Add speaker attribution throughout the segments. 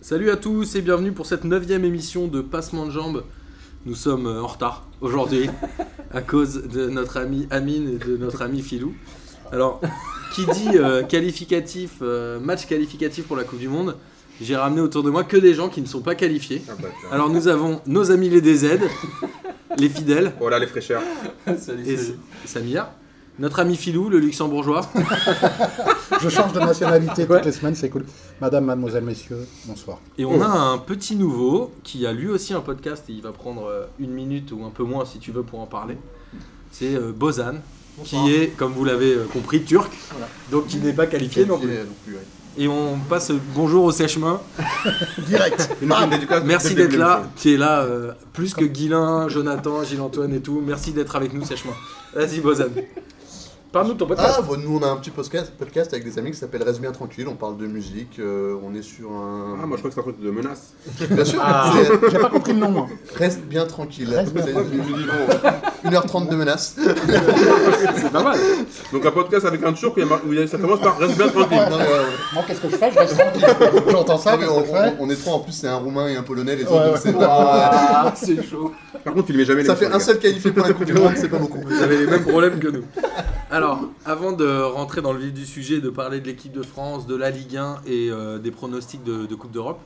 Speaker 1: Salut à tous et bienvenue pour cette neuvième émission de Passement de Jambes. Nous sommes euh, en retard aujourd'hui à cause de notre ami Amine et de notre ami Filou. Alors, qui dit euh, qualificatif, euh, match qualificatif pour la Coupe du Monde, j'ai ramené autour de moi que des gens qui ne sont pas qualifiés.
Speaker 2: Ah, bâtard.
Speaker 1: Alors nous avons nos amis les DZ, les fidèles,
Speaker 2: Oh là les fraîcheurs.
Speaker 3: Salut,
Speaker 1: et Samir, notre ami Filou, le luxembourgeois,
Speaker 4: Je change de nationalité toutes les semaines, c'est cool. Madame, mademoiselle, messieurs, bonsoir.
Speaker 1: Et
Speaker 3: Oh.
Speaker 1: on a un petit nouveau qui a lui aussi un podcast et il va prendre euh, une minute ou un peu moins si tu veux pour en parler. C'est euh, Bozan, qui est, comme vous l'avez euh, compris, turc,
Speaker 3: Voilà.
Speaker 1: donc il n'est pas qualifié non plus. Et on passe euh, bonjour au sèche-main.
Speaker 4: Direct.
Speaker 2: Une équipe
Speaker 3: Ah,
Speaker 2: d'éducateurs
Speaker 1: Merci
Speaker 2: de
Speaker 1: d'être là,
Speaker 2: développer.
Speaker 1: qui est là euh, plus que Guilin, Jonathan, Gilles-Antoine et tout. Merci d'être avec nous, sèche-main. Vas-y, Bozan. Parle-nous de ton podcast.
Speaker 5: Ah, bon, nous on a un petit podcast, podcast avec des amis qui s'appelle Reste bien tranquille, on parle de musique, euh, on est sur un.
Speaker 2: Ah, moi je crois que c'est un truc de menace.
Speaker 5: Bien sûr,
Speaker 4: J'ai pas compris le nom, moi.
Speaker 5: c'est Reste bien tranquille.
Speaker 4: Reste bien
Speaker 5: C'est-
Speaker 2: Je me suis dit, bon.
Speaker 5: 1h30 de menace.
Speaker 1: C'est pas mal.
Speaker 2: Donc un podcast avec un turc, il y a mar- où il y a- ça commence par reste bien tranquille.
Speaker 5: Non, mais, euh,
Speaker 4: Moi, qu'est-ce que je fais Je reste tranquille. J'entends ça,
Speaker 5: non, mais
Speaker 4: qu'est-ce
Speaker 5: on,
Speaker 4: que je fais
Speaker 5: on- on est trois en plus, c'est un roumain et un polonais, les
Speaker 4: Ouais,
Speaker 5: autres. donc
Speaker 4: ouais.
Speaker 5: c'est-
Speaker 3: Ah, c'est chaud.
Speaker 2: Par contre, il met jamais les
Speaker 5: Ça fait
Speaker 2: leçons,
Speaker 5: un seul qualifié pour la Coupe du Monde, c'est pas beaucoup.
Speaker 1: Vous avez les mêmes problèmes que nous. Alors, avant de rentrer dans le vif du sujet, de parler de l'équipe de France, de la Ligue 1 et euh, des pronostics de, de Coupe d'Europe,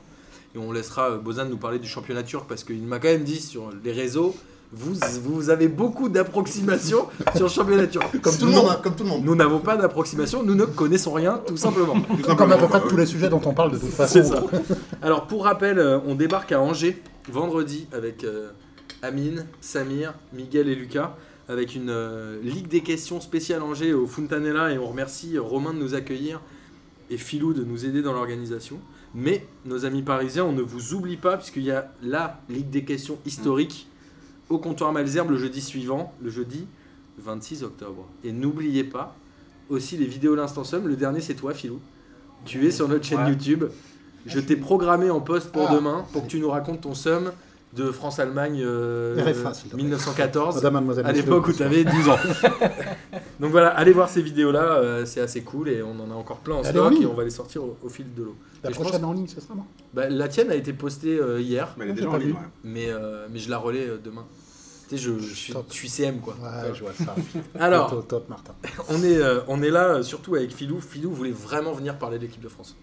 Speaker 1: et on laissera euh, Bozan nous parler du championnat turc parce qu'il m'a quand même dit sur les réseaux, vous, vous avez beaucoup d'approximations sur le championnat turc.
Speaker 5: Comme tout le
Speaker 1: Non,
Speaker 5: monde, hein, comme tout le monde.
Speaker 1: Nous n'avons pas d'approximation, nous ne connaissons rien, tout simplement.
Speaker 2: gars. Tout
Speaker 4: Comme
Speaker 2: simplement,
Speaker 4: à peu près
Speaker 2: bah,
Speaker 4: tous les sujets dont on parle de toute
Speaker 1: C'est
Speaker 4: façon.
Speaker 1: ça. Alors pour rappel, euh, on débarque à Angers vendredi avec euh, Amine, Samir, Miguel et Lucas avec une euh, ligue des questions spéciale Angers au Fontanella et on remercie euh, Romain de nous accueillir et Philou de nous aider dans l'organisation. Mais nos amis parisiens, on ne vous oublie pas puisqu'il y a la ligue des questions historique au comptoir Malzerbe le jeudi suivant, le jeudi 26 octobre. Et n'oubliez pas aussi les vidéos l'instant somme. Le dernier c'est toi Philou. Tu es sur notre chaîne
Speaker 3: Ouais.
Speaker 1: YouTube. Je t'ai programmé en poste pour
Speaker 4: Ah.
Speaker 1: demain pour que tu nous racontes ton somme de France-Allemagne euh,
Speaker 4: RFA, s'il te plaît.
Speaker 1: 1914
Speaker 4: Madame, mademoiselle,
Speaker 1: à
Speaker 4: messieurs,
Speaker 1: l'époque où tu
Speaker 4: bonsoir.
Speaker 1: avais 10 ans. Donc voilà, allez voir ces vidéos-là, euh, c'est assez cool et on en a encore plein en
Speaker 4: Elle est en
Speaker 1: stock et
Speaker 4: ligne
Speaker 1: on va les sortir au, au fil de l'eau.
Speaker 4: La
Speaker 1: Et je pense-
Speaker 4: prochaine en ligne, c'est ça, non
Speaker 1: Bah, la tienne a été postée euh, hier,
Speaker 2: Mais elle est
Speaker 4: J'ai
Speaker 2: déjà en
Speaker 4: pas
Speaker 2: ligne.
Speaker 4: vu.
Speaker 2: ouais.
Speaker 1: mais, euh, mais je la relais euh, demain. Tu sais, je, je suis,
Speaker 4: Top.
Speaker 1: je suis CM quoi.
Speaker 4: Ouais, je vois ça. T'es
Speaker 1: Alors,
Speaker 4: au top, Martin.
Speaker 1: on est, euh, on est là euh, surtout avec Philou. Philou voulait vraiment venir parler de l'équipe de France.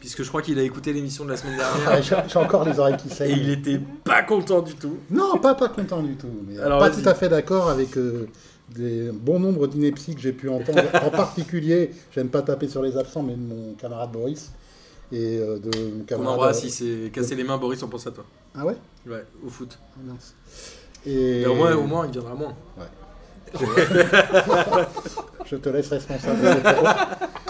Speaker 1: Puisque je crois qu'il a écouté l'émission de la semaine
Speaker 4: Ouais,
Speaker 1: dernière
Speaker 4: J'ai j'ai encore les oreilles qui
Speaker 1: et il
Speaker 4: saignent.
Speaker 1: était pas content du tout.
Speaker 4: Non, pas, pas content du tout. Mais
Speaker 1: Alors,
Speaker 4: pas
Speaker 1: vas-y.
Speaker 4: tout à fait d'accord avec euh, des bon nombre d'inepties que j'ai pu entendre. en particulier, j'aime pas taper sur les absents, mais de mon camarade Boris et euh, de mon
Speaker 1: On
Speaker 4: camarade.
Speaker 1: embrasse, il s'est cassé les mains, Boris, on pense à toi.
Speaker 4: Ah ouais
Speaker 1: Ouais, au foot.
Speaker 4: Ah, mince. Et
Speaker 1: Mais au moins, au moins, il viendra moins.
Speaker 4: je te laisse responsable. de tes propos.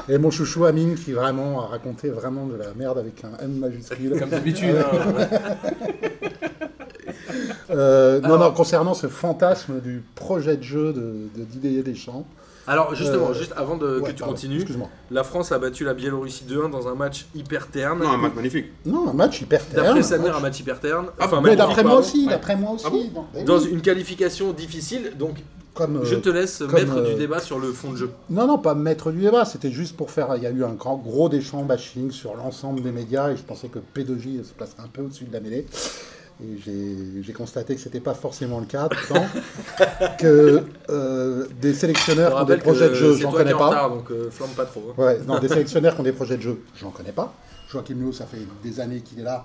Speaker 4: Et mon chouchou Amine qui vraiment a raconté vraiment de la merde avec un M majuscule.
Speaker 1: Comme d'habitude. hein.
Speaker 4: Euh, non,
Speaker 1: Alors-
Speaker 4: non, concernant ce fantasme du projet de jeu de, de Didier Deschamps.
Speaker 1: Alors justement,
Speaker 4: Euh,
Speaker 1: juste avant de,
Speaker 4: Ouais,
Speaker 1: que tu
Speaker 4: pardon,
Speaker 1: continues,
Speaker 4: Excuse-moi.
Speaker 1: la France a battu la Biélorussie 2-1 dans un match hyper terne.
Speaker 2: Non, un match magnifique.
Speaker 4: Non, un match hyper
Speaker 1: D'après
Speaker 4: terne.
Speaker 1: Samir, un match hyper terne.
Speaker 2: Ah,
Speaker 1: Enfin,
Speaker 4: Mais
Speaker 1: magnifique,
Speaker 4: d'après moi
Speaker 1: pardon.
Speaker 4: aussi,
Speaker 1: Ouais.
Speaker 4: d'après moi aussi.
Speaker 2: Ah
Speaker 4: non, mais Eh oui.
Speaker 1: Dans une qualification difficile, donc
Speaker 4: Comme, euh,
Speaker 1: je te laisse
Speaker 4: comme,
Speaker 1: mettre du
Speaker 4: euh,
Speaker 1: débat sur le fond de jeu.
Speaker 4: Non, non, pas maître du débat, c'était juste pour faire. Il y a eu un grand, gros déchant bashing sur l'ensemble des médias et je pensais que P2J se placerait un peu au-dessus de la mêlée. Et j'ai- j'ai constaté que c'était pas forcément le cas, tant que euh, des
Speaker 1: Je
Speaker 4: sélectionneurs qui ont des
Speaker 1: rappelle
Speaker 4: projets
Speaker 1: que
Speaker 4: de jeu,
Speaker 1: c'est
Speaker 4: j'en
Speaker 1: toi qui
Speaker 4: connais
Speaker 1: es en
Speaker 4: pas.
Speaker 1: retard, donc euh, flambe pas trop. hein.
Speaker 4: Ouais, non, des sélectionneurs qui ont des projets de jeu, j'en connais pas. Joachim Lowe, ça fait des années qu'il est là.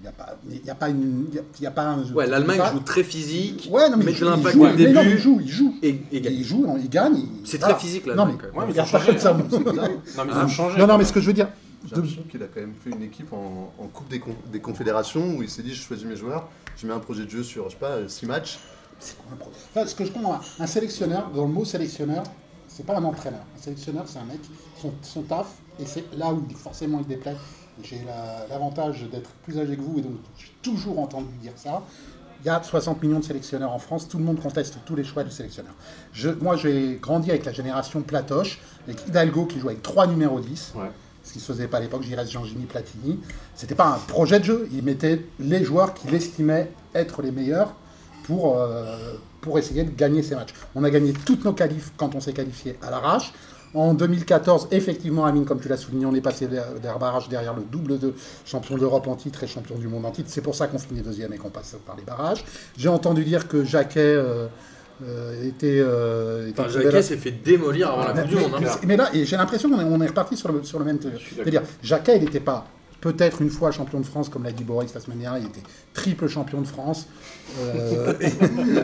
Speaker 4: Il n'y a, pas- il y a pas une. il y a- il y a pas un jeu.
Speaker 1: Ouais, l'Allemagne
Speaker 4: il y a pas-
Speaker 1: joue très physique,
Speaker 4: Ouais, non, mais
Speaker 1: met
Speaker 4: il
Speaker 1: de
Speaker 4: joue, il
Speaker 1: l'impact
Speaker 4: joue,
Speaker 1: dès le
Speaker 4: mais non, il
Speaker 1: début
Speaker 4: joue, il joue.
Speaker 1: et, et gagne.
Speaker 4: Il joue, on- il gagne. il-
Speaker 1: C'est
Speaker 4: voilà.
Speaker 1: très physique
Speaker 4: Non,
Speaker 1: l'Allemagne.
Speaker 4: mais-
Speaker 1: quand même.
Speaker 2: Ouais, mais ils ont
Speaker 4: Regarde pas
Speaker 2: changé.
Speaker 4: comme ça, mon petit.
Speaker 3: Non, mais ils ont changé.
Speaker 4: Ah, Non, non, mais ce que je veux dire.
Speaker 5: J'ai l'impression qu'il a quand même fait une équipe en, en Coupe des, con- des Confédérations où il s'est dit je choisis mes joueurs, je mets un projet de jeu sur, je sais pas, 6 matchs.
Speaker 4: C'est quoi un pro- Enfin, ce que je comprends, un sélectionneur, dans le mot sélectionneur, c'est pas un entraîneur. Un sélectionneur, c'est un mec, son, son taf, et c'est là où il- forcément il déplaît. J'ai la- l'avantage d'être plus âgé que vous, et donc j'ai toujours entendu dire ça. Il y a 60 millions de sélectionneurs en France, tout le monde conteste tous les choix de sélectionneurs. Je, moi, j'ai grandi avec la génération Platoche, avec Hidalgo qui jouait avec trois numéros 10
Speaker 2: Ouais.
Speaker 4: ce qui se faisait pas à l'époque, j'y reste Jean-Gini Platini. C'était pas un projet de jeu, il mettait les joueurs qu'il estimait être les meilleurs pour, euh, pour essayer de gagner ces matchs. On a gagné toutes nos qualifs quand on s'est qualifié à l'arrache. En 2014, effectivement, Amine, comme tu l'as souligné, on est passé der- derrière barrage derrière le double de champion d'Europe en titre et champion du monde en titre. C'est pour ça qu'on finit deuxième et qu'on passe par les barrages. J'ai entendu dire que Jacquet euh, euh, était. euh, était
Speaker 1: Enfin,
Speaker 4: de la-
Speaker 1: Jacquet s'est fait démolir avant la Coupe du Monde. hein.
Speaker 4: mais, mais là, et j'ai l'impression qu'on est, on est reparti sur le, sur le même. C'est-à-dire, Jacquet, il n'était pas peut-être une fois champion de France, comme l'a dit Boris la semaine dernière, il était triple champion de France euh,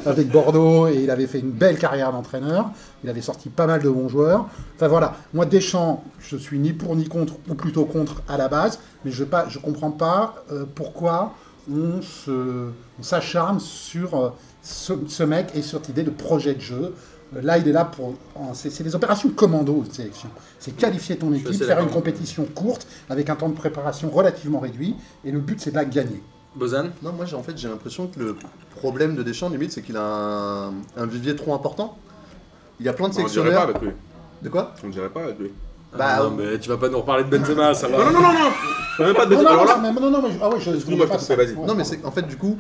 Speaker 4: avec Bordeaux et il avait fait une belle carrière d'entraîneur. Il avait sorti pas mal de bons joueurs. Enfin voilà, moi Deschamps, je suis ni pour ni contre, ou plutôt contre à la base, mais je ne je comprends pas euh, pourquoi on se- on s'acharne sur euh, ce, ce mec et sur cette idée de projet de jeu. Euh, Là, il est là pour. en- C'est c'est des opérations commando, cette sélection. C'est qualifier ton équipe,
Speaker 1: assez
Speaker 4: faire une
Speaker 1: d'accord.
Speaker 4: compétition courte, avec un temps de préparation relativement réduit, et le but, c'est de la gagner.
Speaker 1: Bozan
Speaker 5: Non, moi j'ai en fait j'ai l'impression que le problème de Deschamps limite c'est qu'il a un, un vivier trop important. Il y a plein de
Speaker 2: On dirait pas
Speaker 5: sélectionneurs.
Speaker 2: avec lui.
Speaker 5: De quoi
Speaker 2: On dirait pas avec lui.
Speaker 5: Bah,
Speaker 1: Ah, non, mais tu vas pas nous reparler de Benzema, ça
Speaker 2: Non,
Speaker 1: va.
Speaker 2: non, non, non, non Je veux même pas de
Speaker 4: Non, non,
Speaker 2: Alors
Speaker 4: non,
Speaker 2: là,
Speaker 4: mais- non, non, mais je- ah ouais, je- je
Speaker 2: Excuse-moi,
Speaker 4: voulais
Speaker 2: je
Speaker 4: pas
Speaker 2: te
Speaker 4: ça.
Speaker 2: coupe, vas-y.
Speaker 4: Ouais,
Speaker 5: Non, mais
Speaker 4: pardon.
Speaker 5: c'est en fait, du coup,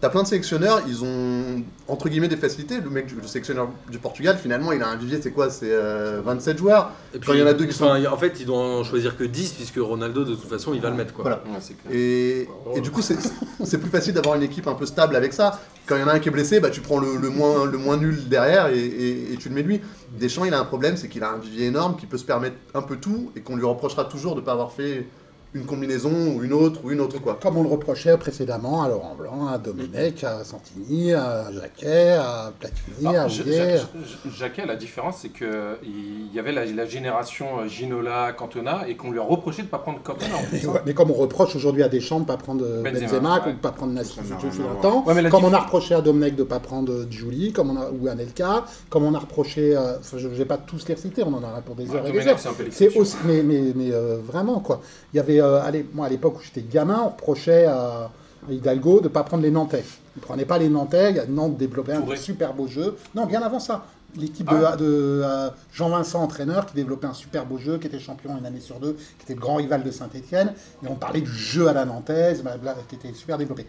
Speaker 5: t'as plein de sélectionneurs, ils ont entre guillemets des facilités. Le mec, le sélectionneur du Portugal, finalement, il a un vivier, c'est quoi C'est euh, 27 joueurs.
Speaker 1: Et puis,
Speaker 5: Quand il y en a deux qui
Speaker 1: enfin, En fait, ils doivent en choisir que 10, puisque Ronaldo, de toute façon, il va le mettre. Quoi.
Speaker 5: Voilà.
Speaker 2: Ah,
Speaker 3: Ouais, c'est clair.
Speaker 5: Et, et du coup, c'est c'est plus facile d'avoir une équipe un peu stable avec ça. Quand il y en a un qui est blessé, bah, tu prends le, le moins, le moins nul derrière et, et- et tu le mets lui. Deschamps, il a un problème, c'est qu'il a un vivier énorme, qui peut se permettre un peu tout et qu'on lui reprochera toujours de ne pas avoir fait une combinaison ou une autre ou une autre quoi.
Speaker 4: Comme on le reprochait précédemment à Laurent Blanc, à Domenech, à Santini, à Jacquet, à Platini,
Speaker 2: Ah,
Speaker 4: à
Speaker 3: Alors, Ja- Ja-
Speaker 4: Rouillet.
Speaker 3: Ja- Jacquet, la différence, c'est que il y avait la, la génération euh, Ginola, Cantona, et qu'on lui a reproché de ne pas prendre Cantona. en
Speaker 4: Mais,
Speaker 3: plus. hein.
Speaker 4: ouais, mais comme on reproche aujourd'hui à Deschamps de ne pas prendre euh,
Speaker 3: Benzema,
Speaker 4: Benzema,
Speaker 3: ouais.
Speaker 4: de ne pas prendre Nasri
Speaker 2: Ça n'a
Speaker 4: depuis
Speaker 2: rien à
Speaker 4: longtemps,
Speaker 3: Ouais, mais la
Speaker 4: comme on
Speaker 3: diff-
Speaker 4: a reproché à Domenech de ne pas prendre euh, Julie, comme on a, ou Anelka, comme on a reproché, euh, enfin, je ne vais pas tous les reciter, on en aura pour des
Speaker 3: Ouais,
Speaker 4: heures et des
Speaker 3: Domenech,
Speaker 4: heures.
Speaker 3: c'est un peu
Speaker 4: C'est
Speaker 3: l'exception.
Speaker 4: aussi, mais, mais, mais, euh, vraiment quoi. Il y avait, euh, allez, moi à l'époque où j'étais gamin, on reprochait à Hidalgo de ne pas prendre les Nantais. Il ne prenait pas les Nantais, il y a- Nantes développait un
Speaker 3: Touré.
Speaker 4: super beau jeu. Non, bien avant ça. L'équipe de,
Speaker 3: Ah.
Speaker 4: de, euh, Jean-Vincent, entraîneur, qui développait un super beau jeu, qui était champion une année sur deux, qui était le grand rival de Saint-Etienne. Et on parlait du jeu à la Nantaise, blabla, qui était super développé.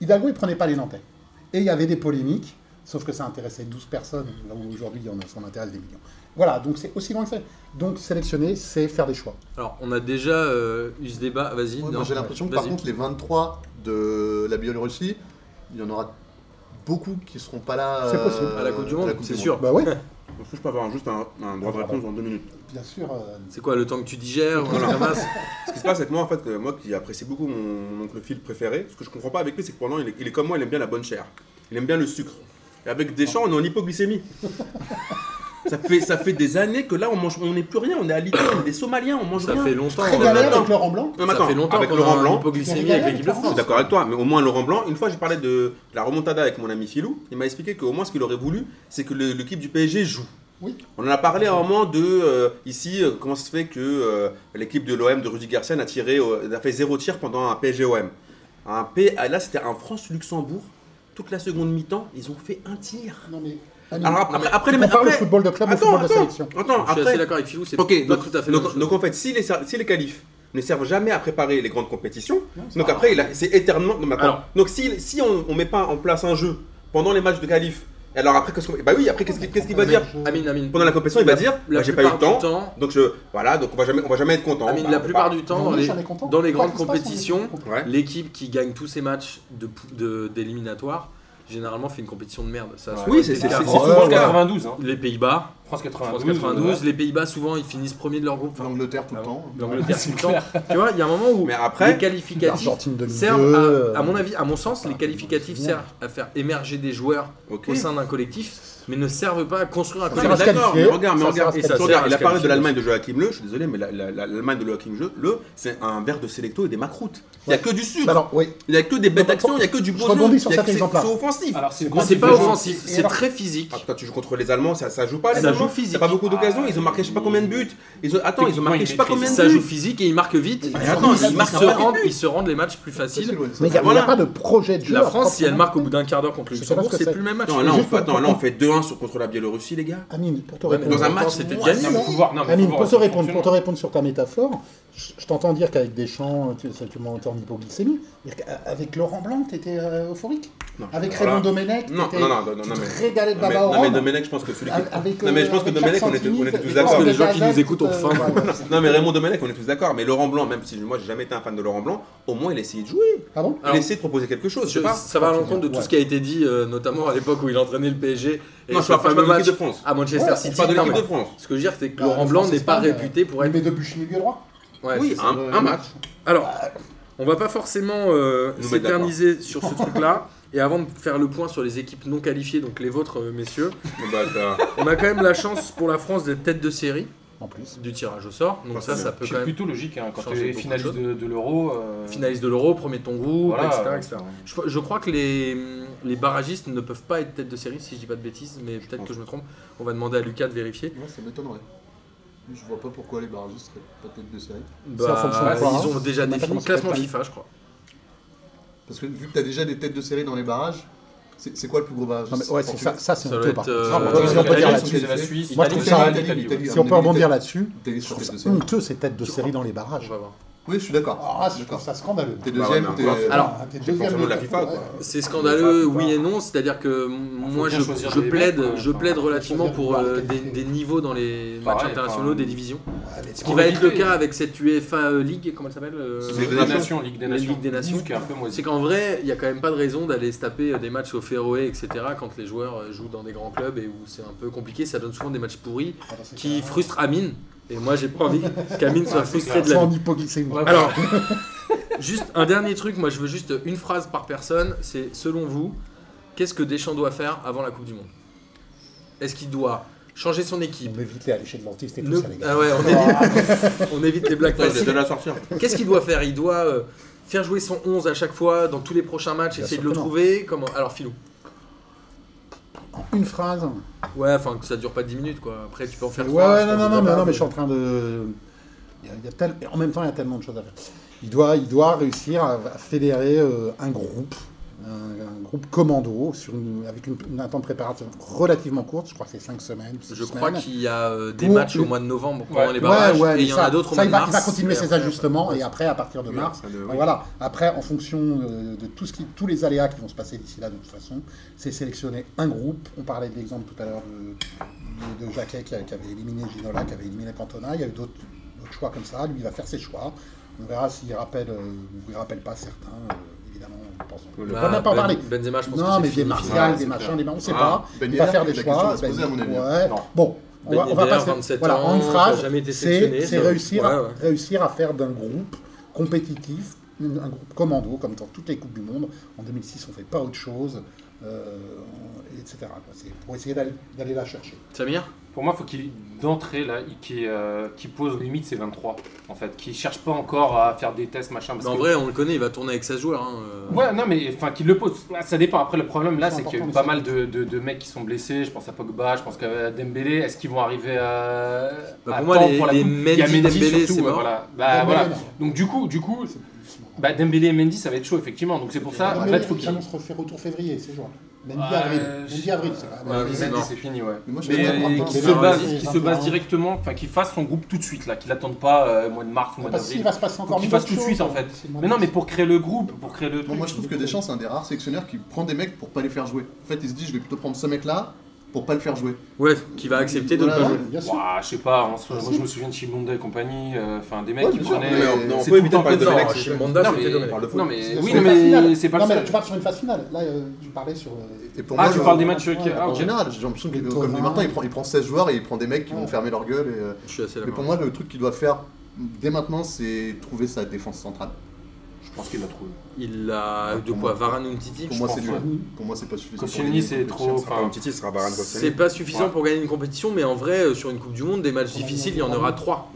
Speaker 4: Hidalgo, il prenait pas les Nantais. Et il y avait des polémiques, sauf que ça intéressait 12 personnes, là où aujourd'hui, il y en a- ça en intéresse des millions. Voilà, donc c'est aussi loin que ça. Donc sélectionner, c'est faire des choix.
Speaker 1: Alors, on a déjà euh, eu ce débat. Vas-y.
Speaker 5: Ouais,
Speaker 1: non,
Speaker 5: moi, j'ai l'impression que par
Speaker 1: vas-y.
Speaker 5: contre les 23 de la Biélorussie, il y en aura beaucoup qui seront pas là.
Speaker 4: C'est possible.
Speaker 1: À la Coupe du Monde,
Speaker 5: Coupe
Speaker 1: c'est
Speaker 5: du
Speaker 1: sûr.
Speaker 4: Bah ouais,
Speaker 2: Est-ce que je peux avoir un- juste un, un droit de réponse en deux minutes
Speaker 4: bien sûr. euh,
Speaker 1: C'est quoi le temps que tu digères on la ramasse
Speaker 2: Ce qui se passe, c'est que moi, en fait, euh, moi qui apprécie beaucoup mon, mon oncle Phil préféré, ce que je comprends pas avec lui, c'est que pendant, il est, il est comme moi, il aime bien la bonne chair. Il aime bien le sucre. Et avec Deschamps, on est en hypoglycémie. ça, fait, ça fait des années que là, on mange, on n'est plus rien, on est alité, on est des Somaliens, on mange
Speaker 1: Ça
Speaker 2: rien.
Speaker 1: fait longtemps.
Speaker 4: Très
Speaker 1: on
Speaker 2: bien,
Speaker 1: a-
Speaker 4: galère
Speaker 2: maintenant.
Speaker 4: avec Laurent Blanc.
Speaker 2: Non, mais
Speaker 1: Ça
Speaker 2: attends,
Speaker 1: fait longtemps
Speaker 2: avec
Speaker 1: qu'on
Speaker 2: Laurent
Speaker 1: a
Speaker 2: Blanc,
Speaker 1: l'hypoglycémie avec l'équipe de
Speaker 2: Je
Speaker 1: France.
Speaker 2: suis d'accord avec toi, mais au moins Laurent Blanc, une fois j'ai parlé de la remontada avec mon ami Philou, il m'a expliqué qu'au moins ce qu'il aurait voulu, c'est que le- l'équipe du PSG joue.
Speaker 4: Oui.
Speaker 2: On en a parlé à un moment de, euh, ici, euh, comment ça se fait que euh, l'équipe de l'OM de Rudy Garcia n'a tiré, euh, n'a fait zéro tir pendant un PSG-OM. Un P, ah, là c'était un France-Luxembourg, toute la seconde mi-temps, ils ont fait un tir.
Speaker 4: Non mais. Amine,
Speaker 2: Alors après, après les
Speaker 4: on
Speaker 2: mecs-
Speaker 4: parle
Speaker 2: après-
Speaker 4: de football de club, au
Speaker 2: Attends,
Speaker 4: football de
Speaker 2: attends,
Speaker 4: sélection.
Speaker 2: attends,
Speaker 1: Je suis
Speaker 2: après,
Speaker 1: assez d'accord avec Philou, c'est
Speaker 2: Ok,
Speaker 1: pas
Speaker 2: donc,
Speaker 1: tout à fait la
Speaker 2: donc,
Speaker 1: même chose.
Speaker 2: donc en fait, si les, si les qualifs ne servent jamais à préparer les grandes compétitions,
Speaker 4: c'est
Speaker 2: donc
Speaker 4: pas
Speaker 2: après, il a- c'est éternellement. non, mais attends.
Speaker 1: Alors.
Speaker 2: donc si, si on ne met pas en place un jeu pendant les matchs de qualif, alors après, qu'est-ce qu'on- bah oui, après, qu'est-ce qu'il qu'est-ce qu'il va
Speaker 1: Mais-
Speaker 2: dire
Speaker 1: Amine, Amine.
Speaker 2: Pendant la compétition, il va dire
Speaker 1: La
Speaker 2: bah, j'ai pas eu le
Speaker 1: plupart
Speaker 2: temps,
Speaker 1: du temps,
Speaker 2: donc je, voilà, donc on va jamais, on va jamais être content.
Speaker 1: Amine,
Speaker 2: Bah,
Speaker 1: la
Speaker 2: on
Speaker 1: plupart
Speaker 2: part.
Speaker 1: du temps,
Speaker 4: Mais
Speaker 1: dans
Speaker 4: on est
Speaker 1: les,
Speaker 4: jamais content.
Speaker 1: dans les
Speaker 4: Quoi
Speaker 1: grandes
Speaker 4: qu'il se passe, on est jamais
Speaker 1: compétitions,
Speaker 4: content.
Speaker 2: Ouais.
Speaker 1: l'équipe qui gagne tous ses matchs de- de- d'éliminatoires, généralement fait une compétition de merde. Ça, ça
Speaker 2: Oui,
Speaker 1: a
Speaker 2: c'est-
Speaker 1: été
Speaker 2: c'est-
Speaker 1: le cas.
Speaker 2: c'est- c'est
Speaker 1: Oh,
Speaker 2: souvent le
Speaker 3: France
Speaker 2: cas. Ah,
Speaker 3: 92, hein.
Speaker 1: Les Pays-Bas,
Speaker 3: France 92.
Speaker 1: France 92,
Speaker 3: ouais.
Speaker 1: les Pays-Bas souvent ils finissent premiers de leur groupe. Enfin,
Speaker 5: L'Angleterre tout le
Speaker 1: Ah
Speaker 5: temps.
Speaker 1: L'Angleterre tout le temps.
Speaker 3: clair.
Speaker 1: Tu vois, il y a un moment où
Speaker 2: Mais après-
Speaker 1: les qualificatifs
Speaker 4: L'Argentine 2002,
Speaker 1: servent, à, à mon
Speaker 4: euh,
Speaker 1: avis, à mon sens,
Speaker 2: ah,
Speaker 1: les qualificatifs servent à faire émerger des joueurs
Speaker 2: Ok.
Speaker 1: au sein d'un collectif, mais ne servent pas à construire un
Speaker 2: Non,
Speaker 4: Ça
Speaker 2: mais
Speaker 4: reste
Speaker 1: collectif.
Speaker 2: d'accord,
Speaker 4: qualifié,
Speaker 2: mais regarde, mais
Speaker 4: ça
Speaker 2: regarde,
Speaker 4: reste
Speaker 2: et ça,
Speaker 1: qualifié.
Speaker 2: regarde, il a parlé de
Speaker 1: Qualifié.
Speaker 2: l'Allemagne de Joachim Le, je suis désolé, mais la- la- la- l'Allemagne de Joachim Le- Le, c'est un verre de sélecto et des macroutes. Il n'y a que du sucre.
Speaker 4: Bah alors, oui.
Speaker 2: Il n'y a que des bêtes
Speaker 4: Non,
Speaker 2: d'action, il n'y a que du beau
Speaker 4: je rebondis
Speaker 2: jeu.
Speaker 4: sur
Speaker 2: Il y a
Speaker 4: cet
Speaker 2: que- c'est-
Speaker 4: exemple-là.
Speaker 2: C'est offensif.
Speaker 3: Alors, c'est
Speaker 1: C'est pas
Speaker 3: grave,
Speaker 1: offensif,
Speaker 4: Et
Speaker 1: c'est
Speaker 4: alors-
Speaker 1: très physique.
Speaker 2: Ah, toi, tu joues contre les Allemands, ça, ça joue pas. Les
Speaker 1: Ça
Speaker 2: Allemands.
Speaker 1: joue physique.
Speaker 2: T'as pas beaucoup d'occasions,
Speaker 3: Ah,
Speaker 2: ils ont marqué je sais pas combien de buts. Ils ont... Attends, ils ont marqué je sais pas combien de
Speaker 1: Ça joue
Speaker 2: buts.
Speaker 1: physique et ils marquent vite.
Speaker 2: Mais attends,
Speaker 1: ils,
Speaker 2: ils marquent
Speaker 1: se
Speaker 2: un vrai
Speaker 1: rendent,
Speaker 2: but.
Speaker 1: ils se rendent les matchs plus faciles.
Speaker 4: Mais il n'y a,
Speaker 2: Voilà.
Speaker 4: il y a pas de projet de jeu.
Speaker 1: La
Speaker 4: à
Speaker 1: France, si elle
Speaker 4: proprement
Speaker 1: marque au
Speaker 4: parler.
Speaker 1: bout d'un quart d'heure contre le
Speaker 4: Je sais pas
Speaker 1: Luxembourg,
Speaker 4: ce
Speaker 1: c'est
Speaker 4: que c'est.
Speaker 1: plus le même match.
Speaker 2: Attends, là, on
Speaker 4: Juste
Speaker 2: fait,
Speaker 4: pour
Speaker 2: attends, là,
Speaker 4: comprendre.
Speaker 2: on fait 2-1 sur- contre la Biélorussie, les gars.
Speaker 4: Amine, pour te
Speaker 1: Ouais, mais
Speaker 4: répondre.
Speaker 2: Dans un
Speaker 1: Attends,
Speaker 2: match,
Speaker 1: c'était
Speaker 2: moi,
Speaker 1: gagné.
Speaker 2: ça me
Speaker 3: Non, mais faut voir- non, mais
Speaker 4: Amine,
Speaker 3: faut voir
Speaker 4: pour te,
Speaker 3: son
Speaker 4: répondre, pour te
Speaker 3: fonctionnement.
Speaker 4: répondre sur ta métaphore, je, je t'entends dire qu'avec Deschamps, tu, ça, tu montais en hypoglycémie. C'est-à-dire qu'avec Laurent Blanc, tu étais euh, euphorique.
Speaker 2: Non.
Speaker 4: Avec
Speaker 2: Alors là-
Speaker 4: Raymond Domenech,
Speaker 2: Non,
Speaker 4: t'étais-
Speaker 2: non, non, non,
Speaker 4: tu
Speaker 2: non,
Speaker 4: te
Speaker 2: mais-
Speaker 4: régalais de
Speaker 2: Non mais,
Speaker 4: Baba
Speaker 2: non, mais
Speaker 4: Oran.
Speaker 2: Domenech, je pense que celui qui-
Speaker 4: Avec, euh,
Speaker 2: Non, mais je pense que
Speaker 4: avec
Speaker 2: Domenech, on
Speaker 4: Jacques
Speaker 2: était- on était tous
Speaker 4: Santini,
Speaker 2: d'accord.
Speaker 1: Parce que les
Speaker 4: des
Speaker 1: gens qui
Speaker 4: Gazelles,
Speaker 1: nous écoutent ont
Speaker 4: euh,
Speaker 1: faim.
Speaker 4: ouais, ouais.
Speaker 2: Non, mais Raymond Domenech, on est tous d'accord. Mais Laurent Blanc, même si moi j'ai jamais été un fan de Laurent Blanc, au moins il a essayé de jouer.
Speaker 4: Ah bon
Speaker 2: Il
Speaker 1: Alors-
Speaker 2: a essayé de proposer quelque chose. Je
Speaker 1: Je-
Speaker 2: sais pas.
Speaker 1: ça va à l'encontre de tout
Speaker 4: Ouais.
Speaker 1: ce qui a été dit, euh, notamment à l'époque où il entraînait le PSG.
Speaker 2: Non, je
Speaker 1: ce
Speaker 2: parle pas
Speaker 1: fameux
Speaker 2: de
Speaker 1: match
Speaker 2: l'équipe de France.
Speaker 1: à Manchester
Speaker 4: Ouais,
Speaker 2: Je
Speaker 1: City.
Speaker 2: parle de
Speaker 1: Non,
Speaker 2: l'équipe
Speaker 1: mais
Speaker 2: de France.
Speaker 1: Ce que je veux dire, c'est que
Speaker 4: Bah,
Speaker 1: Laurent
Speaker 4: la
Speaker 1: Blanc
Speaker 4: France,
Speaker 1: n'est pas
Speaker 4: Espagne,
Speaker 1: réputé pour
Speaker 4: Il
Speaker 1: être.
Speaker 4: met deux buts chez milieu droit.
Speaker 1: Ouais,
Speaker 2: Oui,
Speaker 1: c'est ça.
Speaker 2: un, un match.
Speaker 1: Alors, on va pas forcément euh,
Speaker 2: Nous mettre
Speaker 1: s'éterniser sur ce truc-là. Et avant de faire le point sur les équipes non qualifiées, donc les vôtres, euh, messieurs,
Speaker 2: Bah, ça-
Speaker 1: on a quand même la chance pour la France d'être tête de série
Speaker 4: En plus.
Speaker 1: du tirage au sort. Donc
Speaker 2: Ouais,
Speaker 1: ça,
Speaker 2: c'est
Speaker 1: ça
Speaker 2: bien.
Speaker 1: peut
Speaker 3: C'est
Speaker 1: quand même.
Speaker 3: plutôt logique hein, quand
Speaker 1: changer
Speaker 3: tu es
Speaker 1: beaucoup de
Speaker 3: finaliste
Speaker 1: choses.
Speaker 3: de, de l'euro. euh,
Speaker 1: Finaliste de l'Euro, premier de ton groupe,
Speaker 3: voilà,
Speaker 1: etc.
Speaker 3: euh,
Speaker 1: etc.
Speaker 4: Ah,
Speaker 1: Je, je crois que les, les barragistes ne peuvent pas être tête de série, si je dis pas de bêtises, mais peut-être
Speaker 2: pense.
Speaker 1: que je me trompe. On va demander à Lucas de vérifier.
Speaker 5: Moi, ça m'étonnerait. Je vois pas pourquoi les barragistes seraient pas tête de série.
Speaker 4: C'est en fonction
Speaker 1: Bah,
Speaker 4: de quoi,
Speaker 1: ils ont
Speaker 4: hein
Speaker 1: déjà
Speaker 4: On a pas
Speaker 1: défini
Speaker 4: commencé
Speaker 1: classement
Speaker 4: par le
Speaker 1: FIFA, je crois.
Speaker 5: Parce que vu que t'as déjà des têtes de série dans les barrages, c'est c'est quoi le plus gros barrage
Speaker 4: Non, mais ouais, c'est ça, ça c'est
Speaker 1: Ça
Speaker 4: honteux,
Speaker 1: doit
Speaker 4: par
Speaker 1: être. euh,
Speaker 4: contre.
Speaker 5: Ah, bah,
Speaker 4: si on peut dire
Speaker 3: la
Speaker 4: là-dessus,
Speaker 3: Suisse, la Suisse,
Speaker 4: Moi, je trouve
Speaker 3: Italie,
Speaker 4: ça-
Speaker 3: l'Italie, l'Italie,
Speaker 5: l'Italie.
Speaker 4: Si on peut rebondir là-dessus,
Speaker 5: T'es
Speaker 4: je
Speaker 5: sur
Speaker 4: trouve
Speaker 5: tête de
Speaker 4: ça
Speaker 5: série.
Speaker 4: honteux ces têtes de série dans les barrages.
Speaker 1: on va voir.
Speaker 5: Oui, je suis d'accord.
Speaker 4: Ah, je
Speaker 5: D'accord.
Speaker 4: trouve ça scandaleux.
Speaker 5: T'es
Speaker 2: Bah ouais,
Speaker 5: deuxième,
Speaker 2: mais
Speaker 5: t'es.
Speaker 2: encore, c'est-
Speaker 1: Alors,
Speaker 4: Ah, t'es
Speaker 2: C'est
Speaker 4: deuxième.
Speaker 2: forcément de la FIFA, quoi.
Speaker 1: C'est scandaleux,
Speaker 4: On va-
Speaker 1: oui et non, c'est-à-dire que moi
Speaker 3: bien
Speaker 1: je,
Speaker 3: choisir
Speaker 1: je
Speaker 3: les
Speaker 1: plaide,
Speaker 3: mecs, quoi.
Speaker 1: je plaide relativement
Speaker 4: choisir
Speaker 1: pour
Speaker 4: les
Speaker 1: euh,
Speaker 4: mecs.
Speaker 1: des, des niveaux dans les
Speaker 3: Pareil,
Speaker 1: matchs internationaux,
Speaker 3: enfin,
Speaker 1: des divisions. Ce
Speaker 3: faut
Speaker 1: qui va être le
Speaker 3: éviter.
Speaker 1: cas avec cette UEFA League, comment elle s'appelle euh,
Speaker 2: C'est
Speaker 3: Ligue des Nations, Ligue des
Speaker 1: Les
Speaker 3: Nations.
Speaker 1: Ligues des Nations.
Speaker 3: qui est un peu moisi.
Speaker 1: C'est qu'en vrai, il n'y a quand même pas de raison d'aller se taper euh, des matchs au Féroé, etc. quand les joueurs euh, jouent dans des grands clubs et où c'est un peu compliqué, ça donne souvent des matchs pourris qui frustrent Amine. Et moi j'ai pas envie qu'Amine soit
Speaker 3: Ouais, c'est
Speaker 1: frustré
Speaker 3: clair.
Speaker 1: de la
Speaker 4: Sans
Speaker 1: vie.
Speaker 4: en hypoglycémie.
Speaker 3: Ouais.
Speaker 1: Alors, juste un dernier truc, moi je veux juste une phrase par personne, c'est selon vous, qu'est-ce que Deschamps doit faire avant la Coupe du Monde Est-ce qu'il doit changer son
Speaker 4: Il
Speaker 1: équipe
Speaker 4: me éviter à l'échelle de l'antiste et tout
Speaker 1: Ne-
Speaker 4: ça, les gars.
Speaker 1: Ah ouais, on évite, on évite les blagues
Speaker 2: Putain, Vous êtes de
Speaker 1: faciles.
Speaker 2: la hein. sortir.
Speaker 1: Qu'est-ce qu'il doit faire Il doit euh, faire jouer son 11 à chaque fois dans tous les prochains matchs,
Speaker 4: Bien
Speaker 1: essayer de
Speaker 4: sûr
Speaker 1: le
Speaker 4: que non.
Speaker 1: trouver. Comment Alors Philou.
Speaker 4: Une phrase.
Speaker 1: Ouais, enfin que ça dure pas 10 minutes quoi. Après tu peux en faire
Speaker 4: Ouais,
Speaker 1: trois, je
Speaker 4: ouais, non,
Speaker 1: pense que
Speaker 4: non, non,
Speaker 1: t'as
Speaker 4: mais,
Speaker 1: pas-
Speaker 4: non, mais je suis en train de. il y a- il y a tel- En même temps, il y a tellement de choses à faire. Il doit, il doit réussir à à fédérer euh, un groupe, un, un groupe commando, sur une- avec une, une- un temps de préparation relativement courte. Je crois que c'est 5 semaines. six
Speaker 1: Je crois
Speaker 4: semaines.
Speaker 1: qu'il y a euh, des
Speaker 4: Pour-
Speaker 1: matchs au mois de novembre pendant
Speaker 3: Ouais,
Speaker 1: les barrages
Speaker 4: ouais,
Speaker 1: et il
Speaker 4: mais
Speaker 1: y en
Speaker 4: ça-
Speaker 1: a d'autres au
Speaker 4: ça,
Speaker 1: mois de
Speaker 4: il va-
Speaker 1: mars.
Speaker 4: Il va continuer
Speaker 1: et
Speaker 4: ses
Speaker 1: après- euh,
Speaker 4: ajustements et après, à partir de
Speaker 2: Oui,
Speaker 4: mars,
Speaker 2: ça de-
Speaker 4: ben
Speaker 2: oui.
Speaker 4: voilà. Après, en fonction euh, de tout ce qui, tous les aléas qui vont se passer d'ici là, de toute façon, c'est sélectionner un groupe. On parlait de l'exemple tout à l'heure de, de, de Jacquet qui, a- qui avait éliminé Ginola, qui avait éliminé Cantona. Il y a eu d'autres d'autres choix comme ça. Lui, il va faire ses choix. On verra s'il rappelle euh, ou il rappelle pas certains. euh, évidemment, on pense. On
Speaker 1: Bah,
Speaker 4: va même pas en
Speaker 1: Ben-
Speaker 4: parler.
Speaker 1: Benzema, je pense que
Speaker 4: Non,
Speaker 1: c'est
Speaker 4: mais
Speaker 1: fini,
Speaker 4: des
Speaker 1: finalement.
Speaker 4: Martial,
Speaker 2: Ouais,
Speaker 4: des
Speaker 2: c'est
Speaker 4: machins,
Speaker 2: clair.
Speaker 4: des machins, on sait
Speaker 2: Ah,
Speaker 4: pas.
Speaker 5: Ben
Speaker 4: il va
Speaker 5: Yedder,
Speaker 4: faire des
Speaker 5: la
Speaker 4: choix.
Speaker 5: question va se poser, à mon avis.
Speaker 4: Ouais.
Speaker 3: Non.
Speaker 4: Bon, on
Speaker 1: Ben
Speaker 4: va, on va
Speaker 1: Yedder,
Speaker 4: passer.
Speaker 1: 27
Speaker 4: voilà,
Speaker 1: ans,
Speaker 4: en une
Speaker 1: qui a
Speaker 4: phrase,
Speaker 1: jamais été sélectionné,
Speaker 4: c'est c'est
Speaker 1: ça.
Speaker 4: réussir,
Speaker 1: Ouais,
Speaker 4: à-
Speaker 1: ouais.
Speaker 4: réussir à faire d'un groupe compétitif, une- un groupe commando, comme dans toutes les Coupes du Monde. En 2006, on fait pas autre chose, euh, etc. quoi. C'est pour essayer d'aller d'aller la chercher.
Speaker 1: Samir
Speaker 3: Pour moi, faut qu'il d'entrée là, il- qui euh, qui pose limite ses 23 en fait, qui cherche pas encore à faire des tests machin. Parce
Speaker 1: Mais en
Speaker 3: que-
Speaker 1: vrai, on le connaît, il va tourner avec 16 joueurs. hein, euh.
Speaker 3: Ouais, non, mais enfin, qu'il le pose. Là, ça dépend. Après, le problème là,
Speaker 4: C'est
Speaker 3: c'est qu'il y a eu
Speaker 4: important,
Speaker 3: pas
Speaker 4: mais
Speaker 3: mal de, de- de mecs qui sont blessés. Je pense à Pogba, je pense à Dembélé. Est-ce qu'ils vont arriver à.
Speaker 1: Bah,
Speaker 3: à
Speaker 1: pour moi,
Speaker 3: temps
Speaker 1: les-
Speaker 3: pour la
Speaker 1: les
Speaker 3: coupe Il y a
Speaker 1: Mendy,
Speaker 3: Mendy
Speaker 1: Dembélé,
Speaker 3: surtout,
Speaker 1: c'est mort.
Speaker 3: Voilà. Bah,
Speaker 4: Dembélé,
Speaker 3: voilà.
Speaker 4: non.
Speaker 3: Donc, du coup, du coup, bah, Dembélé et Mendy, ça va être chaud effectivement. Donc c'est pour ça. En
Speaker 4: Dembélé,
Speaker 3: fait, faut qu'il.
Speaker 4: j'annonce refait retour février, c'est jouable. Mendy
Speaker 3: Ouais,
Speaker 4: avril,
Speaker 3: je-
Speaker 4: Mendy avril, c'est
Speaker 1: Ouais,
Speaker 4: vrai.
Speaker 1: oui,
Speaker 3: Mendy,
Speaker 1: c'est mort.
Speaker 3: c'est fini, ouais.
Speaker 5: Mais moi, je
Speaker 3: Mais
Speaker 5: suis
Speaker 4: comprends
Speaker 3: euh,
Speaker 4: pas.
Speaker 3: qui se
Speaker 4: Dembélé,
Speaker 3: base,
Speaker 4: c'est
Speaker 3: qui se base
Speaker 4: 21.
Speaker 3: directement, enfin qui fasse son groupe tout de suite là, qu'il attende pas euh, au mois de mars ou au mois
Speaker 4: Parce qu'il
Speaker 3: d'avril.
Speaker 4: va se passer encore
Speaker 3: Faut qu'il
Speaker 4: mille
Speaker 3: fasse
Speaker 4: autres
Speaker 3: tout de suite
Speaker 4: choses.
Speaker 3: en fait.
Speaker 4: C'est le mois
Speaker 3: Mais
Speaker 4: de
Speaker 3: non, mais
Speaker 4: mars.
Speaker 3: pour créer le groupe, pour créer le.
Speaker 5: Bon,
Speaker 3: truc. euh,
Speaker 5: moi, je trouve que Deschamps, c'est un des rares sélectionneurs qui prend des mecs pour pas les faire jouer. En fait, il se dit, je vais plutôt prendre ce mec-là pour pas le faire jouer.
Speaker 1: Ouais, qui va accepter de ne pas
Speaker 5: Voilà.
Speaker 1: jouer.
Speaker 4: Bien sûr.
Speaker 3: Ouah, je sais pas, en soi, moi je me souviens de Chibonda et compagnie, euh, enfin des mecs
Speaker 5: Ouais,
Speaker 3: qui
Speaker 5: bien sûr,
Speaker 3: prenaient.
Speaker 5: mais
Speaker 2: Mais
Speaker 5: euh,
Speaker 2: on- on peut
Speaker 3: c'est tout le
Speaker 2: éviter
Speaker 3: temps
Speaker 2: de parler de
Speaker 3: comme ça,
Speaker 2: Domenech.
Speaker 3: hein.
Speaker 2: c'est-
Speaker 1: Chimanda,
Speaker 3: Non,
Speaker 1: c'était
Speaker 3: mais-
Speaker 1: Domenech.
Speaker 2: On parle de foot.
Speaker 3: Non mais
Speaker 4: C'est
Speaker 3: oui,
Speaker 4: la
Speaker 3: non, mais
Speaker 4: finale.
Speaker 3: c'est pas
Speaker 4: Non,
Speaker 3: le
Speaker 4: mais là,
Speaker 3: seul.
Speaker 4: tu parles sur une phase finale. Là, euh, tu parlais sur. euh,
Speaker 5: Et pour
Speaker 3: Ah,
Speaker 5: moi,
Speaker 3: tu
Speaker 5: le-
Speaker 3: parles des matchs. ok, ah,
Speaker 5: En
Speaker 3: ok.
Speaker 5: général, j'ai l'impression qu'il
Speaker 4: Beethoven.
Speaker 5: comme dit Martin, il prend, il prend 16 joueurs et il prend des mecs qui
Speaker 4: Ouais.
Speaker 5: vont fermer leur gueule. et, euh,
Speaker 1: Je suis assez
Speaker 5: Mais
Speaker 1: d'accord.
Speaker 5: pour moi, le truc qu'il doit faire dès maintenant, c'est trouver sa défense centrale.
Speaker 3: Je pense qu'il l'a trouvé.
Speaker 1: Il a de
Speaker 5: Pour
Speaker 1: quoi
Speaker 5: moi-
Speaker 1: Varane ou Titi
Speaker 5: Pour moi, c'est
Speaker 3: pense,
Speaker 5: nul.
Speaker 4: ouais.
Speaker 5: Pour moi, c'est pas suffisant. pour
Speaker 3: Koscielny,
Speaker 5: gagner une
Speaker 3: c'est
Speaker 5: compétition.
Speaker 3: trop-
Speaker 2: Ce sera pas un petit titre, ce sera Varane
Speaker 1: C'est
Speaker 2: Koscielny.
Speaker 1: pas suffisant
Speaker 3: Ouais.
Speaker 1: pour gagner une compétition, mais en vrai, euh, sur une Coupe du Monde, des matchs
Speaker 4: Ouais,
Speaker 1: difficiles, il
Speaker 4: ouais,
Speaker 1: y en
Speaker 4: ouais.
Speaker 1: aura 3.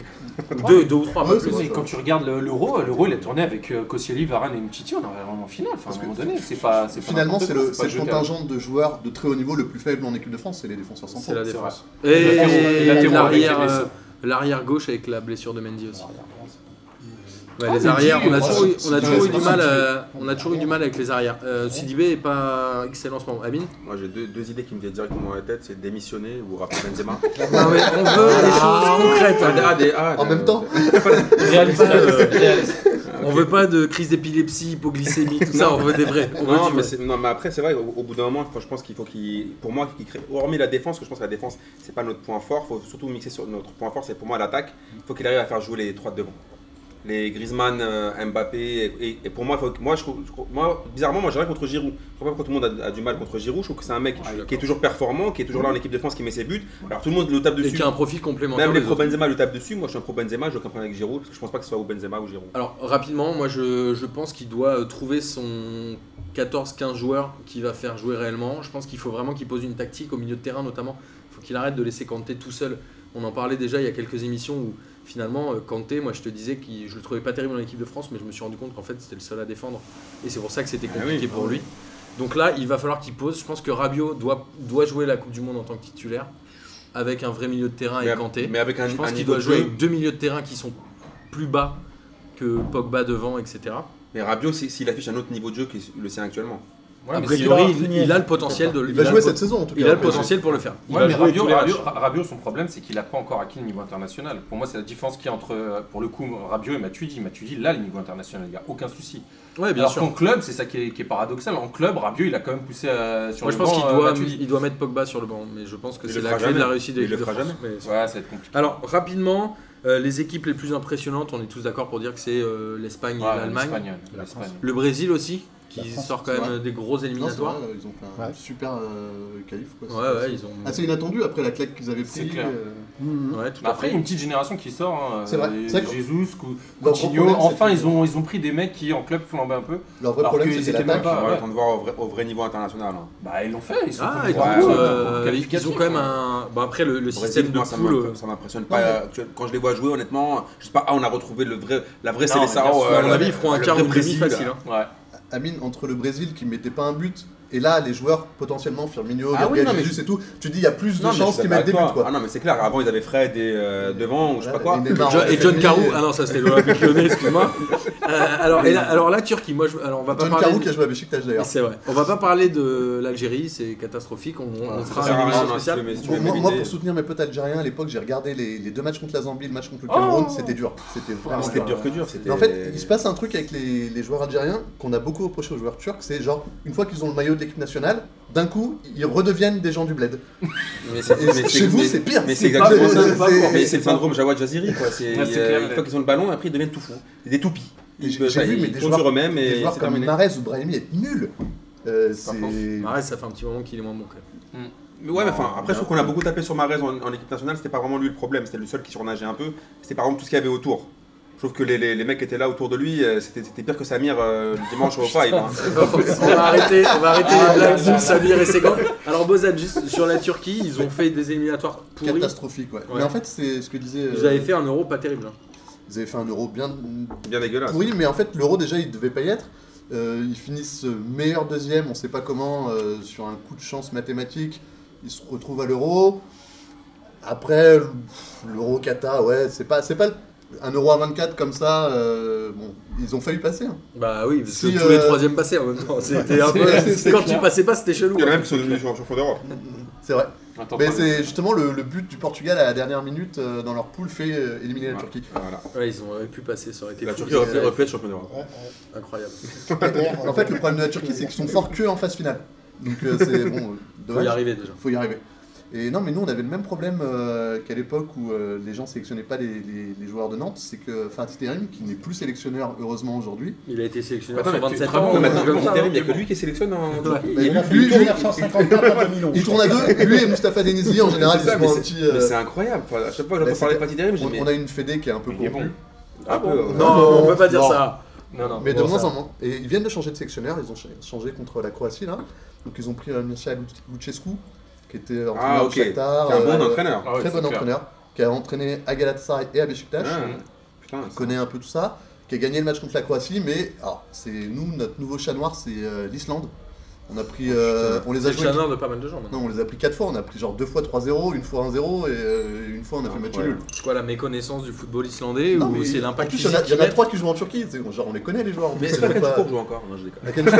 Speaker 1: 2 ou 3, pas
Speaker 5: Ouais,
Speaker 1: plus.
Speaker 5: c'est vrai.
Speaker 3: quand tu regardes le- l'euro, l'euro il a tourné avec euh, Koscielny, Varane et Mtiti, on en est vraiment en finale. Enfin, à un
Speaker 5: Parce que
Speaker 3: moment donné, c'est pas. c'est pas
Speaker 5: Finalement,
Speaker 3: n'importe
Speaker 5: c'est
Speaker 3: quoi,
Speaker 5: le,
Speaker 3: pas
Speaker 5: c'est le
Speaker 3: jetable.
Speaker 5: contingent de joueurs de très haut niveau le plus faible en équipe de France, c'est les défenseurs
Speaker 1: C'est
Speaker 5: centraux.
Speaker 1: la
Speaker 3: c'est
Speaker 1: défense.
Speaker 3: Et
Speaker 1: Et
Speaker 3: latéraux- et latéraux avec les
Speaker 1: l'arrière,
Speaker 3: blessures.
Speaker 1: euh, l'arrière gauche avec la blessure de Mendy
Speaker 4: Ah,
Speaker 1: aussi. Ouais,
Speaker 3: Ah,
Speaker 1: les
Speaker 3: Mendy,
Speaker 1: arrières, on a
Speaker 3: ouais,
Speaker 1: toujours, eu-
Speaker 5: c'est-
Speaker 1: on a
Speaker 5: c'est-
Speaker 1: toujours eu
Speaker 5: c'est
Speaker 1: du
Speaker 5: pas
Speaker 1: mal,
Speaker 5: Sidibé.
Speaker 1: euh, on a toujours eu du mal avec les arrières. Euh, Sidibé est pas excellent en ce moment. Amine.
Speaker 2: Moi, j'ai deux, deux idées qui me viennent directement à la tête c'est démissionner ou rappeler Benzema.
Speaker 1: Non mais Ah, on veut des choses concrètes.
Speaker 2: Ah, des- ah, des-
Speaker 5: En même temps.
Speaker 2: Réaliste,
Speaker 1: Euh,
Speaker 2: réaliste.
Speaker 1: On veut pas de crise d'épilepsie, hypoglycémie, tout ça, on veut des vrais. On veut
Speaker 2: Non
Speaker 1: du vrai.
Speaker 2: mais, c'est- non, mais après, c'est vrai, au, au bout d'un moment, faut- je pense qu'il faut qu'il. Pour moi, qu'il crée. Hormis la défense, que je pense que la défense, c'est pas notre point fort, faut surtout mixer sur notre point fort, c'est pour moi l'attaque. Il faut qu'il arrive à faire jouer les trois de devant. Les Griezmann, euh, Mbappé, et, et- et pour moi, faut que- moi, je, trouve- je trouve- moi, bizarrement, moi j'ai rien contre Giroud. Je comprends pas pourquoi tout le monde a, a du mal contre Giroud. Je trouve que c'est un mec
Speaker 1: Ah,
Speaker 2: qui est toujours performant, qui est toujours là en équipe de France, qui met ses buts. Alors tout le monde le tape
Speaker 1: Et
Speaker 2: dessus.
Speaker 1: qui a un profil complémentaire.
Speaker 2: Même les
Speaker 1: des
Speaker 2: pro
Speaker 1: autres.
Speaker 2: Benzema le tape dessus. Moi je suis un pro Benzema, j'ai aucun problème avec Giroud, parce que je pense pas que ce soit au Benzema ou Giroud.
Speaker 1: Alors rapidement, moi je, je pense qu'il doit euh, trouver son 14-15 joueurs qui va faire jouer réellement. Je pense qu'il faut vraiment qu'il pose une tactique au milieu de terrain notamment. Il faut qu'il arrête de laisser Kanté tout seul. On en parlait déjà il y a quelques émissions où finalement euh, Kanté, moi je te disais que je le trouvais pas terrible dans l'équipe de France, mais je me suis rendu compte qu'en fait c'était le seul à défendre. Et c'est pour ça que c'était
Speaker 2: Ah oui,
Speaker 1: compliqué pour
Speaker 2: oui.
Speaker 1: lui. Donc là, il va falloir qu'il pose. Je pense que Rabiot doit, doit jouer la Coupe du Monde en tant que titulaire avec un vrai milieu de terrain
Speaker 2: mais,
Speaker 1: et Ah, Kanté.
Speaker 2: mais avec un,
Speaker 1: Je
Speaker 2: un
Speaker 1: pense qu'il
Speaker 2: niveau
Speaker 1: doit
Speaker 2: de
Speaker 1: jouer
Speaker 2: jeu.
Speaker 1: avec deux milieux de terrain qui sont plus bas que Pogba devant, etc.
Speaker 2: Mais Rabiot, s'il s'il affiche un autre niveau de jeu qu'il le sien actuellement.
Speaker 3: Ouais,
Speaker 1: a
Speaker 3: mais
Speaker 4: Brésil-
Speaker 3: si-
Speaker 1: priori,
Speaker 4: il
Speaker 1: il,
Speaker 4: aura
Speaker 1: il a
Speaker 4: fini.
Speaker 1: le potentiel de
Speaker 5: Il va
Speaker 1: a
Speaker 5: jouer
Speaker 1: le pot-
Speaker 5: cette saison en tout cas.
Speaker 1: Il a le
Speaker 5: au PSG.
Speaker 1: potentiel pour le faire.
Speaker 5: Il
Speaker 3: Ouais,
Speaker 5: va
Speaker 3: mais
Speaker 5: jouer
Speaker 3: Rabiot,
Speaker 5: tous les
Speaker 3: Rabiot-
Speaker 5: matchs.
Speaker 3: Ra- Rabiot, son problème, c'est qu'il n'a pas encore acquis le niveau international. Pour moi, c'est la différence qu'il y a entre, euh, pour le coup, Rabiot et Matuidi. Matuidi, là, le niveau international, il n'y a aucun souci.
Speaker 1: Ouais, bien
Speaker 3: Alors
Speaker 1: sûr.
Speaker 3: qu'en club, c'est ça qui est, qui est paradoxal. En club, Rabiot, il a quand même poussé euh, sur
Speaker 1: Moi,
Speaker 3: le
Speaker 1: je pense
Speaker 3: banc,
Speaker 1: qu'il
Speaker 3: euh,
Speaker 1: doit,
Speaker 3: Matuidi.
Speaker 1: il doit mettre Pogba sur le banc, mais je pense que
Speaker 2: Il
Speaker 1: c'est
Speaker 2: le
Speaker 1: la
Speaker 2: fera
Speaker 1: clé de la
Speaker 2: jamais.
Speaker 1: réussite de
Speaker 2: Il
Speaker 1: l'équipe
Speaker 2: le
Speaker 1: de
Speaker 2: fera
Speaker 1: France. Mais-
Speaker 3: Ouais, ça va être compliqué.
Speaker 1: Alors, rapidement, euh, les équipes les plus impressionnantes, on est tous d'accord pour dire que c'est euh, l'Espagne
Speaker 3: Ouais,
Speaker 1: et l'Allemagne.
Speaker 3: l'Espagne,
Speaker 4: La
Speaker 3: l'Espagne.
Speaker 4: France.
Speaker 1: Le Brésil aussi, qui
Speaker 4: La France,
Speaker 1: sort quand
Speaker 5: c'est
Speaker 1: même des gros
Speaker 5: Non, c'est vrai,
Speaker 1: éliminatoires.
Speaker 5: là, ils ont fait un
Speaker 4: Ouais.
Speaker 5: super euh, qualif. Quoi, Ah,
Speaker 1: Ouais,
Speaker 5: c'est-
Speaker 1: ouais, ils ont.
Speaker 4: Ah,
Speaker 5: Assez inattendu après la claque qu'ils avaient
Speaker 3: C'est
Speaker 5: pris.
Speaker 3: clair.
Speaker 5: euh,
Speaker 4: Mhm.
Speaker 1: Ouais, tout
Speaker 3: Mais
Speaker 1: à
Speaker 3: après, il y
Speaker 1: fait.
Speaker 3: a une petite génération qui sort. hein,
Speaker 5: C'est vrai.
Speaker 3: euh,
Speaker 5: C'est vrai que-
Speaker 3: Jesus, Cou-
Speaker 5: Leur
Speaker 3: Coutinho.
Speaker 5: gros problème,
Speaker 3: Enfin,
Speaker 5: c'est que-
Speaker 3: ils ont, ils ont pris des mecs qui, en club, flambaient un peu.
Speaker 5: Leur vrai
Speaker 3: Alors
Speaker 5: problème,
Speaker 3: qu'ils
Speaker 5: c'était
Speaker 3: étaient même
Speaker 1: Ah,
Speaker 5: l'attaque.
Speaker 1: bah,
Speaker 2: On
Speaker 3: pas-
Speaker 2: va
Speaker 3: ouais.
Speaker 2: attendre de voir au vrai, au vrai niveau international. hein.
Speaker 3: Bah, ils l'ont fait. Ils sont
Speaker 1: Ah,
Speaker 3: fait
Speaker 1: et
Speaker 3: pour-
Speaker 1: du coup,
Speaker 3: pour-
Speaker 1: euh,
Speaker 3: pour
Speaker 1: ils
Speaker 3: qualificatif,
Speaker 1: ont quand même
Speaker 3: hein.
Speaker 1: un. Bon, après, le, le
Speaker 2: Brésil,
Speaker 1: système de
Speaker 2: moi, ça
Speaker 1: poule.
Speaker 2: m'im-
Speaker 1: euh,
Speaker 2: ça m'impressionne pas. Tu vois, Quand je les vois jouer, honnêtement, je sais pas, ah, on a retrouvé le vrai, la vraie
Speaker 3: Non,
Speaker 2: Célessao.
Speaker 3: mais bien sûr,
Speaker 1: euh, À mon
Speaker 2: la-
Speaker 1: avis, ils feront un
Speaker 2: le
Speaker 1: quart
Speaker 2: vrai
Speaker 1: ou demi
Speaker 2: Brésil.
Speaker 1: facile. hein.
Speaker 3: Ouais.
Speaker 5: Amine, entre le Brésil qui mettait pas un but et là, les joueurs potentiellement Firmino,
Speaker 2: Ah oui,
Speaker 5: Gabriel
Speaker 2: non, mais-
Speaker 5: Jesus et tout, tu dis il y a plus
Speaker 2: Non,
Speaker 5: de
Speaker 2: mais euh, je
Speaker 5: chances
Speaker 2: suis
Speaker 5: qu'ils
Speaker 2: d'accord
Speaker 5: mettent des buts.
Speaker 2: avec toi.
Speaker 5: Quoi.
Speaker 2: Ah non, mais c'est clair, avant ils avaient Fred et, euh, devant ou je sais pas
Speaker 5: Ouais,
Speaker 2: quoi.
Speaker 5: et Neymar,
Speaker 1: Jo-
Speaker 5: on
Speaker 1: et
Speaker 5: l'a
Speaker 1: John
Speaker 5: fait
Speaker 1: Carou,
Speaker 5: oublier.
Speaker 1: ah non, ça c'était l'Olympique Lyonnais, excuse-moi. Euh, alors, et là- alors la Turquie, moi, je, alors on va pas
Speaker 5: John
Speaker 1: parler.
Speaker 5: Carou
Speaker 1: de-
Speaker 5: qui a joué à Beşiktaş d'ailleurs.
Speaker 1: C'est vrai. On va pas parler de l'Algérie, c'est catastrophique. On, on
Speaker 5: Voilà,
Speaker 1: fera
Speaker 2: ça sert
Speaker 1: un
Speaker 2: à rien,
Speaker 1: émission
Speaker 2: non,
Speaker 1: spéciale.
Speaker 2: si tu veux, mais-
Speaker 5: Moi, moi,
Speaker 2: éviter.
Speaker 5: pour soutenir mes potes algériens à l'époque, j'ai regardé les, les deux matchs contre la Zambie, le match contre le
Speaker 3: Oh.
Speaker 5: Cameroun, c'était dur. C'était vraiment
Speaker 2: C'était
Speaker 5: dur.
Speaker 2: dur que dur. c'était-
Speaker 5: Mais en fait, il se passe un truc avec les, les joueurs algériens qu'on a beaucoup reproché aux joueurs turcs, c'est genre, une fois qu'ils ont le maillot de l'équipe nationale, d'un coup, ils redeviennent des gens du bled.
Speaker 2: Mais c'est-
Speaker 5: Et
Speaker 2: mais c'est-
Speaker 5: chez vous,
Speaker 2: mais-
Speaker 5: c'est pire.
Speaker 2: Mais
Speaker 5: C'est
Speaker 2: c'est exactement
Speaker 5: pas-
Speaker 2: ça.
Speaker 5: c'est- c'est-
Speaker 2: Mais c'est le syndrome Jawad Jaziri. quoi. C'est-
Speaker 3: Ouais, c'est
Speaker 2: euh,
Speaker 3: clair,
Speaker 2: Une
Speaker 3: mais-
Speaker 2: fois qu'ils ont le ballon, après ils deviennent tout fous. Des toupies.
Speaker 5: Et
Speaker 2: Ils
Speaker 5: j'ai- j'ai
Speaker 2: enfin,
Speaker 5: vu, mais
Speaker 2: ils
Speaker 5: des
Speaker 2: tournent
Speaker 5: joueurs-
Speaker 2: sur eux-mêmes
Speaker 5: Des
Speaker 2: et
Speaker 5: joueurs
Speaker 2: c'est
Speaker 5: comme
Speaker 2: terminé.
Speaker 5: Mahrez ou Brahimi être nuls. Euh,
Speaker 2: C'est pas
Speaker 5: c'est...
Speaker 1: Ah ouais, ça fait un petit moment qu'il est moins bon. quand même.
Speaker 2: Mais ouais, mais enfin, après, je trouve qu'on a
Speaker 1: Non.
Speaker 2: beaucoup tapé sur Marez en, en équipe nationale, c'était pas vraiment lui le problème, c'était le seul qui surnageait un peu. C'était par exemple tout ce qu'il y avait autour. Je trouve que les, les, les mecs qui étaient là autour de lui, euh, c'était c'était pire que Samir euh, le dimanche au five. hein.
Speaker 1: on va arrêter, on va arrêter les blagues de Samir et Segan. Alors, Bozad, juste sur la Turquie, ils ont fait des éliminatoires pourris.
Speaker 5: Catastrophique, ouais.
Speaker 1: Ouais.
Speaker 5: Mais en fait, c'est ce que disait.
Speaker 1: Ils
Speaker 5: euh,
Speaker 1: avaient fait un euro pas terrible. hein.
Speaker 5: ils avaient fait un euro bien
Speaker 2: Bien dégueulasse.
Speaker 5: pourri, Ah, mais en fait, l'euro déjà, il devait pas y être. Euh, ils finissent meilleur deuxième, on sait pas comment, euh, sur un coup de chance mathématique. Ils se retrouvent à l'euro. Après, pff, l'euro Kata, ouais, c'est pas, c'est pas un euro à 24 comme ça. euh, bon, ils ont failli passer. hein.
Speaker 1: Bah oui, parce que
Speaker 5: Si,
Speaker 1: tous
Speaker 5: euh,
Speaker 1: les troisièmes passaient en même temps. C'était un peu.
Speaker 5: c'est- c'est
Speaker 1: Quand
Speaker 5: clair.
Speaker 1: tu passais pas, c'était chelou. hein.
Speaker 2: Il y en a même qui sont devenus champions d'Europe.
Speaker 5: C'est vrai.
Speaker 3: Attends,
Speaker 5: Mais
Speaker 3: attends.
Speaker 5: c'est justement le, le but du Portugal à la dernière minute euh, dans leur poule fait euh, éliminer la
Speaker 2: Ouais.
Speaker 5: Turquie.
Speaker 2: Voilà.
Speaker 1: Ouais, ils auraient pu passer, ça aurait été
Speaker 2: La
Speaker 1: fou.
Speaker 2: Turquie reflète, reflète champion d'Europe.
Speaker 4: Ouais, ouais.
Speaker 1: Incroyable.
Speaker 4: D'ailleurs,
Speaker 5: En fait,
Speaker 4: euh,
Speaker 5: le problème de la Turquie, c'est qu'ils sont forts que en phase finale. Donc euh, c'est bon, euh,
Speaker 1: Faut
Speaker 5: dommage.
Speaker 1: y arriver déjà.
Speaker 5: Faut y arriver. Et non, mais nous, on avait le même problème euh, qu'à l'époque où euh, les gens sélectionnaient pas les, les- les joueurs de Nantes, c'est que Fatih Terim, qui n'est plus sélectionneur heureusement aujourd'hui,
Speaker 1: Il a été sélectionné
Speaker 2: Attends,
Speaker 1: sur
Speaker 2: mais
Speaker 3: hein.
Speaker 1: 27
Speaker 2: tu-
Speaker 1: ans. euh,
Speaker 2: Non,
Speaker 1: ou un
Speaker 2: maintenant,
Speaker 1: truc comme
Speaker 2: pour
Speaker 1: ça,
Speaker 2: Interim, il n'y a
Speaker 1: non
Speaker 2: que lui qui est sélectionné en Turquie.
Speaker 5: bah,
Speaker 4: Il a
Speaker 5: lui,
Speaker 4: fait
Speaker 5: lui,
Speaker 4: 1954 à 2011.
Speaker 5: il tourne à deux, lui et Mustapha Denizli en général,
Speaker 2: C'est
Speaker 5: ils
Speaker 2: ça,
Speaker 5: se
Speaker 2: mais
Speaker 5: font un
Speaker 2: c'est-
Speaker 5: petit.
Speaker 2: Mais
Speaker 5: euh,
Speaker 2: c'est incroyable. Enfin, à chaque fois que
Speaker 5: bah,
Speaker 2: j'entends parler
Speaker 5: c'est-
Speaker 2: de Fatih Terim, je dis
Speaker 5: on,
Speaker 2: mais.
Speaker 5: on a une fédé qui est un peu
Speaker 2: mais il est
Speaker 5: corrompue.
Speaker 2: bon. Ah bon
Speaker 5: Non,
Speaker 1: Non, on peut pas dire
Speaker 5: non.
Speaker 1: ça.
Speaker 3: Non, non.
Speaker 5: Mais de
Speaker 1: Bon,
Speaker 5: moins
Speaker 1: ça.
Speaker 5: en moins. Et ils viennent de changer de sélectionneur, ils ont cha- changé contre la Croatie là. Donc ils ont pris euh, Mircea Lucescu, qui était entraîneur
Speaker 2: Ah,
Speaker 5: au
Speaker 2: ok. C'est
Speaker 5: Shakhtar,
Speaker 2: un bon
Speaker 5: euh,
Speaker 2: entraîneur.
Speaker 3: Ah ouais,
Speaker 5: très
Speaker 3: c'est
Speaker 5: bon
Speaker 3: clair.
Speaker 5: entraîneur, qui a entraîné à Galatasaray et à Beşiktaş,
Speaker 2: Ah,
Speaker 5: qui
Speaker 2: Putain, c'est-
Speaker 5: connaît un peu tout ça, qui a gagné le match contre la Croatie, mais alors c'est nous, notre nouveau chat noir, c'est euh, l'Islande. On a pris, euh, on les a
Speaker 1: C'est
Speaker 5: joués.
Speaker 1: le Chanard de pas mal de gens maintenant.
Speaker 5: Non, on les a pris quatre fois, on a pris genre deux fois 3-0, une fois 1-0 et euh, une fois on a fait match
Speaker 2: Incroyable.
Speaker 5: nul.
Speaker 1: C'est quoi la méconnaissance du football islandais
Speaker 5: Non,
Speaker 1: ou
Speaker 5: mais
Speaker 1: c'est
Speaker 5: en
Speaker 1: l'impact
Speaker 5: plus,
Speaker 1: physique
Speaker 5: il y en a- il y en
Speaker 1: qu'ils
Speaker 5: a
Speaker 1: mettent
Speaker 5: trois qui jouent en Turquie, c'est- genre on les connaît les joueurs. en plus,
Speaker 2: Mais c'est
Speaker 5: c'est
Speaker 2: pas
Speaker 5: pas-
Speaker 2: Kenchikour joue encore. Non, je déconne.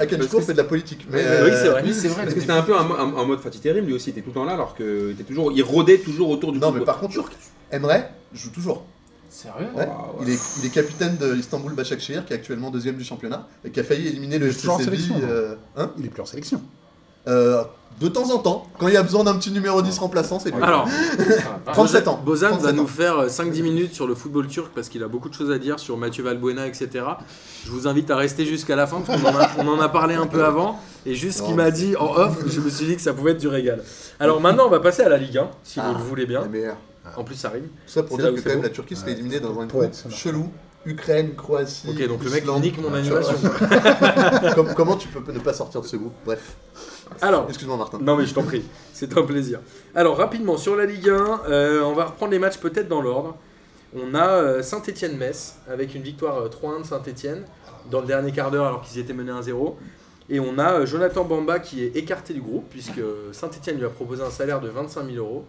Speaker 5: Akenchikour fait de la politique. Mais euh,
Speaker 1: Oui, c'est vrai.
Speaker 3: Oui, c'est vrai.
Speaker 2: Parce que c'était un peu un, mo- un- un mode Fatih Terim, lui aussi, il était tout le temps là, alors que il était toujours, il rôdait toujours autour du
Speaker 5: euh, Non,
Speaker 2: coup.
Speaker 5: mais par contre, Turc, Emre joue toujours.
Speaker 3: Sérieux
Speaker 5: Ouais.
Speaker 2: Waouh, ouais.
Speaker 5: Il, est, il est capitaine de Istanbul Başakşehir, qui est actuellement deuxième du championnat, et qui a failli éliminer le FC
Speaker 4: toujours en
Speaker 5: Séville.
Speaker 4: sélection, non
Speaker 5: euh, hein
Speaker 4: Il est plus en sélection.
Speaker 5: Euh, de temps en temps, quand il y a besoin d'un petit numéro 10 remplaçant, c'est lui.
Speaker 1: Alors,
Speaker 3: Ah,
Speaker 5: 37 ans.
Speaker 1: Bozan
Speaker 5: 37
Speaker 1: va
Speaker 5: ans.
Speaker 1: nous faire 5-10 minutes sur le football turc parce qu'il a beaucoup de choses à dire sur Mathieu Valbuena, etc. Je vous invite à rester jusqu'à la fin parce qu'on en, a- on en a parlé un peu avant. Et juste ce qu'il
Speaker 5: Non,
Speaker 1: m'a
Speaker 5: mais
Speaker 1: dit en off, je me suis dit que ça pouvait être du régal. Alors maintenant, on va passer à la Ligue 1, si
Speaker 5: Ah. ben.
Speaker 1: vous le voulez
Speaker 5: La
Speaker 1: bien.
Speaker 5: meilleure.
Speaker 1: En plus, ça rime.
Speaker 5: Tout ça pour
Speaker 1: C'est
Speaker 5: dire
Speaker 1: là où
Speaker 5: que
Speaker 1: c'est
Speaker 5: quand même
Speaker 1: bon.
Speaker 5: la Turquie se fait
Speaker 4: Ouais,
Speaker 5: éliminer dans un
Speaker 4: poète,
Speaker 5: groupe
Speaker 4: ça marche.
Speaker 5: chelou. Ukraine, Croatie.
Speaker 1: Ok, donc le mec
Speaker 5: Islande.
Speaker 1: nique mon
Speaker 5: Ouais,
Speaker 1: animation.
Speaker 5: Com- comment tu peux ne pas sortir de ce groupe Bref,
Speaker 1: Alors,
Speaker 5: excuse-moi Martin.
Speaker 1: non mais je t'en prie, c'est un plaisir. Alors rapidement, sur la Ligue 1, euh, on va reprendre les matchs peut-être dans l'ordre. On a Saint-Etienne-Metz avec une victoire euh, 3-1 de Saint-Etienne dans le dernier quart d'heure alors qu'ils étaient menés 1-0. Et on a euh, Jonathan Bamba qui est écarté du groupe puisque Saint-Etienne lui a proposé un salaire de 25 000 euros.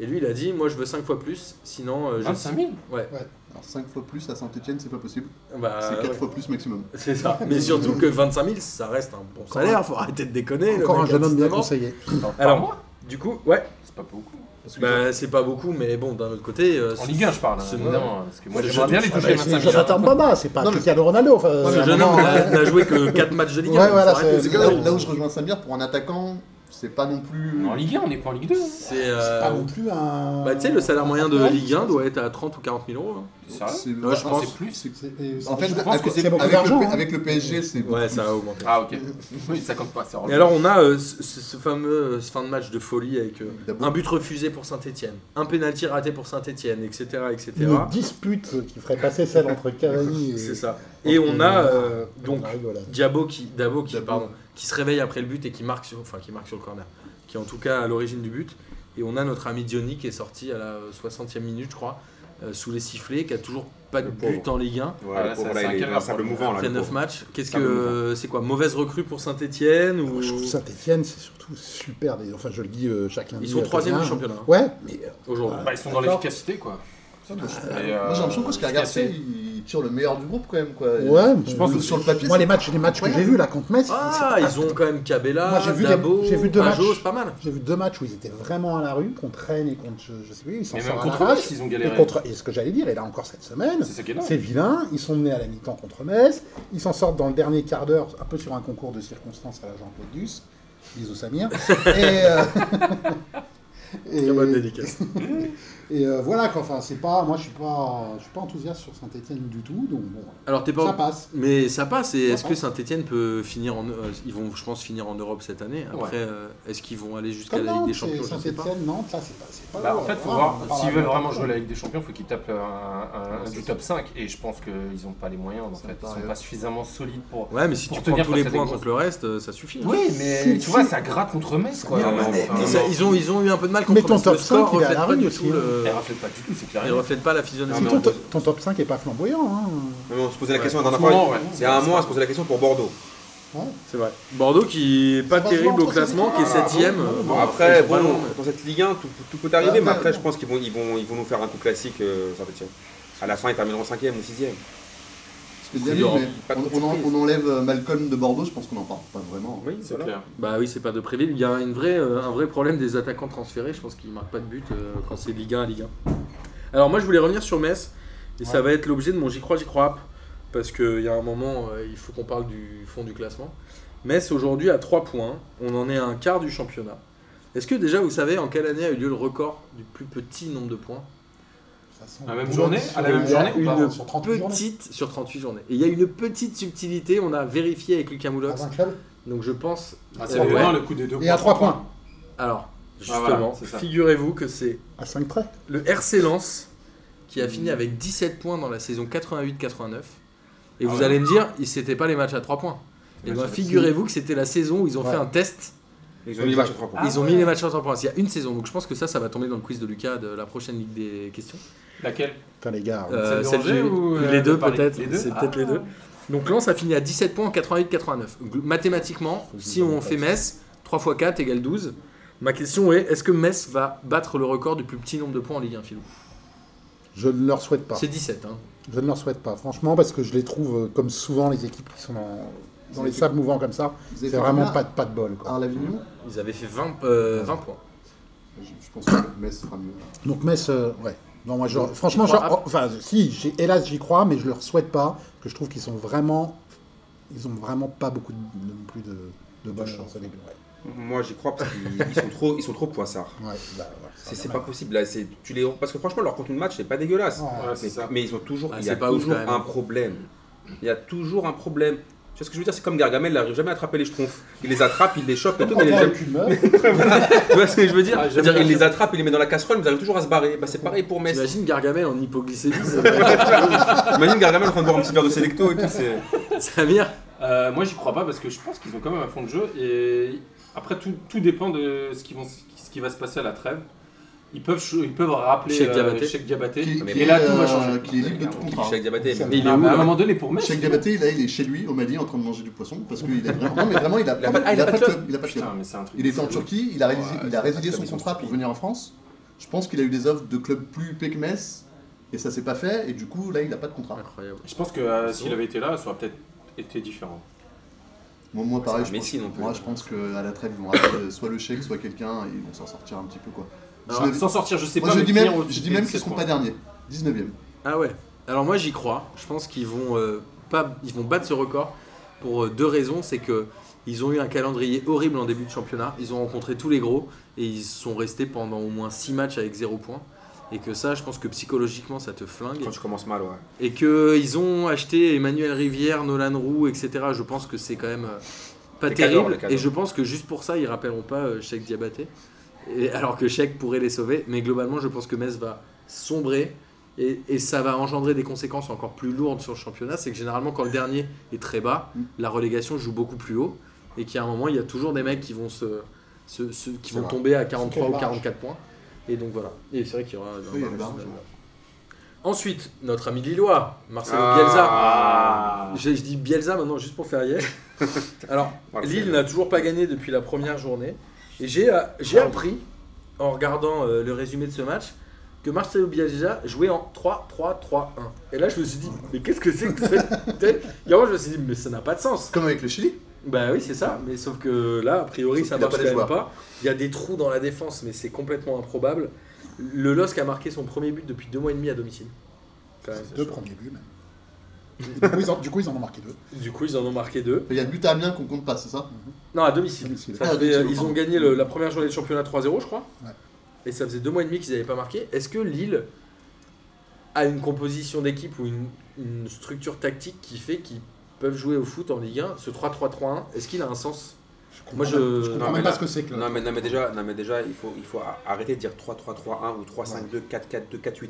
Speaker 1: Et lui, il a dit Moi, je veux 5 fois plus, sinon euh, je.
Speaker 3: 25 000
Speaker 1: Ouais,
Speaker 5: Alors 5 fois plus à Saint-Etienne, c'est pas possible.
Speaker 1: bah,
Speaker 5: c'est 4
Speaker 1: ouais.
Speaker 5: fois plus maximum.
Speaker 1: C'est ça. Mais surtout que 25 000, ça reste un bon
Speaker 4: Encore
Speaker 1: salaire, faut arrêter de déconner. le
Speaker 4: Encore un
Speaker 1: mec a
Speaker 4: jeune homme bien
Speaker 1: 19 ans.
Speaker 4: conseillé.
Speaker 1: Alors-
Speaker 3: Alors, moi
Speaker 1: Du coup, ouais,
Speaker 3: C'est pas beaucoup.
Speaker 5: Parce que
Speaker 1: Bah, c'est pas beaucoup, mais bon, d'un autre côté. euh,
Speaker 3: En
Speaker 1: ce-
Speaker 3: Ligue 1, je parle, hein,
Speaker 1: ce-
Speaker 3: évidemment. hein, Parce que moi,
Speaker 1: ce
Speaker 3: j'aimerais bien
Speaker 1: jeune-
Speaker 3: les
Speaker 1: Ah,
Speaker 3: toucher,
Speaker 1: bah,
Speaker 3: les
Speaker 1: c'est
Speaker 3: 25 000.
Speaker 4: Jonathan Baba, c'est pas
Speaker 5: Non, mais-
Speaker 4: Cristiano Ronaldo. enfin, euh, à
Speaker 1: Ce
Speaker 4: un
Speaker 1: jeune
Speaker 4: moment,
Speaker 1: homme n'a n'a joué que 4 matchs de Ligue 1.
Speaker 4: Ouais, voilà, c'est-
Speaker 5: c'est que là, où- là où je rejoins Samir, pour un attaquant, c'est pas non plus.
Speaker 3: En Ligue 1, on n'est pas en Ligue 2. hein.
Speaker 1: C'est. euh,
Speaker 4: Pas non plus un.
Speaker 1: bah, tu sais, le salaire moyen de
Speaker 4: Ouais.
Speaker 1: Ligue 1 doit être à 30 ou 40 000 euros. hein.
Speaker 3: T'es Sérieux
Speaker 5: C'est-
Speaker 1: Ouais, je
Speaker 3: Non,
Speaker 1: pense.
Speaker 3: c'est plus.
Speaker 4: C'est-
Speaker 5: En fait,
Speaker 4: c'est-
Speaker 5: avec,
Speaker 3: que c'est
Speaker 4: beaucoup
Speaker 5: avec
Speaker 4: d'argent,
Speaker 5: le,
Speaker 4: hein.
Speaker 5: avec le PSG, c'est.
Speaker 1: Ouais, ça a augmenté.
Speaker 3: Ah, ok. Oui, ça compte pas, c'est hors
Speaker 1: Et alors, on a euh, ce, ce- ce fameux euh, ce fin de match de folie avec euh,
Speaker 5: D'abord.
Speaker 1: un but refusé pour Saint-Etienne, un pénalty raté pour Saint-Etienne, etc. etc.
Speaker 4: Une dispute qui ferait passer celle entre Cavani et.
Speaker 1: C'est ça. Et on a euh, donc
Speaker 4: La rigolade.
Speaker 1: Diabo qui, Dabo qui,
Speaker 5: Dabo.
Speaker 1: pardon, qui se réveille après le but et qui marque sur, enfin, qui marque sur le corner, qui est en tout cas à l'origine du but. Et on a notre ami Diony qui est sorti à la euh, 60e minute, je crois, euh, sous les sifflets, qui a toujours pas de
Speaker 2: Le
Speaker 1: but
Speaker 2: pauvre.
Speaker 1: en Ligue 1.
Speaker 2: Ouais,
Speaker 3: Ah, là,
Speaker 2: le pauvre,
Speaker 3: ça,
Speaker 2: là,
Speaker 3: c'est
Speaker 2: il
Speaker 3: un
Speaker 2: est
Speaker 3: calvaire,
Speaker 2: un sable
Speaker 3: quoi.
Speaker 2: mouvant là.
Speaker 1: Après
Speaker 2: le
Speaker 1: 9
Speaker 2: pauvre.
Speaker 1: matchs, qu'est-ce
Speaker 2: Ça
Speaker 1: que
Speaker 2: me
Speaker 1: euh, c'est quoi Mauvaise recrue pour Saint-Etienne ou...
Speaker 4: Moi, je trouve Saint-Etienne, c'est surtout super. des- Enfin, je le dis euh, chaque lundi.
Speaker 1: Ils sont
Speaker 4: à
Speaker 1: troisième du
Speaker 4: Tottenham.
Speaker 1: championnat hein,
Speaker 4: Ouais, mais euh,
Speaker 1: aujourd'hui.
Speaker 3: Bah, ils sont dans
Speaker 1: D'accord.
Speaker 3: l'efficacité, quoi. C'est tout. Et, euh,
Speaker 5: Moi j'ai l'impression qu'Oscar Garcia
Speaker 3: efficacité.
Speaker 5: il tire le meilleur du groupe quand même quoi.
Speaker 4: Ouais,
Speaker 5: je
Speaker 4: mais-
Speaker 5: pense que sur le papier.
Speaker 4: moi,
Speaker 5: c'est-
Speaker 4: les matchs, les matchs que j'ai vus là contre Metz,
Speaker 1: Ah, ils ont quand même Cabella,
Speaker 4: Moi, j'ai vu des-
Speaker 1: Dabo,
Speaker 4: j'ai vu deux
Speaker 1: Pajos,
Speaker 4: matchs.
Speaker 1: pas mal.
Speaker 4: j'ai vu deux matchs où ils étaient vraiment à la rue, contre Rennes et contre. Je, je sais plus, ils s'en
Speaker 3: Mais
Speaker 4: sortent
Speaker 3: même
Speaker 4: à
Speaker 3: contre
Speaker 4: l'arrache.
Speaker 3: Metz, ils ont
Speaker 4: Et,
Speaker 3: galéré.
Speaker 4: contre, et ce que j'allais dire, et là encore cette semaine,
Speaker 3: C'est ça qui est dingue.
Speaker 4: c'est vilain, ils sont menés à la mi-temps contre Metz, ils s'en sortent dans le dernier quart d'heure, un peu sur un concours de circonstances à la Jean-Claude Duss, bisous Samir, et, euh, et,
Speaker 1: Très bonne dédicace.
Speaker 4: et, euh, voilà quoi, enfin c'est pas, moi je suis pas, je suis pas enthousiaste sur Saint-Etienne du tout, donc bon,
Speaker 1: Alors t'es
Speaker 4: ça
Speaker 1: pas
Speaker 4: passe.
Speaker 1: Mais ça passe. Et
Speaker 4: Ça
Speaker 1: est-ce que
Speaker 4: passe.
Speaker 1: Saint-Etienne peut finir en. euh, ils vont, je pense, finir en Europe cette année. Après,
Speaker 3: Ouais.
Speaker 1: euh, est-ce qu'ils vont aller jusqu'à
Speaker 4: Comme
Speaker 1: la Ligue
Speaker 4: Nantes,
Speaker 1: des Champions
Speaker 4: c'est
Speaker 1: Je sais pas.
Speaker 4: Saint-Etienne, Nantes, là c'est pas, c'est pas
Speaker 3: Bah, en
Speaker 4: lourd,
Speaker 3: fait, faut
Speaker 4: voilà,
Speaker 3: voir.
Speaker 4: on parle
Speaker 3: S'ils
Speaker 4: à-
Speaker 3: veulent vraiment jouer la Ligue des Champions, faut qu'ils tapent un, un- un- du top 5. Et je pense qu'ils n'ont pas les moyens, en
Speaker 5: Ça
Speaker 3: fait.
Speaker 5: me
Speaker 3: Ils
Speaker 5: paraît-
Speaker 3: sont pas suffisamment solides pour.
Speaker 1: Ouais, mais si
Speaker 3: Pour
Speaker 1: tu prends
Speaker 3: tenir
Speaker 1: tous les
Speaker 3: face à des
Speaker 1: points
Speaker 3: grosses-
Speaker 1: contre le reste, euh, ça suffit. hein.
Speaker 3: Oui, mais
Speaker 4: Si,
Speaker 3: tu vois,
Speaker 4: si.
Speaker 3: ça gratte contre Metz, quoi.
Speaker 4: Mais-
Speaker 3: Enfin,
Speaker 1: Et ça,
Speaker 3: non.
Speaker 1: ils, ont, ils ont eu un peu de mal
Speaker 4: Mais
Speaker 1: contre
Speaker 4: ton
Speaker 1: le
Speaker 4: top
Speaker 1: score.
Speaker 4: 5, il est
Speaker 1: reflète
Speaker 4: à la
Speaker 1: pas
Speaker 4: rue
Speaker 1: du
Speaker 4: aussi, hein.
Speaker 1: tout le.
Speaker 3: Elle reflète pas du tout, c'est clair.
Speaker 1: Il reflète pas la physionomie.
Speaker 4: Si ton, ton- ton top 5 est pas flamboyant, hein.
Speaker 2: Non, mais on se posait la
Speaker 1: Ouais.
Speaker 2: question la
Speaker 3: En ce
Speaker 2: dernière
Speaker 3: moment,
Speaker 2: fois.
Speaker 3: ouais.
Speaker 2: Il y a un mois, on se posait la question pour Bordeaux.
Speaker 1: C'est vrai. Bordeaux qui est pas
Speaker 4: Ça va
Speaker 1: terrible
Speaker 4: jouer
Speaker 1: au
Speaker 4: entre
Speaker 1: classement,
Speaker 4: ces
Speaker 1: qui est
Speaker 2: équipes.
Speaker 1: septième.
Speaker 4: Ah,
Speaker 1: euh,
Speaker 2: Bon,
Speaker 1: bon,
Speaker 2: après,
Speaker 1: ils sont pas
Speaker 2: bon,
Speaker 1: loin, mais-
Speaker 2: dans cette Ligue 1, tout, tout peut arriver, mais
Speaker 5: Après,
Speaker 2: après,
Speaker 5: ouais.
Speaker 2: je pense qu'ils vont, ils vont, ils vont nous faire un coup classique, euh, Saint-Etienne. À la fin, ils termineront 5 ou 6
Speaker 5: ce que je disais,
Speaker 1: C'est dur.
Speaker 5: mais
Speaker 2: Pas trop
Speaker 5: on, on en-
Speaker 2: surprise.
Speaker 5: on enlève euh, Malcolm de Bordeaux, je pense qu'on en parle pas vraiment.
Speaker 2: Oui,
Speaker 3: C'est clair.
Speaker 1: Bah oui, c'est pas de Préville. Il y a une vraie, euh, un vrai problème des attaquants transférés. Je pense qu'ils marquent pas de but euh, quand c'est Ligue 1 à Ligue 1. Alors moi, je voulais revenir sur Metz. Et ça
Speaker 4: Ouais.
Speaker 1: va être l'objet de mon J'y crois, J'y crois. app, Parce qu'il y a un moment, euh, il faut qu'on parle du fond du classement. Metz aujourd'hui à 3 points. On en est à un quart du championnat. Est-ce que déjà vous savez en quelle année a eu lieu le record du plus petit nombre de points
Speaker 4: Ça sent
Speaker 3: La même
Speaker 4: bon.
Speaker 3: journée À la même
Speaker 1: Il y a
Speaker 3: journée ou
Speaker 1: une
Speaker 3: pas
Speaker 4: pardon, sur 38 journées.
Speaker 1: petite sur 38 journées. Et il y a une petite subtilité, on a vérifié avec Lucas Moulox.
Speaker 4: Dans un club
Speaker 1: Donc je pense.
Speaker 3: Ah,
Speaker 1: c'est vrai.
Speaker 3: le coup des deux
Speaker 4: Et à 3 points.
Speaker 1: Alors,
Speaker 3: Ah,
Speaker 1: justement,
Speaker 3: voilà, c'est ça.
Speaker 1: figurez-vous que c'est
Speaker 4: À 5 près.
Speaker 1: Le RC Lens, qui a fini avec 17 points dans la saison 88-89. Et
Speaker 3: Ah
Speaker 1: vous
Speaker 3: ouais.
Speaker 1: allez me dire, ils- c'était pas les matchs à 3 points. Et
Speaker 3: Les
Speaker 1: bien,
Speaker 3: matchs à-
Speaker 1: figurez-vous que c'était la saison où ils ont
Speaker 4: Ouais.
Speaker 1: fait un test.
Speaker 2: Ils ont mis le match à
Speaker 3: Ah
Speaker 2: 3 points.
Speaker 1: ils ont mis les matchs à 3 points. Il y a une saison, donc je pense que ça, ça va tomber dans le quiz de Lucas de la prochaine Ligue des questions.
Speaker 3: Laquelle
Speaker 4: Putain, les gars.
Speaker 1: Euh,
Speaker 3: Celle de
Speaker 1: celle
Speaker 3: Angers
Speaker 1: du-
Speaker 3: ou, euh,
Speaker 1: les deux
Speaker 3: de Paris
Speaker 1: peut-être.
Speaker 3: Les deux
Speaker 1: C'est peut-être
Speaker 3: Ah.
Speaker 1: les deux. Donc Lens a fini à 17 points en 88-89. Gl- Mathématiquement, si on fait Metz, 3 x 4 égale 12. Ma question est, est-ce que Metz va battre le record du plus petit nombre de points en Ligue 1, Philou
Speaker 4: Je ne leur souhaite pas.
Speaker 1: C'est 17, hein.
Speaker 4: Je ne leur souhaite pas, franchement, parce que je les trouve, euh, comme souvent, les équipes qui sont dans, dans les sables mouvants comme ça,
Speaker 5: Vous avez
Speaker 4: c'est
Speaker 5: fait
Speaker 4: vraiment
Speaker 5: combien
Speaker 4: pas de, pas de bol. Quoi.
Speaker 5: à l'Avignon
Speaker 1: Ils avaient fait 20, euh, 20 points.
Speaker 5: je, je pense que Metz sera mieux.
Speaker 4: Ah. Donc Metz, euh, ouais. Non, moi, je- franchement,
Speaker 1: Tu crois
Speaker 4: je-
Speaker 1: pas
Speaker 4: enfin, si, j'y- hélas, j'y crois, mais je leur souhaite pas, que je trouve qu'ils sont vraiment, ils ont vraiment pas beaucoup de, non plus de, de bonnes chances. avec eux, Ouais,
Speaker 2: Moi, j'y crois parce qu'ils ils sont trop, ils sont trop poissards.
Speaker 4: ouais, bah, ouais, ça
Speaker 2: C'est
Speaker 4: va
Speaker 2: c'est
Speaker 4: mal.
Speaker 2: pas possible. Là, c'est- tu les, parce que franchement, leur contenu de match, c'est pas dégueulasse.
Speaker 4: Ouais.
Speaker 3: Ouais, c'est
Speaker 2: mais,
Speaker 3: ça.
Speaker 2: mais ils ont toujours,
Speaker 1: Ah,
Speaker 2: il y
Speaker 1: c'est
Speaker 2: a
Speaker 1: pas ouf,
Speaker 2: toujours
Speaker 1: quand même.
Speaker 2: un problème. Il y a toujours un problème. Tu vois ce que je veux dire C'est comme Gargamel, il n'arrive jamais à attraper les schtroumpfs. Il les attrape, il les chope et tout, mais il les
Speaker 4: Encore
Speaker 2: jamais-
Speaker 4: avec une meuf.
Speaker 2: Tu vois ce que je veux dire
Speaker 3: Ah,
Speaker 2: C'est-à-dire,
Speaker 3: jamais
Speaker 2: il les attrape, il les met dans la casserole, mais ils arrivent toujours à se barrer. Bah, c'est pareil pour Metz.
Speaker 1: T'imagines Gargamel en hypoglycémie, ça doit être-
Speaker 2: Imagine Gargamel en train de boire un petit verre de Selecto et tout, c'est...
Speaker 1: Samir
Speaker 3: Euh, moi, j'y crois pas parce que je pense qu'ils ont quand même un fond de jeu. Et après, tout, tout dépend de ce qui, vont, ce qui va se passer à la trêve. Ils peuvent, ch- ils peuvent rappeler
Speaker 1: Cheikh
Speaker 3: euh,
Speaker 1: Diabaté.
Speaker 3: Cheikh Diabaté.
Speaker 5: Qui,
Speaker 2: mais
Speaker 5: qui
Speaker 3: et
Speaker 5: est,
Speaker 3: là, tout va
Speaker 5: euh,
Speaker 3: changer.
Speaker 5: qui est libre de tout contrat.
Speaker 2: Cheikh Diabaté, mais
Speaker 1: Mais il est
Speaker 3: Ah,
Speaker 1: où
Speaker 3: mais à un
Speaker 1: là
Speaker 3: moment donné, pour Metz.
Speaker 5: Cheikh Diabaté, là, il est chez lui, au Mali, en train de manger du poisson, parce qu'il est vraiment, non, mais vraiment, il a,
Speaker 2: Il a pas- ah,
Speaker 5: il a pas de club, il a pas de club.
Speaker 3: Putain, mais c'est un truc.
Speaker 5: Il était en
Speaker 3: de fou.
Speaker 5: Turquie, il a
Speaker 2: Ouais,
Speaker 5: résilié, il
Speaker 2: c'est
Speaker 5: a résilié
Speaker 2: pas
Speaker 5: son
Speaker 2: très bon
Speaker 5: contrat
Speaker 2: pour
Speaker 5: pour venir en France. Je pense qu'il a eu des offres de clubs plus épais que Metz, et ça s'est pas fait, et du coup, là, il a pas de contrat.
Speaker 1: Incroyable.
Speaker 3: Je pense que euh, s'il avait été là, ça aurait peut-être été différent.
Speaker 5: Moi, moi pareil,
Speaker 2: c'est
Speaker 5: je
Speaker 2: un
Speaker 5: pense,
Speaker 2: Messi non plus.
Speaker 5: moi, je pense qu'à la trêve, ils vont appeler soit le chèque, soit quelqu'un, et ils vont s'en sortir un petit peu, quoi.
Speaker 1: Alors,
Speaker 5: Dix-neuvième-
Speaker 3: Sans sortir, je sais
Speaker 5: Moi,
Speaker 3: pas.
Speaker 5: je
Speaker 3: mais
Speaker 5: dis
Speaker 3: finir
Speaker 5: même,
Speaker 3: au-
Speaker 5: je dis même qu'ils
Speaker 3: 17
Speaker 5: seront
Speaker 3: points.
Speaker 5: pas derniers. 19ème.
Speaker 1: Ah ouais. Alors moi j'y crois. Je pense qu'ils vont euh, pas, ils vont battre ce record pour euh, deux raisons. C'est que ils ont eu un calendrier horrible en début de championnat. Ils ont rencontré tous les gros et ils sont restés pendant au moins six matchs avec zéro point. Et que ça, je pense que psychologiquement, ça te flingue.
Speaker 2: Quand tu commences mal, ouais.
Speaker 1: Et que ils ont acheté Emmanuel Rivière, Nolan Roux, etc. Je pense que c'est quand même euh, pas
Speaker 2: Les cadors,
Speaker 1: terrible.
Speaker 2: les cadors.
Speaker 1: et je pense que juste pour ça, ils rappelleront pas euh, Cheikh Diabaté. Et, alors que Cheikh pourrait les sauver. Mais globalement, je pense que Metz va sombrer. Et, et ça va engendrer des conséquences encore plus lourdes sur le championnat. C'est que généralement, quand le dernier est très bas,
Speaker 5: Mm.
Speaker 1: la relégation joue beaucoup plus haut. Et qu'à un moment, il y a toujours des mecs qui vont, se, se- se- qui
Speaker 5: C'est
Speaker 1: vont
Speaker 5: vrai.
Speaker 1: tomber à 43
Speaker 4: quelle
Speaker 1: ou
Speaker 4: barrage
Speaker 1: 44 points. Et donc voilà. Et c'est vrai qu'il y aura un
Speaker 5: il y a
Speaker 1: barrage
Speaker 5: le barrage,
Speaker 1: final. Ensuite, notre ami Lillois, Marcelo
Speaker 2: Ah.
Speaker 1: Bielsa.
Speaker 3: Ah.
Speaker 1: Je, je dis Bielsa maintenant juste pour faire yes. Alors,
Speaker 2: Voilà,
Speaker 1: Lille
Speaker 2: c'est-
Speaker 1: n'a toujours pas gagné depuis la première journée. Et j'ai euh, j'ai
Speaker 5: Ah.
Speaker 1: appris, en regardant euh, le résumé de ce match, que Marcelo Bielsa jouait en 3-3-3-1. Et là, je me suis dit, mais qu'est-ce que c'est que cette tête Et avant, je me suis dit, mais ça n'a pas de sens.
Speaker 5: Comme avec le Chili.
Speaker 1: Bah oui, c'est ça, mais sauf que là, a priori,
Speaker 5: Sauf
Speaker 1: ça
Speaker 5: qu'il a
Speaker 1: marche
Speaker 5: pas
Speaker 1: quand
Speaker 5: les
Speaker 1: même
Speaker 5: joueurs.
Speaker 1: pas. Il y a des trous dans la défense, mais c'est complètement improbable. Le LOSC a marqué son premier but depuis deux mois et demi à domicile. Quand même.
Speaker 4: Deux premiers buts, même. Et Du coup, ils en, du coup, ils en ont marqué deux.
Speaker 1: Du coup, ils en ont marqué deux.
Speaker 5: Il y a le but à Amiens qu'on compte pas, c'est ça
Speaker 1: Non, à domicile.
Speaker 4: Domicile.
Speaker 1: Ça
Speaker 5: Ah,
Speaker 1: fait-
Speaker 5: à domicile,
Speaker 1: ils ont
Speaker 5: pardon.
Speaker 1: gagné le- la première journée de championnat 3-0, je crois.
Speaker 4: Ouais.
Speaker 1: Et ça faisait deux mois et demi qu'ils n'avaient pas marqué. Est-ce que Lille a une composition d'équipe ou une, une structure tactique qui fait qu'ils peuvent jouer au foot en Ligue 1 Ce 3-3-3-1, est-ce qu'il a un sens
Speaker 4: comprends
Speaker 1: Moi, je-
Speaker 4: même- je
Speaker 2: non,
Speaker 4: comprends
Speaker 2: mais
Speaker 4: même pas
Speaker 2: là-
Speaker 4: ce que c'est que. le-
Speaker 2: Non mais, non, mais déjà, non, mais déjà il, faut, il faut arrêter de dire 3-3-3-1 ou 3-5-2, 4-4-2, 4-8-1.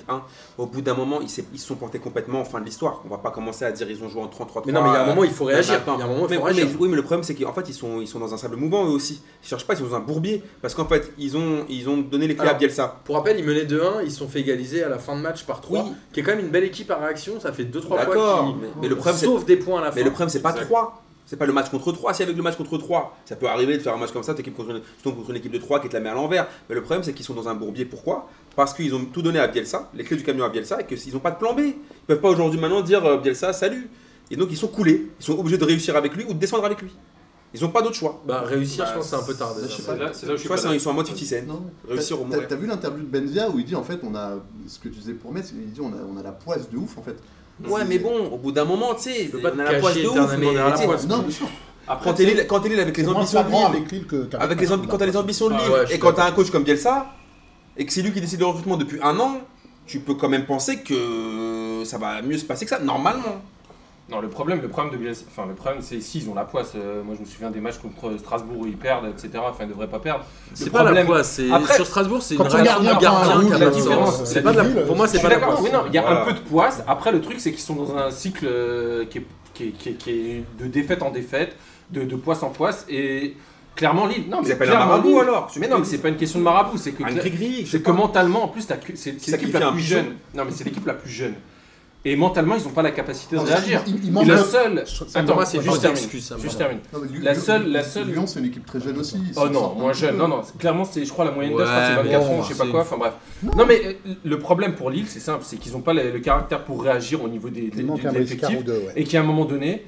Speaker 2: Au bout d'un moment, ils s'est- ils se sont plantés complètement en fin de l'histoire. On va pas commencer à dire ils ont joué en 33 3
Speaker 1: Mais non, mais il y a un moment, il faut réagir.
Speaker 2: Attends.
Speaker 1: Il y a un moment, il
Speaker 2: Mais-
Speaker 1: faut
Speaker 2: oui,
Speaker 1: réagir.
Speaker 2: mais- oui, mais le problème, c'est qu'en fait, ils sont, ils sont dans un sable mouvant eux aussi. Ils cherchent pas, ils sont dans un bourbier. Parce qu'en fait, ils ont, ils ont donné les clés
Speaker 1: Alors,
Speaker 2: à Bielsa.
Speaker 1: Pour rappel, ils menaient 2-1, ils se sont fait égaliser à la fin de match par 3,
Speaker 2: Oui.
Speaker 1: qui est quand même une belle équipe à réaction. Ça fait 2-3 fois
Speaker 2: D'accord.
Speaker 1: qu'ils
Speaker 2: Mais, mais le problème, c'est
Speaker 1: sauvent des points à la fin.
Speaker 2: mais le problème, c'est pas
Speaker 3: Exact.
Speaker 2: 3. C'est pas le match contre 3. Si avec le match contre 3, ça peut arriver de faire un match comme ça, t'équipes contre une, tu tombes contre une équipe de 3 qui te la met à l'envers. Mais le problème, c'est qu'ils sont dans un bourbier. Pourquoi Parce qu'ils ont tout donné à Bielsa, les clés du camion à Bielsa, et qu'ils n'ont pas de plan B. Ils peuvent pas aujourd'hui maintenant dire euh, Bielsa, salut. Et donc, ils sont coulés. Ils sont obligés de réussir avec lui ou de descendre avec lui. Ils n'ont pas d'autre choix.
Speaker 1: Bah, réussir, je pense, c'est un peu tard.
Speaker 5: Bah,
Speaker 1: déjà.
Speaker 5: je sais
Speaker 3: C'est
Speaker 5: pas.
Speaker 3: là, c'est là où je
Speaker 2: Tu
Speaker 3: suis
Speaker 2: vois,
Speaker 3: pas
Speaker 2: c'est-
Speaker 3: d'accord.
Speaker 2: ils sont à moitié ticène.
Speaker 5: Non.
Speaker 2: Réussir au
Speaker 5: T'as-
Speaker 2: moins.
Speaker 5: T'as vu l'interview de Benzia où il dit en fait on a ce que tu disais pour Metz, il dit on a, on a la poisse de ouf en fait.
Speaker 2: Ouais, mais bon, au bout d'un moment, tu sais,
Speaker 1: peux
Speaker 2: on
Speaker 1: pas
Speaker 2: a
Speaker 1: te
Speaker 2: la
Speaker 1: cacher
Speaker 2: poisse de ouf.
Speaker 1: éternellement
Speaker 2: mais,
Speaker 1: derrière la
Speaker 2: tu sais,
Speaker 1: poisse.
Speaker 5: Non, bien sûr.
Speaker 2: Quand
Speaker 3: Après,
Speaker 2: t'es
Speaker 3: tu sais,
Speaker 2: Lille- quand t'es Lille avec
Speaker 4: C'est
Speaker 2: les
Speaker 4: moins
Speaker 2: ambitions de
Speaker 4: flagrant
Speaker 2: Lille,
Speaker 4: avec Lille que qu'avec
Speaker 2: Avec les ambi- quand t'as les ambitions de
Speaker 3: Ah
Speaker 2: Lille
Speaker 1: ouais, je
Speaker 2: et
Speaker 1: suis
Speaker 2: quand
Speaker 1: d'accord.
Speaker 2: t'as un coach comme Bielsa et que c'est lui qui décide le recrutement depuis un an, tu peux quand même penser que ça va mieux se passer que ça, normalement.
Speaker 3: Non, le problème, le problème de Bielsa- enfin le problème, c'est s'ils ont la poisse. Euh, moi, je me souviens des matchs contre euh, Strasbourg où ils perdent, etc. Enfin, ils devraient pas perdre. Le
Speaker 1: C'est pas la
Speaker 3: problème-
Speaker 1: poisse, c'est
Speaker 3: Après-
Speaker 1: sur Strasbourg, c'est une
Speaker 4: Quand on
Speaker 1: réaction
Speaker 4: garde
Speaker 1: de
Speaker 4: un
Speaker 1: gardien
Speaker 4: point
Speaker 1: qui a
Speaker 4: rouge,
Speaker 1: pas
Speaker 3: la
Speaker 1: de
Speaker 3: différence,
Speaker 1: sens.
Speaker 3: la
Speaker 1: C'est pas de la-
Speaker 4: différence,
Speaker 1: Pour moi, c'est
Speaker 3: Je suis
Speaker 1: pas la
Speaker 3: d'accord.
Speaker 1: poisse.
Speaker 3: Oui, non, il y a
Speaker 2: Voilà.
Speaker 3: un peu de poisse. Après, le truc, c'est qu'ils sont dans un cycle euh, qui, est, qui, est- qui est- qui est de défaite en défaite, de, de poisse en poisse, et clairement Lille. Non,
Speaker 2: Ils
Speaker 3: mais
Speaker 2: appellent un
Speaker 3: clairement,
Speaker 2: marabout
Speaker 3: Lille-
Speaker 2: alors.
Speaker 3: Mais non, mais c'est pas une question de marabout, c'est que
Speaker 2: un
Speaker 3: cla-
Speaker 2: gris-gris.
Speaker 3: c'est que mentalement, en plus, t'as que- c'est c'est l'équipe
Speaker 2: sacrifie un
Speaker 3: la plus
Speaker 2: pigeon.
Speaker 3: jeune. Non, mais c'est l'équipe la plus jeune. Et mentalement, ils ont pas la capacité de
Speaker 4: Ah,
Speaker 3: réagir.
Speaker 4: il- il- il
Speaker 3: Et
Speaker 4: manque
Speaker 3: la
Speaker 4: le-
Speaker 3: seule.
Speaker 4: Ça,
Speaker 3: Attends,
Speaker 4: pour moi,
Speaker 3: c'est
Speaker 4: c'est
Speaker 3: juste
Speaker 4: une
Speaker 3: termine.
Speaker 1: excuse, ça me
Speaker 3: Juste
Speaker 1: va.
Speaker 3: termine.
Speaker 5: Non, mais Lyon-
Speaker 3: La
Speaker 5: Lyon-
Speaker 3: seule- la seule-
Speaker 5: Lyon c'est une équipe très jeune aussi.
Speaker 3: Oh non, moins jeune. Non, non, c'est- clairement, c'est, je crois, la moyenne d'âge, je crois,
Speaker 1: Ouais,
Speaker 3: c'est
Speaker 1: mais
Speaker 3: 24
Speaker 1: bon,
Speaker 3: ans, je sais pas
Speaker 1: c'est-
Speaker 3: quoi. Enfin bref. Non, mais euh, le problème pour Lille, c'est simple, c'est qu'ils n'ont pas le, le caractère pour réagir au niveau des, des,
Speaker 4: Il manque
Speaker 3: des-
Speaker 4: un
Speaker 3: des
Speaker 4: Oscar ou
Speaker 3: effectifs.
Speaker 4: deux, ouais.
Speaker 3: Et qu'à un moment donné,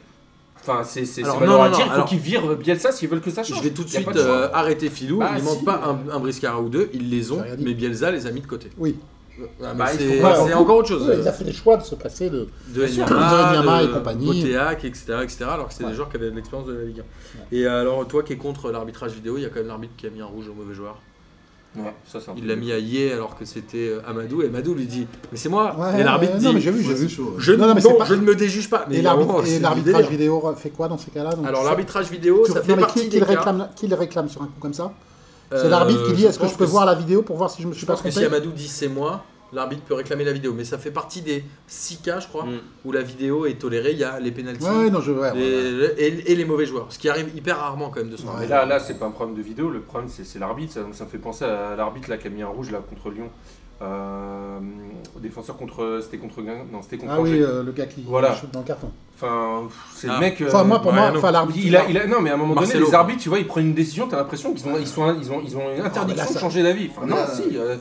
Speaker 3: enfin, c'est, c'est,
Speaker 1: Alors,
Speaker 3: c'est
Speaker 1: non,
Speaker 3: malheureux à
Speaker 1: non, non,
Speaker 3: dire, il faut
Speaker 1: alors-
Speaker 3: qu'ils virent Bielsa s'ils veulent que ça change.
Speaker 1: Je vais tout de
Speaker 3: Y a pas
Speaker 1: suite
Speaker 3: choix.
Speaker 1: euh, arrêter Filou.
Speaker 3: Bah,
Speaker 1: il
Speaker 3: si.
Speaker 1: manque pas un, un Briscara ou deux, ils les ont,
Speaker 4: J'ai rien dit.
Speaker 1: mais Bielsa les a mis de côté.
Speaker 4: Oui,
Speaker 1: Ah, mais
Speaker 2: Bah, ils
Speaker 1: c'est
Speaker 2: sont pas-
Speaker 1: c'est encore autre chose.
Speaker 4: Ouais, il a fait les choix de se passer de.
Speaker 1: de
Speaker 4: sûr.
Speaker 1: Nyama,
Speaker 4: De Nyama
Speaker 1: de
Speaker 4: et compagnie.
Speaker 1: Boteac, etc., etc. Alors que c'était
Speaker 4: Ouais.
Speaker 1: des joueurs qui avaient de l'expérience de la Ligue 1. Et euh, alors, toi qui es contre l'arbitrage vidéo, il y a quand même l'arbitre qui a mis un rouge au mauvais joueur.
Speaker 3: Ouais, ça, c'est un
Speaker 1: Il
Speaker 3: peu-
Speaker 1: l'a mis à Yé alors que c'était euh, Amadou. Et Amadou lui dit Mais c'est moi
Speaker 4: Ouais,
Speaker 1: Et l'arbitre
Speaker 4: ouais,
Speaker 1: dit
Speaker 4: Non, mais j'ai vu, j'ai
Speaker 5: Ouais,
Speaker 4: vu.
Speaker 5: c'est chaud. ouais.
Speaker 1: Je,
Speaker 4: Non, non, mais
Speaker 1: non,
Speaker 4: c'est pas-
Speaker 1: je ne me déjuge pas. Mais
Speaker 4: Et
Speaker 1: vraiment,
Speaker 4: l'arbitre-
Speaker 1: c'est
Speaker 4: et
Speaker 1: du
Speaker 4: l'arbitrage
Speaker 1: délire.
Speaker 4: vidéo fait quoi dans ces cas-là Donc,
Speaker 1: Alors,
Speaker 4: ça-
Speaker 1: l'arbitrage vidéo,
Speaker 4: tu-
Speaker 1: ça
Speaker 4: non,
Speaker 1: fait
Speaker 4: mais
Speaker 1: partie
Speaker 4: qui, qui
Speaker 1: des
Speaker 4: le
Speaker 1: cas.
Speaker 4: réclame, qui le réclame sur un coup comme ça C'est
Speaker 1: Euh,
Speaker 4: l'arbitre qui dit
Speaker 1: je
Speaker 4: est-ce que
Speaker 1: pense
Speaker 4: je peux
Speaker 1: que
Speaker 4: voir la vidéo pour voir si je me
Speaker 1: Je
Speaker 4: suis pas
Speaker 1: pense que
Speaker 4: trompé
Speaker 1: si Amadou dit c'est moi, l'arbitre peut réclamer la vidéo. Mais ça fait partie des 6 cas, je crois,
Speaker 2: Mm.
Speaker 1: où la vidéo est tolérée. Il y a les pénalties
Speaker 4: Ouais, ouais, non, je. Ouais, ouais, ouais.
Speaker 1: et, et les mauvais joueurs. Ce qui arrive hyper rarement quand même de ce
Speaker 4: Ouais.
Speaker 3: Mais là, là c'est pas un problème de vidéo, le problème c'est c'est l'arbitre. Ça, donc ça me fait penser à l'arbitre là qui a mis un rouge là contre Lyon. Euh, au défenseur contre. C'était contre Guingamp Non, c'était contre
Speaker 4: Ah oui,
Speaker 3: Angers.
Speaker 4: euh, le gars qui
Speaker 3: Voilà.
Speaker 4: chute dans le carton.
Speaker 3: Enfin, pff, c'est
Speaker 1: Ah.
Speaker 3: le mec. euh,
Speaker 4: Enfin, moi, pour moi,
Speaker 1: Mariano.
Speaker 4: enfin, l'arbitre.
Speaker 3: Il a, il a- non, mais à un moment
Speaker 1: Marcelo,
Speaker 3: donné, les
Speaker 1: quoi.
Speaker 3: arbitres, tu vois, ils prennent une décision, t'as l'impression qu'ils ont, ils sont, ils ont, ils ont une interdiction
Speaker 4: là, ça-
Speaker 3: de changer d'avis. Enfin,
Speaker 5: Mais
Speaker 3: non,
Speaker 5: là,
Speaker 3: si. euh,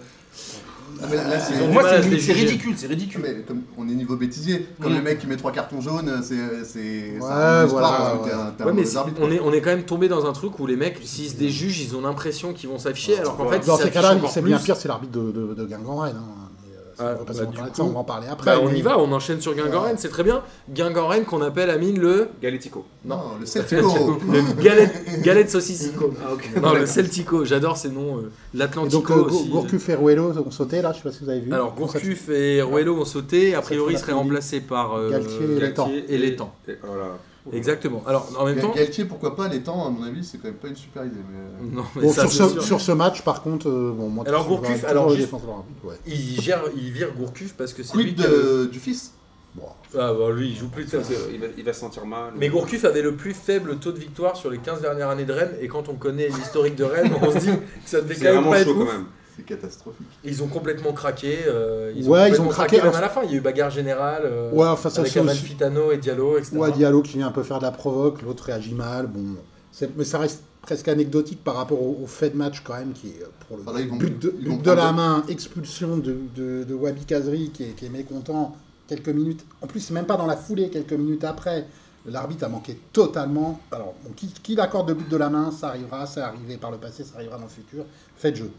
Speaker 5: Mais là, c'est-
Speaker 1: Ils ont du
Speaker 3: moi,
Speaker 1: mal à
Speaker 3: c'est
Speaker 1: se
Speaker 3: ridicule, c'est
Speaker 1: déjuger.
Speaker 3: ridicule, c'est ridicule.
Speaker 5: Mais comme on est niveau bêtisier, comme le mec qui met trois cartons jaunes, euh, c'est. c'est- c'est
Speaker 4: Ouais,
Speaker 5: un histoire
Speaker 4: voilà,
Speaker 5: parce que
Speaker 4: ouais.
Speaker 5: t'es un- t'es un
Speaker 1: Ouais, mais
Speaker 5: mauvais
Speaker 1: si-
Speaker 5: arbitre.
Speaker 1: on est, on est quand même tombé dans un truc où les mecs, s'ils se déjugent, ils ont l'impression qu'ils vont s'afficher, alors qu'en fait,
Speaker 4: Dans
Speaker 1: ils
Speaker 4: ces
Speaker 1: s'affichent
Speaker 4: cas-là,
Speaker 1: encore
Speaker 4: c'est
Speaker 1: plus.
Speaker 4: bien pire, c'est l'arbitre de, de, de Guingamp-Rennes. hein. Mais, euh,
Speaker 1: Ah,
Speaker 4: ça, on, va pas
Speaker 1: bah,
Speaker 4: s'en
Speaker 1: du
Speaker 4: parler
Speaker 1: coup,
Speaker 4: ça, on va en parler après.
Speaker 1: Bah, on
Speaker 4: mais-
Speaker 1: y va, on enchaîne sur Guingamp-Rennes, c'est très bien. Guingamp-Rennes qu'on appelle Amine le...
Speaker 2: Galetico.
Speaker 5: Non, le Celtico
Speaker 1: le galette, galette saucissico.
Speaker 2: Ah, ok.
Speaker 1: Non, le Celtico, j'adore ces noms. euh,
Speaker 4: Et donc,
Speaker 1: L'Atlantico
Speaker 4: euh, Gour-
Speaker 1: aussi.
Speaker 4: Gourcuff et Ruello ont sauté là, je sais pas si vous avez vu.
Speaker 1: Alors,
Speaker 4: Donc, ça-
Speaker 1: Gourcuff et Ruello ont sauté. A priori, ils seraient
Speaker 4: l'après-midi.
Speaker 1: remplacés par euh,
Speaker 4: Galtier et Létang.
Speaker 1: et Létang.
Speaker 2: Et Voilà.
Speaker 1: Exactement. Alors, en même temps...
Speaker 5: Galtier, pourquoi pas, les temps, à mon avis, c'est quand même pas une super idée. Mais... euh,
Speaker 1: Non, mais
Speaker 4: Bon,
Speaker 1: ça,
Speaker 4: sur,
Speaker 1: c'est
Speaker 4: ce,
Speaker 1: sûr.
Speaker 4: sur ce match, par contre, euh, bon, moi,
Speaker 1: Alors,
Speaker 4: je-
Speaker 1: Gourcuff,
Speaker 4: je- je-
Speaker 1: alors,
Speaker 4: je
Speaker 1: juste-
Speaker 4: défends leur arbitre, ouais.
Speaker 1: Il, gère, il vire Gourcuff parce que c'est lui
Speaker 5: Quid
Speaker 1: qui a le-
Speaker 5: de- du fils
Speaker 4: Bon.
Speaker 1: Ah bah lui, il joue plus de ça.
Speaker 2: Parce que Il va, il va se sentir mal.
Speaker 1: Mais Gourcuff avait le plus faible taux de victoire sur les 15 dernières années de Rennes, et quand on connaît l'historique de Rennes, on se dit que ça devait
Speaker 2: c'est
Speaker 1: quand même
Speaker 2: vraiment
Speaker 1: pas être
Speaker 2: chaud quand
Speaker 1: ouf.
Speaker 2: même.
Speaker 5: C'est catastrophique.
Speaker 1: Ils ont complètement craqué. euh, ils
Speaker 4: Ouais,
Speaker 1: ont
Speaker 4: ils
Speaker 1: complètement
Speaker 4: ont craqué,
Speaker 1: même
Speaker 4: alors-
Speaker 1: à la fin, il y a eu bagarre générale euh,
Speaker 4: Ouais, enfin, ça,
Speaker 1: avec
Speaker 4: c'est
Speaker 1: Amal
Speaker 4: aussi-
Speaker 1: Fitano et Diallo, etc.
Speaker 4: Ouais, Diallo qui vient un peu faire de la provoque, l'autre réagit mal. Bon, C'est- mais ça reste presque anecdotique par rapport au, au fait de match quand même qui est euh, pour le
Speaker 5: Voilà, Ah ils vont-
Speaker 4: but de,
Speaker 5: ils
Speaker 4: but
Speaker 5: vont
Speaker 4: de
Speaker 5: prendre
Speaker 4: la
Speaker 5: le-
Speaker 4: main, expulsion de, de, de Wabi Kazri qui est, qui est mécontent quelques minutes. En plus, c'est même pas dans la foulée, quelques minutes après. L'arbitre a manqué totalement. Alors, bon, qui, qui l'accorde de but de la main, ça arrivera, ça arrivé par le passé, ça arrivera dans le futur. Fait de jeu.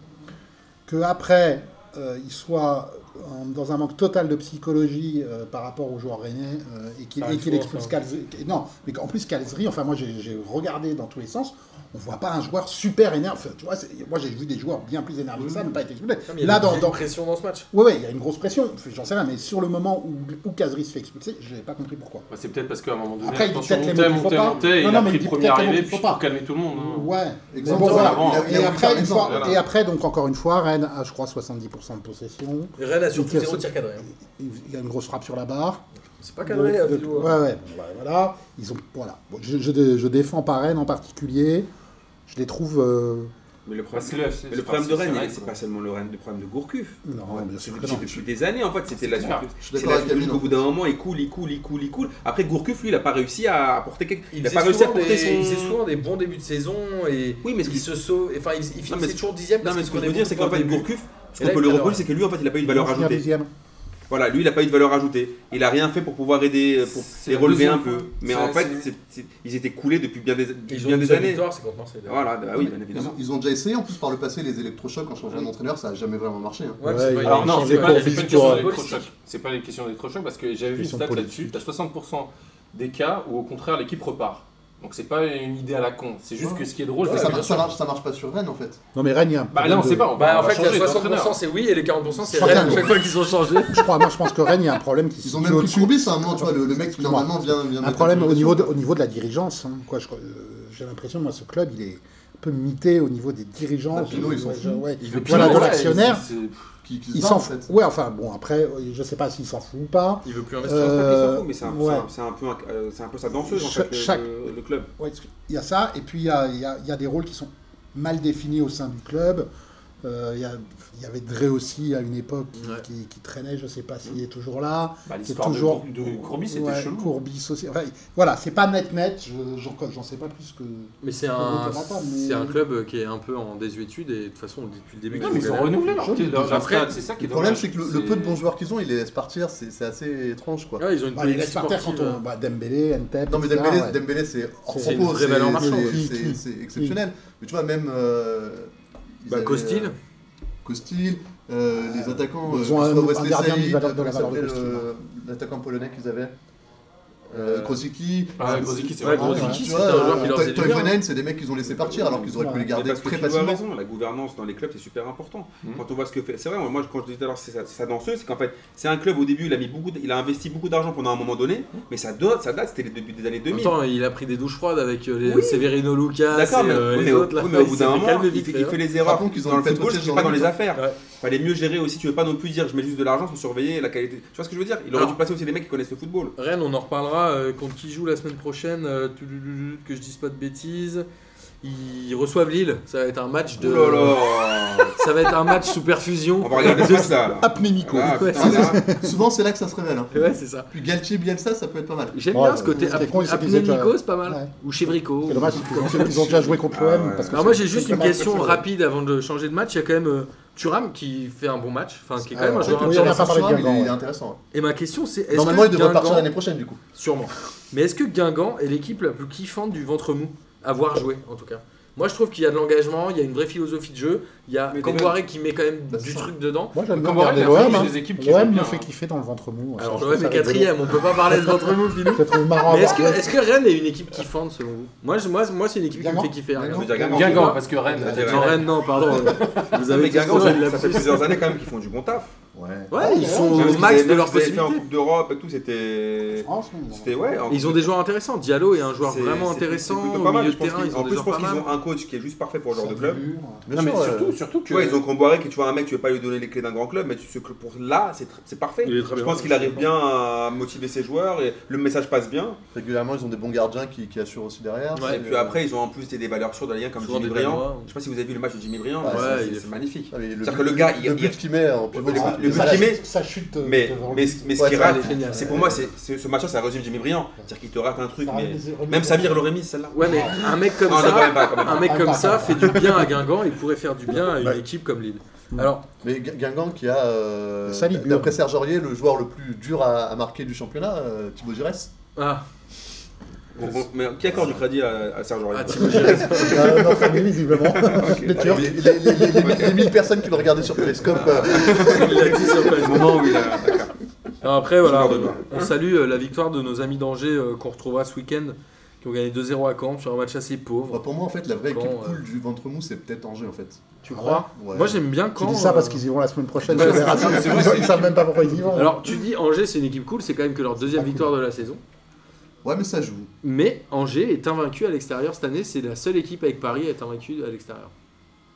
Speaker 4: Que après, euh, il soit en- dans un manque total de psychologie euh, par rapport aux joueurs rennais euh, et qu'il
Speaker 1: Ça arrive
Speaker 4: et qu'il
Speaker 1: souvent,
Speaker 4: expulse
Speaker 1: ça.
Speaker 4: Calzeri. Non, mais qu'en plus Calzeri, enfin moi j'ai j'ai regardé dans tous les sens, on voit pas un joueur super énervé. Enfin, Tu vois, c'est- moi j'ai vu des joueurs bien plus énervés que ça, ne pas être expulsés.
Speaker 1: Non, mais il y
Speaker 4: Là,
Speaker 1: a
Speaker 4: dans,
Speaker 1: une
Speaker 4: dans-
Speaker 1: pression dans ce match.
Speaker 4: Ouais, ouais, il y a une grosse pression, Enfin, j'en sais rien, mais sur le moment où, où Kazri se fait expulser, je n'ai pas compris pourquoi.
Speaker 3: Bah, c'est peut-être parce qu'à un moment donné,
Speaker 4: Après, il dit
Speaker 3: attention,
Speaker 4: peut-être les
Speaker 3: montait,
Speaker 4: mots qu'il faut
Speaker 3: montait,
Speaker 4: pas.
Speaker 3: montait,
Speaker 4: Non,
Speaker 3: il
Speaker 4: non,
Speaker 3: a
Speaker 4: mais il
Speaker 3: pris
Speaker 4: dit peut-être
Speaker 3: le premier
Speaker 4: les mots
Speaker 3: arrivé,
Speaker 4: qu'il faut
Speaker 3: puis
Speaker 4: pas.
Speaker 3: pour calmer tout le monde. hein.
Speaker 4: Ouais, mais bon,
Speaker 5: Exactement.
Speaker 4: voilà.
Speaker 3: Il a-
Speaker 5: il a
Speaker 4: Et
Speaker 5: voulu faire
Speaker 4: après, une
Speaker 5: l'exemple,
Speaker 4: fois-
Speaker 5: voilà.
Speaker 4: et après, donc encore une fois, Rennes a, je crois, 70% de possession.
Speaker 1: Rennes a surtout
Speaker 4: Nickel,
Speaker 1: 0
Speaker 4: ça-
Speaker 1: tir cadré. hein.
Speaker 4: Il y a une grosse frappe sur la barre.
Speaker 1: C'est pas cadré, à
Speaker 4: De-
Speaker 1: Philou, hein.
Speaker 4: Ouais, ouais, bon, bah, voilà. Ils ont, voilà. Bon, je, je dé- je défends pas Rennes en particulier. Je les trouve. euh,
Speaker 2: Mais le
Speaker 3: Parce que là,
Speaker 2: problème,
Speaker 3: c'est-
Speaker 2: mais le
Speaker 3: c'est
Speaker 2: problème
Speaker 3: pas-
Speaker 2: de
Speaker 3: c'est-
Speaker 2: Rennes,
Speaker 3: c'est
Speaker 2: il-
Speaker 3: Rennes,
Speaker 2: c'est
Speaker 3: quoi.
Speaker 2: pas seulement le Rennes, le problème de Gourcuff.
Speaker 4: Non, Ah bien
Speaker 2: C'est
Speaker 4: sûr que
Speaker 2: depuis,
Speaker 4: non.
Speaker 2: depuis des années en fait, c'était la
Speaker 3: clair.
Speaker 2: surprise.
Speaker 5: Je suis
Speaker 2: C'est
Speaker 5: d'accord
Speaker 2: la
Speaker 5: avec
Speaker 2: surprise qu'au
Speaker 5: Amine.
Speaker 2: bout d'un moment, il coule, il coule, il coule, il coule. Après Gourcuff, lui, il a pas réussi à apporter quelque Il, a
Speaker 1: faisait
Speaker 2: pas réussi à
Speaker 1: souvent
Speaker 2: porter
Speaker 1: des-
Speaker 2: son.
Speaker 1: il faisait souvent des bons débuts de saison et
Speaker 2: Oui, mais ce
Speaker 1: il
Speaker 2: qu'il-
Speaker 1: se sauve. Enfin, il, il
Speaker 2: mais
Speaker 1: finissait
Speaker 2: ce-
Speaker 1: toujours dixième.
Speaker 2: Non,
Speaker 1: parce
Speaker 2: mais
Speaker 1: qu'il
Speaker 2: ce que je
Speaker 1: prenait
Speaker 2: veux dire, c'est
Speaker 1: beaucoup
Speaker 2: qu'en
Speaker 1: de
Speaker 2: fait,
Speaker 1: buts.
Speaker 2: Gourcuff, ce
Speaker 1: Et là,
Speaker 2: qu'on peut
Speaker 1: il
Speaker 2: le
Speaker 1: fait la
Speaker 2: reprocher, c'est que lui, en fait, il a pas eu de valeur
Speaker 4: Ils vont finir
Speaker 2: ajoutée.
Speaker 4: deuxième.
Speaker 2: Voilà, lui, il n'a pas eu de valeur ajoutée. Il a rien fait pour pouvoir aider, euh, pour
Speaker 3: C'est
Speaker 2: les
Speaker 3: la
Speaker 2: relever
Speaker 3: deuxième
Speaker 2: un peu.
Speaker 3: fois.
Speaker 2: Mais
Speaker 3: C'est-
Speaker 2: en fait,
Speaker 3: c'est-
Speaker 2: c'est- c'est- ils étaient coulés depuis bien des, depuis
Speaker 1: Ils ont
Speaker 2: bien
Speaker 1: une
Speaker 2: des
Speaker 1: seule
Speaker 2: années.
Speaker 1: victoire, c'est contre Marseille. d'ailleurs.
Speaker 2: Voilà, bah oui, bien
Speaker 5: Ils ont,
Speaker 2: évidemment.
Speaker 5: ils ont déjà essayé, en plus par le passé, les électrochocs en changeant d'entraîneur, ça a jamais vraiment marché. hein.
Speaker 1: Ouais, mais
Speaker 4: Ouais,
Speaker 1: c'est
Speaker 4: il
Speaker 1: pas
Speaker 4: a
Speaker 1: une
Speaker 3: Alors
Speaker 1: équipe,
Speaker 3: non,
Speaker 4: changé
Speaker 3: c'est
Speaker 1: c'est
Speaker 3: pas,
Speaker 1: pas
Speaker 4: pour
Speaker 1: une
Speaker 3: c'est
Speaker 1: équipe
Speaker 3: pas une
Speaker 4: Victor.
Speaker 3: question
Speaker 1: de
Speaker 3: d'électrochoc.
Speaker 1: politique.
Speaker 3: C'est pas une question d'électrochoc parce que j'avais vu une
Speaker 4: Question
Speaker 3: stat là-dessus.
Speaker 4: politique.
Speaker 3: T'as 60% des cas où au contraire l'équipe repart. Donc c'est pas une idée à la con. C'est juste
Speaker 5: Ouais.
Speaker 3: que ce qui est drôle,
Speaker 5: Mais
Speaker 3: c'est
Speaker 5: ça,
Speaker 3: que-
Speaker 5: marche, ça, marche, ça marche pas sur Rennes en fait.
Speaker 4: Non, mais Rennes, il y a un
Speaker 3: Bah
Speaker 4: problème
Speaker 3: là on
Speaker 4: de-
Speaker 3: sait pas. On va,
Speaker 1: Bah, en
Speaker 3: on va
Speaker 1: fait, il y a
Speaker 3: changer
Speaker 1: 60%
Speaker 3: d'entraîneur.
Speaker 1: c'est oui et les 40% c'est
Speaker 5: Je crois
Speaker 1: Rennes
Speaker 5: qu'il y a-
Speaker 1: chaque fois qu'ils ont changé.
Speaker 4: Je crois, moi, je pense que Rennes, il y a un problème qui se
Speaker 5: Ils ont
Speaker 4: situe
Speaker 5: même pris
Speaker 4: au-dessus.
Speaker 5: Courbis à un moment, tu vois, le, le mec qui normalement vient. vient
Speaker 4: Un
Speaker 5: mettre
Speaker 4: problème
Speaker 5: la
Speaker 4: au niveau, de,
Speaker 5: pression.
Speaker 4: au niveau de la dirigeance. hein. Quoi, je- euh, j'ai l'impression, moi, ce club, il est un peu mité au niveau des dirigeants.
Speaker 5: Ah, Pino, ils s'en foutent.
Speaker 4: Ouais.
Speaker 1: Il veut
Speaker 4: Voilà,
Speaker 1: plus
Speaker 4: de
Speaker 1: en-
Speaker 4: l'actionnaire.
Speaker 3: C'est- c'est-
Speaker 5: Qui, qui se
Speaker 4: Ils
Speaker 5: bat,
Speaker 4: s'en
Speaker 5: en
Speaker 4: foutent.
Speaker 5: fait.
Speaker 4: Ouais, enfin, bon, après, je sais pas s'ils s'en foutent ou pas.
Speaker 1: Il veut plus investir.
Speaker 2: C'est un stade qui s'en
Speaker 4: Euh,
Speaker 2: fout, mais c'est un,
Speaker 4: ouais.
Speaker 2: c'est un- c'est un peu, un- euh, c'est un peu sa danseuse en
Speaker 4: Chaque-
Speaker 2: fait, le-
Speaker 4: chaque-
Speaker 2: le, le club.
Speaker 4: Ouais, parce que- il y a ça, et puis il y a, il y a- il y a des rôles qui sont mal définis au sein du club. Euh, il, y a- il y avait Dre aussi à une époque qui,
Speaker 1: Ouais.
Speaker 4: qui- qui traînait, je ne sais pas s'il est toujours là.
Speaker 3: Bah,
Speaker 4: C'est
Speaker 3: L'histoire
Speaker 4: toujours-
Speaker 3: toujours... de, de Courbis c'était
Speaker 4: Ouais,
Speaker 3: chelou.
Speaker 4: Courbis aussi. Enfin, voilà, c'est pas net net, je- j'en j'en sais pas plus que.
Speaker 1: Mais c'est
Speaker 4: on
Speaker 1: un,
Speaker 4: retourne pas, mais-
Speaker 1: c'est un club qui est un peu en désuétude et de toute façon on le dit depuis le début.
Speaker 3: Non,
Speaker 1: qu'ils
Speaker 3: mais ils ont
Speaker 1: galèrent.
Speaker 3: renouvelé leur
Speaker 4: Joli.
Speaker 3: leur- leur
Speaker 1: Après,
Speaker 3: stade, c'est ça qui est
Speaker 5: Le problème,
Speaker 3: dommage.
Speaker 5: c'est que le, le peu de bons joueurs qu'ils ont, ils les laissent partir, c'est c'est assez étrange quoi.
Speaker 1: Ouais, ils ont une
Speaker 4: Bah, les
Speaker 1: politique
Speaker 4: laisse par terre quand
Speaker 1: sportive, euh,
Speaker 4: on. Bah, Dembélé, Entep.
Speaker 5: Ah Non mais
Speaker 4: etc.,
Speaker 5: Dembélé,
Speaker 4: ouais.
Speaker 5: Dembélé, c'est hors
Speaker 1: C'est une
Speaker 5: propos,
Speaker 1: vraie valeur marchande,
Speaker 5: c'est-
Speaker 1: ouais.
Speaker 5: c'est- c'est exceptionnel. Mais tu vois même. euh, ils
Speaker 1: Bah,
Speaker 5: avaient,
Speaker 1: Costil.
Speaker 5: euh, Costil, euh, les attaquants.
Speaker 4: ils ont
Speaker 5: euh, que ce
Speaker 4: un-
Speaker 5: soit
Speaker 4: un
Speaker 5: Wesley
Speaker 4: gardien
Speaker 5: Saïd,
Speaker 4: de valeur- de
Speaker 5: comment
Speaker 4: la valeur de
Speaker 5: s'appelait
Speaker 4: costume,
Speaker 5: le- L'attaquant polonais qu'ils avaient. Euh,
Speaker 3: Euh,
Speaker 5: Krosicki.
Speaker 3: Ah, Grozicki, c'est
Speaker 1: Ouais,
Speaker 3: vrai.
Speaker 1: Grozicki,
Speaker 5: Tu
Speaker 1: c'était
Speaker 5: vois,
Speaker 1: un joueur
Speaker 5: euh,
Speaker 1: qui leur faisait du bien.
Speaker 5: Toivonen, c'est des mecs qu'ils ont laissé partir alors qu'ils auraient pu les
Speaker 2: Mais
Speaker 5: garder
Speaker 2: parce que
Speaker 5: très
Speaker 2: tu vois
Speaker 5: facilement.
Speaker 2: raison, la gouvernance dans les clubs c'est super important.
Speaker 3: Mhm.
Speaker 2: Quand on voit ce que fait, c'est vrai. Moi, quand je disais tout à l'heure, c'est sa, c'est sa danseuse, c'est qu'en fait, c'est un club au début, il a mis beaucoup, d- il a investi beaucoup d'argent pendant un moment donné, mais ça date, ça date, c'était les débuts des années
Speaker 1: En même
Speaker 2: 2000.
Speaker 1: temps, il a pris des douches froides avec euh, les
Speaker 2: Oui.
Speaker 1: Severino Lucas et
Speaker 2: D'accord, mais,
Speaker 1: euh,
Speaker 2: mais
Speaker 1: les
Speaker 2: au-
Speaker 1: autres. Là.
Speaker 2: mais au bout d'un moment,
Speaker 1: calme
Speaker 2: il,
Speaker 1: vite
Speaker 2: fait,
Speaker 1: fait,
Speaker 2: il
Speaker 1: hein.
Speaker 2: fait les erreurs.
Speaker 5: Rappelons qu'ils ont
Speaker 2: dans le
Speaker 5: fait
Speaker 2: football,
Speaker 5: coacher
Speaker 2: ce qui est
Speaker 5: Jordan
Speaker 2: pas dans les
Speaker 5: Hugo.
Speaker 2: affaires.
Speaker 1: Ouais.
Speaker 2: Fallait mieux gérer aussi. Tu veux pas non plus dire, je mets juste de l'argent sans surveiller la qualité. Tu vois ce que je veux dire Il aurait
Speaker 1: Non.
Speaker 2: dû passer aussi des mecs qui connaissent le football.
Speaker 1: Rennes, on en reparlera. euh, contre qui joue la semaine prochaine euh, tulululu, Que je dise pas de bêtises. Ils reçoivent Lille. Ça va être un match de.
Speaker 2: Oh là là
Speaker 1: Ça va être un match sous perfusion.
Speaker 2: On va regarder ça, ça là.
Speaker 4: Apnémico.
Speaker 2: Ah,
Speaker 1: Ouais,
Speaker 2: putain, là.
Speaker 5: Souvent, c'est là que ça se révèle. hein.
Speaker 1: Ouais, c'est ça.
Speaker 5: Puis Galtier, Bielsa, ça peut être pas mal.
Speaker 1: J'aime
Speaker 2: Oh,
Speaker 4: Ouais,
Speaker 1: bien
Speaker 4: ouais.
Speaker 1: ce côté
Speaker 4: Ce qui est con,
Speaker 1: apn-
Speaker 4: c'est qu'ils étaient-
Speaker 2: euh,
Speaker 1: apnémico, c'est pas mal.
Speaker 4: Ouais.
Speaker 1: Ou Chevrico.
Speaker 4: C'est dommage, ils ont, ils ont déjà joué contre
Speaker 2: Ah
Speaker 4: l'OM.
Speaker 2: ouais.
Speaker 4: parce que
Speaker 1: Alors moi
Speaker 4: c'est-
Speaker 1: j'ai juste
Speaker 4: c'est
Speaker 1: une
Speaker 4: pas mal,
Speaker 1: question
Speaker 4: c'est-
Speaker 1: rapide avant de changer de match. Il y a quand même euh, Thuram qui fait un bon match, enfin qui est quand
Speaker 4: Ah,
Speaker 1: même un
Speaker 4: ouais.
Speaker 1: joueur
Speaker 4: Oui, on a
Speaker 1: intéressant.
Speaker 4: pas parlé de
Speaker 5: Soir, il est-
Speaker 4: Guingamp,
Speaker 5: Il est
Speaker 4: ouais.
Speaker 5: intéressant.
Speaker 1: Et ma question c'est est-ce
Speaker 5: Normalement,
Speaker 1: que
Speaker 5: il devrait
Speaker 1: Guingamp,
Speaker 5: partir l'année prochaine, du coup.
Speaker 1: sûrement. Mais est-ce que Guingamp est l'équipe la plus kiffante du ventre mou à voir jouer en tout cas Moi je trouve qu'il y a de l'engagement, il y a une vraie philosophie de jeu, il y a
Speaker 3: Mais
Speaker 1: Camboire qui met quand même
Speaker 5: Bah,
Speaker 1: du
Speaker 5: c'est ça.
Speaker 1: truc dedans.
Speaker 4: Moi j'aime bien
Speaker 3: Camboré,
Speaker 4: regarder
Speaker 3: il a fait
Speaker 4: l'OM. hein.
Speaker 3: des équipes qui
Speaker 4: L'OM
Speaker 3: jouent
Speaker 4: me
Speaker 3: bien,
Speaker 4: fait
Speaker 3: hein.
Speaker 4: kiffer dans le ventre mou.
Speaker 1: Alors
Speaker 4: je
Speaker 1: l'OM
Speaker 4: trouve
Speaker 1: est
Speaker 4: ça rigolo.
Speaker 1: quatrième, on peut pas parler de ventre mou Philou.
Speaker 4: Je trouve marrant. à
Speaker 1: Mais est-ce que,
Speaker 4: voir.
Speaker 1: est-ce que Rennes est une équipe kiffante selon vous Moi, je- moi, moi c'est une équipe qui me
Speaker 4: Guingamp
Speaker 1: fait kiffer.
Speaker 5: Guingamp.
Speaker 2: Je veux
Speaker 1: regarde.
Speaker 2: dire, Guingamp.
Speaker 3: Guingamp, parce que Rennes.
Speaker 2: Ah,
Speaker 3: t'as dit
Speaker 1: Non,
Speaker 2: Ouais.
Speaker 1: Rennes, non, pardon. Vous
Speaker 2: Mais
Speaker 1: avez
Speaker 2: Guingamp,
Speaker 1: tous
Speaker 2: ça,
Speaker 1: le
Speaker 2: ça fait
Speaker 1: lapsus.
Speaker 2: plusieurs années quand même qu'ils font du bon taf.
Speaker 5: Ouais.
Speaker 1: Ouais, ils sont
Speaker 2: Même
Speaker 1: au
Speaker 2: ce qu'ils avaient-
Speaker 1: max de
Speaker 2: même
Speaker 1: leurs
Speaker 2: ce qu'ils avaient fait en
Speaker 1: possibilités.
Speaker 2: Coupe d'europe et tout, c'était.
Speaker 4: France, oui,
Speaker 2: C'était ouais. en-
Speaker 1: Ils ont des joueurs intéressants. Diallo est un joueur
Speaker 2: c'est-
Speaker 1: vraiment
Speaker 2: c'est-
Speaker 1: intéressant.
Speaker 2: c'est plutôt
Speaker 1: Au
Speaker 2: pas mal.
Speaker 1: milieu
Speaker 2: Je
Speaker 1: de
Speaker 2: pense
Speaker 1: terrain,
Speaker 2: qu'ils-
Speaker 1: ils ont
Speaker 2: en
Speaker 1: des
Speaker 2: plus, je
Speaker 1: joueurs
Speaker 2: pense
Speaker 1: pas
Speaker 2: qu'ils
Speaker 1: mal.
Speaker 2: ont un coach qui est juste parfait pour le genre de club.
Speaker 5: Bien
Speaker 3: Non, mais
Speaker 5: sûr, euh,
Speaker 3: surtout, surtout que.
Speaker 2: Tu vois, ils ont Comboiré qui, tu vois, un mec, tu veux pas lui donner les clés d'un grand club, mais tu, ce que pour là, c'est tr- c'est parfait.
Speaker 1: Il est très
Speaker 2: Je
Speaker 1: bien.
Speaker 2: pense qu'il arrive bien à motiver ses joueurs et le message passe bien.
Speaker 5: Régulièrement, ils ont des bons gardiens qui, qui assurent aussi derrière.
Speaker 1: Ouais,
Speaker 2: et puis après, ils ont en plus des, des valeurs sûres de la Ligue 1 comme
Speaker 1: Souvent
Speaker 2: Jimmy
Speaker 1: des
Speaker 2: Briand.
Speaker 1: Danois.
Speaker 2: Je sais pas si vous avez vu le match de Jimmy Briand,
Speaker 5: Ouais,
Speaker 2: mais
Speaker 1: ouais,
Speaker 2: c'est-
Speaker 1: il
Speaker 2: c'est
Speaker 1: est
Speaker 2: c'est
Speaker 1: fou.
Speaker 2: magnifique.
Speaker 5: Ah, mais le,
Speaker 2: C'est-à-dire
Speaker 5: but-
Speaker 2: que le gars, il-
Speaker 5: le
Speaker 2: il-
Speaker 5: but qu'il met en pivot,
Speaker 2: le-
Speaker 5: c'est-
Speaker 2: le
Speaker 5: c'est
Speaker 2: but
Speaker 5: la-
Speaker 2: qu'il met-
Speaker 4: Ça chute. euh,
Speaker 2: Mais,
Speaker 4: devant le
Speaker 2: mais,
Speaker 4: but.
Speaker 2: mais ce
Speaker 5: Ouais,
Speaker 2: qui
Speaker 5: c'est
Speaker 2: rate,
Speaker 5: vrai.
Speaker 1: Génial.
Speaker 2: c'est pour moi, c'est c'est- ce match-là, ça résume Jimmy Briand. C'est-à-dire qu'il te rate un truc,
Speaker 4: Ça
Speaker 2: mais
Speaker 4: ramène des- remis
Speaker 2: même
Speaker 4: des-
Speaker 2: Samir l'aurait mis celle-là.
Speaker 1: Ouais, mais un mec comme
Speaker 2: Non, quand
Speaker 1: ça,
Speaker 2: même pas, quand même
Speaker 1: un
Speaker 2: pas.
Speaker 1: mec comme
Speaker 4: Ah,
Speaker 1: ça
Speaker 4: pas,
Speaker 1: fait du bien à Guingamp et pourrait faire du bien à une
Speaker 5: Ouais.
Speaker 1: équipe comme Lille.
Speaker 4: Mm.
Speaker 1: Alors,
Speaker 5: Mais Gu- Guingamp qui a, euh,
Speaker 4: Salibu.
Speaker 5: d'après Serge Aurier, le joueur le plus dur à, à marquer du championnat, euh, Thibaut Giresse.
Speaker 1: ah,
Speaker 2: Bon, bon, Mais qui accorde du crédit à, à Serge Aurier
Speaker 1: ah Thibaut Giresse.
Speaker 4: Euh, Notre ami, visiblement. Les Turcs.
Speaker 5: Les, les, les, les- les 1000 personnes qui l'ont regardé sur Telescope, euh,
Speaker 1: il l'a dit sur
Speaker 2: Au
Speaker 1: Facebook.
Speaker 2: moment où il a. d'accord.
Speaker 1: Alors après, voilà,
Speaker 2: Je me redonne.
Speaker 1: on salue euh, la victoire de nos amis d'Angers euh, qu'on retrouvera ce week-end, qui ont gagné 2-0 à Caen sur un match assez
Speaker 5: bah,
Speaker 1: pauvre.
Speaker 5: pour moi, en fait, la vraie
Speaker 1: Bon,
Speaker 5: équipe
Speaker 1: ouais.
Speaker 5: cool du ventre mou, c'est peut-être Angers, en fait.
Speaker 1: Tu
Speaker 4: Ah
Speaker 1: crois
Speaker 5: ouais
Speaker 1: Moi, j'aime bien
Speaker 4: Tu
Speaker 1: Caen.
Speaker 4: dis ça parce
Speaker 1: euh,
Speaker 4: qu'ils y vont la semaine prochaine.
Speaker 1: Ouais,
Speaker 4: c'est vrai, Ils savent même pas pourquoi ils y vont.
Speaker 1: Alors, tu dis Angers, c'est une équipe cool, c'est quand même que leur deuxième
Speaker 4: Ah, cool.
Speaker 1: victoire de la saison.
Speaker 5: Ouais, mais ça joue.
Speaker 1: Mais Angers est invaincu à l'extérieur cette année. C'est la seule équipe avec Paris à être invaincue à l'extérieur.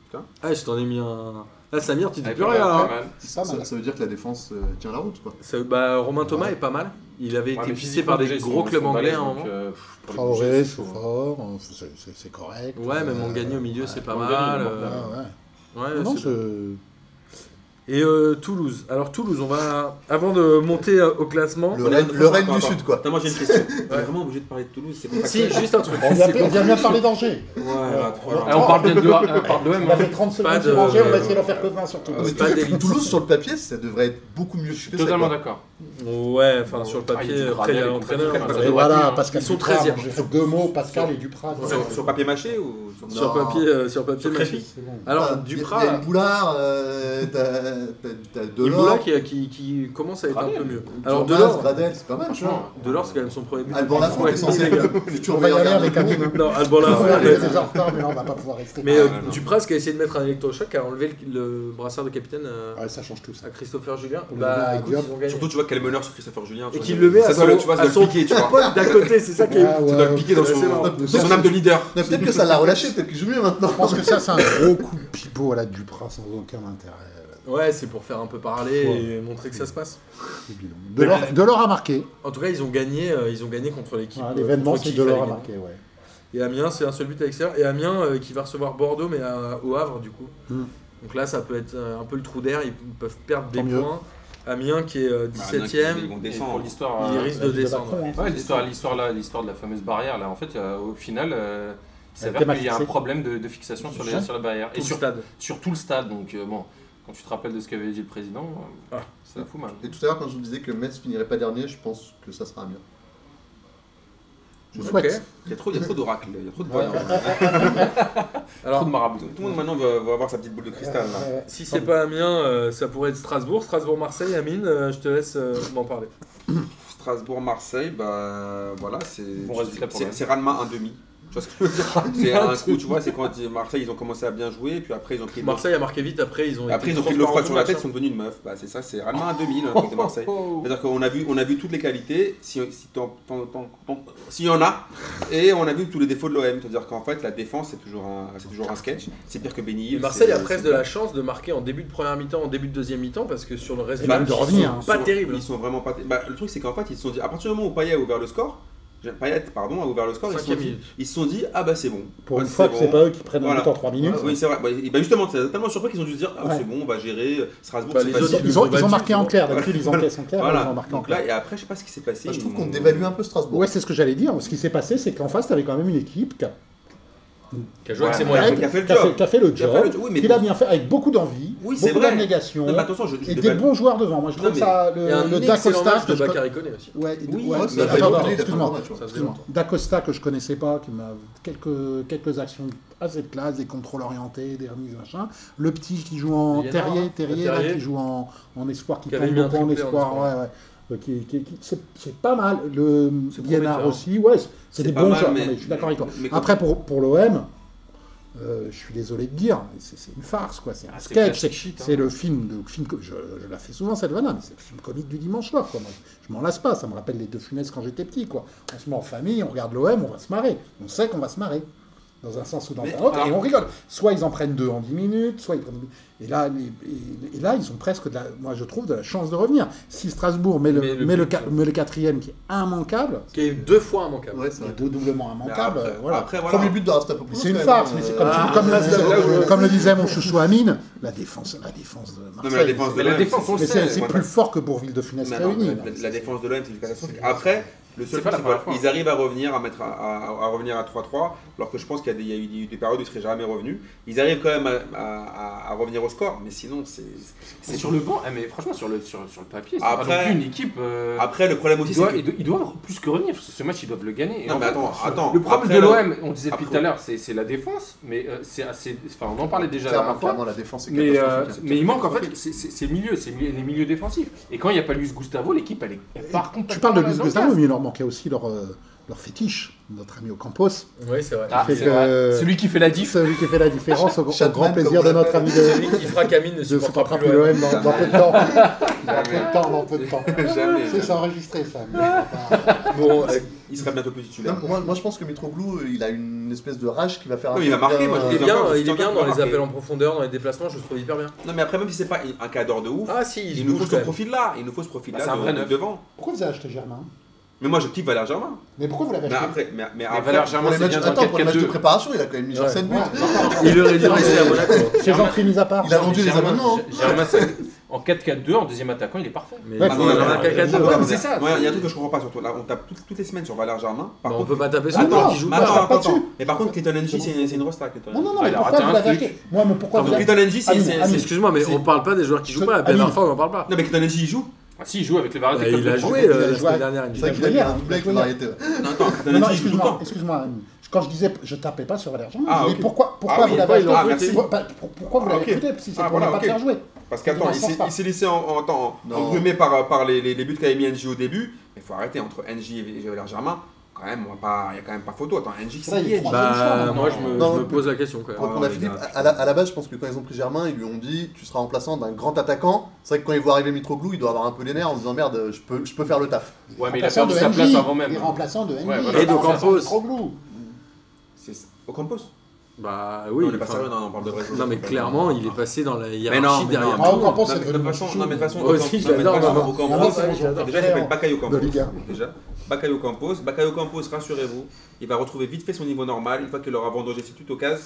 Speaker 2: Putain.
Speaker 1: Ah, je t'en ai mis un. Là, Samir, tu dis
Speaker 3: Ouais,
Speaker 1: plus
Speaker 3: pas mal,
Speaker 1: rien.
Speaker 3: pas
Speaker 1: hein.
Speaker 3: mal.
Speaker 5: Ça,
Speaker 4: mal.
Speaker 5: ça veut dire que la défense euh, tient la route, quoi.
Speaker 1: Ça- bah, Romain Thomas est pas mal. Il avait
Speaker 3: Ouais,
Speaker 1: été
Speaker 3: mais
Speaker 1: pissé par des
Speaker 3: physiquement,
Speaker 1: gros
Speaker 3: déjà,
Speaker 1: clubs
Speaker 3: ils sont- ils sont
Speaker 1: anglais hein. à un
Speaker 3: balèzes, donc,
Speaker 1: moment.
Speaker 3: euh, pff, pour les
Speaker 4: Traoré,
Speaker 3: bouger,
Speaker 4: c'est
Speaker 3: chaud, hein.
Speaker 4: fort, euh, c'est- c'est c'est correct.
Speaker 3: euh,
Speaker 4: Ah,
Speaker 1: Ouais, même on gagne au milieu, c'est pas
Speaker 3: Mangani,
Speaker 1: mal.
Speaker 3: il est
Speaker 1: euh,
Speaker 3: mortel,
Speaker 4: Ouais, ouais.
Speaker 1: ouais,
Speaker 4: Non,
Speaker 1: c'est-
Speaker 4: c'est-
Speaker 1: Et euh, Toulouse. Alors, Toulouse, on va. Avant de monter euh, au classement.
Speaker 5: Le Rennes, le Rennes du Sud, quoi.
Speaker 2: Attends, moi j'ai une question. On est vraiment obligé de parler de Toulouse, c'est
Speaker 1: Si,
Speaker 2: contractuel.
Speaker 1: juste un truc.
Speaker 4: On vient on vient bien de parler d'Angers.
Speaker 2: Ouais, là, trop
Speaker 3: Ah, on parle bien de l'O- on parle de l'OM.
Speaker 4: On a fait
Speaker 3: hein.
Speaker 4: 30
Speaker 1: Pas
Speaker 4: secondes
Speaker 1: de-
Speaker 4: sur Angers, on va essayer d'en faire que 20 surtout.
Speaker 1: Euh,
Speaker 5: Mais
Speaker 1: pas d'élite.
Speaker 5: Toulouse, Toulouse, sur le papier, ça devrait être beaucoup mieux.
Speaker 3: Je suis totalement d'accord.
Speaker 1: Ouais, enfin, sur le
Speaker 3: Ah, il y
Speaker 1: papier, euh,
Speaker 3: a du
Speaker 1: après, il y a
Speaker 3: Granel et
Speaker 1: l'entraîneur. hein.
Speaker 3: compagnie.
Speaker 4: Et
Speaker 3: Ouais,
Speaker 4: voilà,
Speaker 3: ouais.
Speaker 4: Pascal
Speaker 1: Ils sont
Speaker 4: Duprat,
Speaker 1: 13e.
Speaker 4: J'ai fait deux mots, Pascal et Duprat.
Speaker 1: Ouais.
Speaker 2: Sur, sur papier mâché ou sur.
Speaker 1: Sur
Speaker 5: Non.
Speaker 1: papier, euh, sur papier
Speaker 2: Sur
Speaker 1: magique.
Speaker 4: C'est bon.
Speaker 1: Alors,
Speaker 5: Il y a
Speaker 1: Duprat,
Speaker 5: le Boulard, euh, t'as- t'as- t'as
Speaker 1: Iboula
Speaker 5: Delors.
Speaker 1: qui, qui, qui commence à être un
Speaker 3: Gradel.
Speaker 1: peu mieux.
Speaker 5: Durmas,
Speaker 1: Alors, Delors,
Speaker 5: Gradel, c'est pas mal, tu vois. Ah,
Speaker 3: Franchement,
Speaker 1: Delors c'est quand même son premier but.
Speaker 5: Alban Lafont
Speaker 1: Ouais,
Speaker 5: est censé
Speaker 1: les gars.
Speaker 5: être le futur
Speaker 4: On va y
Speaker 5: meilleur
Speaker 4: aller avec
Speaker 5: gardien.
Speaker 4: Amine.
Speaker 1: Non, Alban
Speaker 4: On
Speaker 1: Lafont.
Speaker 4: va y aller,
Speaker 1: mais-
Speaker 4: c'est déjà en retard, mais là on va pas pouvoir rester.
Speaker 1: Mais euh,
Speaker 2: Ah, non.
Speaker 1: Dupras qui a essayé de mettre un électrochoc a enlevé le, le brassard de capitaine euh,
Speaker 4: Ouais, ça change tout ça.
Speaker 1: à Christopher Julien.
Speaker 4: Le
Speaker 1: Bah,
Speaker 4: gars,
Speaker 1: écoute,
Speaker 4: Diop.
Speaker 1: ils ont gagné.
Speaker 2: Surtout, tu vois quel meneur sur Christopher Julien. tu
Speaker 1: et
Speaker 2: vois,
Speaker 1: qu'il
Speaker 2: ça-
Speaker 1: le met
Speaker 2: ça
Speaker 1: à
Speaker 2: doit
Speaker 1: son,
Speaker 2: le- tu vois, ça
Speaker 1: à
Speaker 2: doit
Speaker 1: son
Speaker 2: le piquer, tu vois.
Speaker 1: pote d'à côté, c'est ça qui est.
Speaker 4: Ah,
Speaker 2: Ça doit le
Speaker 4: ouais.
Speaker 2: piquer dans son,
Speaker 1: Ouais,
Speaker 5: c'est
Speaker 2: dans son
Speaker 5: bon.
Speaker 2: âme de leader.
Speaker 5: Mais Peut-être que ça l'a relâché, peut-être qu'il joue mieux maintenant.
Speaker 4: Je pense que ça, c'est un gros coup de pipeau à la Duprat sans aucun intérêt.
Speaker 1: Ouais, c'est pour faire un peu parler
Speaker 4: Ouais.
Speaker 1: et montrer que ça se passe.
Speaker 4: C'est bilan. Delors, Delors a marqué.
Speaker 1: En tout cas, ils ont gagné, euh, ils ont gagné contre l'équipe.
Speaker 4: Ouais,
Speaker 1: euh,
Speaker 4: L'événement,
Speaker 1: contre
Speaker 4: c'est
Speaker 1: qui il fallait
Speaker 4: Delors a
Speaker 1: gagner.
Speaker 4: marqué. Ouais.
Speaker 1: Et Amiens, c'est un seul but à l'extérieur. Et Amiens euh, qui va recevoir Bordeaux, mais à- au Havre du coup.
Speaker 4: Hmm.
Speaker 1: Donc là, ça peut être euh, un peu le trou d'air. Ils peuvent perdre des
Speaker 4: Tant mieux.
Speaker 1: points. Amiens qui est euh,
Speaker 2: Ils vont
Speaker 1: 17ème,
Speaker 3: Et pour
Speaker 2: descendre.
Speaker 3: l'histoire.
Speaker 1: il
Speaker 3: euh,
Speaker 1: risque
Speaker 4: la
Speaker 1: de
Speaker 4: vie de
Speaker 1: descendre.
Speaker 4: Macron, hein.
Speaker 3: Ouais, l'histoire, l'histoire là, l'histoire de la fameuse barrière là. En fait, euh, au final, euh, il
Speaker 4: Elle
Speaker 3: s'avère
Speaker 4: était mal
Speaker 3: qu'il y a un
Speaker 4: fixée.
Speaker 3: problème de, de fixation sur, les-
Speaker 4: Sur
Speaker 3: sur la barrière et
Speaker 1: Tout le
Speaker 3: sur,
Speaker 1: stade.
Speaker 3: sur tout le stade. Donc euh, bon, quand tu te rappelles de ce qu'avait dit le président, euh, ça fout mal.
Speaker 5: Et tout à l'heure, quand je vous disais que Metz finirait pas dernier, je pense que ça sera mieux.
Speaker 4: Je
Speaker 2: Ok.
Speaker 4: souhaite.
Speaker 2: Il y a trop, il y a trop d'oracles, il y a trop de
Speaker 4: Ouais.
Speaker 2: voyants, trop
Speaker 1: Alors,
Speaker 2: de marabouts. Tout le monde maintenant va, va avoir sa petite boule de cristal. là.
Speaker 4: Euh,
Speaker 1: si c'est pas Amiens, euh, ça pourrait être Strasbourg. Strasbourg-Marseille, Amine, euh, je te laisse euh, m'en parler.
Speaker 2: Strasbourg-Marseille, bah voilà, c'est
Speaker 3: Bon résultat pour
Speaker 2: c'est-
Speaker 3: Rennes.
Speaker 2: c'est Ranma un demi. Tu vois ce que je veux dire C'est un coup, tu vois, c'est quand Marseille ils ont commencé à bien jouer, puis après ils ont pris
Speaker 1: Marseille a marqué vite, après ils ont
Speaker 2: Après, ils ont pris de l'eau froide sur la tête, ils sont devenus une meuf. Bah, c'est ça, c'est Ranma un demi, là, côté Marseille. C'est-à-dire qu'on a vu, on a vu toutes les qualités, si, si t'en- t'en- t'en- t'en- s'il y en a, et on a vu tous les défauts de l'OM. C'est-à-dire qu'en fait, la défense, c'est toujours un, c'est toujours un sketch. C'est pire que Benny.
Speaker 1: Et
Speaker 2: Hill,
Speaker 1: hein. Marseille
Speaker 2: c'est-
Speaker 1: a presque
Speaker 2: c'est-
Speaker 1: de la chance de marquer en début de première mi-temps, en début de deuxième mi-temps, parce que sur le reste
Speaker 4: Et
Speaker 1: du
Speaker 4: bah,
Speaker 1: match,
Speaker 4: de
Speaker 1: ils
Speaker 4: revenir,
Speaker 1: sont
Speaker 4: hein,
Speaker 1: pas
Speaker 2: sont-
Speaker 1: terribles.
Speaker 2: Ils sont vraiment pas. ter- Bah, le truc, c'est qu'en fait, ils se sont dit, à partir du moment où Payet a ouvert le score, Payet, pardon, a ouvert le score, ils se sont
Speaker 1: Cinquième
Speaker 2: dit,
Speaker 1: minute.
Speaker 2: ils se sont dit, ah bah c'est bon.
Speaker 4: Pour
Speaker 2: Bah,
Speaker 4: une fois que c'est
Speaker 2: bon.
Speaker 4: pas eux qui prennent un
Speaker 2: Voilà.
Speaker 4: but en 3 minutes.
Speaker 2: Oui, c'est vrai. Bah, et bah, justement, c'est tellement surpris qu'ils ont dû se dire, ah
Speaker 4: Ouais.
Speaker 2: c'est bon, on va gérer Strasbourg.
Speaker 1: Bah,
Speaker 2: c'est
Speaker 1: les
Speaker 2: facile.
Speaker 1: autres,
Speaker 4: Ils ont, ils ont
Speaker 1: battu,
Speaker 4: marqué en
Speaker 1: c'est
Speaker 4: clair, d'habitude ils encaissent en clair, ils ont
Speaker 2: Voilà.
Speaker 4: marqué en Bah,
Speaker 2: Donc
Speaker 4: clair.
Speaker 2: là, et après, je sais pas ce qui s'est passé.
Speaker 5: Moi, Bah, je trouve
Speaker 2: ils
Speaker 5: qu'on
Speaker 2: ont-
Speaker 5: dévalue un peu Strasbourg.
Speaker 4: Ouais, c'est ce que j'allais dire. Ce qui s'est passé, c'est qu'en face, t'avais quand même une équipe qui a,
Speaker 1: Qui a joué avec ses
Speaker 2: Ouais,
Speaker 1: moyens.
Speaker 2: qui a fait le
Speaker 4: qui a
Speaker 2: job.
Speaker 4: fait, qui a fait le
Speaker 2: Qui a
Speaker 4: job,
Speaker 2: fait le job. Oui, mais
Speaker 4: qui l'a
Speaker 2: bon.
Speaker 4: bien fait avec beaucoup d'envie,
Speaker 2: Oui, c'est
Speaker 4: beaucoup
Speaker 2: vrai.
Speaker 4: d'abnégation,
Speaker 2: Non, mais attention, je, je
Speaker 4: et des
Speaker 2: dévalue-
Speaker 4: bons joueurs devant. Moi, je
Speaker 2: Non,
Speaker 4: trouve
Speaker 2: mais
Speaker 4: ça
Speaker 1: Il y a
Speaker 4: euh, le,
Speaker 1: un
Speaker 4: le
Speaker 1: excellent
Speaker 4: Dacosta
Speaker 1: match
Speaker 4: que
Speaker 1: de
Speaker 4: je co-
Speaker 1: Bakary Koné aussi.
Speaker 4: Ouais, il-
Speaker 2: Oui,
Speaker 4: ouais,
Speaker 2: ouais,
Speaker 4: c'est-
Speaker 2: ça fait longtemps,
Speaker 4: attends, attends,
Speaker 5: ça fait
Speaker 4: excuse-moi,
Speaker 5: longtemps, tu vois.
Speaker 1: Ça faisait
Speaker 4: excuse-moi.
Speaker 1: longtemps.
Speaker 4: Dacosta que je connaissais pas, qui m'a quelques quelques actions assez de classe, des contrôles orientés, des remises machin. Le petit qui joue en
Speaker 1: Liénard,
Speaker 4: terrier,
Speaker 1: hein,
Speaker 4: terrier,
Speaker 1: le
Speaker 4: là,
Speaker 1: Terrier.
Speaker 4: qui joue en, en espoir, qui
Speaker 1: Qui avait
Speaker 4: prend
Speaker 1: mis un
Speaker 4: beaucoup en
Speaker 1: triplé en
Speaker 4: espoir,
Speaker 1: espoir.
Speaker 4: ouais, ouais. Euh, qui- qui- qui- c'est- c'est pas mal. Le
Speaker 1: C'est
Speaker 4: Liénard
Speaker 1: prometteur.
Speaker 4: aussi, ouais, c'est- c'est
Speaker 2: C'est
Speaker 4: des
Speaker 2: pas
Speaker 4: bons
Speaker 2: mal,
Speaker 4: joueurs.
Speaker 2: mais-
Speaker 4: Non, mais je suis d'accord avec toi.
Speaker 2: mais comme-
Speaker 4: Après pour pour l'OM. euh, je suis désolé de dire, c'est c'est une farce quoi, c'est un
Speaker 3: Ah, c'est
Speaker 4: sketch,
Speaker 3: classique
Speaker 4: c'est-
Speaker 3: shit, hein.
Speaker 4: c'est le film, de, film co- je, je la fais souvent cette vanne, mais c'est le film comique du dimanche soir. Quoi. Moi, je m'en lasse pas, ça me rappelle les deux funesses quand j'étais petit. Quoi. On se met en famille, on regarde l'OM, on va se marrer. On sait qu'on va se marrer, dans un sens ou dans
Speaker 2: Mais
Speaker 4: un autre, et
Speaker 2: alors-
Speaker 4: on rigole. Soit ils en prennent deux en 10 minutes, soit ils prennent... Et là, les- et, et là, ils ont presque, de la, moi je trouve, de la chance de revenir. Si Strasbourg met le,
Speaker 1: Mais le
Speaker 4: met le,
Speaker 1: but,
Speaker 4: ca- met le quatrième qui est immanquable,
Speaker 1: Qui a eu deux fois immanquable.
Speaker 5: Ouais, c'est
Speaker 4: et
Speaker 5: vrai.
Speaker 4: deux doublement immanquables,
Speaker 2: après-
Speaker 4: euh, voilà.
Speaker 2: après, voilà.
Speaker 5: Premier but de Rastapopoulos.
Speaker 4: C'est une
Speaker 5: quand même,
Speaker 4: farce,
Speaker 5: euh,
Speaker 4: mais c'est comme, tu-
Speaker 5: ah,
Speaker 4: comme, le
Speaker 5: c'est là où
Speaker 4: disait-
Speaker 5: je-
Speaker 4: comme le disait mon chouchou Amine, la défense, la défense de Marseille.
Speaker 2: Non, mais la défense de
Speaker 3: Mais la
Speaker 2: l'OM,
Speaker 3: défense, on le
Speaker 4: Mais
Speaker 3: sait,
Speaker 4: c'est c'est plus fort que Bourville de Funès
Speaker 2: Mais non,
Speaker 4: réunis.
Speaker 2: la, la défense de l'OM, c'est une catastrophe. Après, le seul
Speaker 3: C'est pas
Speaker 2: truc,
Speaker 3: la
Speaker 2: c'est
Speaker 3: première fois.
Speaker 2: qu'ils arrivent à revenir à, mettre, à, à- à revenir à 3-3, alors que je pense qu'il y a des- il y, a eu- il y a eu des périodes où ils seraient jamais revenus. Ils arrivent quand même à, à- à- à revenir au score, mais sinon, c'est.
Speaker 3: C'est sur le banc, eh, mais franchement, sur le, sur, sur le papier, c'est
Speaker 2: Après-
Speaker 3: pas non plus une équipe. euh,
Speaker 2: Après, le problème aussi,
Speaker 3: ils,
Speaker 2: c'est
Speaker 3: doivent,
Speaker 2: que.
Speaker 3: ils do- ils doivent plus que revenir, parce que ce match, ils doivent le gagner. Et
Speaker 2: Non,
Speaker 3: en
Speaker 2: mais
Speaker 3: fait,
Speaker 2: attends, attends.
Speaker 3: Le problème
Speaker 2: Après,
Speaker 3: de
Speaker 2: là-
Speaker 3: l'OM, on disait depuis
Speaker 2: après-
Speaker 3: tout à l'heure, c'est c'est la défense, mais euh, c'est assez. Enfin, on en parlait déjà la
Speaker 5: Clairement,
Speaker 3: dernière fois.
Speaker 5: clairement, la défense est
Speaker 3: Mais, euh,
Speaker 4: hein.
Speaker 5: catastrophique.
Speaker 3: mais il manque en fait, c'est- c'est c'est milieu, c'est milieu- les milieux défensifs. Et quand il n'y a pas Luis Gustavo, l'équipe elle, est- elle part complètement.
Speaker 4: Tu parles de
Speaker 3: dans
Speaker 4: Luis
Speaker 3: le
Speaker 4: Gustavo,
Speaker 3: casse.
Speaker 4: mais il leur manquait aussi leur, euh, leur fétiche, notre ami Ocampos.
Speaker 1: Oui, c'est vrai.
Speaker 3: Ah,
Speaker 4: Fait
Speaker 3: c'est
Speaker 4: que-
Speaker 3: vrai. Celui qui fait la diff.
Speaker 4: Celui qui fait la différence au, au
Speaker 5: Chapman,
Speaker 4: grand plaisir
Speaker 5: comme
Speaker 4: de
Speaker 5: on
Speaker 4: notre ami de,
Speaker 1: Celui qui frappe Amine ne
Speaker 4: de
Speaker 1: supportera
Speaker 4: Frappe
Speaker 1: plus l'OM.
Speaker 4: l'OM dans, dans peu de temps. Dans peu de temps, dans peu de temps.
Speaker 2: Jamais.
Speaker 4: C'est c'est enregistré ça. mais-
Speaker 1: Bon, euh,
Speaker 2: Il serait bientôt plus
Speaker 5: Non,
Speaker 2: titulaire.
Speaker 5: moi, moi, je pense que Mitroglou, il a une espèce de rage qui va faire. un
Speaker 2: Non, mais il
Speaker 5: peu
Speaker 2: va marquer,
Speaker 5: bien,
Speaker 2: moi, je
Speaker 5: euh,
Speaker 1: il est bien,
Speaker 2: encore-
Speaker 1: il est bien dans les
Speaker 2: marqué.
Speaker 1: appels en profondeur, dans les déplacements, je le trouve hyper bien.
Speaker 2: Non, mais après, même si c'est pas un cadre de ouf,
Speaker 1: Ah si,
Speaker 2: il,
Speaker 1: il
Speaker 2: nous faut
Speaker 1: bouge quand
Speaker 2: ce
Speaker 1: même.
Speaker 2: profil-là. Il nous faut ce profil-là
Speaker 3: Bah, c'est un
Speaker 2: de-
Speaker 3: vrai
Speaker 2: de-
Speaker 3: neuf.
Speaker 2: devant.
Speaker 4: Pourquoi vous avez acheté Germain
Speaker 2: Mais moi, je kiffe Valère Germain.
Speaker 4: Mais pourquoi vous l'avez
Speaker 2: Mais
Speaker 4: acheté
Speaker 2: après, mais, mais
Speaker 3: Mais
Speaker 2: après.
Speaker 3: Valère
Speaker 5: Pour
Speaker 3: Germain,
Speaker 5: les
Speaker 3: c'est
Speaker 5: matchs,
Speaker 3: bien dans
Speaker 5: attends, pour les matchs de
Speaker 3: 4-4-2.
Speaker 5: préparation, il a quand même mis genre
Speaker 1: Ouais.
Speaker 5: 7 buts.
Speaker 4: Ouais,
Speaker 1: Il aurait dû rester à Monaco.
Speaker 4: C'est gentil mis à part.
Speaker 5: Il a vendu les
Speaker 3: Germain-
Speaker 5: abonnements. hein.
Speaker 3: G- Germain, c'est- en 4-4-2, en deuxième attaquant, il est parfait.
Speaker 1: Mais
Speaker 4: Ouais,
Speaker 1: Bah, on
Speaker 2: Bah, on a
Speaker 1: a un
Speaker 2: un
Speaker 1: caca de
Speaker 2: Ouais, mais
Speaker 3: c'est ça,
Speaker 2: ouais,
Speaker 3: c'est-
Speaker 2: Il y a un truc que je comprends pas surtout. Là, on tape tout- toutes les semaines sur Valère Germain. Par
Speaker 1: Bah, On
Speaker 2: contre,
Speaker 1: peut pas taper sur
Speaker 4: Ah,
Speaker 1: le
Speaker 4: non,
Speaker 1: qui joue
Speaker 2: Mais
Speaker 4: je
Speaker 1: pas.
Speaker 4: tape
Speaker 2: attends,
Speaker 4: pas
Speaker 2: attends.
Speaker 4: dessus.
Speaker 2: Mais par contre, Clayton NG, c'est c'est une rosta. Clayton
Speaker 4: Non, non, non,
Speaker 3: Ah,
Speaker 4: mais
Speaker 3: il a
Speaker 4: pourquoi
Speaker 3: raté
Speaker 4: vous
Speaker 3: un
Speaker 4: l'avez
Speaker 3: truc.
Speaker 4: acheté Moi, mais pourquoi
Speaker 1: Attends,
Speaker 4: vous l'avez
Speaker 2: Clayton NG, c'est.
Speaker 4: Amine,
Speaker 2: c'est-
Speaker 4: Amine.
Speaker 2: c'est-
Speaker 1: Excuse-moi, mais
Speaker 2: C'est-
Speaker 1: on parle pas des joueurs qui jouent
Speaker 4: Je-
Speaker 1: pas. Ben
Speaker 4: Amine.
Speaker 1: Arfa, on en parle pas.
Speaker 2: Non, mais Clayton NG, il joue.
Speaker 3: Ah, si, il joue avec les Varane.
Speaker 1: Bah, il a joué
Speaker 4: il a
Speaker 1: euh, la
Speaker 4: joué.
Speaker 1: semaine dernière. il
Speaker 5: C'est
Speaker 1: joue.
Speaker 5: vrai qu'il a mis
Speaker 4: hier,
Speaker 5: un doublé avec
Speaker 4: hier.
Speaker 5: variété. ouais.
Speaker 2: Non, attends,
Speaker 4: Non,
Speaker 2: Clayton NG,
Speaker 4: non,
Speaker 2: il joue tout le
Speaker 4: excuse-moi,
Speaker 2: temps.
Speaker 4: excuse-moi. Amine. Quand je disais, je tapais pas sur Valère Germain,
Speaker 2: Ah,
Speaker 4: je dis
Speaker 2: ok.
Speaker 4: pourquoi, pourquoi
Speaker 2: Ah oui,
Speaker 4: vous l'avez
Speaker 2: pourquoi ils
Speaker 4: acheté
Speaker 2: l'ont recruté
Speaker 4: Pour- bah, pour- Pourquoi vous
Speaker 2: Ah,
Speaker 4: l'avez
Speaker 2: ok.
Speaker 4: recruté Si c'est
Speaker 2: Ah,
Speaker 4: pour ne
Speaker 2: voilà,
Speaker 4: pas
Speaker 2: ok.
Speaker 4: faire jouer.
Speaker 2: Parce
Speaker 4: Non,
Speaker 2: qu'attends,
Speaker 4: ça
Speaker 2: il
Speaker 4: se
Speaker 2: s'est-
Speaker 4: passe.
Speaker 2: il s'est laissé en, en, en,
Speaker 5: Non.
Speaker 2: embrumé par, par les, les, les buts qu'avait mis NG au début. Mais faut arrêter entre NG et Valère Germain. Quand même, on va pas, il y a quand même pas photo. Attends, NG,
Speaker 4: Ça,
Speaker 2: c'est
Speaker 4: il
Speaker 2: lié.
Speaker 4: est trois.
Speaker 1: Bah,
Speaker 4: Non,
Speaker 1: moi, je me
Speaker 5: non,
Speaker 1: je me
Speaker 5: non.
Speaker 1: pose la question quand même.
Speaker 5: Pour répondre à Philippe, à, à la, à la base, je pense que quand ils ont pris Germain, ils lui ont dit Tu seras remplaçant d'un grand attaquant. C'est vrai que quand ils voient arriver Mitroglou, il doit avoir un peu les nerfs en se disant Merde, je peux, je peux faire le taf.
Speaker 3: Ouais, mais il a
Speaker 4: Remplaçant
Speaker 3: perdu
Speaker 4: de
Speaker 3: sa
Speaker 4: NJ,
Speaker 3: place avant même.
Speaker 4: Les remplaçants de NJ.
Speaker 3: voilà.
Speaker 1: Et de Campos.
Speaker 2: C'est Ocampos.
Speaker 1: Bah
Speaker 2: Oui,
Speaker 1: oui,
Speaker 2: on est pas
Speaker 1: enfin,
Speaker 2: sérieux, non, on parle de vrai. Ah.
Speaker 1: non mais clairement, il est passé dans la
Speaker 2: Mais non,
Speaker 1: hiérarchie
Speaker 2: mais non.
Speaker 1: derrière.
Speaker 4: Ah, Ocampos,
Speaker 2: Non,
Speaker 4: c'est
Speaker 2: mais
Speaker 4: devenu
Speaker 2: de toute façon,
Speaker 4: chou.
Speaker 2: non, mais de toute façon,
Speaker 1: Moi aussi,
Speaker 2: Ocampo- non, mais de
Speaker 1: j'adore,
Speaker 2: toute façon,
Speaker 1: maman.
Speaker 2: Ocampo-
Speaker 4: Ah, c'est bon,
Speaker 1: j'adore.
Speaker 2: Déjà, il s'appelle Bakayo Campos.
Speaker 4: De Liga.
Speaker 2: Déjà, Bakayo Campos. Bakayo Campos, rassurez-vous, il va retrouver vite fait son niveau normal une fois qu'il aura vendangé ses tutos cases.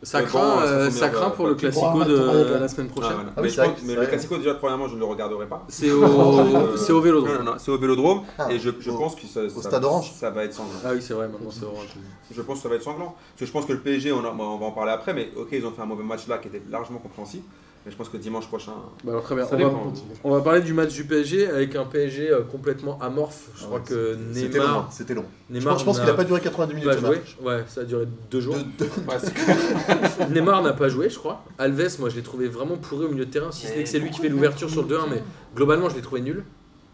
Speaker 1: Ça
Speaker 2: Mais bon,
Speaker 1: craint,
Speaker 2: ça
Speaker 1: euh,
Speaker 2: tombe
Speaker 1: ça
Speaker 2: bien,
Speaker 1: craint
Speaker 2: bah,
Speaker 1: pour le
Speaker 2: tu
Speaker 1: classico
Speaker 4: pourras
Speaker 1: de
Speaker 4: mettre-
Speaker 1: la semaine
Speaker 2: Ah,
Speaker 1: prochaine.
Speaker 2: voilà.
Speaker 5: Ah
Speaker 2: mais
Speaker 5: oui, c'est
Speaker 2: je
Speaker 5: vrai
Speaker 2: pense-
Speaker 5: que-
Speaker 2: mais
Speaker 5: c'est
Speaker 2: le
Speaker 5: vrai.
Speaker 2: Classico, déjà, premièrement, je ne le regarderai pas.
Speaker 1: C'est au,
Speaker 2: Euh,
Speaker 1: c'est au
Speaker 2: Non,
Speaker 1: vélodrome.
Speaker 2: non, non, c'est au Vélodrome.
Speaker 5: Ah,
Speaker 2: et je, je
Speaker 5: au-
Speaker 2: pense que ça, ça-
Speaker 5: Stade Orange.
Speaker 2: ça va être sanglant.
Speaker 1: Ah oui, c'est vrai, maintenant c'est orange.
Speaker 2: Je pense que ça va être sanglant. Parce que je pense que le PSG, on, a- on va en parler après, mais ok, ils ont fait un mauvais match là qui était largement compréhensible. Mais je pense que dimanche prochain.
Speaker 1: Bah, alors, très bien.
Speaker 3: Ça
Speaker 1: On va,
Speaker 3: dépend.
Speaker 1: on va parler du match du PSG avec un PSG euh, complètement amorphe. Je
Speaker 5: Ah
Speaker 1: crois
Speaker 5: ouais,
Speaker 1: que
Speaker 5: C'était long, hein,
Speaker 1: Neymar.
Speaker 5: c'était long. Je
Speaker 1: Neymar
Speaker 5: pense, je pense
Speaker 1: n'a
Speaker 5: qu'il a pas duré 90 minutes.
Speaker 1: pas
Speaker 5: ce
Speaker 1: joué.
Speaker 5: match.
Speaker 1: Ouais, ça a duré deux jours.
Speaker 5: De- de-
Speaker 3: Ouais, c'est-
Speaker 1: Neymar n'a pas joué, je crois. Alves, moi, je l'ai trouvé vraiment pourri au milieu de terrain, si ce
Speaker 3: Mais
Speaker 1: n'est que c'est lui qui
Speaker 3: pourquoi
Speaker 1: fait
Speaker 3: il
Speaker 1: l'ouverture sur le 2-1, mais globalement, je l'ai trouvé nul.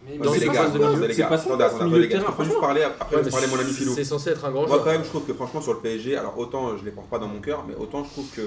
Speaker 3: Mais
Speaker 1: Dans
Speaker 2: Attendez,
Speaker 1: les
Speaker 2: les
Speaker 1: pas
Speaker 2: gars,
Speaker 1: phases de
Speaker 2: attendez,
Speaker 1: milieu.
Speaker 2: les gars,
Speaker 3: C'est pas son
Speaker 2: attendez,
Speaker 3: poste,
Speaker 2: attendez,
Speaker 3: milieu
Speaker 2: les gars.
Speaker 3: de terrain,
Speaker 2: Faut juste parler après,
Speaker 1: Ouais,
Speaker 2: vous
Speaker 1: mais
Speaker 2: parlez mon ami
Speaker 1: c'est-
Speaker 2: Philou.
Speaker 1: C'est censé être un grand
Speaker 2: Moi,
Speaker 1: joueur.
Speaker 2: quand même, je trouve que franchement, sur le PSG, alors autant je les porte pas dans mon cœur, mais autant je trouve que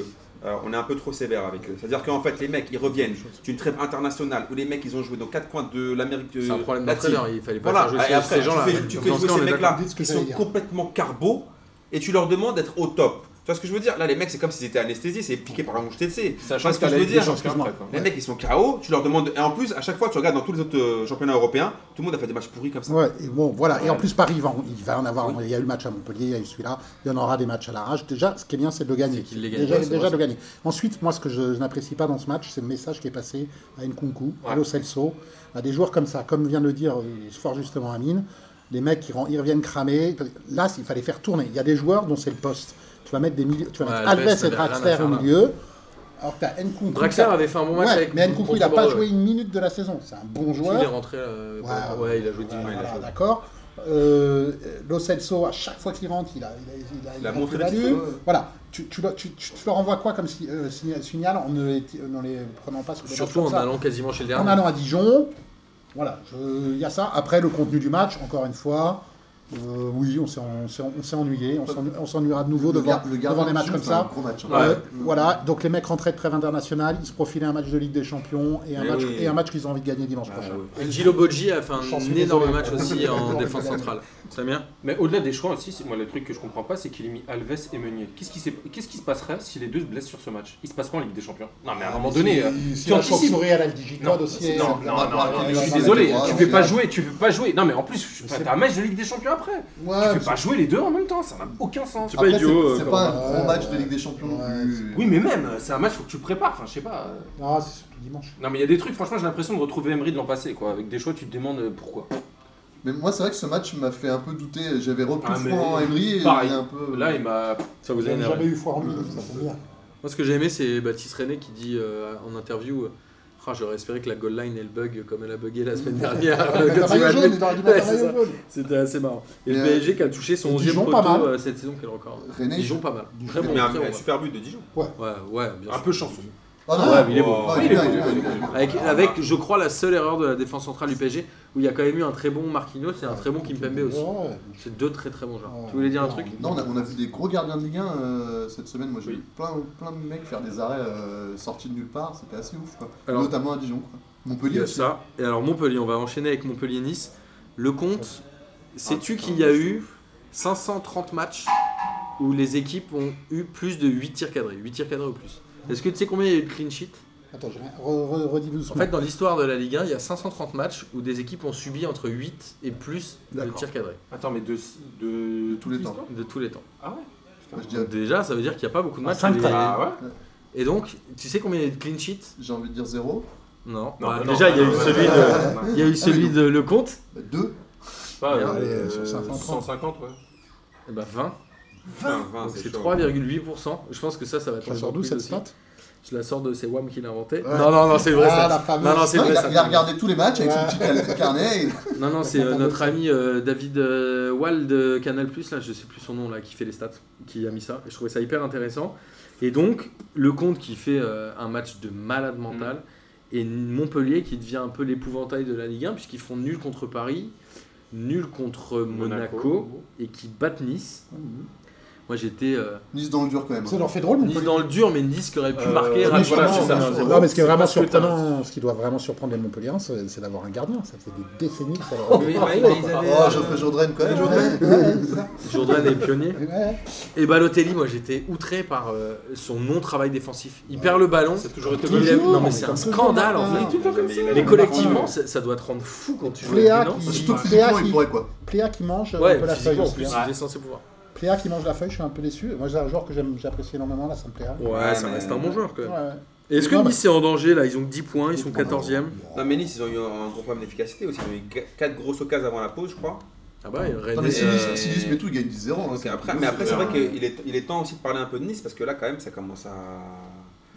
Speaker 2: euh, on est un peu trop sévère avec eux. C'est-à-dire qu'en fait, les mecs, ils reviennent d'une trêve internationale où les mecs, ils ont joué dans quatre coins de l'Amérique de
Speaker 1: C'est un problème
Speaker 2: latine.
Speaker 1: d'entraîneur, il fallait pas
Speaker 2: Voilà,
Speaker 1: faire
Speaker 2: et
Speaker 1: jouer ces-
Speaker 2: après,
Speaker 1: ces gens-là.
Speaker 2: tu fais, tu fais
Speaker 1: Dans ce
Speaker 2: jouer
Speaker 1: cas, on
Speaker 2: ces
Speaker 1: est
Speaker 2: mecs-là,
Speaker 1: d'accord.
Speaker 4: Dites ce que
Speaker 2: ils
Speaker 4: j'allais
Speaker 2: sont
Speaker 4: dire.
Speaker 2: complètement carbo, et tu leur demandes d'être au top. Tu vois ce que je veux dire Là, les mecs, c'est comme s'ils étaient anesthésiés, c'est piqué par un mouche TC.
Speaker 3: Sachant
Speaker 2: Parce
Speaker 3: que
Speaker 2: que
Speaker 3: t'as
Speaker 2: je hein.
Speaker 3: la
Speaker 2: veux
Speaker 3: Ligue
Speaker 2: dire,
Speaker 3: des Champions
Speaker 4: excuse-moi.
Speaker 3: après, quoi.
Speaker 2: Les mecs, ils sont KO, tu leur demandes. Et en plus, à chaque fois, tu regardes dans tous les autres euh, championnats européens, tout le monde a fait des matchs pourris comme ça.
Speaker 4: Ouais, et bon, voilà. Et en
Speaker 2: Ouais.
Speaker 4: plus, Paris, va en- il va en avoir. Il y a eu le match à Montpellier, il y a eu celui-là. Il y en aura des matchs à l'arrache. Déjà, ce qui est bien, c'est de le gagner.
Speaker 1: C'est qu'il les gagne,
Speaker 4: déjà
Speaker 1: ouais, c'est
Speaker 4: déjà
Speaker 1: vrai,
Speaker 4: de gagner. Ensuite, moi, ce que je, je n'apprécie pas dans ce match, c'est le message qui est passé à Nkunku, à
Speaker 2: Ouais.
Speaker 4: Lo Celso, à des joueurs comme ça. Comme vient de le dire euh, fort justement Amine, les mecs, qui ren- ils reviennent cramer. Là, il fallait faire tourner. Il y a des joueurs dont c'est le poste. Tu vas mettre des milieux. Tu vas
Speaker 1: Ouais,
Speaker 4: mettre
Speaker 1: Alves
Speaker 4: Alves et
Speaker 1: n'avait rien à
Speaker 4: Draxler
Speaker 1: faire
Speaker 4: au
Speaker 1: là.
Speaker 4: milieu. Alors que t'as Nkunku.
Speaker 1: Draxler
Speaker 2: euh,
Speaker 4: t'as-
Speaker 1: avait fait un bon match
Speaker 4: Ouais,
Speaker 1: avec.
Speaker 4: mais Nkunku, il n'a pas
Speaker 1: contre
Speaker 4: joué
Speaker 1: Bordeaux,
Speaker 4: une minute de la saison. C'est un bon
Speaker 1: ouais. Il est
Speaker 4: joueur.
Speaker 1: rentré. euh,
Speaker 4: Ouais,
Speaker 1: contre-
Speaker 4: ouais.
Speaker 1: Ouais, il a joué 10 minutes.
Speaker 4: Voilà,
Speaker 1: il a joué.
Speaker 4: Ah, d'accord. Euh, Lo Celso, à chaque fois qu'il rentre, il a, il a, il a- il
Speaker 2: a
Speaker 4: a
Speaker 2: montré
Speaker 4: de
Speaker 2: des
Speaker 4: value.
Speaker 2: petites choses.
Speaker 4: Voilà. Tu, tu, leur- tu, tu- tu leur envoies quoi comme si, euh, signa- signal en ne les, ti- en ne les prenant pas sur des matchs
Speaker 1: Surtout
Speaker 4: comme
Speaker 1: en
Speaker 4: ça
Speaker 1: allant quasiment chez le
Speaker 4: En
Speaker 1: dernier.
Speaker 4: allant à Dijon. Voilà, je- il y a ça. Après, le contenu du match, encore une fois, euh, oui, on s'est en- on s'est en- on s'est ennuyé. On s'ennu- on s'ennuiera de nouveau
Speaker 5: Le
Speaker 4: devant,
Speaker 5: gar- le
Speaker 4: devant
Speaker 5: gardien
Speaker 4: des
Speaker 5: de
Speaker 4: matchs
Speaker 5: but,
Speaker 4: comme
Speaker 5: c'est un
Speaker 4: ça.
Speaker 5: gros match, hein.
Speaker 4: Euh,
Speaker 5: Ouais.
Speaker 4: Voilà, donc les mecs rentraient de trêve internationale, ils se profilaient un match de Ligue des Champions et un
Speaker 2: Mais
Speaker 4: match,
Speaker 2: oui. bah
Speaker 4: et un match qu'ils ont envie de gagner dimanche
Speaker 2: Ah,
Speaker 4: prochain.
Speaker 1: Et Gilo Boggi a fait
Speaker 4: J'en suis
Speaker 1: un
Speaker 4: désolé.
Speaker 1: énorme match aussi en
Speaker 4: J'en suis
Speaker 1: défense
Speaker 4: désolé.
Speaker 1: centrale. Samir
Speaker 3: Mais au-delà des choix aussi, c'est- moi le truc que je comprends pas, c'est qu'il ait mis Alves et Meunier. Qu'est-ce qui, s'est- qu'est-ce qui se passerait si les deux se blessent sur ce match Il se passe quoi en Ligue des Champions Non, mais à un moment donné,
Speaker 1: hein.
Speaker 3: euh,
Speaker 4: c'est
Speaker 3: tu
Speaker 4: la
Speaker 3: anticipes.
Speaker 4: chauve-souris à la digicode aussi.
Speaker 3: Non,
Speaker 4: et-
Speaker 3: non,
Speaker 5: non,
Speaker 3: non, non, mais je suis
Speaker 4: Ouais,
Speaker 3: désolé,
Speaker 4: ouais,
Speaker 3: tu
Speaker 4: ouais,
Speaker 3: fais pas
Speaker 4: ouais.
Speaker 3: jouer, tu fais pas jouer. Non, mais en plus,
Speaker 4: sais
Speaker 3: t'as un match de Ligue des Champions après.
Speaker 4: Ouais,
Speaker 3: tu fais pas jouer les deux en même temps, ça n'a aucun sens.
Speaker 1: C'est pas
Speaker 5: Après,
Speaker 1: idiot,
Speaker 5: c'est-
Speaker 1: euh,
Speaker 5: C'est pas un
Speaker 4: quand
Speaker 5: gros
Speaker 4: même.
Speaker 5: match de Ligue des Champions non
Speaker 4: Ouais,
Speaker 5: plus.
Speaker 3: Oui, mais même, euh, c'est un match, faut que tu prépares, enfin je sais pas. euh.
Speaker 4: Non, ah, c'est surtout dimanche.
Speaker 3: Non, mais il y a des trucs, franchement, j'ai l'impression de retrouver Emery de l'an passé, quoi. Avec des choix, tu te demandes euh, pourquoi.
Speaker 5: Mais moi, c'est vrai que ce match m'a fait un peu douter. J'avais repris
Speaker 3: Ah, mais-
Speaker 5: Franck en Emery et
Speaker 3: Pareil.
Speaker 5: il est un peu.
Speaker 3: Là, il m'a.
Speaker 1: Ça vous a
Speaker 4: J'ai
Speaker 1: énervé Euh,
Speaker 4: jamais eu foi en lui, donc ça fait bien.
Speaker 1: Moi, ce que j'ai aimé, c'est Baptiste René qui dit euh, en interview euh, Ah, J'aurais espéré que la goal line, elle bug comme elle a bugué la semaine dernière.
Speaker 4: Il
Speaker 1: Quand
Speaker 4: a un
Speaker 1: il
Speaker 4: maillot
Speaker 1: va
Speaker 4: jaune, il aurait dû mettre un
Speaker 1: Ouais, c'est
Speaker 4: maillot
Speaker 1: ça.
Speaker 4: jaune.
Speaker 1: C'était assez marrant. Et le
Speaker 5: Mais,
Speaker 1: PSG qui a touché son
Speaker 4: et
Speaker 1: 11
Speaker 4: Dijon,
Speaker 1: poteau
Speaker 4: pas mal.
Speaker 1: euh, cette saison, quel record
Speaker 5: René.
Speaker 1: Dijon, pas mal. Très bon,
Speaker 2: Mais un,
Speaker 1: très
Speaker 2: un
Speaker 1: bon.
Speaker 2: super but de Dijon.
Speaker 1: Ouais, ouais, bien
Speaker 3: Un
Speaker 1: sûr.
Speaker 3: peu chanceux.
Speaker 5: Oh non,
Speaker 1: Ouais, mais il est beau.
Speaker 5: Oh,
Speaker 3: Oui,
Speaker 5: il est bien, il est
Speaker 3: beau,
Speaker 5: bien,
Speaker 3: il
Speaker 5: il
Speaker 3: est
Speaker 5: est bien.
Speaker 3: beau.
Speaker 1: Avec,
Speaker 4: Ah,
Speaker 1: avec, je crois, la seule erreur de la défense centrale du PSG, où il y a quand même eu un très bon Marquinhos et un très bon Kimpembe aussi.
Speaker 4: Ouais.
Speaker 1: C'est deux très très bons joueurs.
Speaker 4: Ouais.
Speaker 1: Tu voulais dire un
Speaker 4: Non,
Speaker 1: truc
Speaker 5: Non, on a, on a vu des gros gardiens de Ligue 1 euh, cette semaine. Moi, j'ai
Speaker 1: Oui.
Speaker 5: vu plein, plein de mecs faire des arrêts euh, sortis de nulle part. C'était assez ouf, quoi.
Speaker 1: Alors-
Speaker 5: Notamment à Dijon, quoi.
Speaker 1: Il y
Speaker 5: Montpellier
Speaker 1: a
Speaker 5: aussi.
Speaker 1: ça. Et alors Montpellier, on va enchaîner avec Montpellier-Nice. Le compte,
Speaker 3: Ah,
Speaker 1: sais-tu qu'il y a eu 530 matchs où les équipes ont eu plus de 8 tirs cadrés 8 tirs cadrés ou plus. Est-ce que tu sais combien il y a eu de clean sheet
Speaker 4: Attends, je re- re- redis
Speaker 1: En
Speaker 4: doucement.
Speaker 1: fait, dans l'histoire de la Ligue 1, il y a 530 matchs où des équipes ont subi entre 8 et plus de
Speaker 5: D'accord.
Speaker 1: tirs cadrés
Speaker 3: Attends, mais de, de
Speaker 5: Tous les temps.
Speaker 3: l'histoire
Speaker 1: de tous les temps.
Speaker 3: Ah ouais
Speaker 5: Moi, je
Speaker 1: Donc
Speaker 5: dirais-
Speaker 1: déjà, ça veut dire qu'il n'y a pas beaucoup de
Speaker 4: En
Speaker 1: matchs.
Speaker 4: cinq
Speaker 1: où les-
Speaker 4: temps.
Speaker 3: Ah ouais
Speaker 1: Et donc, tu sais combien il y a eu de clean sheet
Speaker 5: J'ai envie de dire zéro.
Speaker 1: Non.
Speaker 3: Non,
Speaker 1: Bah,
Speaker 3: bah non. Ah,
Speaker 1: déjà, il y a eu
Speaker 3: Ouais,
Speaker 1: celui
Speaker 3: ouais,
Speaker 1: de,
Speaker 3: ouais, ouais.
Speaker 1: il y a eu celui de Le Compte.
Speaker 5: Bah, Deux.
Speaker 3: Je sais pas,
Speaker 1: Allez,
Speaker 3: euh,
Speaker 4: euh, 150.
Speaker 3: 150, ouais.
Speaker 1: Eh ben, 20.
Speaker 2: Enfin, enfin,
Speaker 1: Donc, Ah, C'est
Speaker 2: chaud.
Speaker 1: 3,8%. Je pense que ça, ça va être
Speaker 4: Ça sort
Speaker 1: encore
Speaker 4: d'où
Speaker 1: plus
Speaker 4: cette
Speaker 1: aussi.
Speaker 4: stat
Speaker 1: Je la sors de c'est Wam qui l'a inventé.
Speaker 5: Ouais.
Speaker 1: Non, non, non, c'est vrai
Speaker 4: Ah,
Speaker 1: ça.
Speaker 4: la fameuse.
Speaker 1: Non, non, c'est
Speaker 5: Non,
Speaker 1: vrai
Speaker 5: il,
Speaker 1: ça.
Speaker 5: a, il a regardé tous les matchs avec
Speaker 4: Ouais.
Speaker 5: son petit cal- carnet. et-
Speaker 1: Non, non, c'est euh, notre ami euh, David euh, Wall de Canal là, je sais plus son nom là, qui fait les stats, qui a mis ça. Et je trouvais ça hyper intéressant. Et donc, le compte qui fait euh, un match de malade mental. Et Montpellier qui devient un peu l'épouvantail de la Ligue 1, puisqu'ils font nul contre Paris, nul contre Monaco, et qui battent Nice. Moi j'étais. euh,
Speaker 5: Nice dans le dur, quand même.
Speaker 4: Ça leur fait drôle,
Speaker 1: Nice
Speaker 4: Montpellier.
Speaker 1: dans le dur, mais Nice qui aurait pu
Speaker 3: Euh,
Speaker 1: marquer.
Speaker 3: oui,
Speaker 1: rapidement.
Speaker 3: voilà, c'est ça.
Speaker 5: Non,
Speaker 4: Non, mais ce qui est
Speaker 3: C'est
Speaker 4: vraiment
Speaker 3: parce que t'as-
Speaker 4: surprenant, ce qui doit vraiment surprendre les Montpelliérains, c'est c'est d'avoir un gardien. Ça fait des décennies que ça leur
Speaker 2: Oui,
Speaker 1: Ah,
Speaker 2: bah, ils avaient,
Speaker 5: Oh,
Speaker 2: euh,
Speaker 5: Geoffrey Jourdain, quand même.
Speaker 1: Jourdain est pionnier.
Speaker 4: Ouais.
Speaker 1: Et Balotelli, moi j'étais outré par euh, son non-travail défensif. Il perd le ballon.
Speaker 3: C'est toujours été
Speaker 1: Il
Speaker 4: Toujours,
Speaker 1: aime- Non mais c'est
Speaker 4: comme
Speaker 1: un
Speaker 4: toujours,
Speaker 1: scandale en
Speaker 4: Martin.
Speaker 1: fait.
Speaker 3: tout le temps comme ça.
Speaker 1: Mais
Speaker 4: Ouais.
Speaker 1: hein. collectivement, ça, ça doit te rendre fou quand tu joues
Speaker 4: Fléa
Speaker 1: avec les Nantes.
Speaker 4: qui-
Speaker 5: Surtout que physiquement, il pourrait, quoi.
Speaker 4: Pléa qui mange un peu
Speaker 1: Ouais,
Speaker 4: la feuille
Speaker 1: physiquement en
Speaker 4: aussi.
Speaker 1: plus,
Speaker 4: hein.
Speaker 1: il est censé pouvoir.
Speaker 4: Pléa qui mange la feuille, je suis un peu déçu. Moi, j'ai un joueur que j'aime- j'apprécie énormément, là, ça me plaira.
Speaker 1: Ouais,
Speaker 2: Ouais,
Speaker 1: ça
Speaker 2: mais-
Speaker 1: reste un bon joueur quand
Speaker 4: Ouais,
Speaker 1: même.
Speaker 4: ouais.
Speaker 1: Et Est-ce que
Speaker 4: Non, mais-
Speaker 1: Nice est en danger là Ils ont que 10 points, ils sont 14ème.
Speaker 2: Non, mais Nice, ils ont eu un gros problème d'efficacité aussi. Ils ont eu 4 grosses occasions avant la pause, je crois.
Speaker 1: Ah bah,
Speaker 5: Non,
Speaker 1: Rennes.
Speaker 5: mais si
Speaker 1: euh,
Speaker 5: Nice- si Nice met tout, il gagne 10-0. hein,
Speaker 2: Donc
Speaker 5: c'est-
Speaker 2: après, mais après,
Speaker 3: c'est
Speaker 2: c'est vrai
Speaker 3: vrai.
Speaker 2: qu'il est, il est temps aussi de parler un peu de Nice parce que là, quand même, ça commence à.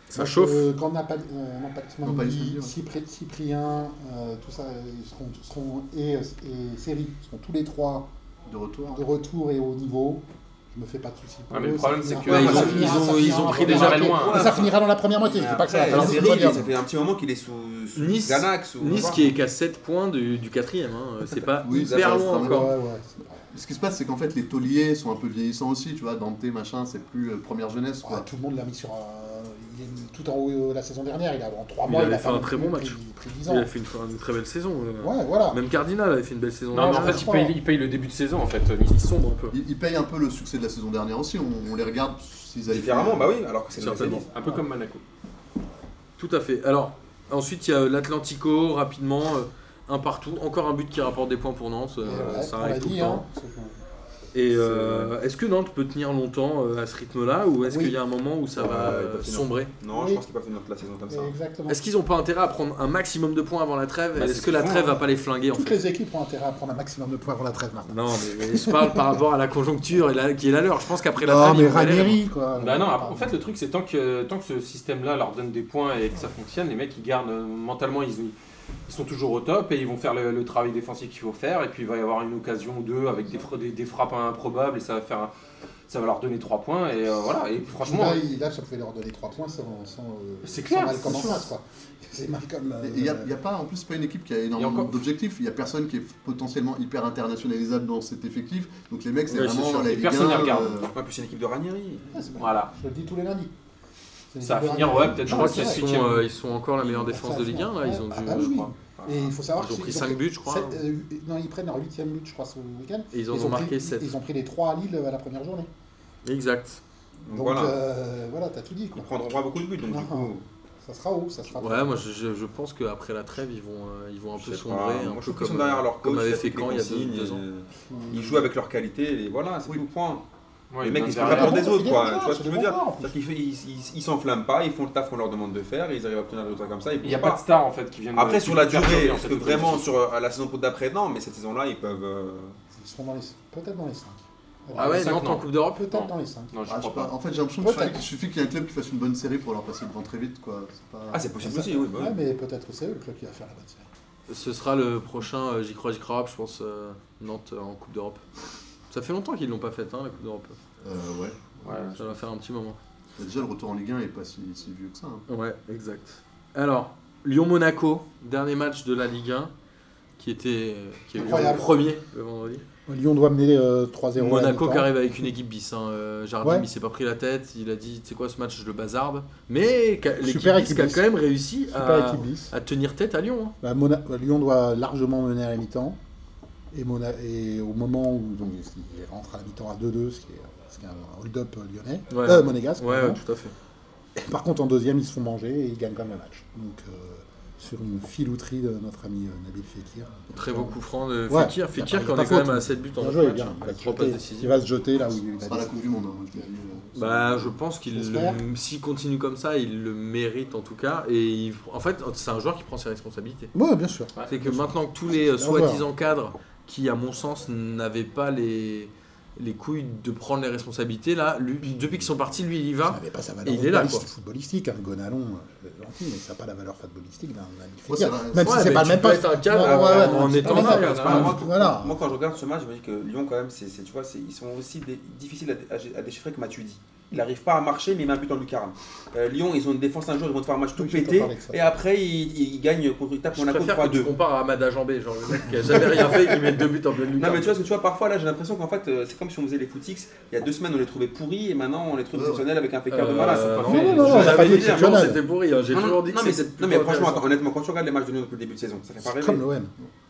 Speaker 1: Ça
Speaker 4: Donc,
Speaker 1: chauffe.
Speaker 4: euh, Grand Napal- euh, non, Palisman
Speaker 5: Non, Palisman,
Speaker 4: Lee,
Speaker 5: ouais.
Speaker 4: Cypri- Cyprien, euh, tout ça, ils seront, seront- et, et Série seront tous les trois
Speaker 5: De retour.
Speaker 4: de retour et au niveau. Je me fais pas de soucis. pour
Speaker 3: Ouais, mais
Speaker 4: eux,
Speaker 3: le
Speaker 4: ça
Speaker 3: problème, c'est
Speaker 4: finira-
Speaker 3: que
Speaker 1: Ouais, ils
Speaker 4: ça
Speaker 1: ont-
Speaker 4: finira-
Speaker 1: ils ont-
Speaker 4: ça
Speaker 1: ils
Speaker 4: finira
Speaker 1: ont
Speaker 4: en
Speaker 1: pris
Speaker 4: première
Speaker 1: déjà hein.
Speaker 4: moitié.
Speaker 3: loin.
Speaker 4: Et Ça finira dans la première moitié. Je dis pas que ça va
Speaker 2: Après,
Speaker 4: faire
Speaker 2: Série,
Speaker 4: une bonne guerre.
Speaker 2: ça fait un petit moment qu'il est sous, sous
Speaker 1: Nice-
Speaker 2: Xanax ou-
Speaker 1: Nice qui est qu'à 7 points du, du quatrième, hein. euh, c'est pas
Speaker 5: Oui, ça
Speaker 1: hyper
Speaker 5: reste
Speaker 1: loin
Speaker 5: un
Speaker 1: encore.
Speaker 4: Ouais, ouais, c'est pas-
Speaker 5: Ce qui se passe, c'est qu'en fait, les tauliers sont un peu vieillissants aussi, tu vois. Dante, machin, c'est plus euh, première jeunesse,
Speaker 4: Ah,
Speaker 5: quoi.
Speaker 4: tout le monde l'a mis sur un- il est mis tout en haut euh, la saison dernière. Il a en 3
Speaker 1: Il
Speaker 4: mois.
Speaker 1: avait
Speaker 4: a
Speaker 1: fait un très bon match.
Speaker 4: Pris, pris 10 ans.
Speaker 1: Il a fait une, une très belle saison. euh.
Speaker 4: Ouais, voilà.
Speaker 1: Même Cardinal avait fait une belle saison.
Speaker 3: Non, mais en
Speaker 1: dernière.
Speaker 3: fait, il paye, il paye le début de saison, en fait, euh, Nice.
Speaker 1: ils sombrent un peu.
Speaker 5: Ils, ils payent un peu le succès de la saison dernière aussi. On, on les regarde s'ils avaient.
Speaker 2: Différemment, bah oui, alors que c'est
Speaker 1: Certainement.
Speaker 2: Mercedes.
Speaker 3: Un peu comme Monaco.
Speaker 1: Tout à fait. Alors, ensuite, il y a euh, l'Atlantico, rapidement, euh, un partout. Encore un but qui rapporte des points pour Nantes. euh,
Speaker 4: Ouais,
Speaker 1: ça
Speaker 4: on l'a
Speaker 1: arrive tout le
Speaker 4: dit,
Speaker 1: temps.
Speaker 4: hein, parce que-
Speaker 1: Et euh, est-ce que Nantes peut tenir longtemps euh, à ce rythme-là ou est-ce
Speaker 4: Oui.
Speaker 1: qu'il y a un moment où ça va
Speaker 2: Ouais, ils peuvent
Speaker 1: euh,
Speaker 2: finir.
Speaker 1: sombrer
Speaker 2: Non,
Speaker 4: Oui.
Speaker 2: je pense qu'il va finir toute la saison comme ça.
Speaker 4: Exactement.
Speaker 1: Est-ce qu'ils n'ont pas intérêt à prendre un maximum de points avant la trêve
Speaker 3: Bah,
Speaker 1: Et
Speaker 3: c'est
Speaker 1: Est-ce
Speaker 3: ce
Speaker 1: que la
Speaker 3: qu'ils font,
Speaker 1: trêve va
Speaker 3: hein.
Speaker 1: pas les flinguer en
Speaker 4: Toutes
Speaker 1: fait
Speaker 4: les équipes ont intérêt à prendre un maximum de points avant la trêve maintenant.
Speaker 1: Non, mais, mais je parle par rapport à la conjoncture et la- qui est la leur. Je pense qu'après la
Speaker 4: Non,
Speaker 1: trêve,
Speaker 4: mais
Speaker 1: ils vont galérer.
Speaker 4: Ranieri, quoi.
Speaker 3: Bah non, en fait, le truc, c'est tant que, tant que ce système-là leur donne des points et que ça fonctionne, les mecs, ils gardent euh, mentalement, ils, ils sont toujours au top et ils vont faire le, le travail défensif qu'il faut faire. Et puis, il va y avoir une occasion ou deux avec des, fra- des, des frappes improbables et ça va, faire un- ça va leur donner trois points. Et euh, voilà, et franchement,
Speaker 4: Là, il- là, ça pouvait leur donner 3 points sans, sans, euh,
Speaker 3: C'est
Speaker 4: sans
Speaker 3: clair,
Speaker 4: Malcolm en
Speaker 3: c'est
Speaker 4: face, quoi. C'est Malcolm. euh,
Speaker 5: Il n'y a, y a pas, en plus, c'est pas une équipe qui a
Speaker 3: Et
Speaker 5: énormément
Speaker 3: encore-
Speaker 5: d'objectifs. Il n'y a personne qui est potentiellement hyper internationalisable dans cet effectif. Donc les mecs, c'est
Speaker 1: Ouais, c'est
Speaker 5: vraiment
Speaker 1: sûr.
Speaker 5: la
Speaker 3: Et
Speaker 5: Ligue
Speaker 3: personne
Speaker 5: 1,
Speaker 3: les regarde.
Speaker 5: euh,
Speaker 2: En plus, c'est une équipe de Ranieri.
Speaker 4: ouais, c'est bon.
Speaker 3: voilà.
Speaker 4: Je le dis tous les lundis. C'est
Speaker 3: Ça va
Speaker 4: les
Speaker 3: finir,
Speaker 4: derniers.
Speaker 3: ouais, peut-être
Speaker 1: Je
Speaker 4: Non,
Speaker 1: crois
Speaker 4: c'est
Speaker 1: qu'ils
Speaker 4: vrai.
Speaker 1: sont, euh, ils sont encore la meilleure défense de Ligue 1. Là. Ils ont dû,
Speaker 4: Ah bah
Speaker 1: euh, je
Speaker 4: oui.
Speaker 1: crois.
Speaker 4: Et il faut savoir
Speaker 1: Ils ont
Speaker 4: que
Speaker 1: pris
Speaker 4: c'est-
Speaker 1: 5 buts, je crois.
Speaker 4: sept- euh, non, ils prennent leur 8 but, je crois, ce week-end.
Speaker 1: Et ils en
Speaker 4: Ils
Speaker 1: ont,
Speaker 4: ont
Speaker 1: marqué
Speaker 4: pris-
Speaker 1: 7.
Speaker 4: Ils ont pris les 3 à Lille euh, à la première journée.
Speaker 1: Exact.
Speaker 2: Donc,
Speaker 4: Donc
Speaker 2: voilà.
Speaker 4: euh, voilà, t'as tout dit,
Speaker 2: Ils
Speaker 4: quoi.
Speaker 2: prendront pas beaucoup de buts, donc
Speaker 3: Ah,
Speaker 4: Non.
Speaker 2: du coup.
Speaker 4: Ça sera haut, ça sera
Speaker 1: Ouais, moi je, je- je pense qu'après la trêve, ils vont, euh, ils vont un
Speaker 2: Je
Speaker 1: peu
Speaker 2: sais
Speaker 1: sombrer.
Speaker 2: pas,
Speaker 1: un
Speaker 2: moi,
Speaker 1: peu
Speaker 2: je trouve qu'ils
Speaker 1: comme,
Speaker 2: sont derrière leur coach,
Speaker 1: comme avait
Speaker 2: ils
Speaker 1: fait
Speaker 2: appliquent
Speaker 1: quand il y a
Speaker 2: les
Speaker 1: deux,
Speaker 2: consignes,
Speaker 1: deux ans.
Speaker 2: euh,
Speaker 4: Hum.
Speaker 2: Ils jouent avec leur qualité, et voilà, c'est tout le point.
Speaker 3: Ouais,
Speaker 2: les mecs, ils se
Speaker 3: derrière-
Speaker 2: font pas pour
Speaker 4: bon,
Speaker 2: des
Speaker 4: c'est
Speaker 2: autres,
Speaker 4: des
Speaker 2: quoi.
Speaker 4: bons
Speaker 2: Tu vois
Speaker 4: joueurs,
Speaker 2: ce que je
Speaker 4: c'est
Speaker 2: veux
Speaker 4: des
Speaker 2: dire
Speaker 4: bons joueurs.
Speaker 2: C'est-à-dire qu'ils- Ils ils- ils s'enflament pas, ils font le taf qu'on leur demande de faire, et ils arrivent à obtenir des résultats comme ça. ils
Speaker 3: Il n'y a
Speaker 2: bougent
Speaker 3: pas de stars, en fait, qui viennent.
Speaker 2: Après,
Speaker 3: qui
Speaker 2: sur la
Speaker 3: viennent
Speaker 2: durée,
Speaker 3: perturber, en
Speaker 2: parce
Speaker 3: fait,
Speaker 2: que
Speaker 3: le
Speaker 2: vraiment,
Speaker 3: collectif.
Speaker 2: sur euh, la saison d'après, non, mais cette saison-là, ils peuvent. euh,
Speaker 4: Ils seront dans les... peut-être dans les 5.
Speaker 1: Ah ouais,
Speaker 3: Cinq,
Speaker 1: Nantes en
Speaker 3: non.
Speaker 1: Coupe d'Europe
Speaker 4: Peut-être dans les 5.
Speaker 3: Non, je
Speaker 5: ah, je sais
Speaker 3: crois
Speaker 5: pas.
Speaker 3: pas.
Speaker 5: En fait, j'ai l'impression qu'il suffit-
Speaker 4: Peut-être.
Speaker 5: qu'il suffit qu'il y ait un club qui fasse une bonne série pour leur passer devant très vite. Quoi. C'est pas-
Speaker 2: Ah, c'est possible aussi, oui. bah oui.
Speaker 4: Ouais, mais peut-être que c'est eux le club qui va faire la bonne série.
Speaker 1: Ce sera le prochain euh, J'y crois, j'y crois, je pense, euh, Nantes euh, en Coupe d'Europe. Ça fait longtemps qu'ils l'ont pas faite, hein, la Coupe d'Europe.
Speaker 5: Euh, ouais. Bah,
Speaker 3: Ouais.
Speaker 1: Ça va faire un petit moment.
Speaker 5: Déjà, le retour en Ligue 1 est pas si, si vieux que ça. hein.
Speaker 1: Ouais, exact. Alors, Lyon-Monaco, dernier match de la Ligue 1, qui était euh, qui a eu lieu le
Speaker 4: Incroyable.
Speaker 1: premier le vendredi.
Speaker 4: Lyon doit mener euh, 3-0. à
Speaker 1: Monaco
Speaker 4: la
Speaker 1: qui
Speaker 4: mi-temps.
Speaker 1: arrive avec une équipe bis. Hein. Euh, Jardim,
Speaker 4: Ouais.
Speaker 1: il s'est pas pris la tête. Il a dit, c'est quoi ce match, je le bazarbe. Mais qu'a- l'équipe
Speaker 4: Super
Speaker 1: bis
Speaker 4: équipe
Speaker 1: qui a
Speaker 4: bis.
Speaker 1: quand même réussi
Speaker 4: Super
Speaker 1: à,
Speaker 4: équipe bis.
Speaker 1: à tenir tête à Lyon. hein.
Speaker 4: Bah, Mona- euh, Lyon doit largement mener à la mi-temps. Et, Mona- et au moment où donc, il rentre à la mi-temps à 2-2, ce qui est, ce qui est un hold-up lyonnais,
Speaker 1: Ouais.
Speaker 4: euh, monégasque.
Speaker 1: Ouais,
Speaker 4: pardon.
Speaker 1: ouais, tout à fait.
Speaker 4: Par contre, en deuxième, ils se font manger et ils gagnent quand même le match. Donc, euh, sur une filouterie de notre ami euh, Nabil Fekir. Donc,
Speaker 1: Très
Speaker 4: euh,
Speaker 1: beau coup franc de
Speaker 4: Ouais.
Speaker 1: Fekir. Fekir
Speaker 4: Y a
Speaker 1: qui
Speaker 4: pas-
Speaker 1: en
Speaker 4: y a
Speaker 1: est
Speaker 4: pas
Speaker 1: quand même
Speaker 4: faute.
Speaker 1: à 7 buts en hein,
Speaker 4: Bien
Speaker 1: deux
Speaker 4: joué,
Speaker 1: matchs.
Speaker 4: bien. Il va,
Speaker 1: Avec
Speaker 4: se
Speaker 1: trois
Speaker 4: jeter,
Speaker 1: passes
Speaker 4: il
Speaker 1: décisives.
Speaker 4: va se jeter là où Ah il
Speaker 5: Ce
Speaker 4: a
Speaker 5: sera la
Speaker 4: dit.
Speaker 5: Coupe du Monde. hein, moi, je le dis, euh,
Speaker 1: Bah, je pense qu'il
Speaker 4: J'espère.
Speaker 1: le- s'il continue comme ça, il le mérite en tout cas. Et il- en fait, c'est un joueur qui prend ses responsabilités.
Speaker 4: Ouais, bien sûr.
Speaker 1: C'est que maintenant que tous les euh,
Speaker 4: C'est un joueur.
Speaker 1: soi-disant cadres qui, à mon sens, n'avaient pas les, les couilles de prendre les responsabilités, là, lui- depuis qu'ils sont partis, lui, il y
Speaker 4: Ça
Speaker 1: va.
Speaker 4: n'avait pas sa
Speaker 1: Et
Speaker 4: valeur
Speaker 1: il est là,
Speaker 4: footballiste-
Speaker 1: quoi.
Speaker 4: footballistique, un gonalon euh, gentil, mais ça n'a pas la valeur footballistique d'un Nabil Fekir.
Speaker 5: Ouais, c'est vrai.
Speaker 4: Même
Speaker 1: Ouais,
Speaker 4: si c'est
Speaker 1: mais
Speaker 4: pas
Speaker 1: tu
Speaker 4: même
Speaker 1: peux
Speaker 4: pas
Speaker 1: être un cadre,
Speaker 4: Ouais, ouais,
Speaker 1: euh,
Speaker 4: ouais,
Speaker 1: en
Speaker 4: non, c'est
Speaker 1: étant
Speaker 4: pas
Speaker 1: là,
Speaker 4: ça.
Speaker 1: parce que
Speaker 4: Ah,
Speaker 2: moi,
Speaker 4: voilà.
Speaker 2: moi, quand je regarde ce match, je me dis que Lyon, quand même, c'est, c'est- tu vois, c'est- ils sont aussi des- difficiles à, dé- à gé- à déchiffrer que Matuidi. Il n'arrive pas à marcher, mais il met un but en lucarne. Euh, Lyon, ils ont une défense un jour, ils vont te faire un match tout
Speaker 4: Oui, je vais
Speaker 2: pété,
Speaker 4: t'en parler de ça.
Speaker 2: et après, ils, ils gagnent contre ils tapent
Speaker 1: Je
Speaker 2: Monaco
Speaker 1: préfère que tu
Speaker 2: 3-2.
Speaker 1: compares à Ahmad Ajambé, genre le mec qui a jamais rien fait et qui met deux buts en pleine
Speaker 2: Non,
Speaker 1: lucarne.
Speaker 2: mais tu vois, parce que tu vois, parfois, là, j'ai l'impression qu'en fait, euh, c'est comme si on faisait les footix. Il y a deux semaines, on les trouvait pourris, et maintenant, on les trouve
Speaker 5: Ouais,
Speaker 2: exceptionnels avec un pécard de
Speaker 1: Euh,
Speaker 2: malade. c'est pas
Speaker 1: non, non,
Speaker 2: fait.
Speaker 4: non,
Speaker 2: Je-
Speaker 4: non,
Speaker 1: j'avais
Speaker 4: c'est pas
Speaker 1: dit
Speaker 4: dit
Speaker 1: que
Speaker 4: exceptionnel.
Speaker 1: Lyon, c'était pourri, hein, j'ai
Speaker 2: Non, non,
Speaker 1: toujours dit que
Speaker 2: non, mais,
Speaker 1: c'était
Speaker 2: c'est-
Speaker 1: plutôt
Speaker 2: non, mais franchement,
Speaker 1: intéressant.
Speaker 2: attends, honnêtement, quand tu regardes les matchs de Lyon depuis le début de saison, ça fait pas
Speaker 4: C'est
Speaker 2: rêver.
Speaker 4: comme l'OM.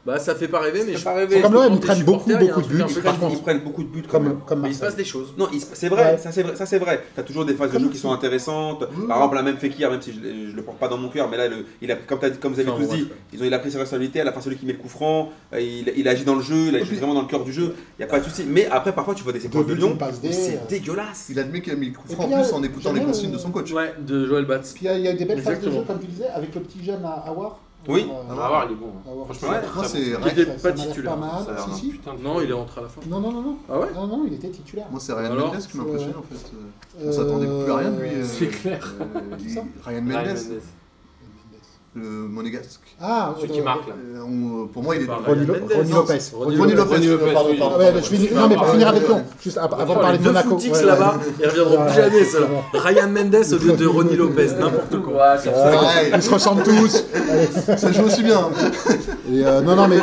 Speaker 1: Bah, ça fait pas rêver, mais
Speaker 2: Ça
Speaker 1: je
Speaker 2: fait pas rêver.
Speaker 4: C'est comme l'OM,
Speaker 1: je
Speaker 4: ils
Speaker 1: comprends
Speaker 4: prennent
Speaker 1: tes
Speaker 4: beaucoup,
Speaker 1: supporters,
Speaker 4: beaucoup de
Speaker 1: il y a un
Speaker 4: buts,
Speaker 1: truc
Speaker 2: Ils
Speaker 1: à faire.
Speaker 4: par
Speaker 2: prennent,
Speaker 4: contre.
Speaker 2: ils prennent beaucoup de buts quand même.
Speaker 4: Comme, comme
Speaker 1: Mais il se passe
Speaker 4: Marseille.
Speaker 1: des choses.
Speaker 2: Non, il se- c'est vrai,
Speaker 4: Ouais.
Speaker 2: ça c'est vrai, ça c'est vrai. T'as toujours des phases de
Speaker 4: Comme Mmh.
Speaker 2: jeu qui sont intéressantes.
Speaker 5: Oui.
Speaker 2: Par exemple, la même Fekir, même si je, je le porte pas dans mon cœur, mais là, le- il a, comme, t'as dit- comme vous avez
Speaker 1: Enfin,
Speaker 2: tous
Speaker 1: bon,
Speaker 2: dit,
Speaker 1: ouais.
Speaker 2: ils ont, il a pris ses responsabilités. À la fin, celui qui met le coup franc, euh, il, il agit dans le jeu, il agit
Speaker 5: puis-
Speaker 2: vraiment dans le cœur du jeu. Il y a pas de souci. Mais après, parfois, tu vois des séquences de
Speaker 4: buts,
Speaker 2: Lyon
Speaker 4: une passe
Speaker 2: où
Speaker 4: D,
Speaker 2: c'est
Speaker 4: euh.
Speaker 2: dégueulasse.
Speaker 5: Il admet qu'il a mis le coup
Speaker 4: Et
Speaker 5: franc en
Speaker 4: puis,
Speaker 5: plus
Speaker 4: euh,
Speaker 5: en écoutant les
Speaker 4: jamais,
Speaker 5: consignes de
Speaker 4: euh,
Speaker 5: son coach.
Speaker 1: Ouais, de Joël Batz.
Speaker 4: Puis il y, a- il y a eu des belles phases de
Speaker 1: Exactement.
Speaker 4: jeu, comme tu disais, avec le petit jeune à Awar.
Speaker 3: Oui, Ah,
Speaker 4: Euh,
Speaker 3: on va voir, il est bon.
Speaker 4: on va voir.
Speaker 3: Franchement,
Speaker 5: Ouais,
Speaker 3: il est
Speaker 5: moi,
Speaker 3: très
Speaker 5: c'est-
Speaker 3: bon.
Speaker 5: Rex,
Speaker 4: Rex,
Speaker 1: pas
Speaker 4: ça m'a l'air
Speaker 1: titulaire.
Speaker 4: Pas
Speaker 3: Ça a
Speaker 4: mal.
Speaker 3: l'air
Speaker 4: Si,
Speaker 3: un
Speaker 4: si.
Speaker 3: putain de-
Speaker 1: Non, il est rentré à la fin.
Speaker 4: Non, non, non, non.
Speaker 1: Ah ouais
Speaker 4: Non, non, il était titulaire.
Speaker 5: Moi, c'est Ryan
Speaker 1: Alors
Speaker 5: Mendes qui m'a
Speaker 4: Euh,
Speaker 5: impressionné en fait. Euh, On
Speaker 4: Euh,
Speaker 5: s'attendait plus à rien de lui. euh,
Speaker 3: c'est clair.
Speaker 5: euh, il-
Speaker 4: Ça
Speaker 5: Ryan
Speaker 3: Ryan
Speaker 5: Mendes,
Speaker 3: Mendes.
Speaker 5: le monégasque.
Speaker 4: Ah,
Speaker 3: Celui
Speaker 4: euh,
Speaker 3: qui marque là.
Speaker 5: Euh, on- pour moi, il est.
Speaker 1: Pas
Speaker 4: Ronnie
Speaker 1: Ryan
Speaker 4: Lo-
Speaker 1: Mendes,
Speaker 4: Ronnie
Speaker 1: non,
Speaker 4: Lopez.
Speaker 1: c'est
Speaker 5: Ronnie Lopez,
Speaker 3: Ronnie Lopez,
Speaker 5: euh, pardon,
Speaker 3: oui.
Speaker 5: pardon,
Speaker 4: Ah ouais, mais
Speaker 5: pardon,
Speaker 4: je
Speaker 5: ouais.
Speaker 4: finis...
Speaker 3: tu
Speaker 4: Non, mais
Speaker 3: vas
Speaker 4: pour
Speaker 3: pas-
Speaker 4: finir avec
Speaker 5: ouais,
Speaker 4: toi,
Speaker 5: ouais.
Speaker 4: juste av-
Speaker 1: On va
Speaker 4: Bah, avant de
Speaker 1: faire les
Speaker 4: parler de
Speaker 1: deux
Speaker 4: Monaco.
Speaker 1: footix
Speaker 4: ouais,
Speaker 1: là-bas,
Speaker 4: ouais.
Speaker 1: ils reviendront plus jamais, ceux-là. Ryan Mendes au lieu de Ronnie Lopez, n'importe quoi.
Speaker 6: Ouais, c'est vrai.
Speaker 5: Pareil,
Speaker 4: Ils se ressemblent tous.
Speaker 5: ça joue aussi bien.
Speaker 4: Et euh, non, non, mais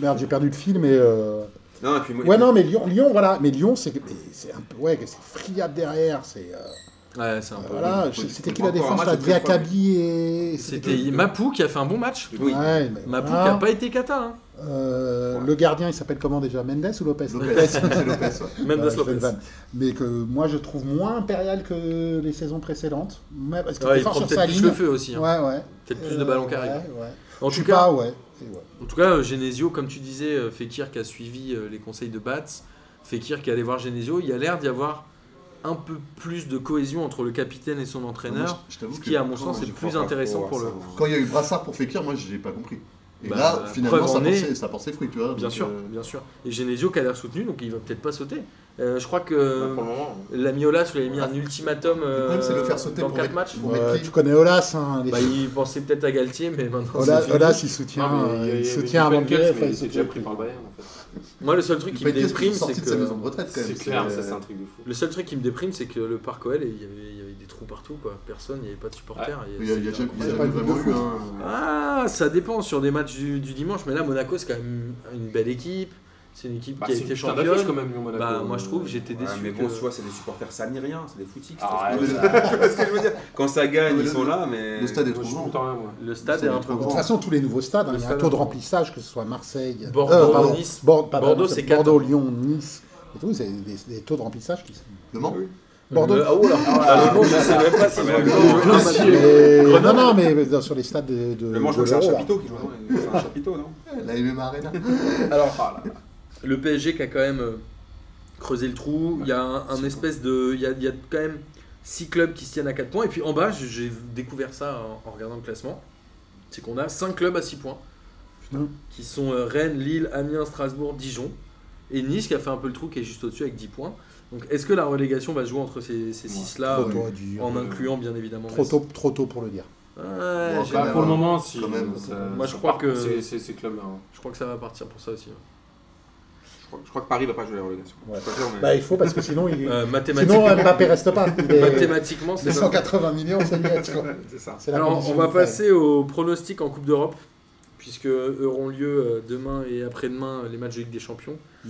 Speaker 4: merde, j'ai perdu le film. Mais euh,
Speaker 2: Non, et puis moi-
Speaker 4: ouais, non, mais Lyon, Lyon, voilà. Mais Lyon, c'est, mais c'est un peu, ouais, c'est friable derrière. C'est euh,
Speaker 1: Ah Ouais, c'est un peu.
Speaker 4: voilà. je-
Speaker 2: oui,
Speaker 4: C'était
Speaker 2: c'est
Speaker 4: qui la
Speaker 2: encore un
Speaker 4: défense
Speaker 2: match
Speaker 4: là
Speaker 2: de très
Speaker 4: Diakabi et Ah.
Speaker 1: C'était Mapou qui a fait un bon match.
Speaker 2: Oui.
Speaker 4: Ouais, mais
Speaker 1: Mapou
Speaker 4: voilà.
Speaker 1: qui a pas été cata, hein.
Speaker 4: Euh, Le gardien, il s'appelle comment déjà Mendes ou Lopez
Speaker 5: Lopez, c'est Lopez. ouais.
Speaker 1: Mendes
Speaker 4: Bah, je fais
Speaker 1: Lopez.
Speaker 4: une vanne. Mais que moi je trouve moins impérial que les saisons précédentes. Mais- Parce qu'il
Speaker 1: Ouais,
Speaker 4: était
Speaker 1: il
Speaker 4: fort
Speaker 1: prend
Speaker 4: sur
Speaker 1: peut-être
Speaker 4: sa
Speaker 1: plus
Speaker 4: ligne.
Speaker 1: le feu aussi. hein.
Speaker 4: Ouais, ouais.
Speaker 1: Peut-être plus de ballons qui
Speaker 4: carrés.
Speaker 1: arrivent.
Speaker 4: Ouais, ouais.
Speaker 1: En
Speaker 4: Je
Speaker 1: tout
Speaker 4: suis
Speaker 1: cas,
Speaker 4: pas, ouais. Et ouais.
Speaker 1: En tout cas, euh, Genesio, comme tu disais, euh, Fekir qui a suivi euh, les conseils de Batz, Fekir qui est allé voir Genesio, il y a l'air d'y avoir un peu plus de cohésion entre le capitaine et son entraîneur,
Speaker 4: Ah,
Speaker 5: Moi, je- je t'avoue
Speaker 1: ce
Speaker 5: que
Speaker 1: qui, à mon
Speaker 5: quand
Speaker 1: sens,
Speaker 5: j'ai-
Speaker 1: est
Speaker 2: crois pas,
Speaker 1: plus
Speaker 2: faut
Speaker 1: intéressant
Speaker 2: voir
Speaker 1: pour
Speaker 2: ça.
Speaker 1: le.
Speaker 5: Quand il y a eu brassard pour Fekir, moi, j'ai pas compris. Et
Speaker 1: Bah,
Speaker 5: là,
Speaker 1: euh,
Speaker 5: finalement,
Speaker 1: preuve
Speaker 5: ça
Speaker 1: en est-
Speaker 5: portait, ça portait fruit, tu vois.
Speaker 1: Bien
Speaker 5: donc,
Speaker 1: sûr,
Speaker 5: euh,
Speaker 1: bien sûr. Et Genesio qui a l'air soutenu, donc il va peut-être pas sauter. Euh, je crois
Speaker 4: Bah,
Speaker 1: que
Speaker 3: Pour le moment.
Speaker 1: la Miola lui avait mis un ultimatum
Speaker 5: Le
Speaker 1: euh,
Speaker 5: problème, c'est de le faire sauter
Speaker 1: dans
Speaker 5: pour
Speaker 1: 4
Speaker 5: mettre-
Speaker 1: matchs.
Speaker 5: pour mettre
Speaker 4: Euh,
Speaker 5: qui
Speaker 4: tu connais Olas, hein, les-
Speaker 1: Bah, il pensait peut-être à Galtier, mais maintenant.
Speaker 4: Olas,
Speaker 1: c'est fini.
Speaker 4: Olas, il soutient,
Speaker 3: Non, Ah, mais il y
Speaker 4: euh,
Speaker 3: a-
Speaker 4: il
Speaker 3: il y avait
Speaker 4: soutient
Speaker 3: du
Speaker 4: avant de
Speaker 3: Penkers,
Speaker 4: virer.
Speaker 3: mais
Speaker 4: enfin, il
Speaker 3: il s'est déjà
Speaker 4: soutient.
Speaker 3: pris par le Bayern en fait.
Speaker 1: Moi, le seul truc qui me
Speaker 5: Payet,
Speaker 1: déprime,
Speaker 5: sorti
Speaker 1: c'est
Speaker 5: de sa maison de
Speaker 1: que.
Speaker 5: retraite quand même.
Speaker 3: C'est clair, ça
Speaker 5: euh,
Speaker 3: c'est un truc de fou.
Speaker 1: Le seul truc qui me déprime, c'est que le parc OL, il y avait, il y avait des trous partout, quoi. Personne, il n'y avait pas de supporters. Et
Speaker 5: Il y a, il y a
Speaker 1: c'était
Speaker 5: jamais- il y a
Speaker 1: incroyable.
Speaker 4: pas
Speaker 5: jamais
Speaker 4: de
Speaker 5: vraiment
Speaker 4: foot.
Speaker 5: eu un.
Speaker 1: Ah, ça dépend sur des matchs du, du dimanche, mais là, Monaco, c'est quand même une belle équipe. C'est une équipe
Speaker 3: Bah,
Speaker 1: qui a
Speaker 3: c'est une
Speaker 1: été
Speaker 3: putain d'affiche quand
Speaker 1: championne.
Speaker 3: même, Lyon Monaco.
Speaker 1: Bah, moi, je trouve, j'étais
Speaker 2: Ouais,
Speaker 1: déçu.
Speaker 2: mais bon,
Speaker 1: que-
Speaker 2: tu vois, c'est des supporters samiriens, c'est des footix.
Speaker 3: Ah,
Speaker 2: tu
Speaker 3: ouais,
Speaker 2: vois
Speaker 3: ça-
Speaker 2: ce que je veux dire Quand ça gagne,
Speaker 5: Le-
Speaker 2: ils sont là, mais.
Speaker 5: Le stade est
Speaker 3: moi,
Speaker 5: trop
Speaker 3: je suis
Speaker 5: grand.
Speaker 3: content là, moi.
Speaker 1: le stade
Speaker 5: c'est
Speaker 1: est un
Speaker 5: des
Speaker 1: peu
Speaker 5: trous
Speaker 4: De
Speaker 1: grand.
Speaker 4: toute façon, tous les nouveaux stades, hein, il y a un
Speaker 1: Stade
Speaker 4: taux de
Speaker 1: grand.
Speaker 4: remplissage, que ce soit Marseille,
Speaker 1: Bordeaux,
Speaker 4: euh, pardon,
Speaker 1: Nice.
Speaker 4: Bord- pardon,
Speaker 1: Bordeaux,
Speaker 4: c'est
Speaker 1: c'est
Speaker 4: Bordeaux, Lyon, Nice. Et tout, c'est des, des taux de remplissage qui sont.
Speaker 5: Le Mans
Speaker 4: Bordeaux.
Speaker 1: Le- ah, oh là, le Mans, je sais même pas si
Speaker 2: Ah,
Speaker 1: c'est
Speaker 2: mais
Speaker 1: un
Speaker 2: le
Speaker 1: grand match.
Speaker 4: Mais- Non, non, mais dans- sur les stades de. de-
Speaker 2: Le manche,
Speaker 4: de
Speaker 2: c'est un
Speaker 4: l'Euro, là.
Speaker 2: chapiteau qui joue. non C'est un chapiteau, non
Speaker 5: La MMA Arena.
Speaker 1: Alors, le PSG qui a quand même euh, creusé le trou. Il y a un, un espèce de. Il y a, il y a quand même 6 clubs qui se tiennent à 4 points. Et puis en bas, j'ai- j'ai découvert ça en, en regardant le classement. C'est qu'on a 5 clubs à 6 points.
Speaker 4: Putain.
Speaker 1: Qui sont euh, Rennes, Lille, Amiens, Strasbourg, Dijon. Et Nice qui a fait un peu le trou qui est juste au-dessus avec 10 points. Donc est-ce que la relégation va se jouer entre ces, ces
Speaker 3: Ouais.
Speaker 1: 6-là
Speaker 4: Trop tôt à dire.
Speaker 1: Ah En incluant bien évidemment.
Speaker 4: Trop
Speaker 1: Metz.
Speaker 4: tôt, trop tôt pour le dire.
Speaker 1: Ouais,
Speaker 5: Bon,
Speaker 1: j'ai-
Speaker 5: quand
Speaker 3: Bah,
Speaker 5: même,
Speaker 3: pour le
Speaker 5: hein.
Speaker 3: moment, si.
Speaker 5: Quand même.
Speaker 3: ça-
Speaker 1: Moi, je
Speaker 3: ça
Speaker 1: crois
Speaker 3: part
Speaker 1: que-
Speaker 3: pour ces- ces ces clubs-là. hein.
Speaker 1: je crois que ça va partir pour ça aussi. hein. ouais.
Speaker 2: Je crois- Je crois que Paris va pas jouer la relégation. Je suis pas sûr, mais-
Speaker 4: Bah, il faut parce que sinon, euh, il...
Speaker 1: Euh, mathématiquement,
Speaker 4: sinon Mbappé reste pas. Il est-
Speaker 1: mathématiquement, c'est pas
Speaker 4: 280 millions, ça lui est, tu vois.
Speaker 2: C'est ça.
Speaker 4: C'est la
Speaker 1: Alors,
Speaker 4: condition
Speaker 1: on va
Speaker 4: du travail.
Speaker 1: passer aux pronostics en Coupe d'Europe, puisque auront lieu euh, demain et après-demain euh, les matchs de Ligue des Champions
Speaker 4: Mm.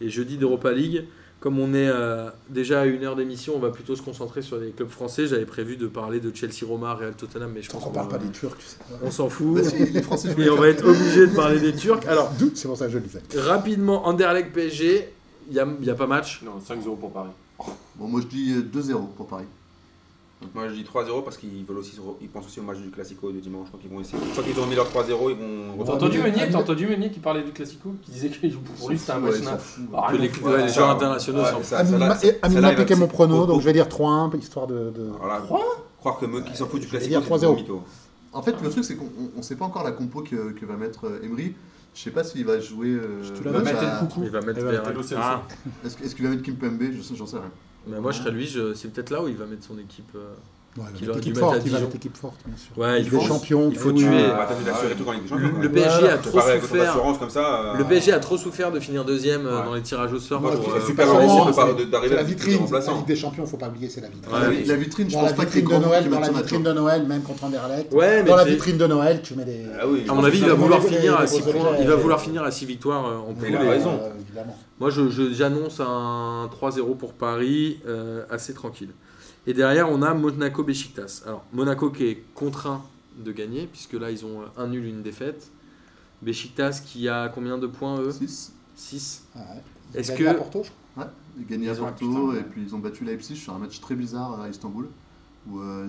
Speaker 1: et jeudi d'Europa League. Comme on est euh, déjà à une heure d'émission, on va plutôt se concentrer sur les clubs français. J'avais prévu de parler de Chelsea, Roma, Real Tottenham, mais je
Speaker 4: Je
Speaker 1: pense
Speaker 4: ne
Speaker 1: qu'on
Speaker 4: parle
Speaker 1: va-
Speaker 4: pas des Turcs. tu sais.
Speaker 1: on s'en fout.
Speaker 5: Bah si, les Français jouent.
Speaker 1: Et on va être obligé de parler des Turcs. Alors,
Speaker 4: D'où- c'est pour ça que je le disais.
Speaker 1: rapidement, Anderlecht PSG, il n'y a, pas match.
Speaker 3: Non, 5-0 pour Paris.
Speaker 5: Bon, moi je dis euh, 2-0 pour Paris.
Speaker 2: Moi je dis 3-0 parce qu'ils veulent aussi, se re- ils pensent aussi au match du Classico de dimanche, donc ils vont essayer. Une fois qu'ils ont mis leur 3-0, ils vont
Speaker 3: T'as
Speaker 4: Ouais,
Speaker 2: retourner.
Speaker 3: entendu
Speaker 4: mais-
Speaker 3: Meunier T'as entendu Meunier qui parlait du Classico Qui disait que pour lui c'était un
Speaker 5: Ouais,
Speaker 3: match
Speaker 5: ils
Speaker 3: nul.
Speaker 5: s'en foutent.
Speaker 3: Ah,
Speaker 1: Que les,
Speaker 3: rien à
Speaker 1: ouais,
Speaker 3: foutre.
Speaker 1: les gens internationaux s'en foutent.
Speaker 4: Amina, et Amina piquait mon prono, donc je vais dire 3-1, histoire de. de-
Speaker 2: Voilà, croire que Meuk, ils s'en foutent du
Speaker 4: Je vais
Speaker 2: Classico,
Speaker 4: dire
Speaker 2: c'est
Speaker 4: 3-0.
Speaker 2: un mytho.
Speaker 5: En fait, le truc, c'est qu'on on- on sait pas encore la compo que, que va mettre euh, Emery. Je sais pas s'il va jouer. euh,
Speaker 4: Je te
Speaker 3: Il
Speaker 4: la
Speaker 3: va
Speaker 5: match
Speaker 4: mets,
Speaker 3: mettre
Speaker 5: à-
Speaker 3: le coucou.
Speaker 1: Il va
Speaker 4: Eh
Speaker 1: mettre
Speaker 4: ben,
Speaker 3: Il va
Speaker 1: Verratti.
Speaker 3: mettre l'OCLC.
Speaker 1: Ah,
Speaker 5: Est-ce que- est-ce qu'il va mettre Kimpembe Je sais- J'en sais rien.
Speaker 1: mais moi, je serais lui, je- c'est peut-être là où il va mettre son équipe. euh,
Speaker 4: Ouais, il
Speaker 1: Qu'il
Speaker 4: va
Speaker 1: aurait
Speaker 4: être
Speaker 1: dû
Speaker 4: équipe
Speaker 1: mettre à
Speaker 4: forte, il va
Speaker 1: Dijon.
Speaker 4: être équipe forte, bien sûr.
Speaker 1: Ouais,
Speaker 4: Il
Speaker 1: il
Speaker 4: est
Speaker 1: faut,
Speaker 4: champion.
Speaker 1: il faut
Speaker 4: eh oui.
Speaker 1: tuer.
Speaker 2: Ah, bah, t'as vu d'assurer tout en Ligue des Champions, hein. quand
Speaker 1: Le
Speaker 2: même.
Speaker 1: PSG a
Speaker 2: C'est
Speaker 1: trop
Speaker 2: pareil, contre
Speaker 1: souffert.
Speaker 2: l'assurance comme ça.
Speaker 1: Le
Speaker 2: euh,
Speaker 1: PSG a trop souffert de finir deuxième euh,
Speaker 3: Ouais.
Speaker 1: dans les tirages au sort.
Speaker 2: Moi, je
Speaker 1: pour,
Speaker 2: trouve
Speaker 1: euh,
Speaker 2: ça super
Speaker 1: pour-
Speaker 2: organique,
Speaker 4: parce
Speaker 2: pas
Speaker 4: que
Speaker 2: de-
Speaker 4: C'est
Speaker 2: d'arriver
Speaker 4: la
Speaker 2: à-
Speaker 4: vitrine. La
Speaker 2: remplaçant.
Speaker 4: Ligue des Champions, faut pas oublier, c'est la vitrine.
Speaker 1: Ouais,
Speaker 5: la,
Speaker 3: Ah
Speaker 1: oui.
Speaker 5: la vitrine, je
Speaker 4: Dans
Speaker 5: pense
Speaker 4: la
Speaker 5: pas qu'il y
Speaker 4: vitrine
Speaker 5: ait
Speaker 4: de
Speaker 5: grand monde
Speaker 4: Noël,
Speaker 5: qui
Speaker 4: dans
Speaker 5: mette
Speaker 4: la
Speaker 5: ce
Speaker 4: vitrine
Speaker 5: match.
Speaker 4: de Noël, même contre Anderlecht.
Speaker 1: Ouais, mais
Speaker 4: Dans la
Speaker 1: c'est-
Speaker 4: vitrine de Noël, tu mets des.
Speaker 2: Ah oui,
Speaker 1: À mon avis, il va
Speaker 4: Ils vont
Speaker 1: vouloir
Speaker 4: les-
Speaker 1: finir à
Speaker 4: les
Speaker 1: 6
Speaker 4: projets,
Speaker 1: points. Il va
Speaker 4: euh,
Speaker 1: vouloir finir à 6 victoires euh, en
Speaker 2: Mais
Speaker 1: poule.
Speaker 2: il a
Speaker 1: Et,
Speaker 2: raison.
Speaker 1: euh,
Speaker 4: euh, évidemment.
Speaker 1: Moi, je- je- j'annonce un 3-0 pour Paris, euh, assez tranquille. Et derrière, on a monaco Besiktas. Alors, Monaco qui est contraint de gagner, puisque là, ils ont euh, un nul, une défaite. Besiktas qui a combien de points, eux
Speaker 5: Six.
Speaker 1: 6.
Speaker 4: Ah ouais.
Speaker 1: Est-ce
Speaker 4: Ils
Speaker 1: que-
Speaker 4: gagnent à Porto, je crois.
Speaker 5: Ouais, ils gagnaient à
Speaker 1: Ils ont-
Speaker 5: Porto
Speaker 1: putain, ouais.
Speaker 5: et puis ils ont battu Leipzig sur un match très bizarre à Istanbul où euh,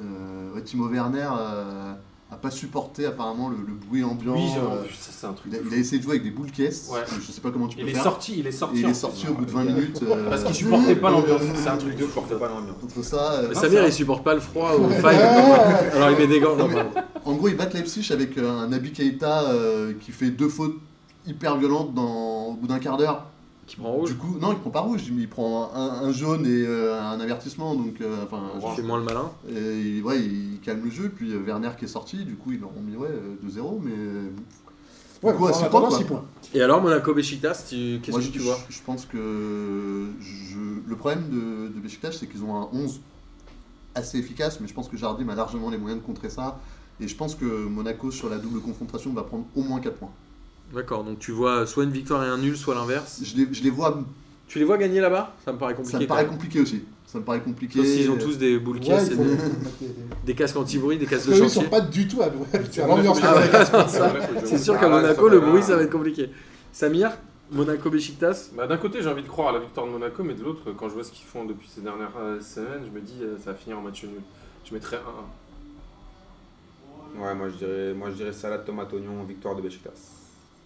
Speaker 5: euh, ouais, Timo Werner euh, a pas supporté apparemment le, le bruit ambiant.
Speaker 3: Oui, j'ai
Speaker 5: euh,
Speaker 3: vu, ça, c'est un truc.
Speaker 5: il, a,
Speaker 3: de fou.
Speaker 5: il a essayé de jouer avec des boules caisses.
Speaker 3: Ouais.
Speaker 5: Je sais pas comment tu peux
Speaker 3: Il est
Speaker 5: faire.
Speaker 3: sorti, il est
Speaker 5: Et
Speaker 3: sorti. hein.
Speaker 5: il
Speaker 3: en
Speaker 5: est
Speaker 3: fait.
Speaker 5: sorti au bout de 20 minutes. euh,
Speaker 3: Parce qu'il supportait pas l'ambiance. C'est un
Speaker 2: Je
Speaker 3: truc de
Speaker 2: ne
Speaker 3: fou.
Speaker 2: supporte pas l'ambiance.
Speaker 5: Entre ça, euh,
Speaker 1: Mais
Speaker 5: non,
Speaker 1: Samir, il supporte pas le froid au five. Alors, il met des gants. Non,
Speaker 5: mais-
Speaker 1: pardon.
Speaker 5: En gros, ils battent Leipzig avec euh, un Nabi Keita euh, qui fait deux fautes hyper violentes dans, au bout d'un quart d'heure.
Speaker 1: Qui prend rouge.
Speaker 5: Du coup, non, il prend pas rouge, mais il prend un, un jaune et euh, un avertissement. Donc, euh, enfin,
Speaker 1: Il fait moins le malin.
Speaker 5: et il- ouais, il calme le jeu. Puis euh, Werner qui est sorti, du coup, ils leur ont mis ouais, euh, 2-0. Mais euh,
Speaker 4: Ouais,
Speaker 5: Du coup, à
Speaker 4: en
Speaker 5: six
Speaker 4: attendant,
Speaker 5: points, quoi.
Speaker 4: six points.
Speaker 1: Et alors, Monaco Besiktas, tu... qu'est-ce
Speaker 5: moi,
Speaker 1: que
Speaker 5: je-
Speaker 1: tu vois
Speaker 5: Je, je pense que je- le problème de, de Beşiktaş, c'est qu'ils ont un 11 assez efficace, mais je pense que Jardim a largement les moyens de contrer ça. Et je pense que Monaco, sur la double confrontation, va prendre au moins 4 points.
Speaker 1: D'accord, donc tu vois soit une victoire et un nul, soit l'inverse.
Speaker 5: Je les, je les vois,
Speaker 1: Tu les vois gagner là-bas Ça me paraît
Speaker 5: ça
Speaker 1: compliqué.
Speaker 5: me paraît
Speaker 1: quand même.
Speaker 5: compliqué aussi. Ça me paraît compliqué.
Speaker 1: Sauf s'ils ont tous des boules
Speaker 4: Ouais,
Speaker 1: caisses
Speaker 4: il
Speaker 1: et
Speaker 4: faut-
Speaker 1: des,
Speaker 4: mettre des- des-
Speaker 1: des casques anti-bruit, des casques de
Speaker 4: Eux, ils sont
Speaker 1: chantier.
Speaker 4: pas du tout à l'ouest.
Speaker 3: Ah
Speaker 4: à l'ambiance
Speaker 3: ouais.
Speaker 4: de Vegas, comme ça.
Speaker 1: C'est sûr qu'à
Speaker 3: Ah ouais,
Speaker 1: Monaco,
Speaker 3: ça
Speaker 1: le
Speaker 3: va
Speaker 1: bruit,
Speaker 3: là.
Speaker 1: ça va être compliqué. Samir, Monaco Besiktas
Speaker 3: Bah, D'un côté, j'ai envie de croire à la victoire de Monaco, mais de l'autre, quand je vois ce qu'ils font depuis ces dernières euh, semaines, je me dis euh, ça va finir en match nul. Je mettrais 1-1.
Speaker 2: Ouais, moi je dirais, moi, je dirais salade, tomate, oignon, victoire de Beşiktaş.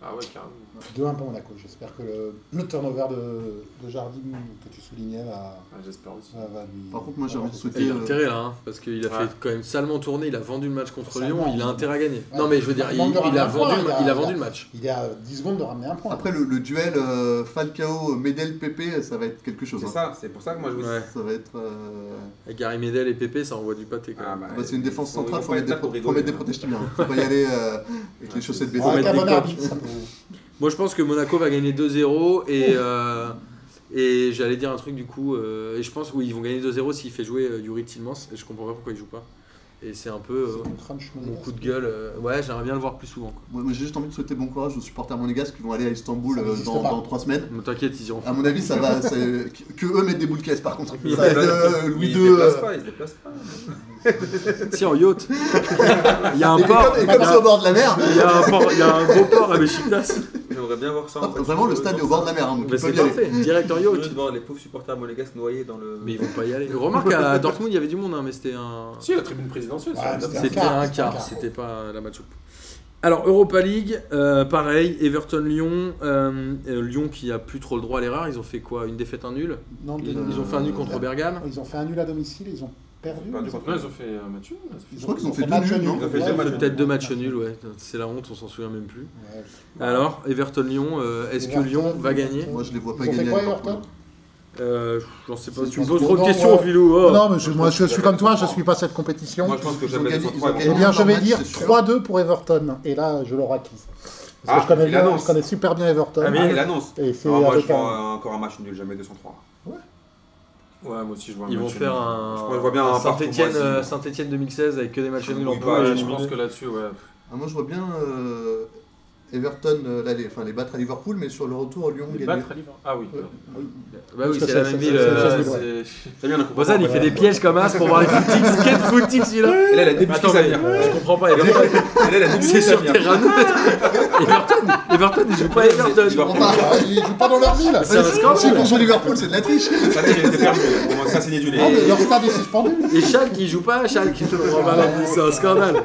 Speaker 3: Ah ouais, carrément.
Speaker 4: 2-1 pour Monaco. J'espère que le, le turnover de, de Jardim que tu soulignais va,
Speaker 3: Ah, J'espère aussi.
Speaker 4: va- va lui.
Speaker 5: Par contre, moi, j'ai envie de
Speaker 1: Et il
Speaker 5: souhaiter.
Speaker 1: a
Speaker 5: euh,
Speaker 1: intérêt là, hein, parce qu'il a
Speaker 3: Ouais.
Speaker 1: fait quand même salement tourner, il a vendu le match contre
Speaker 4: Salement.
Speaker 1: Lyon, il a intérêt à gagner.
Speaker 4: Ouais.
Speaker 1: Non mais je veux dire, il,
Speaker 4: Manque de
Speaker 1: il a,
Speaker 4: rien
Speaker 1: vendu,
Speaker 4: faire,
Speaker 1: le-
Speaker 4: il
Speaker 1: il
Speaker 4: a-
Speaker 1: a
Speaker 4: il a-
Speaker 1: vendu le match.
Speaker 4: Il est à 10 secondes de ramener un point. Ah,
Speaker 5: Après, le, le duel euh, Falcao-Medel-Pépé, ça va être quelque chose.
Speaker 2: C'est ça,
Speaker 5: hein.
Speaker 2: c'est pour ça que moi je vous dis.
Speaker 1: Ouais.
Speaker 5: Ça va être. euh,
Speaker 1: Avec Gary Medel et Pépé, ça envoie du pâté quand
Speaker 2: Ah,
Speaker 1: même.
Speaker 2: bah,
Speaker 5: ah bah, c'est une défense
Speaker 2: ils sont- ils
Speaker 5: centrale,
Speaker 2: vont
Speaker 5: faut
Speaker 2: pas
Speaker 5: mettre
Speaker 2: être là
Speaker 5: des,
Speaker 2: pour
Speaker 5: pro- faut
Speaker 2: rigoler,
Speaker 5: mettre des
Speaker 2: hein.
Speaker 5: protèges bien. Faut pas y aller euh, avec les chaussettes
Speaker 4: Ouais,
Speaker 5: baissées.
Speaker 1: faut
Speaker 4: avec
Speaker 1: mettre
Speaker 4: un
Speaker 1: des
Speaker 4: bon
Speaker 1: coques.
Speaker 4: arbitre, ça peut-
Speaker 1: Moi je pense que Monaco va gagner 2-0 et, euh, et j'allais dire un truc du coup, euh, et je pense oui ils vont gagner 2-0 s'il fait jouer euh, Yuri Tillmans et je comprends pas pourquoi il joue pas. Et c'est un peu euh,
Speaker 4: c'est un crunch
Speaker 1: mon
Speaker 4: monégasque.
Speaker 1: coup de gueule, euh, ouais j'aimerais bien le voir plus souvent. Quoi.
Speaker 5: Moi, moi, j'ai juste envie de souhaiter bon courage aux supporters monégasques qui vont aller à Istanbul
Speaker 4: Ça
Speaker 5: euh,
Speaker 4: n'existe
Speaker 5: dans,
Speaker 4: pas.
Speaker 5: dans trois semaines.
Speaker 1: Mais T'inquiète, ils iront.
Speaker 5: À mon avis, ça va. c'est- Que eux mettent des boules de caisse, par contre.
Speaker 1: Ils
Speaker 5: Ça va être,
Speaker 1: se
Speaker 5: euh,
Speaker 2: Ils
Speaker 5: Louis
Speaker 2: se
Speaker 5: II.
Speaker 2: déplacent
Speaker 5: euh,
Speaker 2: pas, ils se déplacent pas.
Speaker 1: si en yacht, il y a un
Speaker 5: euh, Et
Speaker 1: port,
Speaker 5: comme, et
Speaker 1: il y
Speaker 5: comme c'est au
Speaker 1: a-
Speaker 5: bord de la mer,
Speaker 1: il y a un port- il y a un beau port à Besiktas.
Speaker 2: J'aimerais bien voir ça. en
Speaker 5: hop,
Speaker 2: fait.
Speaker 5: vraiment le stade est au bord de la mer. hein, donc
Speaker 1: Mais
Speaker 5: ils peuvent
Speaker 1: c'est
Speaker 5: y aller.
Speaker 1: parfait, direct en
Speaker 2: Je veux
Speaker 1: yacht.
Speaker 2: devant les pauvres supporters monégasques noyés dans le.
Speaker 1: Mais ils vont pas y aller. Remarque, à Dortmund, il y avait du monde, hein, mais c'était un.
Speaker 3: Si, la tribune présidentielle,
Speaker 4: Ouais,
Speaker 3: c'est un
Speaker 4: c'était
Speaker 3: absent.
Speaker 1: C'était un quart, c'était pas la match up. Alors, Europa League, euh, pareil, Everton-Lyon. euh, euh, Lyon qui a plus trop le droit à l'erreur, ils ont fait quoi Une défaite, un nul
Speaker 4: Non,
Speaker 1: ils,
Speaker 4: de-
Speaker 1: ils ont fait un nul contre Bergame.
Speaker 4: Ils ont fait un nul à domicile, ils ont perdu.
Speaker 2: Perdu
Speaker 4: ils ont-
Speaker 2: contre-
Speaker 3: Non, ils ont fait un match nul.
Speaker 5: Je crois qu'ils ont fait
Speaker 4: match
Speaker 5: deux nuls,
Speaker 2: Ils
Speaker 5: non
Speaker 2: ont fait
Speaker 4: Ouais,
Speaker 2: deux
Speaker 4: ils ont
Speaker 2: matchs
Speaker 4: fait
Speaker 1: Peut-être deux matchs nuls, ouais. C'est la honte, on s'en souvient même plus.
Speaker 4: Ouais.
Speaker 1: Alors, Everton-Lyon, euh, est-ce que Lyon va gagner
Speaker 5: Moi, je les vois pas
Speaker 4: Ils ont fait
Speaker 5: gagner.
Speaker 4: quoi,
Speaker 5: à Liverpool.
Speaker 4: Everton
Speaker 1: euh, J'en sais pas.
Speaker 4: C'est
Speaker 1: Tu me
Speaker 4: pas
Speaker 1: poses
Speaker 4: trop
Speaker 1: trop de
Speaker 4: bon,
Speaker 1: questions,
Speaker 4: ouais.
Speaker 1: Philou. oh.
Speaker 4: Non, mais je, moi, je
Speaker 2: pense que
Speaker 4: suis comme toi, je
Speaker 2: Everton-
Speaker 4: suis pas cette compétition.
Speaker 2: Moi je pense que
Speaker 5: Ils ont
Speaker 2: jamais
Speaker 5: gagné-
Speaker 2: les
Speaker 5: ils ont
Speaker 2: autres.
Speaker 5: gagné.
Speaker 4: Eh bien, je
Speaker 5: leur
Speaker 4: vais
Speaker 5: match,
Speaker 4: dire
Speaker 5: c'est sûr.
Speaker 4: 3-2 pour Everton. Et là, je l'aurai acquise. Parce que
Speaker 2: Ah,
Speaker 4: je connais,
Speaker 2: il
Speaker 4: bien,
Speaker 2: annonce.
Speaker 4: je connais super bien Everton.
Speaker 1: Ah, mais-
Speaker 2: Il annonce.
Speaker 4: Et c'est
Speaker 2: Ah, Moi je
Speaker 4: avec
Speaker 2: prends
Speaker 4: un...
Speaker 2: euh, encore un match nul, jamais 203.
Speaker 3: Ouais, moi aussi, je vois un
Speaker 1: Ils vont
Speaker 3: match
Speaker 1: faire
Speaker 3: nul.
Speaker 1: un, euh,
Speaker 2: Je vois bien un partout,
Speaker 1: Saint-Etienne
Speaker 2: moi, si-
Speaker 1: 2016 avec que des matchs nuls en
Speaker 2: Oui,
Speaker 1: poule.
Speaker 2: bah,
Speaker 1: et
Speaker 3: Ouais, je
Speaker 1: éliminé.
Speaker 3: pense que là-dessus, ouais.
Speaker 5: Ah, moi, je vois bien euh, Everton euh, là, les, enfin, les battre à Liverpool, mais sur le retour, Lyon
Speaker 3: Les
Speaker 5: gagne.
Speaker 3: battre à Liverpool. Ah oui.
Speaker 5: Ouais.
Speaker 1: Bah oui,
Speaker 4: Parce que
Speaker 1: c'est la
Speaker 4: c'est-
Speaker 1: même
Speaker 4: c'est-
Speaker 1: ville.
Speaker 4: c'est-
Speaker 1: euh,
Speaker 4: c'est-
Speaker 3: C'est-
Speaker 2: C'est bien, on comprend
Speaker 1: Bozan,
Speaker 2: pas.
Speaker 1: il fait des pièges comme as pour voir les footings. Quel footing celui-là
Speaker 2: Et là, il a débuté
Speaker 1: Attends,
Speaker 2: sa
Speaker 1: mais
Speaker 2: vie.
Speaker 1: je comprends pas.
Speaker 2: Et
Speaker 1: Everton,
Speaker 2: là, il a débuté
Speaker 1: c'est
Speaker 2: sa
Speaker 1: sur
Speaker 2: vie.
Speaker 1: terrain neutre. Everton, Everton, ils jouent pas à Everton.
Speaker 2: Liverpool.
Speaker 5: On part.
Speaker 4: Ils jouent pas dans leur ville.
Speaker 1: C'est un scandale.
Speaker 5: C'est pour jouer Liverpool, c'est de la triche.
Speaker 2: Ça, c'est- c'est perdu. On va s'assigner du
Speaker 4: Non, mais
Speaker 2: lait.
Speaker 4: leur stade est suspendu.
Speaker 1: Et Schalke, ils jouent pas à Schalke. Je comprends pas non plus, C'est un scandale.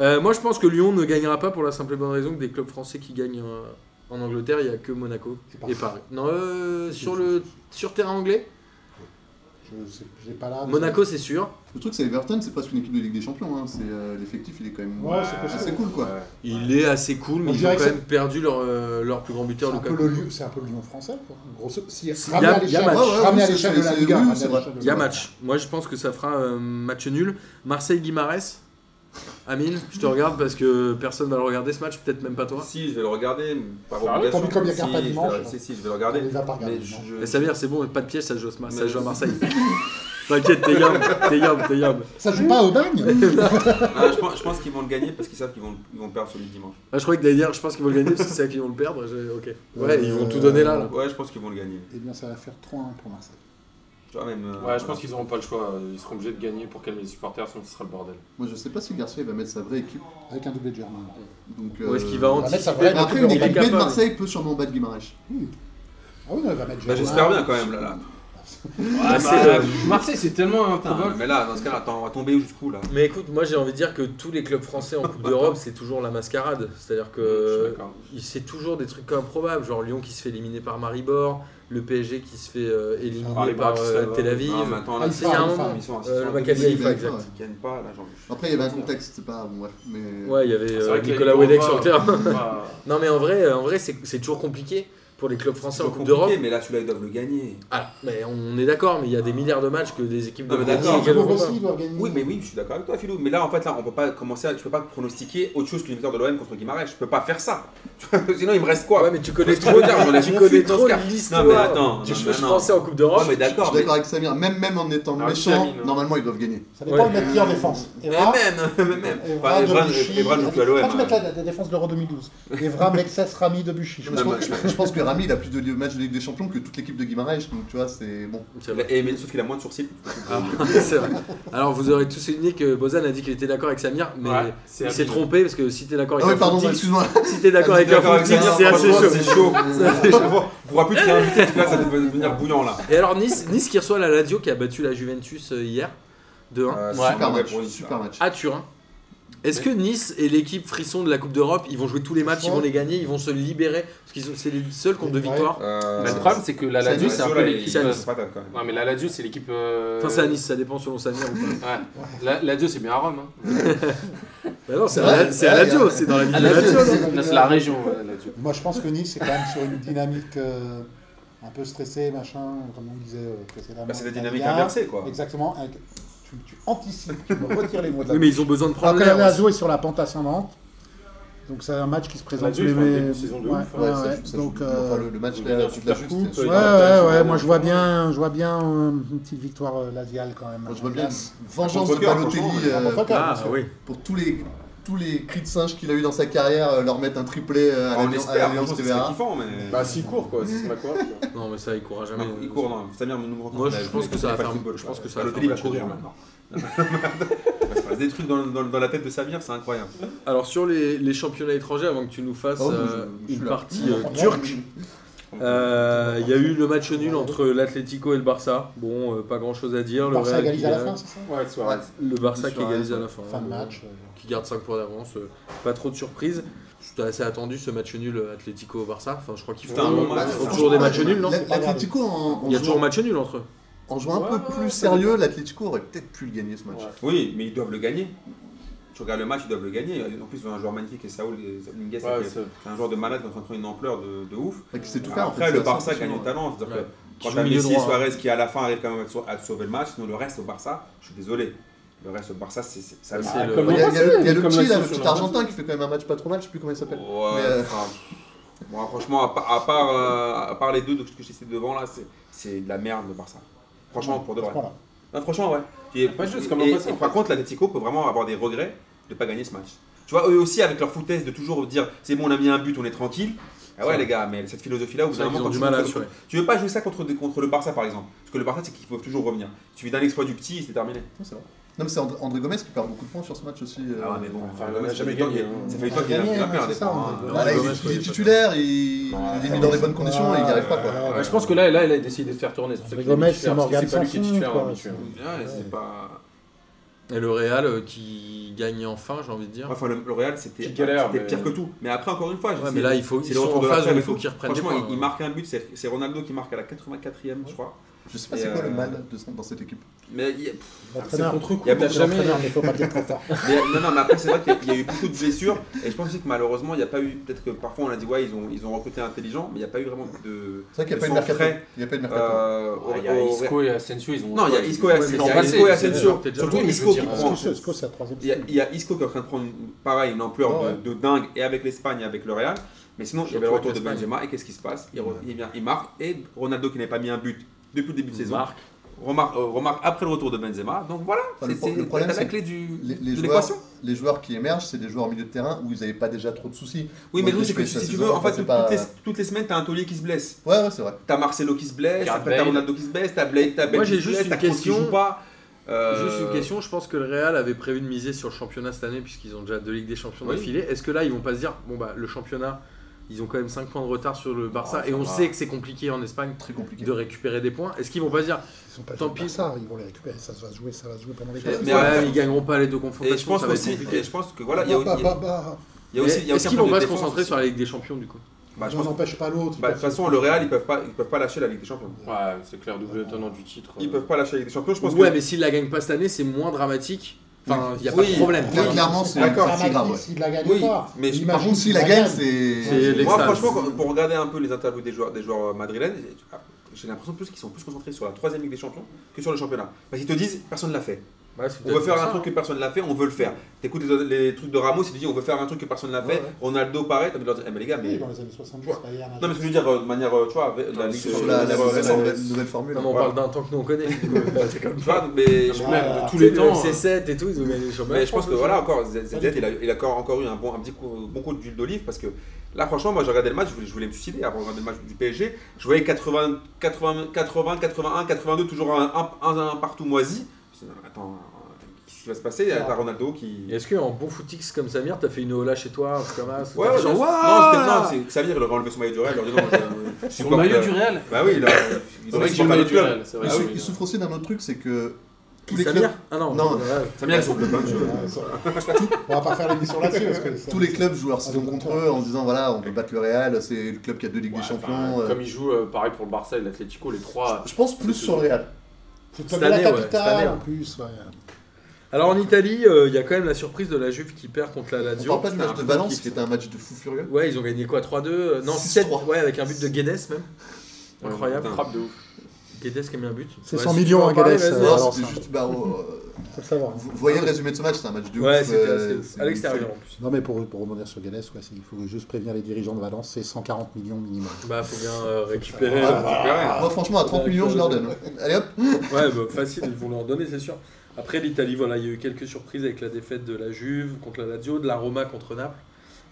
Speaker 1: Euh, moi, je pense que Lyon ne gagnera pas pour la simple et bonne raison que des clubs français qui gagnent euh, en Angleterre, il n'y a que Monaco et Paris. Non, euh, sur le sur terrain anglais,
Speaker 4: Je sais- je l'ai pas là. Ah, mais-
Speaker 1: Monaco, c'est sûr.
Speaker 5: Le truc, c'est Everton, c'est presque une équipe de Ligue des Champions. hein. C'est euh, l'effectif, il est quand même
Speaker 4: Ouais, c'est possible.
Speaker 5: assez cool, quoi.
Speaker 1: Il est assez cool, mais
Speaker 4: On
Speaker 1: ils ont
Speaker 4: dirait que
Speaker 1: quand
Speaker 4: c'est-
Speaker 1: même perdu leur, euh, leur plus grand
Speaker 4: C'est
Speaker 1: buteur,
Speaker 4: un, peu
Speaker 1: Lukaku.
Speaker 4: le lieu- c'est un peu le Lyon français. Quoi. Grosso, si,
Speaker 1: y a-
Speaker 4: ramené à
Speaker 1: il y a
Speaker 4: l'échelle
Speaker 1: match.
Speaker 5: Ouais, ouais,
Speaker 4: ramené à
Speaker 5: oui,
Speaker 4: l'échelle
Speaker 5: c'est-
Speaker 4: de la
Speaker 5: c'est-
Speaker 4: Liga.
Speaker 5: oui,
Speaker 4: ramené
Speaker 5: c'est
Speaker 4: à
Speaker 5: vrai.
Speaker 4: l'échelle de
Speaker 1: Il y a
Speaker 4: la Liga.
Speaker 1: match. Moi, je pense que ça fera euh, match nul. Marseille-Guimarès. Amine, je te regarde parce que personne va le regarder ce match, peut-être même pas toi.
Speaker 2: Si, je vais le regarder. Par
Speaker 3: Ah ouais,
Speaker 2: obligation.
Speaker 4: comme- comme il y a
Speaker 2: Si,
Speaker 4: Carpa
Speaker 2: je vais-
Speaker 4: dimanche.
Speaker 2: Si, si, je vais le
Speaker 4: On
Speaker 2: regarder.
Speaker 4: les a pas
Speaker 2: Mais
Speaker 4: regardés, non.
Speaker 2: je-
Speaker 1: Mais Samir, c'est bon, pas de piège, ça se joue à, ce ma- ça
Speaker 2: Mais-
Speaker 1: se joue à Marseille. T'inquiète, t'es yam, t'es yam, t'es yam.
Speaker 4: Ça joue pas au bagne
Speaker 2: Ah, je pense, je pense qu'ils vont le gagner parce qu'ils savent qu'ils vont, ils vont perdre celui de dimanche.
Speaker 1: Ah, je croyais que t'allais dire, je pense qu'ils vont le gagner parce que c'est à qui ils vont le perdre. J'ai- Ok. Ouais,
Speaker 4: Euh,
Speaker 1: ils vont tout donner là. là.
Speaker 2: Ouais, je pense qu'ils vont le gagner.
Speaker 4: Eh bien, ça va faire 3-1 pour Marseille.
Speaker 2: Tu vois, même. euh,
Speaker 3: Ouais, je pense qu'ils n'auront pas le choix. Ils seront obligés de gagner pour calmer les supporters, sinon ce sera le bordel.
Speaker 5: Moi, je sais pas si Garcia il va mettre sa vraie équipe.
Speaker 4: Avec un doublé de Germain. Ah
Speaker 5: Donc,
Speaker 1: Ou est-ce
Speaker 5: euh,
Speaker 1: qu'il va
Speaker 4: On va mettre
Speaker 1: anticiper
Speaker 4: sa
Speaker 1: Ah,
Speaker 4: vraie
Speaker 1: le
Speaker 5: Après,
Speaker 1: truc
Speaker 5: une
Speaker 1: dont il est
Speaker 5: équipe B de
Speaker 1: capable
Speaker 5: Marseille peut sûrement battre Guimarães.
Speaker 4: Ah oui, non, il va mettre
Speaker 2: Bah,
Speaker 4: Germain.
Speaker 2: j'espère bien quand même, là. là.
Speaker 4: Il va
Speaker 3: Ah, c'est- euh, Marseille, c'est tellement improbable.
Speaker 2: mais là, dans ce cas-là, attends, on va tomber jusqu'où là
Speaker 1: Mais écoute, moi j'ai envie de dire que tous les clubs français en Coupe d'Europe, c'est toujours la mascarade. C'est-à-dire
Speaker 3: Je suis
Speaker 1: que
Speaker 3: d'accord.
Speaker 1: il- c'est toujours des trucs improbables, genre Lyon qui se fait éliminer par Maribor, le PSG qui se fait euh,
Speaker 2: Ah,
Speaker 3: Par les
Speaker 1: éliminer par euh,
Speaker 3: Bratislava.
Speaker 1: Tel Aviv.
Speaker 2: Non, ah, mais attends, là,
Speaker 1: C'est il y a un
Speaker 4: Alpha,
Speaker 1: moment.
Speaker 2: ils sont
Speaker 1: Euh, le
Speaker 2: à
Speaker 1: Maccabi Haïfa,
Speaker 5: Ouais.
Speaker 1: exact.
Speaker 2: Ils gagnent pas, là, j'en
Speaker 5: Après, il y avait un contexte, c'est pas. Ouais, mais.
Speaker 1: Ouais, il y avait
Speaker 3: C'est
Speaker 1: euh,
Speaker 3: vrai que
Speaker 1: Nicolas
Speaker 3: les
Speaker 1: Wedek
Speaker 3: Gaulois,
Speaker 1: sur le terrain.
Speaker 3: euh, bah,
Speaker 1: Non, mais en vrai, euh, en vrai c'est c'est toujours compliqué pour les clubs français en Coupe d'Europe.
Speaker 2: Mais là, celui-là, ils doivent le gagner.
Speaker 1: Ah, mais on est d'accord, mais il y a des milliards de matchs que des équipes de
Speaker 2: Non, mais
Speaker 1: gagner
Speaker 2: d'accord,
Speaker 1: et qu'elles
Speaker 4: Strasbourg
Speaker 1: le font
Speaker 4: aussi,
Speaker 1: pas.
Speaker 4: il doit gagner.
Speaker 2: Oui, mais oui, je suis d'accord avec toi, Philou. Mais là, en fait, là, on peut pas commencer à. Je peux pas pronostiquer autre chose qu'une victoire de l'OM contre Guimarães. Je peux pas faire ça. Sinon, il me reste quoi
Speaker 1: Ouais, mais tu connais
Speaker 2: Parce que
Speaker 1: trop,
Speaker 2: regarde, on a
Speaker 1: tu
Speaker 2: mon
Speaker 1: connais
Speaker 2: fil,
Speaker 1: trop
Speaker 2: Oscar.
Speaker 1: l'histoire
Speaker 2: Non, mais attends,
Speaker 1: du
Speaker 2: non,
Speaker 1: foot
Speaker 2: mais non.
Speaker 1: français en Coupe d'Europe.
Speaker 2: Ouais, mais
Speaker 5: Je
Speaker 2: d'accord.
Speaker 5: suis
Speaker 2: Mais...
Speaker 5: d'accord avec Samir, même, même en étant
Speaker 3: Alors,
Speaker 5: méchant,
Speaker 3: Chamine, hein.
Speaker 5: normalement ils doivent gagner.
Speaker 4: Ça dépend
Speaker 1: Ouais.
Speaker 4: de mettre qui en défense.
Speaker 2: Eh, Mais
Speaker 4: Evra,
Speaker 2: même, mais même.
Speaker 4: Evra,
Speaker 2: Enfin, Evra,
Speaker 4: Debuchy,
Speaker 2: Evra nous tue à l'OM.
Speaker 4: Quand tu mets la, la défense de l'Euro 2012, Evra, Mexès, Rami, Debuchy.
Speaker 5: Je, pense, je- je pense que Rami il a plus de matchs de Ligue des Champions que toute l'équipe de Guimarães, donc tu vois, c'est bon.
Speaker 1: C'est vrai.
Speaker 2: Et, mais sauf qu'il a moins de sourcils.
Speaker 1: Ah, c'est vrai. Alors vous aurez tous souligné que Bozan a dit qu'il était d'accord avec Samir, mais
Speaker 3: ouais,
Speaker 1: il s'est
Speaker 3: abîmé.
Speaker 1: trompé parce que si t'es d'accord avec
Speaker 5: Ah oui,
Speaker 1: un
Speaker 5: pardon,
Speaker 1: footix,
Speaker 5: excuse-moi.
Speaker 1: si t'es
Speaker 2: Ah,
Speaker 1: d'accord Ah, avec un footix, c'est assez
Speaker 2: franchement,
Speaker 1: chaud.
Speaker 2: C'est chaud. On pourra plus te réinviter parce que là, ça va devenir bouillant là.
Speaker 1: Et alors Nice, Nice qui reçoit la Lazio qui a battu la Juventus euh, hier de 1
Speaker 2: Euh,
Speaker 1: Ouais.
Speaker 5: Super
Speaker 2: Ouais,
Speaker 5: match,
Speaker 2: pour Nice,
Speaker 5: super match.
Speaker 1: à Turin. Est-ce que Nice et l'équipe frisson de la Coupe d'Europe, ils vont jouer tous les matchs, ils vont les gagner, ils vont se libérer parce qu'ils sont c'est les seuls qui ont deux
Speaker 4: Ouais.
Speaker 1: victoires.
Speaker 2: Euh,
Speaker 3: Mais le problème, c'est que la
Speaker 5: C'est
Speaker 3: Lazio,
Speaker 5: Nice,
Speaker 3: c'est un
Speaker 2: Lazio,
Speaker 3: peu
Speaker 2: là,
Speaker 3: l'équipe.
Speaker 2: ils-
Speaker 1: euh,
Speaker 2: c'est pas top, quand même.
Speaker 3: Non, mais la Lazio, c'est l'équipe. euh,
Speaker 1: Enfin c'est à Nice, ça dépend selon Samir ou pas.
Speaker 3: Ouais. La Lazio, c'est bien à Rome. hein.
Speaker 1: Bah non, c'est
Speaker 5: Ouais,
Speaker 1: à la- c'est à
Speaker 5: ouais,
Speaker 1: Lazio,
Speaker 5: ouais.
Speaker 1: c'est dans la ville
Speaker 3: Ah,
Speaker 1: de
Speaker 3: Lazio,
Speaker 1: Lazio.
Speaker 4: c'est-
Speaker 1: non
Speaker 3: Non, C'est la région, ouais, Lazio.
Speaker 4: Moi, je pense que Nice est quand même sur une dynamique euh, un peu stressée, machin, comme on disait euh, précédemment.
Speaker 2: Bah, c'est la
Speaker 4: avec la
Speaker 2: dynamique
Speaker 4: Liga.
Speaker 2: inversée quoi.
Speaker 4: Exactement. avec- Tu, tu anticipes, tu me retires les mots de la
Speaker 1: Oui, mais ils ont besoin de
Speaker 4: Alors
Speaker 1: prendre
Speaker 4: que la
Speaker 1: l'air.
Speaker 4: Lazio est sur la pente ascendante. Donc c'est un match qui se présente
Speaker 3: Lazio,
Speaker 4: tous les
Speaker 3: ils font un
Speaker 4: mai-
Speaker 3: début de saison de
Speaker 4: Ouais,
Speaker 3: ouf,
Speaker 4: ouais,
Speaker 5: Ouais, ça
Speaker 4: ouais.
Speaker 5: joue- ça
Speaker 4: Donc,
Speaker 5: joue-
Speaker 4: euh,
Speaker 5: enfin, le, le match
Speaker 2: ils
Speaker 5: de la
Speaker 2: gagnent
Speaker 5: Coupe de
Speaker 2: la
Speaker 5: la Coupe,
Speaker 2: Coupe,
Speaker 5: c'était
Speaker 2: ils
Speaker 4: Ouais,
Speaker 5: super.
Speaker 4: ouais, ouais, moi je vois bien, je vois bien euh, une petite victoire euh, lasiale quand même.
Speaker 5: Moi, je vois bien
Speaker 4: Hélas.
Speaker 5: une vengeance de
Speaker 2: Contre-cœur,
Speaker 5: Balotelli
Speaker 2: franchement,
Speaker 5: euh,
Speaker 4: N'importe quoi, bien
Speaker 1: Ah
Speaker 4: sûr.
Speaker 1: oui.
Speaker 5: pour tous les, tous les cris de singe qu'il a eu dans sa carrière, euh, leur mettre un triplé euh, à
Speaker 2: On
Speaker 5: l'Alliance- à
Speaker 2: espère, hein,
Speaker 5: l'Alliance
Speaker 2: franchement, c'est
Speaker 5: TVA.
Speaker 2: kiffant, mais.
Speaker 3: Bah, s'il court, quoi, c'est ma courage. quoi.
Speaker 1: Non mais ça il courra jamais. euh,
Speaker 2: Non, Ah, il court, non. Samir nous reprend.
Speaker 1: Moi, je
Speaker 2: Mais-
Speaker 1: pense que
Speaker 2: mais
Speaker 1: ça va
Speaker 2: Bah, pas
Speaker 1: faire-
Speaker 2: le football,
Speaker 1: je
Speaker 2: quoi.
Speaker 1: pense que ça va
Speaker 2: Balotelli
Speaker 1: faire
Speaker 2: va courir
Speaker 1: beaucoup.
Speaker 2: maintenant. Il va se passer des trucs dans, dans- dans la tête de Samir, c'est incroyable.
Speaker 1: Alors sur les, les championnats étrangers, avant que tu nous fasses
Speaker 5: Oh, je-
Speaker 1: euh,
Speaker 5: je suis
Speaker 1: une
Speaker 5: là.
Speaker 1: partie euh, turque, euh, il y a eu le match nul entre l'Atlético et le Barça. Bon, euh, pas grand chose à dire. Le
Speaker 4: Barça
Speaker 1: Real
Speaker 4: égalise
Speaker 1: qui
Speaker 4: à la
Speaker 1: gagne.
Speaker 4: fin, c'est ça
Speaker 3: Ouais,
Speaker 5: Ouais.
Speaker 3: Suarez.
Speaker 1: Le Barça qui
Speaker 5: Sur la-
Speaker 1: égalise à la fin.
Speaker 4: Fin de
Speaker 1: Euh,
Speaker 4: match. euh,
Speaker 1: Qui garde 5 points d'avance. euh, Pas trop de surprises. C'était assez attendu ce match nul euh, Atlético-Barça. Enfin, je crois qu'ils
Speaker 2: C'était
Speaker 1: font,
Speaker 2: un bon
Speaker 5: bah,
Speaker 1: ils
Speaker 2: match.
Speaker 1: font
Speaker 2: Franchement,
Speaker 1: toujours des matchs
Speaker 5: ouais,
Speaker 1: nuls, non
Speaker 5: l'A- L'Atlético, en, en
Speaker 1: Il y a
Speaker 5: jouant-
Speaker 1: toujours match nul entre eux.
Speaker 5: en jouant un
Speaker 3: Ouais,
Speaker 5: peu
Speaker 3: ouais,
Speaker 5: plus
Speaker 3: ouais,
Speaker 5: sérieux, l'Atlético aurait peut-être pu le gagner ce match.
Speaker 3: Ouais.
Speaker 2: Oui, mais ils doivent le gagner. Tu regardes le match, ils doivent le gagner. En plus, ils ont un joueur magnifique, et Saoul Minguez,
Speaker 3: Ouais,
Speaker 2: qui est
Speaker 3: c'est-
Speaker 2: un joueur de malade qui est en train de prendre une ampleur de, de ouf.
Speaker 5: Fait qu'il sait tout faire. en
Speaker 2: Après,
Speaker 5: fait,
Speaker 2: le
Speaker 5: c'est assez
Speaker 2: Barça gagne
Speaker 5: impressionnant,
Speaker 2: au talent. C'est-à-dire
Speaker 1: Ouais.
Speaker 2: que
Speaker 1: Qui
Speaker 2: quand
Speaker 1: joue
Speaker 2: t'as
Speaker 1: milieu
Speaker 2: Messi et
Speaker 1: droit.
Speaker 2: Suarez qui, à la fin, arrive quand même à te sau- à te sauver le match, sinon le reste au Barça, je suis désolé. Le reste au Barça, c'est c'est- ça
Speaker 1: C'est
Speaker 2: m'arrête.
Speaker 1: le-
Speaker 3: comme
Speaker 5: ouais. Il y a, il y a le- il y a le
Speaker 3: Comme
Speaker 5: petit, là,
Speaker 3: la
Speaker 5: le
Speaker 3: sauce
Speaker 5: petit
Speaker 3: sur
Speaker 5: argentin qui fait quand même un match pas trop mal, je sais plus comment il s'appelle.
Speaker 2: Ouais,
Speaker 5: Mais, euh,
Speaker 2: enfin, bon, franchement, à, pa- à part, euh, à part les deux donc, que j'ai cité devant, là, c'est- c'est de la merde le Barça. Franchement, pour de vrai.
Speaker 4: Voilà.
Speaker 2: Non, franchement, ouais. Et,
Speaker 3: Pas juste comme
Speaker 2: et-
Speaker 3: un passé,
Speaker 2: et
Speaker 3: en
Speaker 2: par contre, l'Atletico peut vraiment avoir des regrets de ne pas gagner ce match. Tu vois, eux aussi, avec leur foutaise de toujours dire c'est bon, on a mis un but, on est tranquille. Ah ouais, les gars, mais cette philosophie-là, au bout
Speaker 1: C'est
Speaker 2: d'un
Speaker 1: vrai qu'ils
Speaker 2: moment,
Speaker 1: ont
Speaker 2: quand
Speaker 1: du
Speaker 2: tu
Speaker 1: mal à
Speaker 2: joues contre-
Speaker 1: assurer.
Speaker 2: tu veux pas jouer ça contre, contre le Barça, par exemple. Parce que le Barça, c'est qu'ils peuvent toujours revenir. Il suffit d'un exploit du petit et c'est terminé.
Speaker 5: Non, c'est vrai. Non, mais c'est André, André Gomez qui perd beaucoup de points sur ce match aussi. euh.
Speaker 2: Ah ouais, mais bon,
Speaker 3: Enfin,
Speaker 2: le
Speaker 3: on a
Speaker 2: mec, ça
Speaker 3: jamais
Speaker 2: fait longtemps
Speaker 3: gagné,
Speaker 2: qu'il-
Speaker 3: hein.
Speaker 2: Ça fait
Speaker 4: On a
Speaker 2: longtemps qu'il a-
Speaker 4: gagné,
Speaker 2: qu'il a
Speaker 4: hein,
Speaker 2: perdu,
Speaker 4: c'est ça,
Speaker 2: hein.
Speaker 4: on a-
Speaker 2: Ouais,
Speaker 5: Voilà, il,
Speaker 1: Gomez,
Speaker 5: est- il
Speaker 1: ouais,
Speaker 5: est titulaire, il, il est mis dans les bonnes conditions et il n'y arrive pas. Quoi.
Speaker 4: Ouais,
Speaker 3: Ouais, je pense que là, là, il a décidé de faire tourner. C'est pour ça qu'il a
Speaker 4: Gomez,
Speaker 3: mis titulaire,
Speaker 4: c'est
Speaker 3: parce que
Speaker 4: Morgan
Speaker 3: C'est pas lui qui est
Speaker 4: Sanson,
Speaker 3: titulaire
Speaker 4: quoi.
Speaker 3: habituel.
Speaker 2: c'est pas.
Speaker 1: Et le Real euh, qui gagne enfin, j'ai envie de dire.
Speaker 2: Enfin, le, le Real, c'était
Speaker 3: Petite galère,
Speaker 2: c'était
Speaker 3: mais-
Speaker 2: pire que tout. Mais après, encore une fois, je
Speaker 1: Ouais,
Speaker 2: sais-
Speaker 1: mais là, il faut,
Speaker 2: c'est
Speaker 1: ils
Speaker 2: le
Speaker 1: sont
Speaker 2: retour
Speaker 1: en
Speaker 2: de la
Speaker 1: phase où
Speaker 2: trêve
Speaker 1: il
Speaker 2: et
Speaker 1: faut
Speaker 2: tout.
Speaker 1: qu'ils reprennent des
Speaker 2: Franchement,
Speaker 1: points.
Speaker 2: il, il marque un but, c'est c'est Ronaldo qui marque à la 84e, je crois.
Speaker 5: Je sais pas
Speaker 2: Et
Speaker 5: c'est quoi
Speaker 2: euh,
Speaker 5: le mal de, ce- dans cette équipe.
Speaker 2: Mais, il-
Speaker 4: L'entraîneur.
Speaker 2: Il y a
Speaker 3: T'as
Speaker 2: beaucoup
Speaker 4: C'est l'entraîneur,
Speaker 3: jamais.
Speaker 4: mais faut pas le dire trop tard.
Speaker 2: mais- non, non, mais après, c'est vrai qu'il y a- il y a eu beaucoup de blessures. Et je pense aussi que malheureusement, il n'y a pas eu. Peut-être que parfois, on a dit, ouais, ils ont, ils ont recruté intelligent, mais il n'y a pas eu vraiment de.
Speaker 5: C'est vrai qu'il n'y a
Speaker 2: Ils
Speaker 5: pas eu
Speaker 2: sont
Speaker 5: de mercato.
Speaker 2: frais.
Speaker 5: Il n'y a pas eu de mercato.
Speaker 2: euh,
Speaker 3: Ah,
Speaker 2: au-
Speaker 3: Il y a
Speaker 2: au-
Speaker 3: Isco et Asensio, ils ont.
Speaker 2: Non, il y a Isco et
Speaker 3: Ouais, mais
Speaker 2: Asensio.
Speaker 3: ils ont
Speaker 2: Il y a
Speaker 3: passé,
Speaker 2: Isco et
Speaker 3: c'est-
Speaker 2: Asensio.
Speaker 1: c'est-
Speaker 2: Surtout
Speaker 3: Oui, mais je
Speaker 2: Isco
Speaker 3: veux
Speaker 2: qui
Speaker 3: dire,
Speaker 2: prend.
Speaker 4: Isco, Isco, c'est la troisième.
Speaker 2: Il y, a, il y a Isco qui est en train de prendre pareil une ampleur
Speaker 5: Ouais,
Speaker 2: de, de dingue et avec l'Espagne avec le Real. Mais sinon, il y avait le
Speaker 1: Surtout
Speaker 2: retour de
Speaker 1: avec l'Espagne.
Speaker 2: Benzema et qu'est-ce qui se passe il, re-
Speaker 5: Ouais.
Speaker 2: il vient, il marque et Ronaldo qui n'a pas mis un but depuis le début de saison.
Speaker 1: Marque.
Speaker 2: Remarque, euh, remarque après le retour de Benzema. Donc voilà,
Speaker 5: Enfin, le
Speaker 2: c'est
Speaker 5: pro- le
Speaker 2: c'est-
Speaker 5: problème,
Speaker 2: t'as la
Speaker 5: c'est
Speaker 2: clé du,
Speaker 5: les, les
Speaker 2: de
Speaker 5: joueurs,
Speaker 2: l'équation.
Speaker 5: les joueurs qui émergent, c'est des joueurs au milieu de terrain où ils n'avaient pas déjà trop de soucis.
Speaker 2: Oui,
Speaker 5: Moi,
Speaker 2: mais
Speaker 5: je
Speaker 2: le truc,
Speaker 5: l'ai
Speaker 2: c'est que
Speaker 5: fait
Speaker 2: si
Speaker 5: cette
Speaker 2: tu
Speaker 5: saison,
Speaker 2: veux, en
Speaker 5: enfin,
Speaker 2: fait,
Speaker 5: c'est
Speaker 2: toutes,
Speaker 5: pas-
Speaker 2: les, toutes les semaines, t'as un taulier qui se blesse.
Speaker 5: Ouais, ouais, c'est vrai.
Speaker 2: T'as Marcelo qui se blesse,
Speaker 3: Gareth
Speaker 2: après t'as
Speaker 3: Bale.
Speaker 2: Ronaldo qui se blesse, t'as Blake, t'as Bale
Speaker 1: Moi,
Speaker 2: qui
Speaker 1: j'ai
Speaker 2: se
Speaker 1: juste
Speaker 2: blesse,
Speaker 1: une
Speaker 2: t'as Kroos qui
Speaker 1: question.
Speaker 2: joue pas. Euh,
Speaker 1: Juste une question, je pense que le Real avait prévu de miser sur le championnat cette année, puisqu'ils ont déjà deux Ligues des Champions
Speaker 2: Oui.
Speaker 1: d'affilée. Est-ce que là, ils vont pas se dire, bon bah, le championnat, Ils ont quand même 5 points de retard sur le
Speaker 4: Ah,
Speaker 1: Barça.
Speaker 2: ça
Speaker 1: et on
Speaker 2: va.
Speaker 1: sait que c'est compliqué en Espagne
Speaker 5: Très compliqué.
Speaker 1: de récupérer des points. Est-ce qu'ils vont pas se dire
Speaker 4: Ils sont pas
Speaker 1: Tant
Speaker 4: tant pis
Speaker 1: pis.
Speaker 4: ça, ils vont les récupérer, ça va se jouer, ça va se jouer pendant les
Speaker 2: Mais-
Speaker 4: vacances.
Speaker 1: Mais
Speaker 2: mais-
Speaker 1: ils gagneront pas les deux confrontations.
Speaker 2: Et je pense
Speaker 1: ça va être
Speaker 2: aussi,
Speaker 1: compliqué.
Speaker 2: et je pense que voilà, il y a,
Speaker 4: Bah,
Speaker 2: il y a-
Speaker 4: bah, bah,
Speaker 2: il y a aussi, il y a aussi
Speaker 1: Est-ce
Speaker 2: un
Speaker 1: qu'ils
Speaker 2: peu
Speaker 1: vont
Speaker 2: de
Speaker 1: pas se
Speaker 2: défense
Speaker 1: concentrer
Speaker 2: aussi.
Speaker 1: sur la Ligue des Champions du coup
Speaker 2: Bah, je
Speaker 4: on
Speaker 2: pense-
Speaker 4: n'empêche pas l'autre.
Speaker 2: bah, de toute façon, le Real, ils peuvent pas, ils peuvent pas lâcher la Ligue des Champions.
Speaker 3: Ouais, c'est clair, double tenant du titre.
Speaker 2: Ils
Speaker 3: euh,
Speaker 2: peuvent pas lâcher la Ligue des Champions. Je pense
Speaker 1: Ouais,
Speaker 2: que
Speaker 1: mais s'ils la gagnent pas cette année, c'est moins dramatique. Enfin, il n'y a pas
Speaker 2: Oui.
Speaker 1: de problème.
Speaker 5: Là, clairement, c'est
Speaker 2: D'accord.
Speaker 5: c'est grave. ouais.
Speaker 4: S'il la gagne
Speaker 2: Oui,
Speaker 4: pas,
Speaker 2: mais je-
Speaker 5: Par
Speaker 4: imagine
Speaker 5: contre, si la gagne, c'est.
Speaker 1: C'est
Speaker 2: moi,
Speaker 1: l'extase.
Speaker 2: franchement, quand- pour regarder un peu les interviews des joueurs, des joueurs euh, madrilènes, ah, j'ai l'impression plus qu'ils sont plus concentrés sur la troisième Ligue des Champions que sur le championnat. Parce qu'ils te disent, personne l'a fait.
Speaker 1: Bah,
Speaker 2: On veut faire un truc que
Speaker 1: hein.
Speaker 2: personne l'a fait, on veut le faire. T'écoutes les, autres- les trucs de Ramos, ils te disent, on veut faire un truc que personne l'a fait.
Speaker 4: Ouais, ouais.
Speaker 2: Ronaldo pareil, t'as envie de leur dire, Eh, mais les gars, mais.
Speaker 1: bah.
Speaker 4: Oui, dans les années 70,
Speaker 2: Ouais.
Speaker 4: Bayern.
Speaker 2: Non, mais ce que je veux dire, euh, de manière, euh, tu vois, avec
Speaker 1: Ah,
Speaker 2: la Ligue des
Speaker 5: Sur
Speaker 2: Champions,
Speaker 5: la, la-
Speaker 2: euh,
Speaker 5: la-
Speaker 2: récente.
Speaker 5: la- la nouvelle formule.
Speaker 1: on parle d'un temps que nous on connaît. C'est comme
Speaker 2: Tu vois, donc, mais je-
Speaker 3: je-
Speaker 4: Ouais.
Speaker 3: même de tous
Speaker 1: tous les
Speaker 3: les
Speaker 1: temps, hein.
Speaker 3: temps.
Speaker 1: c'est
Speaker 3: euh,
Speaker 1: 7 et tout, ils ont gagné le championnat.
Speaker 2: Mais je pense que voilà, encore, Z-
Speaker 4: Pas
Speaker 2: ZZ,
Speaker 4: du tout.
Speaker 2: il a, il a encore, encore eu un, bon, un petit coup, bon coup d'huile d'olive parce que là, franchement, moi, j'ai regardé le match, je voulais, je voulais me suicider avant de regarder le match du PSG. Je voyais 80, 80, 80 81, 82, toujours un, un, un- un partout moisi. Je me suis dit, non, Attends, qu'est-ce qui va se passer Il y a t'as Ronaldo qui.
Speaker 1: Est-ce qu'en bon footix comme Samir, t'as fait une Ola chez toi, un truc comme ça t'as
Speaker 2: Ouais,
Speaker 1: fait
Speaker 2: ouais,
Speaker 1: genre,
Speaker 2: non,
Speaker 1: Waouh
Speaker 2: c'était- non, c'est Xavier, il aurait enlevé son maillot du Real, il aurait dit non, je- je
Speaker 3: Sur le
Speaker 2: supporte,
Speaker 3: hein. maillot
Speaker 2: euh,
Speaker 3: du Real
Speaker 2: Bah oui, il a.
Speaker 3: C'est vrai que j'ai le maillot du
Speaker 2: club.
Speaker 3: Real. C'est vrai Ah
Speaker 5: Il,
Speaker 3: que
Speaker 5: sou-
Speaker 3: j'ai-
Speaker 5: il souffre aussi d'un autre truc, c'est que tous les,
Speaker 1: Samir
Speaker 5: clubs,
Speaker 1: Ah non,
Speaker 5: Non.
Speaker 1: ouais.
Speaker 2: Samir, ils sont bleus, hein, je-
Speaker 4: On va pas faire l'émission là-dessus. parce que ça-
Speaker 5: tous les clubs jouent leur saison
Speaker 4: Ah,
Speaker 5: contre
Speaker 4: d'accord.
Speaker 5: eux en disant voilà, on peut battre le Real, c'est le club qui a deux Ligues
Speaker 3: Ouais,
Speaker 5: des
Speaker 3: enfin,
Speaker 5: Champions. euh.
Speaker 3: Comme ils jouent, euh, pareil pour le Barça et l'Atlético, les trois.
Speaker 5: Je pense plus sur le Real.
Speaker 4: C'est
Speaker 1: Cette
Speaker 4: comme la
Speaker 1: année, ouais, cette année,
Speaker 4: capitale
Speaker 1: ouais.
Speaker 4: en plus. ouais.
Speaker 1: Alors en Italie, euh, il y a quand même la surprise de la Juve qui perd contre la
Speaker 5: On
Speaker 1: Lazio.
Speaker 5: parle pas
Speaker 2: c'était
Speaker 5: du match
Speaker 2: un
Speaker 5: de
Speaker 2: peu
Speaker 5: Valence
Speaker 2: kiff,
Speaker 5: qui était un match de fou furieux.
Speaker 1: Ouais, ils ont gagné quoi 3-2 euh, Non, 7
Speaker 5: 6-3.
Speaker 1: Ouais, avec un but de Guedes même.
Speaker 3: Ouais,
Speaker 1: Incroyable.
Speaker 3: Frappe de ouf.
Speaker 1: Guedes qui a mis un but.
Speaker 4: C'est
Speaker 1: Ouais,
Speaker 4: 100
Speaker 1: si tu
Speaker 4: millions,
Speaker 1: veux en
Speaker 4: hein,
Speaker 1: parler,
Speaker 4: Guedes,
Speaker 1: vas-y.
Speaker 4: euh,
Speaker 5: Non,
Speaker 4: alors,
Speaker 5: c'était
Speaker 4: ça.
Speaker 5: juste barreau, euh,
Speaker 4: Faut le savoir.
Speaker 5: Vous voyez le résumé de ce match, c'est un match de
Speaker 1: Ouais,
Speaker 5: ouf.
Speaker 1: c'était
Speaker 5: euh,
Speaker 1: c'est-
Speaker 5: c'est
Speaker 1: à
Speaker 5: une
Speaker 1: l'extérieur
Speaker 5: folie.
Speaker 1: en plus.
Speaker 4: Non, mais pour, pour rebondir sur Galès, ouais, c'est- il faut juste prévenir les dirigeants de Valence, c'est 140 millions minimum.
Speaker 1: Bah, faut bien euh, récupérer.
Speaker 5: Ah,
Speaker 1: euh,
Speaker 5: bah, Moi, franchement, à 30 millions, je leur donne. Allez hop,
Speaker 1: Ouais, bah, facile, ils vont leur donner, c'est sûr. Après, l'Italie, voilà, il y a eu quelques surprises avec la défaite de la Juve contre la Lazio, de la Roma contre Naples.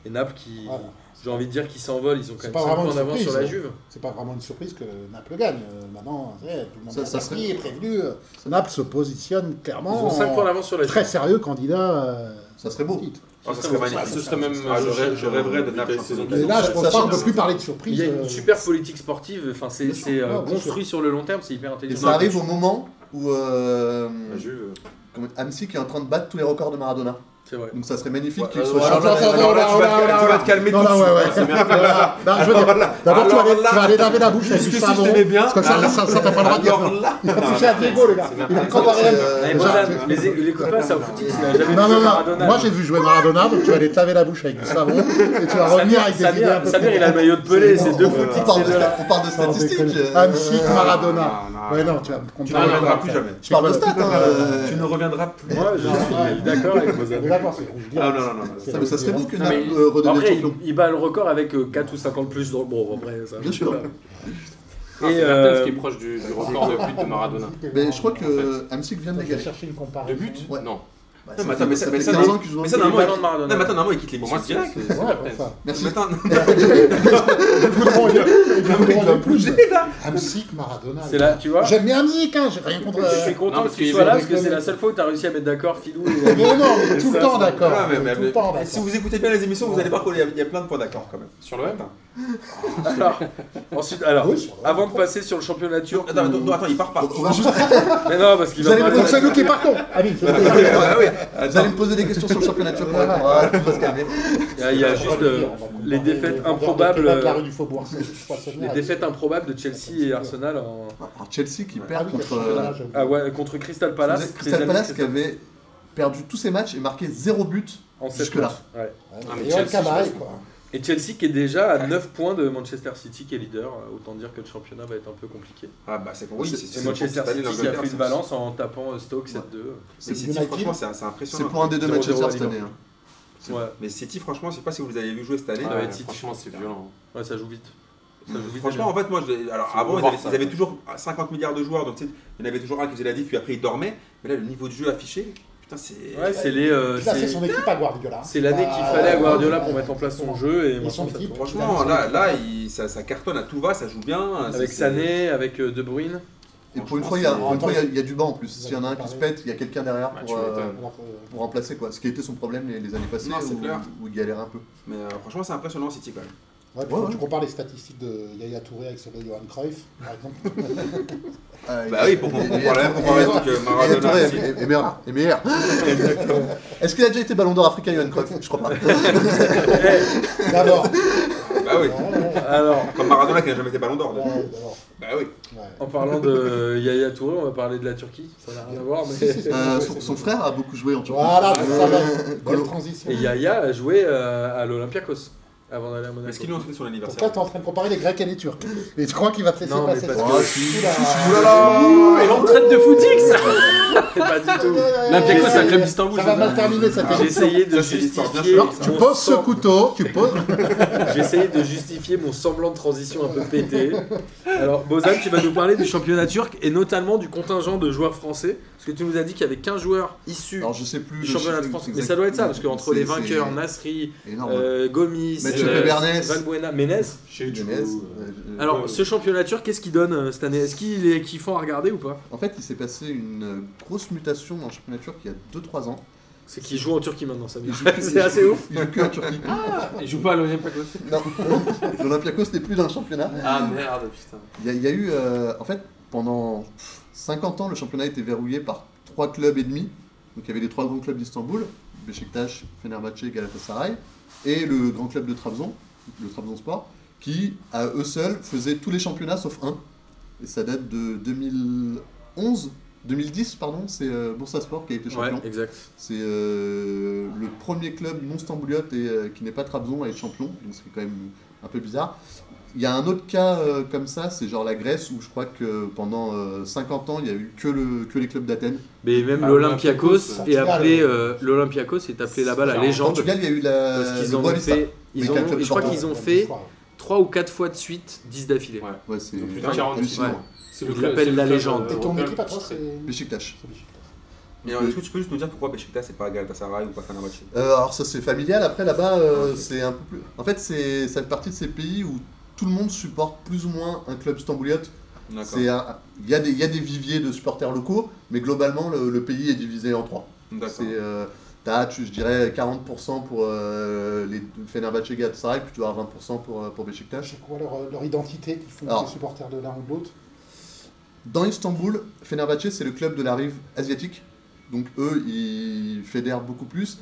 Speaker 1: Et Naples qui,
Speaker 4: Voilà.
Speaker 1: j'ai envie de dire, qui s'envole, ils ont quand
Speaker 4: C'est
Speaker 1: même
Speaker 4: pas
Speaker 1: 5
Speaker 4: vraiment
Speaker 1: points
Speaker 4: une
Speaker 1: d'avance sur la
Speaker 4: surprise, hein.
Speaker 1: Juve.
Speaker 4: C'est pas vraiment une surprise que Naples gagne. Euh, Maintenant, eh, tout le monde
Speaker 5: Ça-
Speaker 4: a
Speaker 5: ça
Speaker 4: compris,
Speaker 5: serait-
Speaker 4: est prévenu. euh, Naples se positionne
Speaker 1: Ils
Speaker 4: clairement
Speaker 1: ont 5 points
Speaker 4: en
Speaker 1: d'avance sur la Juve.
Speaker 4: très sérieux candidat euh,
Speaker 5: ça serait beau.
Speaker 4: au titre.
Speaker 2: Oh, ça serait magnifique.
Speaker 3: Ce serait même.
Speaker 2: Ah, je rêve- je rêverais de
Speaker 3: euh,
Speaker 2: Naples.
Speaker 3: saison
Speaker 4: Mais
Speaker 3: qu'ils ont
Speaker 4: là,
Speaker 5: ça-
Speaker 4: je pense
Speaker 5: ça
Speaker 4: pas qu'on
Speaker 5: change.
Speaker 4: peut plus parler de
Speaker 1: Il
Speaker 4: surprise.
Speaker 1: y a une
Speaker 4: euh,
Speaker 1: super politique sportive, enfin, c'est
Speaker 4: Bien sûr.
Speaker 1: c'est, euh,
Speaker 4: Ouais, bien
Speaker 1: construit sur le long terme, c'est hyper
Speaker 5: Et
Speaker 1: intelligent.
Speaker 5: ça arrive au moment où euh,
Speaker 2: Ah,
Speaker 3: La Juve.
Speaker 5: comment- Amsi qui est en train de battre tous les records de Maradona.
Speaker 1: C'est vrai.
Speaker 5: Donc ça serait magnifique
Speaker 2: Ouais,
Speaker 5: qu'il
Speaker 2: euh,
Speaker 5: soit
Speaker 4: Attends,
Speaker 5: champion.
Speaker 4: attends, attends,
Speaker 2: Alors là, tu
Speaker 4: attends,
Speaker 2: vas te-
Speaker 4: attends,
Speaker 2: tu vas
Speaker 4: attends.
Speaker 2: te calmer
Speaker 4: Non,
Speaker 2: tout de
Speaker 4: non, ouais,
Speaker 2: suite,
Speaker 4: ouais.
Speaker 2: hein, c'est bien.
Speaker 4: Voilà. Non, je veux dire, D'abord, tu vas
Speaker 2: Alors
Speaker 4: aller-
Speaker 2: là-
Speaker 4: tu vas aller laver la bouche avec
Speaker 2: Parce
Speaker 4: du
Speaker 2: que si je
Speaker 4: savon.
Speaker 2: t'aimais bien. ah,
Speaker 4: Parce que ça, ça, ça, t'as pas le droit de dire.
Speaker 2: alors là-
Speaker 4: C'est chez Adrigo, le gars. Il a comparé
Speaker 5: C'est,
Speaker 4: la-
Speaker 5: euh,
Speaker 1: Mais
Speaker 5: déjà,
Speaker 1: voilà,
Speaker 4: c'est-
Speaker 1: les, les copains, ça au footix, il a jamais
Speaker 4: Non,
Speaker 1: vu
Speaker 4: non, non.
Speaker 1: Maradona.
Speaker 4: Moi, j'ai vu jouer Maradona, donc tu vas aller te laver la bouche avec du savon et tu vas revenir avec des idées un
Speaker 1: Samir,
Speaker 4: peu
Speaker 1: Samir,
Speaker 4: plus-
Speaker 1: il a le maillot de Pelé,
Speaker 4: C'est
Speaker 1: c'est
Speaker 4: bon.
Speaker 1: deux
Speaker 5: on,
Speaker 1: footix,
Speaker 5: parle
Speaker 1: c'est
Speaker 5: de,
Speaker 1: de la...
Speaker 5: sta- on parle de
Speaker 4: Sans
Speaker 5: statistiques.
Speaker 4: déconner.
Speaker 5: euh,
Speaker 4: Amsi, Maradona.
Speaker 2: Non, non,
Speaker 4: Ouais,
Speaker 2: non.
Speaker 4: non, tu vas
Speaker 2: Tu
Speaker 4: comprendre.
Speaker 2: ne reviendras plus
Speaker 4: Ouais.
Speaker 2: jamais.
Speaker 5: je parle de stats. hein, euh,
Speaker 2: Tu ne reviendras plus.
Speaker 1: Moi, je suis d'accord avec vos amis.
Speaker 4: D'accord, c'est rouge.
Speaker 2: Ah, non, non, non, non.
Speaker 5: ça, mais ça serait beau que
Speaker 1: Non,
Speaker 5: Naples
Speaker 1: mais-
Speaker 5: euh, redevienne
Speaker 1: Après, il,
Speaker 5: champion.
Speaker 1: il bat le record avec euh, 4 ou 50 plus dans le bro. Après, ça,
Speaker 5: Bien
Speaker 1: je sais
Speaker 5: sûr.
Speaker 1: pas.
Speaker 3: Non,
Speaker 1: Et,
Speaker 3: Ah, C'est
Speaker 1: euh,
Speaker 3: Mertens qui est proche du du record de but de Maradona.
Speaker 5: Mais je crois que
Speaker 3: en
Speaker 5: euh, Amsic vient de
Speaker 4: Je vais
Speaker 5: l'égaler.
Speaker 4: chercher une comparaison.
Speaker 3: De but
Speaker 5: Ouais.
Speaker 3: Non.
Speaker 5: Bah,
Speaker 2: Non, mais
Speaker 5: fait-
Speaker 2: attends, mais ça-
Speaker 5: ça
Speaker 2: mais
Speaker 5: fait
Speaker 2: ça,
Speaker 5: 15
Speaker 2: non.
Speaker 5: ans qu'ils jouent.
Speaker 2: Mais ça,
Speaker 1: Il est
Speaker 2: normalement,
Speaker 1: ballon de
Speaker 2: il-
Speaker 1: Maradona.
Speaker 2: non, mais attends, normalement, il quitte
Speaker 3: Pour moi,
Speaker 2: l'émission
Speaker 3: c'est
Speaker 2: direct.
Speaker 3: c'est- c'est
Speaker 4: Ouais, pour
Speaker 3: Mertens.
Speaker 4: ça.
Speaker 5: Merci.
Speaker 2: Maintenant,
Speaker 4: Il
Speaker 5: va
Speaker 4: bouger là Amsic, Maradona.
Speaker 1: C'est là, tu vois.
Speaker 4: J'aime bien Amsic, hein, j'ai rien contre.
Speaker 1: Je suis
Speaker 3: Non,
Speaker 1: content
Speaker 3: parce
Speaker 1: que tu
Speaker 3: qu'ils
Speaker 1: sois là
Speaker 3: ont
Speaker 1: parce que c'est
Speaker 4: réclamé.
Speaker 1: la seule fois où t'as réussi à mettre d'accord Filou.
Speaker 4: Mais
Speaker 1: et-
Speaker 4: non, on est tout
Speaker 1: ça,
Speaker 4: le temps
Speaker 1: ça-
Speaker 4: d'accord.
Speaker 2: Non, mais-
Speaker 4: On est
Speaker 2: mais-
Speaker 4: tout
Speaker 2: mais-
Speaker 4: le temps
Speaker 2: si
Speaker 4: d'accord.
Speaker 2: vous écoutez bien les émissions, vous allez voir qu'il y a- il y a plein de points d'accord quand même.
Speaker 3: Sur le même
Speaker 2: Attends,
Speaker 1: Alors, ensuite, alors,
Speaker 4: Oui, sur-
Speaker 1: avant de passer sur le championnat turc.
Speaker 2: attends,
Speaker 1: ou-
Speaker 2: attends, attends, il part pas.
Speaker 5: On va juste-
Speaker 1: Mais non, parce qu'il
Speaker 5: Vous
Speaker 1: va
Speaker 5: allez
Speaker 1: parler-
Speaker 4: Donc c'est nous qui partons. Amine, c'est
Speaker 2: Ah,
Speaker 4: nous.
Speaker 2: ouais, ouais.
Speaker 5: Vous allez me poser des questions sur le championnat turc. ouais. Voilà, on va se calmer.
Speaker 1: Il y a- il y a juste euh, les défaites improbables.
Speaker 4: La rue
Speaker 1: euh,
Speaker 4: du Faubourg. c'est- je crois que c'est
Speaker 1: Les
Speaker 4: là.
Speaker 1: défaites improbables de Chelsea et Arsenal en-
Speaker 5: Alors Chelsea qui
Speaker 4: Ah
Speaker 5: perd
Speaker 4: oui,
Speaker 5: contre.
Speaker 4: le
Speaker 5: euh,
Speaker 4: championnat, j'avoue.
Speaker 1: ah ouais, contre Crystal Palace.
Speaker 5: Crystal
Speaker 1: Tes
Speaker 5: Palace
Speaker 1: amis,
Speaker 5: qui avait perdu tous ses matchs et marqué zéro but.
Speaker 1: en sept
Speaker 5: jusque-là.
Speaker 1: matchs. Ouais.
Speaker 3: Ah, mais
Speaker 4: Et El
Speaker 3: Chelsea,
Speaker 4: Cabaret,
Speaker 3: je pense.
Speaker 4: quoi.
Speaker 1: Et Chelsea qui est déjà à 9 points de Manchester City qui est leader. Euh, Autant dire que le championnat va être un peu compliqué.
Speaker 2: Ah, bah, c'est oui, c'est-
Speaker 1: Et
Speaker 2: c'est-
Speaker 1: Manchester
Speaker 2: cette
Speaker 1: City
Speaker 2: année,
Speaker 1: qui a
Speaker 2: l'Angleterre,
Speaker 1: fait une
Speaker 2: c'est-
Speaker 1: balance en tapant euh, Stoke 7-2.
Speaker 2: c'est- City,
Speaker 4: United.
Speaker 2: franchement, c'est c'est
Speaker 5: C'est
Speaker 2: impressionnant.
Speaker 5: pour un des deux
Speaker 1: Zéro,
Speaker 5: matchs
Speaker 1: zéro à
Speaker 5: cette année. hein.
Speaker 1: Ouais.
Speaker 2: Mais City, franchement, je sais pas si vous les avez vu jouer cette année.
Speaker 1: Ah
Speaker 3: Ah
Speaker 1: ouais,
Speaker 3: ouais,
Speaker 1: Titi.
Speaker 3: franchement, c'est violent.
Speaker 1: ouais, ça joue vite. Ça joue vite.
Speaker 2: Franchement, en fait, moi, je- alors
Speaker 3: C'est
Speaker 2: avant,
Speaker 3: bon
Speaker 2: ils
Speaker 3: voir
Speaker 2: avaient,
Speaker 3: ça.
Speaker 2: ils avaient toujours 50 milliards de joueurs, donc tu sais, il y en avait toujours un qui faisait la diff, puis après il dormait. Mais là, le niveau de jeu affiché, putain, c'est.
Speaker 1: ouais, c'est les. euh,
Speaker 4: Là, c'est
Speaker 1: c'est-
Speaker 4: son équipe à Guardiola.
Speaker 1: c'est l'année qu'il fallait à Guardiola pour mettre en place son jeu et
Speaker 4: Et son
Speaker 1: maintenant ça
Speaker 4: équipe.
Speaker 1: tourne.
Speaker 2: Franchement, là, là il- ça, ça cartonne à tout va, ça joue bien.
Speaker 1: avec
Speaker 2: c'est-
Speaker 1: Sané, avec euh, De Bruyne.
Speaker 5: hein. Et pour une
Speaker 2: Franchement,
Speaker 5: fois, il y a-
Speaker 2: c'est-
Speaker 5: pour une fois, il y a- il y a du banc en plus.
Speaker 4: Vous
Speaker 5: S'il y en a un qui se
Speaker 4: avez
Speaker 5: pète, il y a quelqu'un derrière
Speaker 3: Bah,
Speaker 5: pour,
Speaker 3: tu
Speaker 5: euh,
Speaker 3: m'étonnes.
Speaker 4: Alors que-
Speaker 5: pour remplacer quoi. Ce qui a été son problème les, les années passées
Speaker 2: Non, c'est
Speaker 5: où,
Speaker 2: clair.
Speaker 5: où il galérait un peu.
Speaker 2: Mais euh, franchement, c'est impressionnant City quand même.
Speaker 4: Ouais, puis
Speaker 5: Ouais,
Speaker 4: quand
Speaker 5: ouais.
Speaker 4: tu compares les statistiques de Yaya Touré avec celles de Johan Cruyff, par exemple.
Speaker 5: Euh,
Speaker 6: Bah oui, pour
Speaker 5: et- et-
Speaker 6: comprendre la
Speaker 5: et-
Speaker 6: comparaison que
Speaker 5: et- et-
Speaker 6: Maradona.
Speaker 5: et-
Speaker 6: aussi.
Speaker 5: et- et- et meilleur. Et meilleur. Est-ce qu'il a déjà été ballon d'or africain, Johan Cruyff Je crois pas.
Speaker 4: D'abord.
Speaker 1: Ah
Speaker 6: Bah oui,
Speaker 4: Ouais, ouais, ouais.
Speaker 1: Alors,
Speaker 6: comme Maradona qui n'a jamais été ballon d'or. d'ailleurs.
Speaker 4: Ouais, d'abord.
Speaker 6: Bah oui.
Speaker 4: Ouais.
Speaker 1: en parlant de Yaya Touré, on va parler de la Turquie. Ça n'a rien à voir, mais.
Speaker 5: Euh, son, son frère a beaucoup joué en Turquie.
Speaker 4: Voilà, c'est ça,
Speaker 5: Euh,
Speaker 4: bonne- bonne
Speaker 5: Golo.
Speaker 4: transition.
Speaker 1: Et Yaya a joué euh, à l'Olympiakos avant d'aller à
Speaker 6: Mais est-ce
Speaker 1: Monaco.
Speaker 6: qu'ils lui ont fait son
Speaker 4: Pourquoi
Speaker 6: anniversaire
Speaker 4: t'es en train de comparer les Grecs et les Turcs Et tu crois qu'il va te laisser
Speaker 1: Non, mais
Speaker 4: passer
Speaker 1: parce
Speaker 4: ça
Speaker 1: que-
Speaker 6: Oulala
Speaker 1: Et l'on traite de footix Pas du tout.
Speaker 3: L'Olympiakos, c'est un club d'Istanbul.
Speaker 4: Ça va mal terminer cette
Speaker 1: J'ai
Speaker 4: émission.
Speaker 1: essayé de
Speaker 6: Ça, c'est l'histoire.
Speaker 1: justifier.
Speaker 5: Alors, tu
Speaker 1: mon
Speaker 5: poses ce
Speaker 1: sem-
Speaker 5: couteau, tu poses.
Speaker 1: J'ai essayé de justifier mon semblant de transition un peu pété. Alors, Bozan, tu vas nous parler du championnat turc et notamment du contingent de joueurs français. Parce que tu nous as dit qu'il y avait 15 joueurs issus
Speaker 5: Alors, je sais plus.
Speaker 1: du
Speaker 5: le
Speaker 1: championnat de
Speaker 5: chiffre
Speaker 1: France.
Speaker 5: exact.
Speaker 1: Mais ça doit être ça, parce qu'entre
Speaker 5: C'est-
Speaker 1: les vainqueurs,
Speaker 5: c'est
Speaker 1: Nasri,
Speaker 5: énorme.
Speaker 1: euh, Gomis,
Speaker 5: Mathieu
Speaker 1: euh,
Speaker 5: Bernes.
Speaker 1: Valbuena, Menez.
Speaker 3: Chez
Speaker 5: Menez, euh,
Speaker 1: Alors, ce championnat turc, qu'est-ce qu'il donne euh, cette année Est-ce qu'il est kiffant à regarder ou pas
Speaker 5: En fait, il s'est passé une euh, grosse mutation dans le championnat turc il y a 2-3 ans.
Speaker 1: C'est qu'il joue en Turquie maintenant, ça
Speaker 5: Il joue plus- il
Speaker 1: C'est
Speaker 5: joue-
Speaker 1: assez ouf.
Speaker 5: Il joue que en Turquie.
Speaker 3: Il joue pas à l'Olympiakos.
Speaker 5: Non, l'Olympiakos n'est plus dans le championnat.
Speaker 3: Ah merde, putain.
Speaker 5: Il y, a- il y a eu, euh, en fait, pendant 50 ans, le championnat était verrouillé par trois clubs et demi. Donc il y avait les trois grands clubs d'Istanbul, Beşiktaş, Fenerbahçe, Galatasaray, et le grand club de Trabzon, le Trabzon Sport, qui à eux seuls faisaient tous les championnats sauf un. Et ça date de 2011, 2010 pardon, c'est euh, Bursa Sport qui a été champion.
Speaker 1: exact.
Speaker 5: C'est euh, le premier club non stambouliote et euh, qui n'est pas Trabzon à être champion, donc c'est quand même un peu bizarre. Il y a un autre cas euh, comme ça, c'est genre la Grèce où je crois que pendant euh, 50 ans il y a eu que, le, que les clubs d'Athènes.
Speaker 1: Mais même
Speaker 3: Ah,
Speaker 1: l'Olympiakos
Speaker 3: l'Olympiakos,
Speaker 1: est
Speaker 4: Portugal.
Speaker 1: appelé euh, l'Olympiakos est appelé là-bas la
Speaker 3: En
Speaker 5: En
Speaker 1: légende
Speaker 5: Portugal il y a eu
Speaker 1: parce
Speaker 5: la.
Speaker 1: qu'ils
Speaker 5: le
Speaker 1: en ont
Speaker 5: Boa Vista.
Speaker 1: fait ils
Speaker 5: Mais
Speaker 1: ont-
Speaker 5: quel club
Speaker 1: je crois
Speaker 5: champion
Speaker 1: qu'ils ont fait 3 ou 4 fois de suite 10 d'affilée.
Speaker 3: Ouais.
Speaker 5: Ouais, c'est.
Speaker 3: Ils ont plus de 40,
Speaker 5: hallucinant.
Speaker 1: ouais.
Speaker 3: C'est
Speaker 1: Il
Speaker 3: club-
Speaker 1: l'appelle
Speaker 3: c'est
Speaker 1: la
Speaker 3: club,
Speaker 1: légende.
Speaker 3: euh,
Speaker 4: Et ton
Speaker 3: local
Speaker 4: équipe à toi,
Speaker 3: qui
Speaker 4: c'est.
Speaker 3: serait-
Speaker 5: Beşiktaş.
Speaker 4: c'est Belgique.
Speaker 6: Et alors, Est-ce que tu peux juste nous dire pourquoi Beşiktaş c'est pas Galatasaray ou pas Fenerbahçe
Speaker 5: Euh, alors ça c'est familial, après là-bas euh, c'est un peu plus... En fait c'est ça fait partie de ces pays où tout le monde supporte plus ou moins un club stambouliote.
Speaker 6: D'accord.
Speaker 5: C'est un- Il y, a des- il y a des viviers de supporters locaux, mais globalement le, le pays est divisé en trois.
Speaker 6: D'accord.
Speaker 5: C'est euh, t'as, tu- je dirais 40% pour euh, les Fenerbahçe et Galatasaray, puis tu vas avoir 20% pour euh, pour Beşiktaş.
Speaker 4: C'est quoi leur, leur identité qu'ils font
Speaker 5: Alors.
Speaker 4: les supporters de l'un ou de l'autre
Speaker 5: Dans Istanbul, Fenerbahçe c'est le club de la rive asiatique, donc eux ils fédèrent beaucoup plus.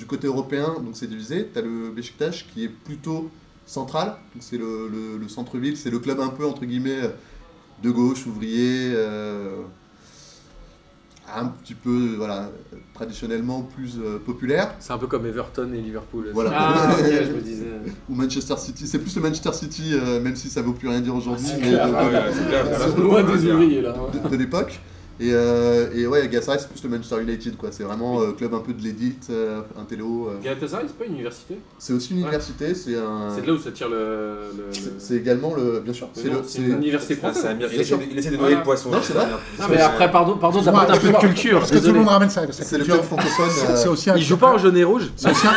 Speaker 5: Du côté européen, donc c'est divisé. T'as le Beşiktaş qui est plutôt central, donc c'est le, le- le centre-ville, c'est le club un peu entre guillemets de gauche, ouvrier, euh, un petit peu voilà traditionnellement plus euh, populaire.
Speaker 1: C'est un peu comme Everton et Liverpool.
Speaker 5: Voilà.
Speaker 3: Ah, ok, je me disais.
Speaker 5: ou Manchester City. C'est plus le Manchester City, euh, même si ça vaut plus rien dire aujourd'hui, mais
Speaker 6: Ah ouais,
Speaker 5: de,
Speaker 6: ouais, c'est clair, voilà,
Speaker 3: C'est
Speaker 6: c'est
Speaker 3: loin
Speaker 6: ce que je
Speaker 3: des
Speaker 6: veux dire.
Speaker 3: ouvriers là.
Speaker 5: de- de l'époque. Et, euh, et ouais, Galatasaray, c'est plus le Manchester United, quoi. C'est vraiment euh, club un peu de l'élite, euh, un télo. euh.
Speaker 3: Galatasaray, c'est pas une université
Speaker 5: C'est aussi une université, c'est un.
Speaker 3: C'est de là où ça tire le. le-
Speaker 5: c'est-
Speaker 3: le-
Speaker 5: C'est également le. Bien sûr, c'est
Speaker 3: non,
Speaker 5: le.
Speaker 3: c'est
Speaker 5: c'est-
Speaker 3: une université
Speaker 6: Ah, c'est
Speaker 3: française.
Speaker 6: Amir, il essaie de- il essaie de noyer le poisson.
Speaker 5: Non,
Speaker 6: c'est
Speaker 5: c'est
Speaker 6: ça,
Speaker 5: vrai.
Speaker 6: Amir.
Speaker 3: Non, mais après, pardon, pardon
Speaker 4: Excuse-moi,
Speaker 3: d'apporter un peu de
Speaker 4: excuse-moi.
Speaker 3: culture.
Speaker 4: Parce que tout le
Speaker 3: désolé.
Speaker 4: monde ramène ça. la
Speaker 5: C'est le
Speaker 4: culture.
Speaker 5: club francophone.
Speaker 4: C'est-
Speaker 5: euh,
Speaker 4: C'est aussi un.
Speaker 1: Il joue pas en jaune et rouge Euh,
Speaker 4: C'est aussi un,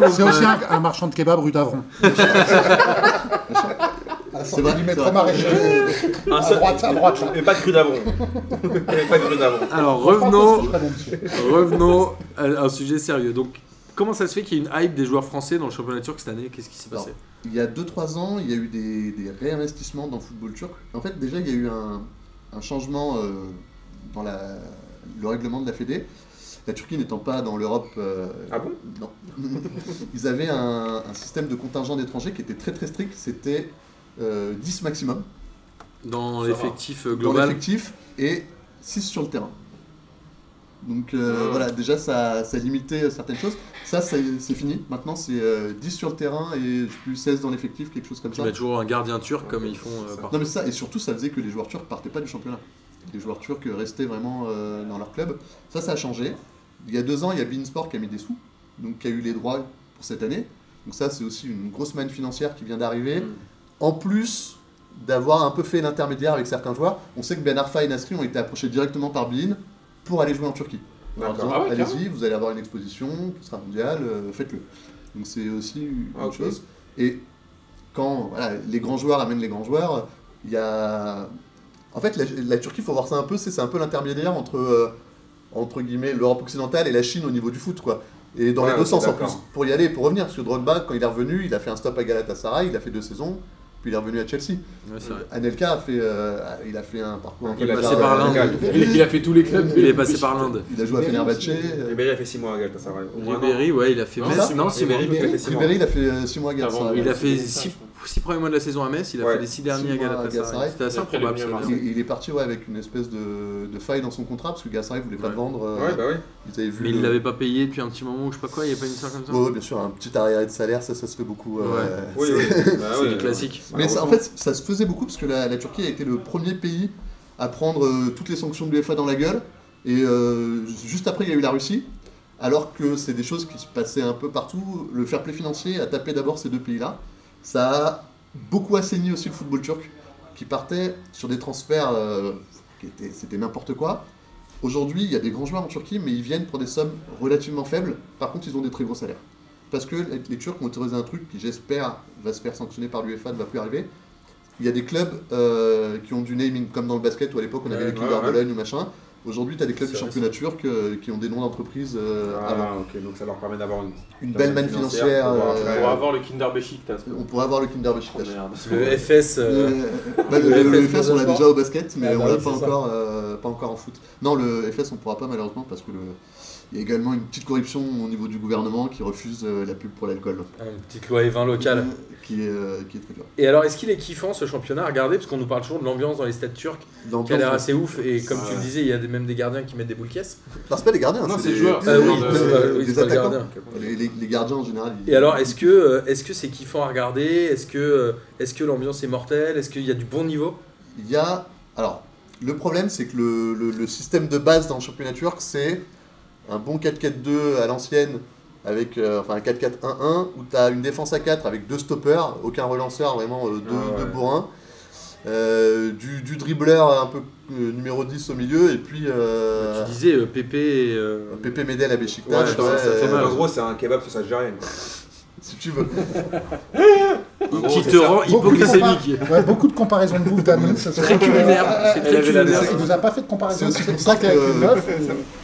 Speaker 4: c'est aussi un, un marchand de kebab rue d'Avron.
Speaker 5: C'est vrai,
Speaker 4: du
Speaker 5: c'est
Speaker 4: métro
Speaker 5: vrai.
Speaker 4: maraîcher.
Speaker 6: Un
Speaker 4: À
Speaker 6: seul-
Speaker 4: droite, à droite.
Speaker 6: Mais pas de cru d'avron. Mais pas de cru d'avron.
Speaker 1: euh, Alors
Speaker 4: Franco,
Speaker 1: revenons
Speaker 4: si je connais, monsieur.
Speaker 1: revenons à un sujet sérieux. Donc comment ça se fait qu'il y ait une hype des joueurs français dans le championnat turc cette année Qu'est-ce qui s'est passé
Speaker 5: Il y a 2-3 ans, il y a eu des, des réinvestissements dans le football turc. En fait, déjà, il y a eu un, un changement euh, dans la- le règlement de la Fédé. La Turquie n'étant pas dans l'Europe. euh,
Speaker 6: Ah bon
Speaker 5: Non. Ils avaient un, un système de contingent d'étrangers qui était très très strict. C'était euh, 10 maximum
Speaker 1: dans
Speaker 3: Ça
Speaker 1: l'effectif euh,
Speaker 5: dans
Speaker 1: global
Speaker 5: l'effectif et 6 sur le terrain. Donc euh,
Speaker 3: Ah.
Speaker 5: voilà, déjà ça, ça limitait certaines choses. Ça, c'est c'est fini. Maintenant, c'est euh, 10 sur le terrain et je sais plus 16 dans l'effectif, quelque chose comme
Speaker 1: Tu
Speaker 5: ça.
Speaker 1: mets toujours un gardien turc comme
Speaker 6: Ouais,
Speaker 1: ils font euh,
Speaker 6: ça.
Speaker 1: partout.
Speaker 5: Non mais ça, et surtout ça faisait que les joueurs turcs partaient pas du championnat. Les joueurs turcs restaient vraiment euh, dans leur club. Ça, ça a changé. Il y a deux ans, il y a Beansport qui a mis des sous, donc qui a eu les droits pour cette année. Donc ça, c'est aussi une grosse manne financière qui vient d'arriver.
Speaker 3: Mm.
Speaker 5: En plus d'avoir un peu fait l'intermédiaire avec certains joueurs, on sait que Ben Arfa et Nasri ont été approchés directement par Bean pour aller jouer en Turquie. En leur
Speaker 6: D'accord.
Speaker 5: disant,
Speaker 3: Ah ouais,
Speaker 5: Allez-y, vous allez avoir une exposition qui sera mondiale, euh, faites-le. Donc c'est aussi une
Speaker 6: Ah, ok.
Speaker 5: chose. Et quand voilà, les grands joueurs amènent les grands joueurs, il y a. En fait, la, la Turquie, faut voir ça un peu, c'est c'est un peu l'intermédiaire entre, euh, entre guillemets, l'Europe occidentale et la Chine au niveau du foot, quoi. Et dans
Speaker 2: Ouais,
Speaker 5: les deux
Speaker 2: ok,
Speaker 5: sens en plus,
Speaker 2: d'accord.
Speaker 5: pour y aller et pour revenir. Parce que Drogba, quand il est revenu, il a fait un stop à Galatasaray, il a fait deux saisons, puis il est revenu à Chelsea.
Speaker 1: Ouais, c'est vrai.
Speaker 5: Anelka a fait, euh, il a fait un parcours un peu
Speaker 1: Il est
Speaker 5: bizarre,
Speaker 1: passé par
Speaker 5: euh,
Speaker 1: l'Inde.
Speaker 3: Il, il a fait tous les clubs.
Speaker 1: Il est passé par l'Inde.
Speaker 5: Il a joué à Fenerbahce. euh,
Speaker 6: Ribéry a fait 6 mois à Galatasaray. Au moins un an.
Speaker 1: Ribéry, ouais, il a fait
Speaker 5: Non,
Speaker 1: Metz.
Speaker 5: ça
Speaker 1: Non, c'est
Speaker 6: Ribéry,
Speaker 1: bon.
Speaker 6: il a fait six mois.
Speaker 5: Ribéry, il a fait 6 mois à Galatasaray.
Speaker 1: Il a fait
Speaker 3: c'est ça, je
Speaker 1: 6
Speaker 3: crois.
Speaker 1: premiers mois de la saison à Metz, il a
Speaker 6: Ouais.
Speaker 1: fait les 6 derniers
Speaker 5: Six
Speaker 1: à
Speaker 5: mois à
Speaker 1: Galatasaray.
Speaker 5: Galatasaray.
Speaker 1: C'était assez
Speaker 3: Et après,
Speaker 1: improbable.
Speaker 3: il est
Speaker 1: ça,
Speaker 3: venu à
Speaker 1: d'ailleurs.
Speaker 5: Il, il est parti ouais, avec une espèce de, de faille dans son contrat parce que Galatasaray voulait pas
Speaker 1: Ouais.
Speaker 5: le vendre. euh,
Speaker 6: Ouais, bah oui.
Speaker 5: Ils avaient vu.
Speaker 1: Mais
Speaker 5: le-
Speaker 1: il l'avait pas payé depuis un petit moment ou je sais pas quoi, il n'y a pas une histoire comme ça.
Speaker 5: Ouais, ouais, bien sûr, un petit arriéré de salaire, ça, ça se fait beaucoup. euh,
Speaker 1: Ouais.
Speaker 6: Oui, oui. Bah
Speaker 1: C'est
Speaker 6: oui,
Speaker 1: du
Speaker 6: oui.
Speaker 1: classique.
Speaker 5: Mais ça- en fait, ça se faisait beaucoup parce que la, la Turquie a été le premier pays à prendre euh, toutes les sanctions de l'UEFA dans la gueule. Et euh, juste après, il y a eu la Russie. Alors que c'est des choses qui se passaient un peu partout. Le fair play financier a tapé d'abord ces deux pays-là. Ça a beaucoup assaini aussi le football turc qui partait sur des transferts euh, qui étaient c'était n'importe quoi. Aujourd'hui, il y a des grands joueurs en Turquie, mais ils viennent pour des sommes relativement faibles. Par contre, ils ont des très gros salaires. Parce que les- les Turcs ont autorisé un truc qui, j'espère, va se faire sanctionner par l'UEFA, ne va plus arriver. Il y a des clubs euh, qui ont du naming, comme dans le basket, où à l'époque on avait
Speaker 2: Ouais,
Speaker 5: les Kinder
Speaker 2: ouais, ouais.
Speaker 5: Bologne ou machin. Aujourd'hui, tu as des clubs du
Speaker 2: C'est vrai,
Speaker 5: championnat turc euh, qui ont des noms d'entreprises euh, avant.
Speaker 6: Ah, ok, donc ça leur permet d'avoir une.
Speaker 5: Une
Speaker 6: Dans
Speaker 5: belle
Speaker 6: la
Speaker 5: manne
Speaker 6: financière,
Speaker 5: financière.
Speaker 6: pour
Speaker 5: euh,
Speaker 3: Pour avoir le Kinder Besiktas.
Speaker 5: on pourrait avoir le Kinder Beşiktaş.
Speaker 1: Le FS. euh,
Speaker 5: Euh, bah, le,
Speaker 1: le
Speaker 5: le
Speaker 1: FS,
Speaker 5: FS, on l'a
Speaker 4: d'accord.
Speaker 5: déjà au basket, mais
Speaker 4: Ah, bah
Speaker 5: on l'a
Speaker 4: oui,
Speaker 5: pas
Speaker 4: c'est ça.
Speaker 5: encore, euh, pas encore en foot. Non, le FS, on pourra pas malheureusement parce que le- il y a également une petite corruption au niveau du gouvernement qui refuse euh, la pub pour l'alcool,
Speaker 1: Une petite loi E20 locale.
Speaker 5: Euh, qui est euh, qui est très dure.
Speaker 1: Et alors, est-ce qu'il est kiffant ce championnat à regarder Parce qu'on nous parle toujours de l'ambiance dans les stades turcs qui a l'air assez ouf. Et comme tu le disais, il y a des- même des gardiens qui mettent des boules caisses.
Speaker 5: Non, hein, c'est pas les gardiens,
Speaker 3: Non, c'est
Speaker 5: des-
Speaker 3: les joueurs.
Speaker 5: des-
Speaker 3: Ah oui,
Speaker 5: des-
Speaker 3: non,
Speaker 5: des-
Speaker 1: euh, oui,
Speaker 5: des
Speaker 1: c'est pas les
Speaker 5: attaquants.
Speaker 1: gardiens.
Speaker 5: Les, les- les gardiens en général. ils-
Speaker 1: Et alors, est-ce que euh, est-ce que c'est kiffant à regarder Est-ce que euh, est-ce que l'ambiance est mortelle Est-ce qu'il y a du bon niveau
Speaker 5: Il y a. Alors, le problème, c'est que le, le- le système de base dans le championnat turc, c'est un bon 4-4-2 à l'ancienne, avec euh, enfin un 4-4-1-1, où tu as une défense à 4 avec deux stoppers, aucun relanceur, vraiment euh, deux,
Speaker 6: Ah ouais.
Speaker 5: deux bourrins. Euh, du, du dribbleur un peu euh, numéro 10 au milieu, et puis euh,
Speaker 1: Tu disais euh, Pépé. et, euh,
Speaker 5: Pépé Medel à
Speaker 6: Ouais,
Speaker 5: Béchiktash.
Speaker 6: putain,
Speaker 1: ouais,
Speaker 6: ça fait
Speaker 1: euh,
Speaker 6: mal. En gros, c'est un kebab sauce algérienne. quoi.
Speaker 5: si tu veux.
Speaker 1: qui
Speaker 6: c'est
Speaker 1: te
Speaker 6: ça.
Speaker 1: rend
Speaker 4: Beaucoup de
Speaker 1: hypoglycémique.
Speaker 4: compar- ouais, beaucoup de comparaisons de bouffe d'Amine. ça, c'est vrai que-
Speaker 1: Culinaire, c'est
Speaker 3: Elle
Speaker 1: très
Speaker 3: avait la
Speaker 1: culinaire.
Speaker 4: C'est- Il nous a pas fait de comparaison.
Speaker 5: C'est aussi pour ça que-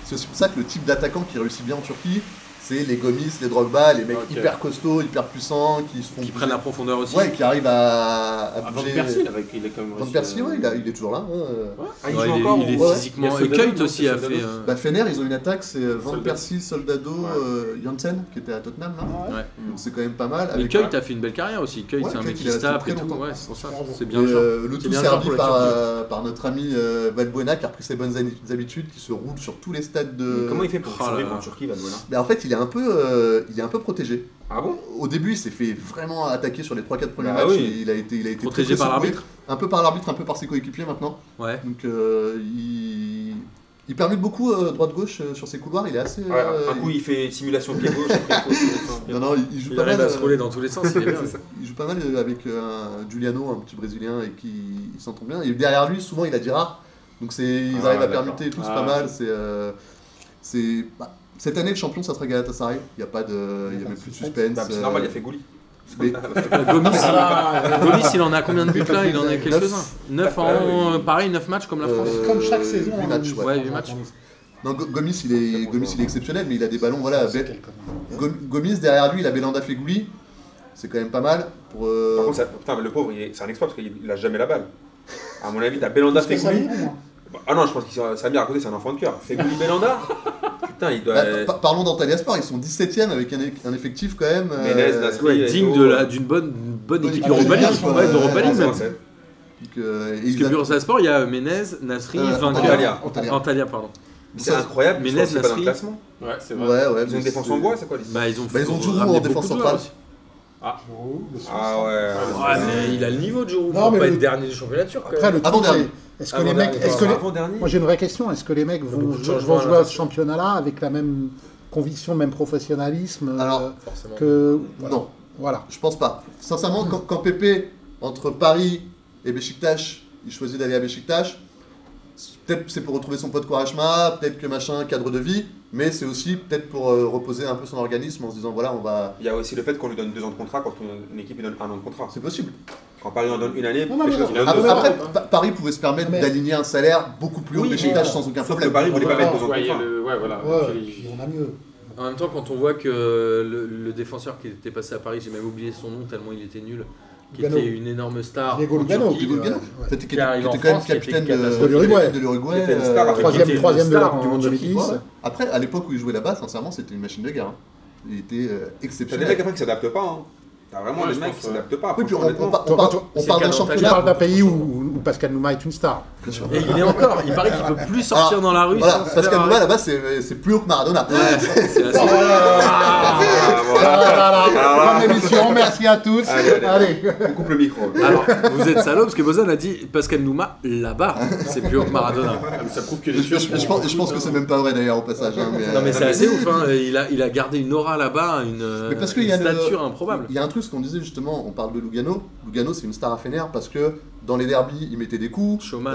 Speaker 5: C'est aussi pour ça que le type d'attaquant qui réussit bien en Turquie, c'est les Gomis, les Drogba, les mecs
Speaker 3: Ok.
Speaker 5: hyper costauds, hyper puissants, qui se font.
Speaker 1: Qui
Speaker 5: bouger.
Speaker 1: prennent la profondeur aussi.
Speaker 5: Ouais, qui arrivent à, à
Speaker 3: Avant
Speaker 5: bouger.
Speaker 3: Percy, il avait- il est quand même
Speaker 5: Van
Speaker 3: réussi,
Speaker 5: Persie,
Speaker 3: euh,
Speaker 5: ouais, il, a- il est toujours là. hein.
Speaker 6: Ah,
Speaker 1: Ouais,
Speaker 6: joue
Speaker 1: il est-
Speaker 6: encore,
Speaker 1: il est
Speaker 6: ou-
Speaker 5: ouais.
Speaker 1: physiquement.
Speaker 3: Il y a
Speaker 1: Et Kuyt
Speaker 3: Soldado,
Speaker 1: aussi
Speaker 3: non,
Speaker 1: a
Speaker 3: c'est
Speaker 1: fait.
Speaker 3: Soldado.
Speaker 1: euh,
Speaker 5: Bah, Fener, ils ont une attaque, c'est euh, Van
Speaker 3: Soldado.
Speaker 5: Persie, Soldado, euh, Janssen, qui était à Tottenham là.
Speaker 1: Ouais.
Speaker 5: Donc c'est quand même pas mal.
Speaker 1: Mais
Speaker 5: Avec, euh,
Speaker 1: Kuyt a fait une belle carrière aussi. Kuyt,
Speaker 5: Ouais,
Speaker 1: c'est un
Speaker 5: Kuyt,
Speaker 1: mec
Speaker 5: il
Speaker 1: qui
Speaker 5: est resté
Speaker 1: tape et
Speaker 5: très
Speaker 1: tout.
Speaker 5: longtemps.
Speaker 1: Ouais, c'est pour ça. C'est
Speaker 5: Et,
Speaker 1: bien joué.
Speaker 5: euh, le
Speaker 1: C'est
Speaker 5: tout
Speaker 1: bien genre
Speaker 5: servi
Speaker 1: pour la
Speaker 5: par,
Speaker 1: Turquie.
Speaker 5: euh, par notre ami euh, Valbuena qui a repris ses bonnes hab- habitudes, qui se roule sur tous les stades de.
Speaker 6: Mais Comment il fait pour
Speaker 1: Oh là
Speaker 6: survivre
Speaker 1: là.
Speaker 6: en Turquie, Valbuena
Speaker 5: Bah, en fait, il est un peu, euh, il est un peu protégé.
Speaker 6: Ah bon
Speaker 5: Au début, il s'est fait vraiment attaquer sur les 3-4 premiers
Speaker 6: Bah
Speaker 5: matchs.
Speaker 6: oui.
Speaker 5: et Il a été, il a été
Speaker 1: Protégé
Speaker 5: très, très
Speaker 1: par
Speaker 5: secoué.
Speaker 1: l'arbitre.
Speaker 5: Un peu par l'arbitre, un peu par ses coéquipiers maintenant.
Speaker 1: Ouais.
Speaker 5: Donc euh, il, il permute beaucoup euh, droite-gauche euh, sur ses couloirs. Il est assez.
Speaker 6: Ouais,
Speaker 5: euh,
Speaker 6: Un coup, il fait simulation pied gauche, après, il fait simulation-
Speaker 5: Non, non, il, il joue
Speaker 1: Il
Speaker 5: pas mal.
Speaker 1: arrive à se
Speaker 5: euh,
Speaker 1: rouler dans tous les sens. Il est bien.
Speaker 5: il joue pas mal euh, avec euh, un Giuliano, un petit Brésilien, et qui il s'entend bien. Et derrière lui, souvent, il a Girard. Donc c'est, ils
Speaker 6: Ah,
Speaker 5: arrivent à
Speaker 6: d'accord.
Speaker 5: permuter et tout, c'est
Speaker 3: Ah.
Speaker 5: pas mal. C'est, euh, c'est, bah, cette année, le champion, ça sera Galatasaray. Il n'y a pas de, il y a même plus de suspense.
Speaker 6: Bah, C'est normal, il a
Speaker 5: euh,
Speaker 6: fait Gouli.
Speaker 5: mais-
Speaker 1: Euh, Gomis, il- Gomis, il en a combien de buts là Il en a
Speaker 5: Neuf. Bah,
Speaker 1: quelques-uns. 9 en. Pareil, 9 matchs comme la France.
Speaker 5: Euh,
Speaker 4: Comme chaque saison.
Speaker 5: huit
Speaker 4: hein,
Speaker 5: matchs,
Speaker 4: on-
Speaker 5: ouais.
Speaker 1: Ouais, huit
Speaker 4: on-
Speaker 1: matchs.
Speaker 5: Non, Go- Gomis, il est, Gomis, il est exceptionnel, mais il a des ballons, voilà. ben,
Speaker 4: C'est
Speaker 5: Be-
Speaker 4: quel connard.
Speaker 5: Go- Gomis, derrière lui, il a Belanda Fegouli. C'est quand même pas mal. Pour, euh,
Speaker 6: Par contre, ça- putain, mais le pauvre, il est- c'est un exploit parce qu'il a jamais la balle. À mon avis, t'as Belanda
Speaker 4: Parce que ça
Speaker 6: Fegouli.
Speaker 4: vient, moi.
Speaker 6: Bah, Ah non, je pense que Samir à côté, c'est un enfant de cœur. Fegouli Belanda Putain, il doit.
Speaker 5: bah, par- parlons d'Antalya Sport, ils sont 17 e avec un, é- un effectif quand même. euh,
Speaker 6: Menez, Nasri,
Speaker 1: Ouais,
Speaker 6: et
Speaker 1: digne
Speaker 6: tout.
Speaker 1: de la- d'une bonne, une bonne
Speaker 5: Ouais,
Speaker 1: équipe
Speaker 5: ah,
Speaker 1: d'Europa
Speaker 5: génial,
Speaker 1: League.
Speaker 5: quoi.
Speaker 1: Ouais, d'Europa
Speaker 5: Ouais,
Speaker 1: League même.
Speaker 5: ouais,
Speaker 1: Parce
Speaker 6: Français.
Speaker 5: donc, euh, et ils
Speaker 1: que
Speaker 5: a-
Speaker 1: Bursa Sport, il y a Menez, Nasri,
Speaker 5: euh,
Speaker 1: vainqueur.
Speaker 6: Antalya.
Speaker 5: Antalya.
Speaker 1: Antalya, pardon.
Speaker 6: C'est incroyable, mais
Speaker 1: Menez,
Speaker 6: je pense que c'est pas dans
Speaker 1: Nasri.
Speaker 6: le classement.
Speaker 3: Ouais, c'est vrai.
Speaker 5: Ouais, ouais.
Speaker 6: Ils ont une
Speaker 5: mais
Speaker 6: défense
Speaker 5: c'est-
Speaker 6: en bois, c'est quoi l'histoire
Speaker 1: Bah, ils ont,
Speaker 5: Bah, ils ont
Speaker 1: faut
Speaker 5: Giroud
Speaker 1: ramener
Speaker 5: en défense
Speaker 1: beaucoup de joueurs
Speaker 5: centrale.
Speaker 4: Giroud, le Suisse.
Speaker 6: Ah ouais.
Speaker 1: aussi. Ouais, mais il a le niveau de Giroud
Speaker 4: Non,
Speaker 1: pour
Speaker 4: mais
Speaker 1: pas
Speaker 4: le-
Speaker 1: être dernier du championnat turc. quand
Speaker 4: Après,
Speaker 1: même.
Speaker 4: le truc,
Speaker 5: Avant-dernier.
Speaker 4: c'est est-ce que les mecs,
Speaker 1: Avant-dernier,
Speaker 4: est-ce que les-
Speaker 6: Avant-dernier.
Speaker 4: moi j'ai une vraie question, est-ce que les mecs vont,
Speaker 1: beaucoup de
Speaker 4: vont
Speaker 1: changements à
Speaker 4: jouer à ce
Speaker 1: l'intersaison.
Speaker 4: championnat-là avec la même conviction, le même professionnalisme euh,
Speaker 5: Alors, euh,
Speaker 1: Forcément.
Speaker 4: que
Speaker 5: Non,
Speaker 4: voilà.
Speaker 5: je pense pas. Sincèrement, quand, quand Pépé, entre Paris et Beşiktaş, il choisit d'aller à Beşiktaş, c'est- peut-être c'est pour retrouver son pote Kourachma, peut-être que machin, cadre de vie, mais c'est aussi peut-être pour euh, reposer un peu son organisme en se disant voilà, on va.
Speaker 6: Il y a aussi le fait qu'on lui donne deux ans de contrat quand on- une équipe lui donne un an de contrat.
Speaker 5: C'est possible.
Speaker 6: Quand Paris en donne une année,
Speaker 4: Non, non, mais
Speaker 6: Beşiktaş,
Speaker 4: non.
Speaker 6: il en donne
Speaker 5: Après,
Speaker 6: deux.
Speaker 4: Ah,
Speaker 5: après, Pa- Paris pouvait se permettre
Speaker 4: Mais-
Speaker 5: d'aligner un salaire beaucoup plus
Speaker 6: Ah,
Speaker 5: haut
Speaker 6: Oui,
Speaker 5: que Beşiktaş
Speaker 4: mais-
Speaker 5: sans aucun
Speaker 6: Sauf que
Speaker 5: problème.
Speaker 6: Paris voulait pas mettre deux ans
Speaker 3: Ouais,
Speaker 6: de
Speaker 3: il y a
Speaker 5: bah,
Speaker 6: contrat.
Speaker 3: le- ouais, voilà.
Speaker 4: Ouais,
Speaker 3: Puis-
Speaker 4: puis on a mieux.
Speaker 1: En même temps, quand on voit que le, le défenseur qui était passé à Paris, j'ai même oublié son nom tellement il était nul, qui
Speaker 4: Lugano.
Speaker 1: était une énorme
Speaker 5: Ah,
Speaker 1: star.
Speaker 4: Diego
Speaker 1: en
Speaker 4: Lugano,
Speaker 1: Turquie,
Speaker 5: Diego
Speaker 1: euh,
Speaker 5: Lugano.
Speaker 4: ouais.
Speaker 5: Qui était qui
Speaker 1: Qui arrive en
Speaker 5: était quand même
Speaker 1: France, qui était
Speaker 5: capitaine
Speaker 1: une
Speaker 5: de
Speaker 1: catastrophe.
Speaker 4: De l'Uruguay.
Speaker 5: de l'Uruguay,
Speaker 6: Qui était une star,
Speaker 5: euh,
Speaker 1: qui était
Speaker 4: Troisième,
Speaker 1: une
Speaker 4: troisième de la
Speaker 1: star
Speaker 4: Coupe du
Speaker 1: en
Speaker 4: Monde
Speaker 1: Turquie.
Speaker 4: 2010.
Speaker 5: Ouais. Après, à l'époque où il jouait là-bas, sincèrement, c'était une machine de guerre. hein. Il était euh,
Speaker 6: T'as des
Speaker 5: exceptionnel.
Speaker 6: mecs après qui s'adaptent pas. hein. T'as vraiment
Speaker 3: Ouais,
Speaker 6: des
Speaker 3: je
Speaker 6: mecs
Speaker 3: pense,
Speaker 6: qui
Speaker 3: ouais.
Speaker 6: s'adaptent pas.
Speaker 5: Oui, puis on, on
Speaker 6: franchement,
Speaker 5: par- on
Speaker 4: Toi,
Speaker 5: par-
Speaker 4: toi,
Speaker 5: on
Speaker 1: c'est
Speaker 5: parle
Speaker 1: le
Speaker 5: d'un
Speaker 1: cas
Speaker 4: Tu
Speaker 1: d'avantage.
Speaker 5: championnat.
Speaker 4: parles d'un pays où, où Pascal Nouma est une star.
Speaker 5: Bien sûr.
Speaker 1: Et il est encore, il paraît qu'il peut
Speaker 4: Ah,
Speaker 1: plus sortir dans la rue.
Speaker 5: Voilà,
Speaker 1: sans se
Speaker 5: Pascal
Speaker 1: faire
Speaker 5: Nouma
Speaker 1: arrêter.
Speaker 5: là-bas, c'est euh, c'est plus haut que Maradona.
Speaker 1: Ouais, c'est assez-
Speaker 6: Ah, voilà. Ah,
Speaker 4: Bonne émission, merci à tous.
Speaker 6: Allez, allez.
Speaker 4: Allez.
Speaker 6: On coupe le micro.
Speaker 1: Alors, vous êtes salaud parce que Bozan a dit Pascal Nouma là-bas, c'est plus haut que Maradona.
Speaker 3: Ah, mais ça prouve que
Speaker 5: Je,
Speaker 3: les
Speaker 5: je-
Speaker 3: Turcs.
Speaker 5: je pense, je pense que c'est même pas vrai d'ailleurs au passage. hein, mais,
Speaker 1: Non mais
Speaker 5: euh,
Speaker 1: c'est assez ouf, hein. il, a, il a gardé une aura là-bas, une,
Speaker 5: Mais parce qu'il
Speaker 1: une
Speaker 5: y a le-
Speaker 1: stature improbable.
Speaker 5: Il y a un truc, ce qu'on disait justement, on parle de Lugano. Lugano, c'est une star à Fener parce que dans les derbies, il mettait des coups.
Speaker 1: Schumann,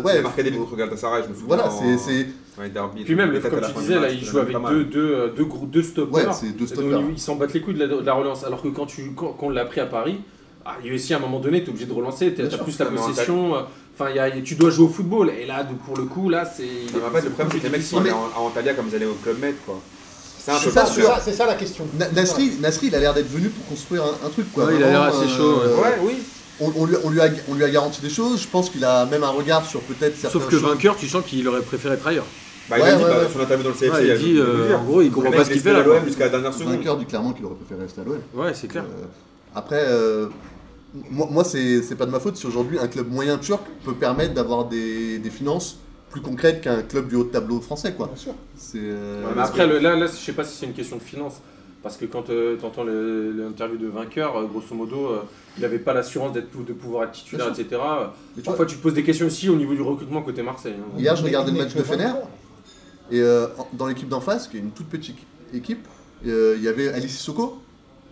Speaker 6: Il a
Speaker 5: ouais,
Speaker 6: marqué des buts contre Galatasaray, je me souviens.
Speaker 5: voilà,
Speaker 6: en-
Speaker 5: c'est- c'est.
Speaker 6: dans les derbies.
Speaker 3: Et puis même,
Speaker 6: Les
Speaker 3: le-
Speaker 6: fêtes à
Speaker 3: comme
Speaker 6: la
Speaker 3: tu
Speaker 6: fin du
Speaker 3: disais, là,
Speaker 6: match,
Speaker 3: il
Speaker 6: c'était
Speaker 3: joue
Speaker 6: même
Speaker 3: avec
Speaker 6: pas mal.
Speaker 3: deux, deux, euh, deux, grou- deux stoppers.
Speaker 5: Ouais, c'est deux
Speaker 3: Et donc,
Speaker 5: stoppers.
Speaker 3: Ils s'en battent les couilles de la, de la relance. Alors que quand, tu, quand, quand on l'a pris à Paris, ah, il y a aussi à un moment donné, tu es obligé de relancer, tu as plus la
Speaker 6: ça met en
Speaker 3: possession. euh, Enfin, il y a- tu dois jouer au football. Et là, de- pour le coup, là, c'est.
Speaker 6: Non, mais en fait, le problème, c'est que les mecs sont allés en- à Antalya comme ils allaient au Club Med, quoi. C'est un
Speaker 5: Je
Speaker 6: peu
Speaker 5: suis pas
Speaker 6: ça.
Speaker 5: sûr.
Speaker 4: Ah, C'est ça la question.
Speaker 5: Na- Nasri, Nasri, il a l'air d'être venu pour construire un, un truc quoi. euh,
Speaker 1: Ouais, il a l'air assez chaud, ouais.
Speaker 6: Ouais, oui.
Speaker 5: On, on lui, on lui a, on lui a garanti des choses. Je pense qu'il a même un regard sur peut-être certains.
Speaker 1: Sauf que
Speaker 5: choses.
Speaker 1: vainqueur, tu sens qu'il aurait préféré être ailleurs.
Speaker 6: Bah, il
Speaker 5: Ouais,
Speaker 6: a dit
Speaker 5: ouais,
Speaker 6: bah,
Speaker 5: ouais.
Speaker 6: dans son interview dans le
Speaker 1: Ouais,
Speaker 6: CFC.
Speaker 1: il dit,
Speaker 6: il a
Speaker 1: euh,
Speaker 6: dit
Speaker 1: en gros, il comprend pas ce qu'il fait là.
Speaker 6: l'OM jusqu'à la dernière seconde.
Speaker 5: vainqueur du Clermont qu'il aurait préféré rester à l'OM.
Speaker 1: Ouais, c'est clair.
Speaker 5: Euh, après, euh, moi, moi, c'est c'est pas de ma faute si aujourd'hui un club moyen turc peut permettre d'avoir des, des finances plus concrètes qu'un club du haut de tableau français quoi.
Speaker 4: Bien sûr.
Speaker 5: C'est. euh,
Speaker 3: Ouais, mais après, le- là, là, je sais pas si c'est une question de finance. Parce que quand tu entends l'interview de vainqueur, euh, grosso modo, euh, il n'avait pas l'assurance d'être de pouvoir être titulaire,
Speaker 5: Bien
Speaker 3: etc.
Speaker 5: mais tu vois,
Speaker 3: Parfois, tu te poses des questions aussi au niveau du recrutement côté Marseille. hein.
Speaker 5: Hier, je regardais le
Speaker 4: Mais-
Speaker 5: match
Speaker 4: mais-
Speaker 5: de Fener. Et euh, en- dans l'équipe d'en face, qui est une toute petite équipe, euh, il y avait Alice Sissoko,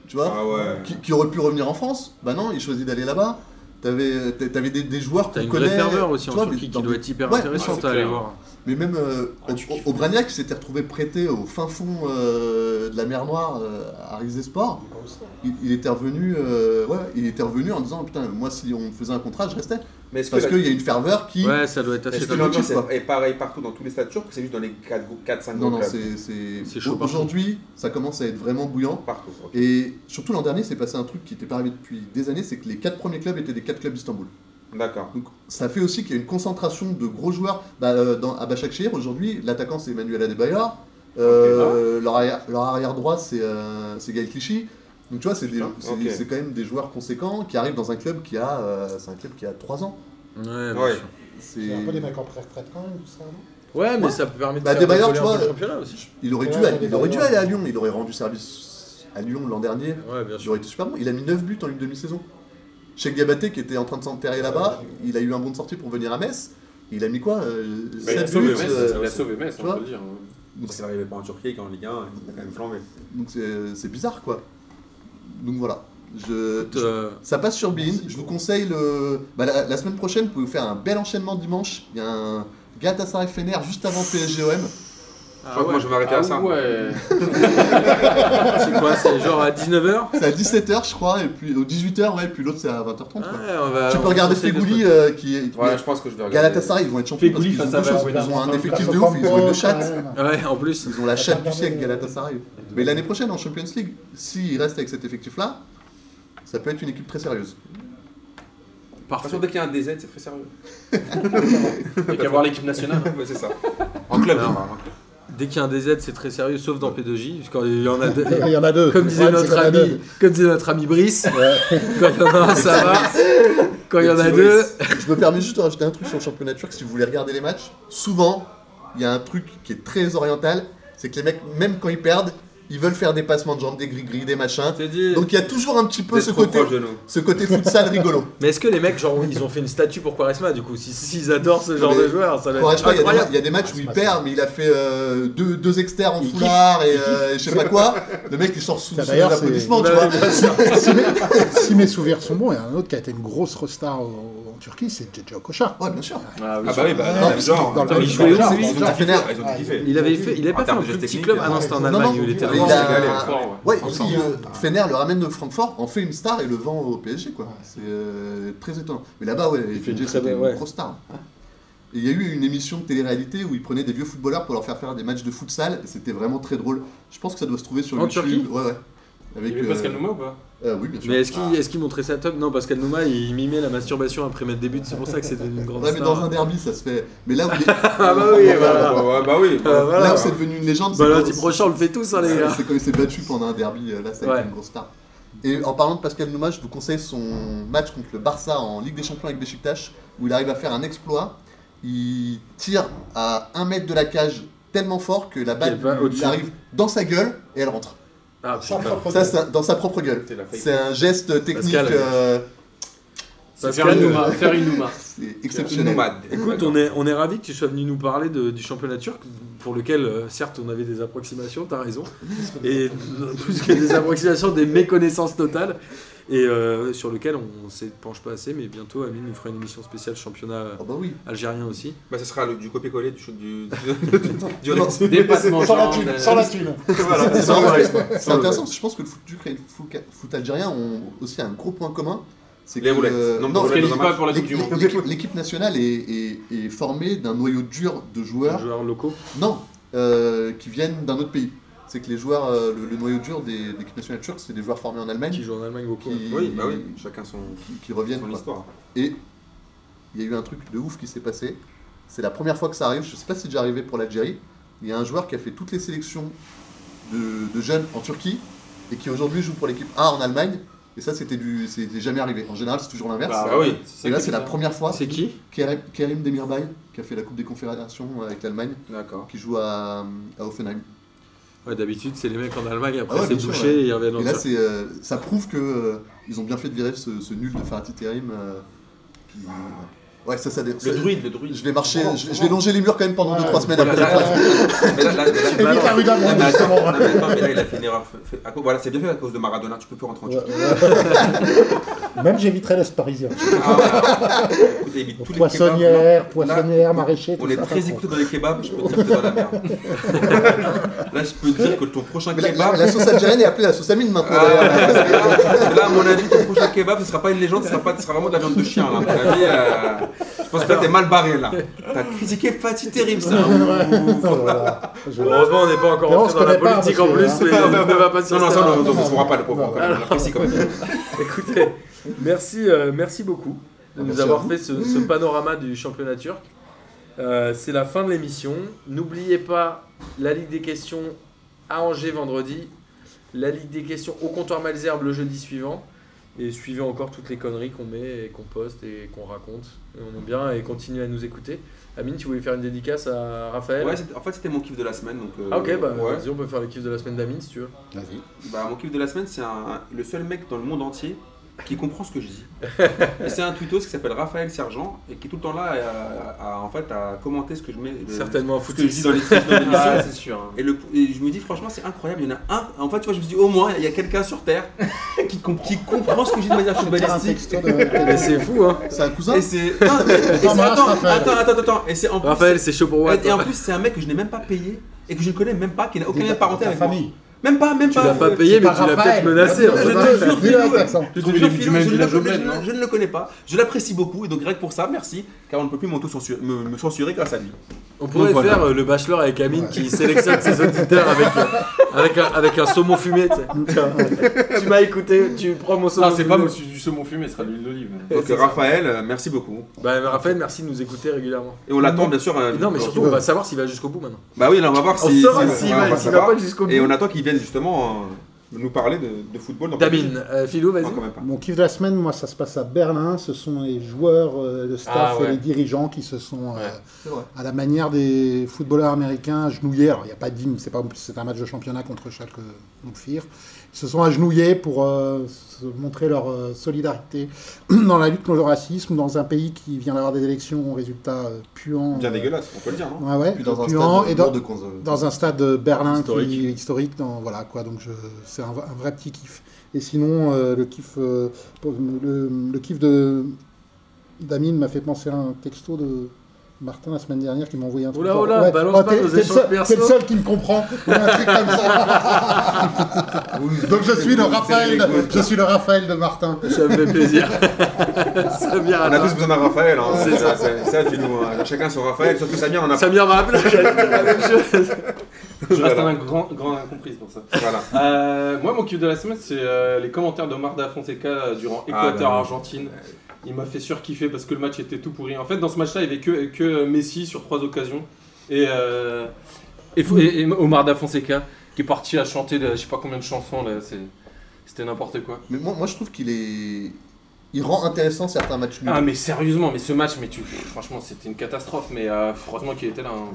Speaker 5: tu vois,
Speaker 6: Ah ouais.
Speaker 5: qui, qui aurait pu revenir en France. Bah non, il choisit d'aller là-bas. T'avais t'a- t'avais des, des joueurs
Speaker 1: T'as
Speaker 5: qu'on
Speaker 1: une
Speaker 5: connaît.
Speaker 1: vraie ferveur aussi
Speaker 5: tu
Speaker 1: en
Speaker 5: vois,
Speaker 1: Turquie
Speaker 5: mais
Speaker 1: qui
Speaker 5: dans
Speaker 1: doit
Speaker 5: des-
Speaker 1: être hyper
Speaker 5: Ouais,
Speaker 1: intéressante
Speaker 3: c'est
Speaker 1: à aller
Speaker 3: clair.
Speaker 1: voir.
Speaker 5: Mais même euh,
Speaker 3: Ah, tu
Speaker 5: au-
Speaker 3: kiffes.
Speaker 5: Aubraniac qui s'était retrouvé prêté au fin fond euh, de la mer Noire euh, à Rizesport, il, il était revenu, euh, ouais, il était revenu en disant putain moi si on me faisait un contrat je restais
Speaker 6: Mais est-ce que
Speaker 5: parce
Speaker 6: la-
Speaker 5: qu'il y a une ferveur qui
Speaker 1: Ouais, ça doit être assez
Speaker 6: est-ce que
Speaker 5: c'est
Speaker 1: dingue.
Speaker 5: l'autre-
Speaker 6: l'ambiance
Speaker 5: quoi.
Speaker 6: est est pareil partout dans tous les stades turcs ou c'est juste dans les 4-5 grands
Speaker 5: non non
Speaker 6: clubs
Speaker 5: c'est c'est-
Speaker 1: C'est chaud partout.
Speaker 5: aujourd'hui ça commence à être vraiment bouillant
Speaker 6: Partout. ok.
Speaker 5: Et surtout l'an dernier, c'est passé un truc qui n'était pas arrivé depuis des années, c'est que les quatre premiers clubs étaient des quatre clubs d'Istanbul.
Speaker 6: D'accord.
Speaker 5: Donc ça fait aussi qu'il y a une concentration de gros joueurs. Bah, euh, dans, à Başakşehir aujourd'hui, l'attaquant c'est Emmanuel Adebayor,
Speaker 6: ah
Speaker 5: Euh, leur, arrière, leur arrière droit c'est euh, c'est Gaël Clichy. Donc tu vois, c'est des-
Speaker 6: Putain,
Speaker 5: c'est
Speaker 6: ok.
Speaker 5: c'est quand même des joueurs conséquents qui arrivent dans un club qui a, euh, c'est un club qui a 3 ans.
Speaker 1: Ouais, bien
Speaker 6: Ouais.
Speaker 1: sûr.
Speaker 5: C'est-
Speaker 4: C'est un peu des mecs en pré-retraite quand même, tout ça. non
Speaker 1: Ouais, mais ça peut permettre
Speaker 5: Bah,
Speaker 1: de faire décoller
Speaker 5: Adebayor,
Speaker 1: un
Speaker 5: tu
Speaker 1: peu
Speaker 5: vois,
Speaker 1: le championnat aussi.
Speaker 5: Il aurait dû,
Speaker 4: Ouais,
Speaker 5: aller, il aurait dû
Speaker 4: Adebayor.
Speaker 5: aller à Lyon, il aurait rendu service à Lyon l'an dernier.
Speaker 1: Ouais, bien
Speaker 5: Il
Speaker 1: sûr.
Speaker 5: aurait été super bon. Il a mis 9 buts en une demi-saison. Cheikh Diabaté, qui était en train de s'enterrer
Speaker 3: Ah,
Speaker 5: là-bas, il a eu un bon de sortie pour venir à Metz. Il a mis quoi euh,
Speaker 3: Mais il a
Speaker 5: sept
Speaker 3: sauvé
Speaker 5: buts.
Speaker 3: Metz,
Speaker 5: euh,
Speaker 3: il a sauvé Metz,
Speaker 5: tu
Speaker 3: on
Speaker 5: vois.
Speaker 3: peut le dire.
Speaker 5: donc
Speaker 6: C'est arrivé pas en Turquie qu'en Ligue 1, il a quand même flambé.
Speaker 5: c'est- Donc c'est c'est bizarre, quoi. Donc voilà. Je,
Speaker 1: Écoute, euh,
Speaker 5: Ça passe sur Bean. Je vous conseille le. bah, la, la semaine prochaine, vous pouvez vous faire un bel enchaînement dimanche. Il y a un Galatasaray Fener juste avant PSGOM.
Speaker 1: ah
Speaker 6: Je crois que moi
Speaker 1: ouais.
Speaker 6: je vais m'arrêter à
Speaker 2: hein.
Speaker 6: ça.
Speaker 3: Ah ouais.
Speaker 1: C'est quoi C'est genre à 19h
Speaker 5: C'est à 17h, je crois, et puis au 18h, ouais, et puis l'autre c'est à 20h30. quoi.
Speaker 3: Ah,
Speaker 5: tu peux regarder Fegouli
Speaker 1: Fégouli
Speaker 5: euh, qui est.
Speaker 6: Voilà, je pense que je vais regarder.
Speaker 5: Galatasaray, ils vont être champions parce
Speaker 3: Fégouli
Speaker 5: qu'ils ont,
Speaker 3: face à
Speaker 5: deux choses.
Speaker 3: Valbuena.
Speaker 5: Ils ont un effectif
Speaker 4: Face
Speaker 5: de
Speaker 4: au
Speaker 5: ouf, ils ont
Speaker 4: Campo,
Speaker 5: une chatte.
Speaker 4: quand même.
Speaker 1: Ouais, en plus.
Speaker 5: Ils ont la chatte du
Speaker 4: Regardez,
Speaker 5: siècle,
Speaker 4: euh,
Speaker 5: Galatasaray. Mais l'année prochaine, en Champions League, s'ils restent avec cet effectif-là, ça peut être une équipe très sérieuse.
Speaker 1: parfait.
Speaker 6: Attention, dès qu'il y a un DZ, c'est très sérieux.
Speaker 3: Il n'y a qu'à voir l'équipe nationale.
Speaker 6: Ouais, c'est ça. En club,
Speaker 1: Alors,
Speaker 6: je parle.
Speaker 1: Dès qu'il y a un DZ, c'est très sérieux, sauf dans P2J, puisqu'il y en a deux.
Speaker 4: Il y en a deux.
Speaker 1: Comme disait,
Speaker 4: Ouais, c'est
Speaker 1: notre
Speaker 4: qu'il y en a
Speaker 1: ami,
Speaker 4: deux.
Speaker 1: comme disait notre ami Brice, quand il y en a un, ça va. Quand il y en a deux,
Speaker 5: Je me permets juste de rajouter un truc sur le championnat turc, si vous voulez regarder les matchs. Souvent, il y a un truc qui est très oriental, c'est que les mecs, même quand ils perdent, ils veulent faire des passements de jambes, des gris-gris, des machins.
Speaker 6: T'es dit.
Speaker 5: Donc il y a toujours un petit peu
Speaker 6: Vous êtes
Speaker 5: ce
Speaker 6: trop
Speaker 5: côté,
Speaker 6: proche de nous.
Speaker 5: ce côté futsal rigolo.
Speaker 1: mais est-ce que les mecs, genre, ils ont fait une statue pour Quaresma du coup si- S'ils adorent ce genre
Speaker 5: Mais-
Speaker 1: de joueur, ça doit
Speaker 5: Pour
Speaker 1: être
Speaker 5: Rashford, il y a des ma-
Speaker 1: incroyable.
Speaker 5: il y, a des matchs où il perd, mais il a fait euh, deux, deux externes en
Speaker 1: Ah, Il kiffe.
Speaker 5: foulard et, euh, et je sais pas quoi. Le mec, il sort sous,
Speaker 4: Ça,
Speaker 5: sous les
Speaker 4: d'ailleurs, c'est-
Speaker 5: applaudissements, tu
Speaker 1: Ouais,
Speaker 5: vois.
Speaker 1: bien sûr.
Speaker 4: si, mes, si mes souvenirs sont bons, il y en a un autre qui a été une grosse star en Turquie, c'est Jejo Kocha.
Speaker 5: Ouais, bien sûr.
Speaker 3: Ah,
Speaker 6: Ah bah oui,
Speaker 4: Ah,
Speaker 6: bah,
Speaker 4: non,
Speaker 6: genre.
Speaker 4: dans le-
Speaker 6: putain,
Speaker 1: il jouait
Speaker 6: genre,
Speaker 1: où, lui
Speaker 6: Ils ont
Speaker 5: Genre,
Speaker 6: tout kiffé.
Speaker 5: Fener.
Speaker 6: Ils ont tout kiffé.
Speaker 1: Il avait fait, il
Speaker 6: Bah,
Speaker 1: avait
Speaker 6: En
Speaker 1: pas fait
Speaker 6: termes
Speaker 1: un
Speaker 6: de
Speaker 1: plus
Speaker 6: gestes
Speaker 1: petit
Speaker 6: techniques,
Speaker 1: club.
Speaker 6: hein.
Speaker 1: Ah non, c'était en
Speaker 4: Non,
Speaker 1: Allemagne
Speaker 5: non,
Speaker 1: où il était
Speaker 5: mais
Speaker 1: vraiment.
Speaker 5: il a-
Speaker 1: régalé.
Speaker 3: euh,
Speaker 5: Ouais,
Speaker 1: Ensemble.
Speaker 5: aussi, euh, Fener le ramène de Francfort, en fait une star et le vend au PSG, quoi. C'est euh, très étonnant. Mais là-bas, ouais,
Speaker 1: fait une
Speaker 5: FG,
Speaker 1: très
Speaker 5: c'était
Speaker 1: belle-
Speaker 5: une
Speaker 1: ouais.
Speaker 5: grosse star. Et il y a eu une émission de télé-réalité où ils prenaient des vieux footballeurs pour leur faire faire des matchs de futsal. Et c'était vraiment très drôle. Je pense que ça doit se trouver sur
Speaker 1: En
Speaker 5: YouTube.
Speaker 1: Turquie
Speaker 5: Ouais, ouais.
Speaker 3: Il
Speaker 5: Avec,
Speaker 3: y avait
Speaker 5: euh,
Speaker 3: Pascal Nouma ou pas
Speaker 5: euh, Oui, bien sûr.
Speaker 1: Mais est-ce qu'il est-ce qu'il montrait sa top Non, Pascal Nouma, il mimait la masturbation après mettre des buts, c'est pour ça que c'est devenu une grande
Speaker 5: Ouais, mais
Speaker 1: star.
Speaker 5: dans un derby, ça se fait. Mais là où, il est-
Speaker 1: Ah bah oui, voilà.
Speaker 2: bah, ouais, bah oui.
Speaker 1: Ah, voilà.
Speaker 5: là où c'est devenu une légende,
Speaker 1: Bah,
Speaker 5: c'est
Speaker 1: lundi
Speaker 5: quand-
Speaker 1: prochain, on le fait tous, hein, les
Speaker 5: Ouais,
Speaker 1: gars.
Speaker 5: C'est quand il s'est battu pendant un derby, euh, là ça a
Speaker 1: Ouais.
Speaker 5: été une grosse star. Et en parlant de Pascal Nouma, je vous conseille son match contre le Barça en Ligue des Champions avec Besiktas, où il arrive à faire un exploit. Il tire à 1 mètre de la cage tellement fort que la balle
Speaker 1: Qu'elle va
Speaker 5: lui
Speaker 1: au-dessus.
Speaker 5: arrive dans sa gueule et elle rentre.
Speaker 1: Ah,
Speaker 7: Sans
Speaker 1: putain.
Speaker 7: propre
Speaker 5: Ça,
Speaker 7: gueule.
Speaker 5: c'est un- dans sa propre gueule.
Speaker 2: C'est la fake.
Speaker 5: C'est un geste technique
Speaker 1: Pascal.
Speaker 5: euh,
Speaker 3: C'est
Speaker 1: Pascal,
Speaker 3: faire une
Speaker 5: euh,
Speaker 3: Nouma, faire une Nouma.
Speaker 5: c'est exceptionnel.
Speaker 2: Nomade.
Speaker 1: Écoute, on est, on est ravis que tu sois venu nous parler de- du championnat turc, pour lequel, euh, certes, on avait des approximations, t'as raison, et euh, plus que des approximations, des méconnaissances totales, et euh, sur lequel on ne s'épanche pas assez, mais bientôt, Amine nous fera une émission spéciale championnat
Speaker 5: Ah bah oui.
Speaker 1: algérien aussi.
Speaker 2: Bah, ça sera le- du copier-coller du. du, du, du-
Speaker 5: Non,
Speaker 2: du-
Speaker 3: Dépassement
Speaker 7: Sans la
Speaker 3: genre,
Speaker 7: thune,
Speaker 3: euh,
Speaker 7: sans la thune.
Speaker 2: voilà.
Speaker 5: C'est
Speaker 2: Non,
Speaker 5: vrai.
Speaker 2: ouais.
Speaker 5: C'est intéressant parce que je pense que le foot turc et le foot foot algérien ont aussi un gros point commun. C'est
Speaker 2: Les
Speaker 5: que,
Speaker 2: roulettes.
Speaker 5: euh,
Speaker 2: Nombre de
Speaker 5: non,
Speaker 3: On se
Speaker 2: roulettes dans
Speaker 3: qualifie
Speaker 2: un
Speaker 3: pas
Speaker 2: match.
Speaker 3: pour la Coupe du Monde.
Speaker 5: L'équipe l'équipe nationale est, est- est formée d'un noyau dur de
Speaker 1: Les
Speaker 5: joueurs,
Speaker 1: joueurs locaux.
Speaker 5: non, euh, qui viennent d'un autre pays. C'est que les joueurs, euh, le, le noyau dur des, de l'équipe nationale turque, c'est des joueurs formés en Allemagne
Speaker 1: qui
Speaker 5: qui,
Speaker 1: joue en Allemagne beaucoup.
Speaker 2: Oui, bah oui, chacun son,
Speaker 5: qui- qui reviennent.
Speaker 2: son
Speaker 5: quoi.
Speaker 2: histoire.
Speaker 5: Et il y a eu un truc de ouf qui s'est passé. C'est la première fois que ça arrive. Je sais pas si c'est déjà arrivé pour l'Algérie. Il y a un joueur qui a fait toutes les sélections de, de jeunes en Turquie et qui aujourd'hui joue pour l'équipe A en Allemagne. Et ça, c'était du, c'était jamais arrivé. En général, c'est toujours l'inverse.
Speaker 2: Bah oui.
Speaker 5: et là, c'est la première fois.
Speaker 1: C'est qui
Speaker 5: Kerim, Kerim Demirbay, qui a fait la Coupe des Confédérations avec l'Allemagne,
Speaker 2: D'accord.
Speaker 5: qui joue à, à Offenheim.
Speaker 1: Ouais, D'habitude, c'est les mecs en Allemagne, après
Speaker 5: Ah ouais,
Speaker 1: c'est
Speaker 5: bien sûr,
Speaker 1: bouché
Speaker 5: ouais.
Speaker 1: et ils reviennent en
Speaker 5: Et là,
Speaker 1: Turquie.
Speaker 5: c'est, euh, ça prouve que euh, ils ont bien fait de virer ce, ce nul de Fatih Terim. euh, qui- ouais, ça, ça,
Speaker 2: Le
Speaker 5: ça-
Speaker 2: druide, le druide.
Speaker 5: Je vais marcher, je, je vais longer les murs quand même pendant
Speaker 7: Ouais.
Speaker 5: 2-3 semaines
Speaker 2: Voilà,
Speaker 5: après la
Speaker 2: là,
Speaker 5: phrase.
Speaker 2: Mais là, là, là,
Speaker 7: Et
Speaker 2: là-
Speaker 7: vite la rue
Speaker 2: Non,
Speaker 7: d'avant,
Speaker 2: mais attends,
Speaker 7: justement.
Speaker 2: non, mais attends, mais là, il a fait une erreur. fait- fait- à cause- Voilà, c'est bien fait à cause de Maradona, tu peux plus rentrer en Turquie.
Speaker 4: Même j'éviterais l'Est parisien.
Speaker 2: Ah, voilà. Écoute, évite tous les kebabs.
Speaker 4: Poissonnière,
Speaker 2: Là,
Speaker 4: poissonnière, maraîcher,
Speaker 2: On
Speaker 4: tout
Speaker 2: est
Speaker 4: ça.
Speaker 2: très
Speaker 4: ça
Speaker 2: écouté dans les kebabs, je peux te dire que t'es dans la merde. Là, je peux te dire que ton prochain
Speaker 5: Mais la, la-
Speaker 2: kebab.
Speaker 5: la sauce algérienne est appelée la sauce amine maintenant. d'ailleurs.
Speaker 2: Ah, là, là, à mon avis, ton prochain kebab, ce sera pas une légende, ce sera, pas, ce sera vraiment de la viande de chien. Là, à mon avis, euh, je pense que là, t'es mal barré. là. T'as critiqué Fatih Terim, ça. Ouh.
Speaker 4: prend. Oh là là. Je-
Speaker 1: Heureusement, on n'est pas encore
Speaker 4: Mais on
Speaker 1: entré
Speaker 4: se
Speaker 1: dans la
Speaker 4: connaît pas,
Speaker 1: politique en
Speaker 4: monsieur,
Speaker 1: plus, mais on ne va pas sur
Speaker 2: Non, non,
Speaker 1: ça.
Speaker 2: ça, on ne se pas le pauvre.
Speaker 7: Non,
Speaker 2: quand même, on l'apprécie quand même.
Speaker 1: Écoutez, merci, euh, merci beaucoup de nous
Speaker 5: Merci à
Speaker 1: avoir
Speaker 5: vous.
Speaker 1: fait ce, ce panorama du championnat turc. Euh, c'est la fin de l'émission. N'oubliez pas la Ligue des questions à Angers vendredi, la Ligue des questions au comptoir Malzerbe le jeudi suivant, et suivez encore toutes les conneries qu'on met, et qu'on poste et qu'on raconte. Et on aime bien et continuez à nous écouter. Amine, tu voulais faire une dédicace à Raphaël
Speaker 2: Ouais, c'était- en fait, c'était mon kiff de la semaine. Donc, euh,
Speaker 1: Ah ok, bah
Speaker 2: ouais.
Speaker 1: vas-y, on peut faire le kiff de la semaine d'Amine si tu veux.
Speaker 7: Vas-y.
Speaker 2: Bah, mon kiff de la semaine, c'est un- le seul mec dans le monde entier qui comprend ce que je dis. Et c'est un tweetos qui s'appelle Raphaël Sergent et qui est tout le temps là à, à- à- en fait, à commenter ce que je mets. le-
Speaker 1: Certainement un
Speaker 2: Ce Euh, que je dis dans
Speaker 1: football.
Speaker 2: les tweets, dans les messages.
Speaker 3: Ah, c'est sûr. hein.
Speaker 2: Et, le, et je me dis franchement c'est incroyable, il y en a un, en fait tu vois je me dis au moins il y a quelqu'un sur Terre qui, comprend. qui comprend ce que je dis de manière
Speaker 7: Faire un
Speaker 2: footballistique.
Speaker 7: texto de.
Speaker 1: Mais c'est fou hein
Speaker 5: C'est un cousin
Speaker 2: Et c'est... Non, mais- et c'est-
Speaker 7: Attends, mince,
Speaker 2: Attends,
Speaker 7: Raphaël.
Speaker 2: attends, attends, attends, et c'est en plus...
Speaker 1: Raphaël, c'est chaud pour moi.
Speaker 2: et, et en plus c'est un mec que je n'ai même pas payé et que je ne connais même pas, qui n'a aucune
Speaker 7: de ta-
Speaker 2: parenté
Speaker 7: ta
Speaker 2: avec moi.
Speaker 7: famille.
Speaker 2: Même pas, même
Speaker 1: Tu l'as pas
Speaker 2: euh,
Speaker 1: payé,
Speaker 7: c'est
Speaker 1: mais
Speaker 7: pas
Speaker 1: tu l'as
Speaker 7: Raphaël.
Speaker 1: peut-être menacé.
Speaker 7: Non,
Speaker 1: hein.
Speaker 2: Je te jure,
Speaker 7: non, Nul avec
Speaker 2: Philou,
Speaker 7: l'accent.
Speaker 2: Je, te
Speaker 3: Plutôt, il
Speaker 2: jure,
Speaker 3: est du
Speaker 2: Philou,
Speaker 3: même
Speaker 2: je ne
Speaker 3: village
Speaker 2: le
Speaker 3: au
Speaker 2: connais-
Speaker 3: bled, non
Speaker 2: je ne le connais pas, je l'apprécie beaucoup et donc rien que pour ça, merci, car on ne peut plus m'auto-censurer- me, me censurer grâce à lui.
Speaker 1: On pourrait
Speaker 2: Donc, voilà.
Speaker 1: faire euh, le bachelor avec Amine qui sélectionne ses auditeurs avec, euh, avec, un, avec un saumon fumé. tu sais. Tiens, tu m'as écouté, tu prends mon saumon
Speaker 3: Non, Ah, c'est
Speaker 1: fumé.
Speaker 3: pas monsieur du saumon fumé, ce sera de l'huile d'olive.
Speaker 2: Donc Raphaël, euh, merci beaucoup.
Speaker 1: Bah, mais Raphaël, merci de nous écouter régulièrement.
Speaker 2: Et on l'attend bien sûr. euh,
Speaker 1: Et non, mais
Speaker 2: dans-
Speaker 1: surtout, on va savoir s'il va jusqu'au bout maintenant.
Speaker 2: Bah oui, là on va voir si...
Speaker 1: On saura
Speaker 2: si-
Speaker 1: s'il
Speaker 2: ouais, on
Speaker 1: va,
Speaker 2: va
Speaker 1: s'il va
Speaker 2: savoir.
Speaker 1: pas jusqu'au
Speaker 2: Et
Speaker 1: bout.
Speaker 2: on attend qu'ils viennent justement euh, nous parler de, de football. dans
Speaker 1: Damine, euh, Philou, vas-y.
Speaker 2: Non, quand même pas.
Speaker 4: Mon kiff de la semaine, moi, ça se passe à Berlin. Ce sont les joueurs, euh, le staff
Speaker 1: Ah, ouais.
Speaker 4: et les dirigeants qui se sont, euh,
Speaker 5: C'est vrai.
Speaker 4: à la manière des footballeurs américains, agenouillés. Alors, il n'y a pas d'hymne, c'est pas- c'est un match de championnat contre chaque Montfir. Ils se sont agenouillés pour euh, se montrer leur euh, solidarité dans la lutte contre le racisme, dans un pays qui vient d'avoir des élections aux résultats euh, puants.
Speaker 2: Bien
Speaker 4: euh,
Speaker 2: dégueulasse, on peut le dire. non
Speaker 4: Ouais, ouais,
Speaker 5: Puis dans un
Speaker 4: puants,
Speaker 5: stade
Speaker 4: et dans,
Speaker 5: lourd de cons-
Speaker 4: dans un stade de Berlin qui-
Speaker 1: Historique.
Speaker 4: historique. dans, voilà quoi, donc je- c'est un, un vrai petit kiff. Et sinon, euh, le kiff, euh, pour- le, le kiff de Damine m'a fait penser à un texto de
Speaker 7: Martin la semaine dernière qui m'a envoyé un truc.
Speaker 1: Oula,
Speaker 7: genre, oh,
Speaker 1: oula, balance pas
Speaker 7: t'es-
Speaker 1: nos
Speaker 7: t'es le
Speaker 1: échanges
Speaker 7: seul-
Speaker 1: perso.
Speaker 7: T'es le seul qui me comprend. Il y a un truc comme ça. Donc je suis le Raphaël, je suis le Raphaël de Martin.
Speaker 1: Ça me fait plaisir. Samir,
Speaker 2: On a
Speaker 1: attends.
Speaker 2: tous besoin d'un Raphaël, hein. c'est ça, c'est ça, c'est nous. hein. Chacun son Raphaël, sauf que Samir, on a
Speaker 1: Samir m'a appelé. j'allais dire la même chose.
Speaker 3: Je reste
Speaker 2: Voilà.
Speaker 3: un grand, grand incompris pour ça.
Speaker 2: Voilà.
Speaker 3: Euh, moi, mon kiff de la semaine, c'est euh, les commentaires d'Omar Da Fonseca euh, durant
Speaker 2: Ah, bah.
Speaker 3: Équateur-Argentine. Il m'a fait surkiffer parce que le match était tout pourri. En fait, dans ce match-là, il n'y avait que, que Messi sur trois occasions. Et, euh, et, et- et Omar Da Fonseca qui est parti à chanter de, je sais pas combien de chansons. là, c'est- C'était n'importe quoi.
Speaker 5: Mais moi, moi, je trouve qu'il est. Il rend intéressant certains matchs nuls.
Speaker 3: Ah, mais sérieusement, mais ce match, mais tu... franchement, c'était une catastrophe. Mais euh, heureusement qu'il était là. hein.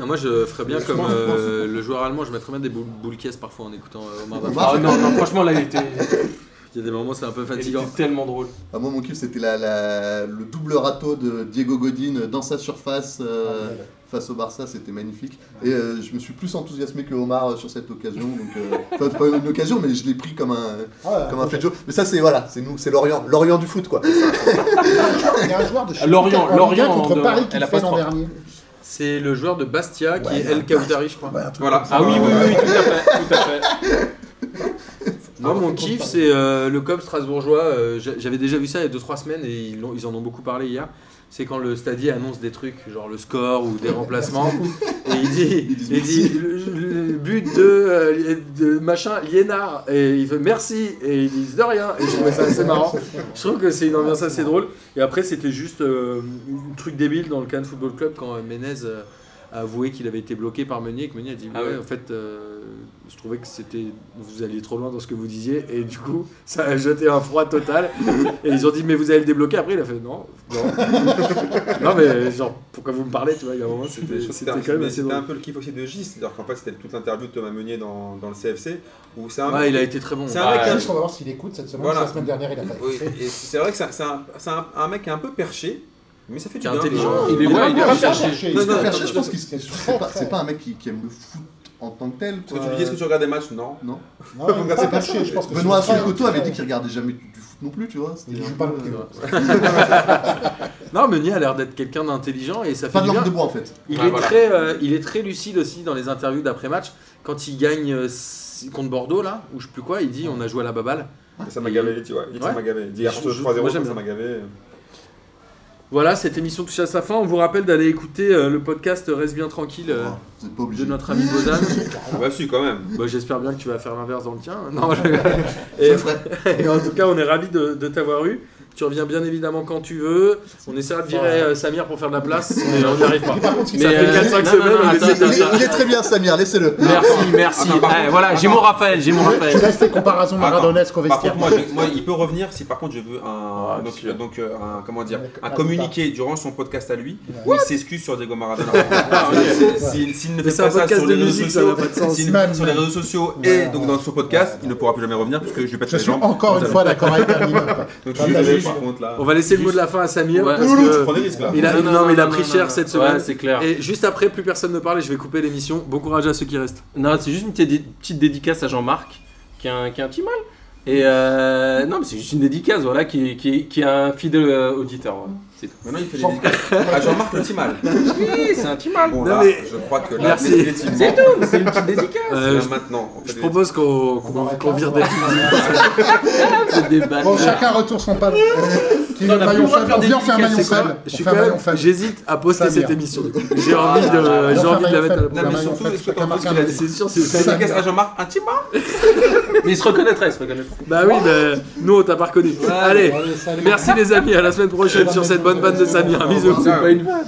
Speaker 1: Ah, moi, je ferais bien comme euh, le joueur allemand, je mettrais bien des boules, boules caisses parfois en écoutant euh, Omar Dafoe.
Speaker 5: Omar
Speaker 3: Ah non, non, franchement, là, il était,
Speaker 1: Il y a des moments, c'est un peu
Speaker 3: il était
Speaker 1: fatigant.
Speaker 3: tellement drôle.
Speaker 5: Ah, moi, mon kiff, c'était la, la- le double râteau de Diego Godin dans sa surface euh,
Speaker 4: Ah,
Speaker 5: face au Barça. C'était magnifique. Et euh, je me suis plus enthousiasmé que Omar euh, sur cette occasion. Donc, euh, enfin, c'est pas une occasion, mais je l'ai pris comme un,
Speaker 4: Ah,
Speaker 5: comme un fait de jeu. Mais ça, c'est voilà, c'est nous, c'est l'Orient, l'Orient du foot, quoi.
Speaker 7: Il y a un joueur de chez
Speaker 3: Lorient,
Speaker 7: Lucas- en Ligue un
Speaker 3: Lorient,
Speaker 7: contre
Speaker 3: en-
Speaker 7: Paris qui
Speaker 3: elle
Speaker 7: le
Speaker 3: a
Speaker 7: fait
Speaker 3: pas
Speaker 7: l'an
Speaker 3: de
Speaker 7: dernier.
Speaker 1: C'est le joueur de Bastia qui
Speaker 7: Ouais,
Speaker 1: est El Kaoutari, je crois.
Speaker 7: Ouais, un truc
Speaker 2: Voilà.
Speaker 7: comme ça.
Speaker 3: Ah oui, oui, oui, tout à fait. Tout à fait.
Speaker 1: Moi, mon kiff, c'est euh, le COP strasbourgeois. euh, j'a- J'avais déjà vu ça il y a 2-3 semaines et ils, l'ont- ils en ont beaucoup parlé hier. C'est quand le stadier annonce des trucs, genre le score ou des remplacements. et il dit, il dit le, le but de, euh, de machin, Liénard. Et il fait merci. Et ils disent de rien. Et je trouvais ça assez marrant. Je trouve que c'est une ambiance
Speaker 2: Ah,
Speaker 1: assez drôle. Et après, c'était juste euh, un truc débile dans le Cannes Football Club quand euh, Menez euh, a avoué qu'il avait été bloqué par Meunier. Et que Meunier a dit
Speaker 3: Ah
Speaker 1: ouais,
Speaker 3: ouais.
Speaker 1: en fait, euh, je trouvais que c'était vous alliez trop loin dans ce que vous disiez. Et du coup, ça a jeté un froid total. et ils ont dit mais vous allez le débloquer. Après, il a fait non, non, non mais genre pourquoi vous me parlez Tu vois, il y a un moment, c'était
Speaker 2: Je trouve que
Speaker 1: c'était
Speaker 2: C'était un-
Speaker 1: quand même
Speaker 2: mais
Speaker 1: assez
Speaker 2: c'était un
Speaker 1: drôle.
Speaker 2: peu le kiff aussi de Gis, alors qu'en fait c'était toute l'interview de Thomas Meunier dans, dans le CFC, où c'est un,
Speaker 1: Ouais, il a été très bon.
Speaker 2: c'est un mec,
Speaker 3: Ouais.
Speaker 2: un-
Speaker 4: Juste, on va voir s'il écoute cette semaine.
Speaker 2: Voilà.
Speaker 4: La semaine dernière, il a pas écouté.
Speaker 2: Oui, et c'est vrai que c'est un- c'est un, c'est un- un mec qui est un peu perché, mais ça fait du
Speaker 1: Qui est
Speaker 2: bien.
Speaker 1: intelligent.
Speaker 2: Non,
Speaker 3: Il est
Speaker 7: Ouais,
Speaker 3: ouais, il est
Speaker 7: pas
Speaker 3: recherché.
Speaker 7: cherché.
Speaker 2: Non, non,
Speaker 5: Faire
Speaker 2: non,
Speaker 5: chier, je
Speaker 2: non,
Speaker 5: pense qu'il
Speaker 4: c'est
Speaker 5: c'est pas,
Speaker 4: très,
Speaker 5: c'est pas un mec qui, qui aime le foot en tant que tel.
Speaker 2: Est-ce que tu
Speaker 5: quoi.
Speaker 2: me disais, est-ce que tu regardes des matchs Non.
Speaker 5: Non.
Speaker 4: Non, il est pas perché, je pense que
Speaker 5: Benoît
Speaker 4: c'est un
Speaker 5: Assulcoto
Speaker 4: très-
Speaker 5: avait dit qu'il regardait jamais du foot non plus, tu vois. c'était
Speaker 4: Il
Speaker 5: un
Speaker 4: joue pas
Speaker 5: peu,
Speaker 4: le plus.
Speaker 5: euh,
Speaker 1: Non, Meunier a l'air d'être quelqu'un d'intelligent et ça fait
Speaker 5: Pas de
Speaker 1: du bien.
Speaker 5: langue de bois en fait.
Speaker 1: Il,
Speaker 3: Ouais,
Speaker 1: est
Speaker 3: voilà.
Speaker 1: très, euh, il est très lucide aussi dans les interviews d'après-match. Quand il gagne euh, s- contre Bordeaux, là, ou je sais plus quoi, il dit on a joué à la baballe.
Speaker 2: Et Ça m'a gavé, tu vois. Il dit que ça
Speaker 1: Ouais.
Speaker 2: m'a gavé. Il dit
Speaker 1: Je-
Speaker 2: 3-0,
Speaker 1: je- moi, j'aime
Speaker 2: ça m'a gavé.
Speaker 1: Voilà, cette émission touche à sa fin. On vous rappelle d'aller écouter euh, le podcast Reste bien tranquille euh,
Speaker 5: Ah, Vous êtes pas obligé.
Speaker 1: de notre ami Bozan.
Speaker 2: Ouais, Ah si, quand même.
Speaker 1: Bah, J'espère bien que tu vas faire l'inverse dans le tien. Non, je-
Speaker 5: Je
Speaker 1: Et-
Speaker 5: le ferai.
Speaker 1: Et en tout cas, on est ravis de, de t'avoir eu. Tu reviens bien évidemment quand tu veux. On essaiera de virer euh, Samir pour faire de la place, mais on n'y arrive pas. ça
Speaker 3: Mais,
Speaker 1: fait
Speaker 3: euh,
Speaker 1: 4-5
Speaker 3: non,
Speaker 1: semaines,
Speaker 3: non, non,
Speaker 1: on
Speaker 3: attends,
Speaker 1: essaie de-
Speaker 5: Il est- il est très bien Samir, laissez-le.
Speaker 3: Merci, merci.
Speaker 2: Attends, par
Speaker 3: Eh,
Speaker 2: contre-
Speaker 3: voilà, j'ai
Speaker 2: attends.
Speaker 3: mon Raphaël, j'ai mon Raphaël.
Speaker 7: Tu laisses tes comparaisons
Speaker 2: Attends.
Speaker 7: maradonesques au
Speaker 2: Par
Speaker 7: vestiaire.
Speaker 2: contre, moi, je- moi, il peut revenir si par contre je veux un,
Speaker 3: Ah,
Speaker 2: donc,
Speaker 3: sûr.
Speaker 2: donc, euh, un- comment dire,
Speaker 4: Un-
Speaker 2: un
Speaker 4: un
Speaker 2: communiqué durant son podcast à lui où
Speaker 4: Ouais.
Speaker 2: il s'excuse sur Diego Maradona. S'il- S'il s'il ne
Speaker 1: Mais
Speaker 2: fait
Speaker 1: c'est un
Speaker 2: pas ça
Speaker 1: podcast
Speaker 2: sur les
Speaker 1: de
Speaker 2: réseaux
Speaker 1: musique, ça
Speaker 2: sociaux,
Speaker 1: n'a pas de sens.
Speaker 2: s'il ne fait pas sur les réseaux sociaux et donc dans son podcast, il ne pourra plus jamais revenir parce que je lui pète
Speaker 7: Je
Speaker 2: les
Speaker 7: suis
Speaker 2: jambes.
Speaker 7: encore une
Speaker 2: Vous
Speaker 7: fois d'accord avec Amine.
Speaker 2: avez- Donc
Speaker 7: Comme
Speaker 2: tu
Speaker 7: d'habitude.
Speaker 2: par contre là.
Speaker 1: On va laisser le mot de la fin à Samir.
Speaker 3: Ouais.
Speaker 1: parce
Speaker 2: Ouloulou,
Speaker 1: que
Speaker 2: tu prends des risques là.
Speaker 1: il a, non, mais il a pris cher cette semaine.
Speaker 3: Ouais, c'est clair.
Speaker 1: Et juste après, plus personne ne parle et je vais couper l'émission. Bon courage à ceux qui restent.
Speaker 3: Non, c'est juste une petite, dé- petite dédicace à Jean-Marc, qui est un, qui est un petit mal. Et euh, non, mais c'est juste une dédicace, voilà, qui, est- qui, est- qui est un fidèle euh, auditeur. voilà. C'est tout.
Speaker 2: Maintenant il fait des dédicaces à Jean-Marc le Timal.
Speaker 3: Oui, c'est un petit mal.
Speaker 2: Bon
Speaker 1: Non,
Speaker 2: là,
Speaker 1: mais-
Speaker 2: je crois que là,
Speaker 1: Merci.
Speaker 2: définitivement,
Speaker 3: C'est tout, mais c'est une petite dédicace.
Speaker 1: Euh,
Speaker 2: là,
Speaker 1: je,
Speaker 2: maintenant. on fait
Speaker 1: je
Speaker 2: des-
Speaker 1: propose qu'on qu'on- qu'on vire des.
Speaker 3: C'est des balles.
Speaker 7: Bon, chacun retourne son palais. Qui
Speaker 3: Non, on a plus le droit de faire
Speaker 7: On
Speaker 3: des
Speaker 7: vient faire un maillon
Speaker 1: C'est quoi
Speaker 7: faible.
Speaker 1: Je
Speaker 7: On
Speaker 1: suis
Speaker 7: fait un
Speaker 1: quand
Speaker 7: maillon
Speaker 1: même-
Speaker 7: faible.
Speaker 1: J'hésite à poster
Speaker 7: Samir.
Speaker 1: cette émission. du coup. J'ai envie de, j'ai
Speaker 7: Viens
Speaker 1: envie de
Speaker 7: faire
Speaker 1: la
Speaker 7: un
Speaker 1: mettre à la
Speaker 7: maillon faible.
Speaker 2: Non, mais
Speaker 7: Un maillon
Speaker 2: surtout,
Speaker 7: faible,
Speaker 2: est-ce que
Speaker 7: chacun
Speaker 2: t'en
Speaker 7: marque un
Speaker 2: penses qu'il a-
Speaker 7: but.
Speaker 1: C'est sûr, c'est ça.
Speaker 2: Dédicace à Jean-Marc ah, un Timal.
Speaker 3: Mais il se reconnaîtra, il se reconnaîtra.
Speaker 1: Bah oui, bah, nous on t'a pas reconnu. Allez,
Speaker 4: Allez, salut.
Speaker 1: merci les amis, à la semaine prochaine sur cette bonne vanne de Samir. Bisous.
Speaker 3: C'est pas une vanne.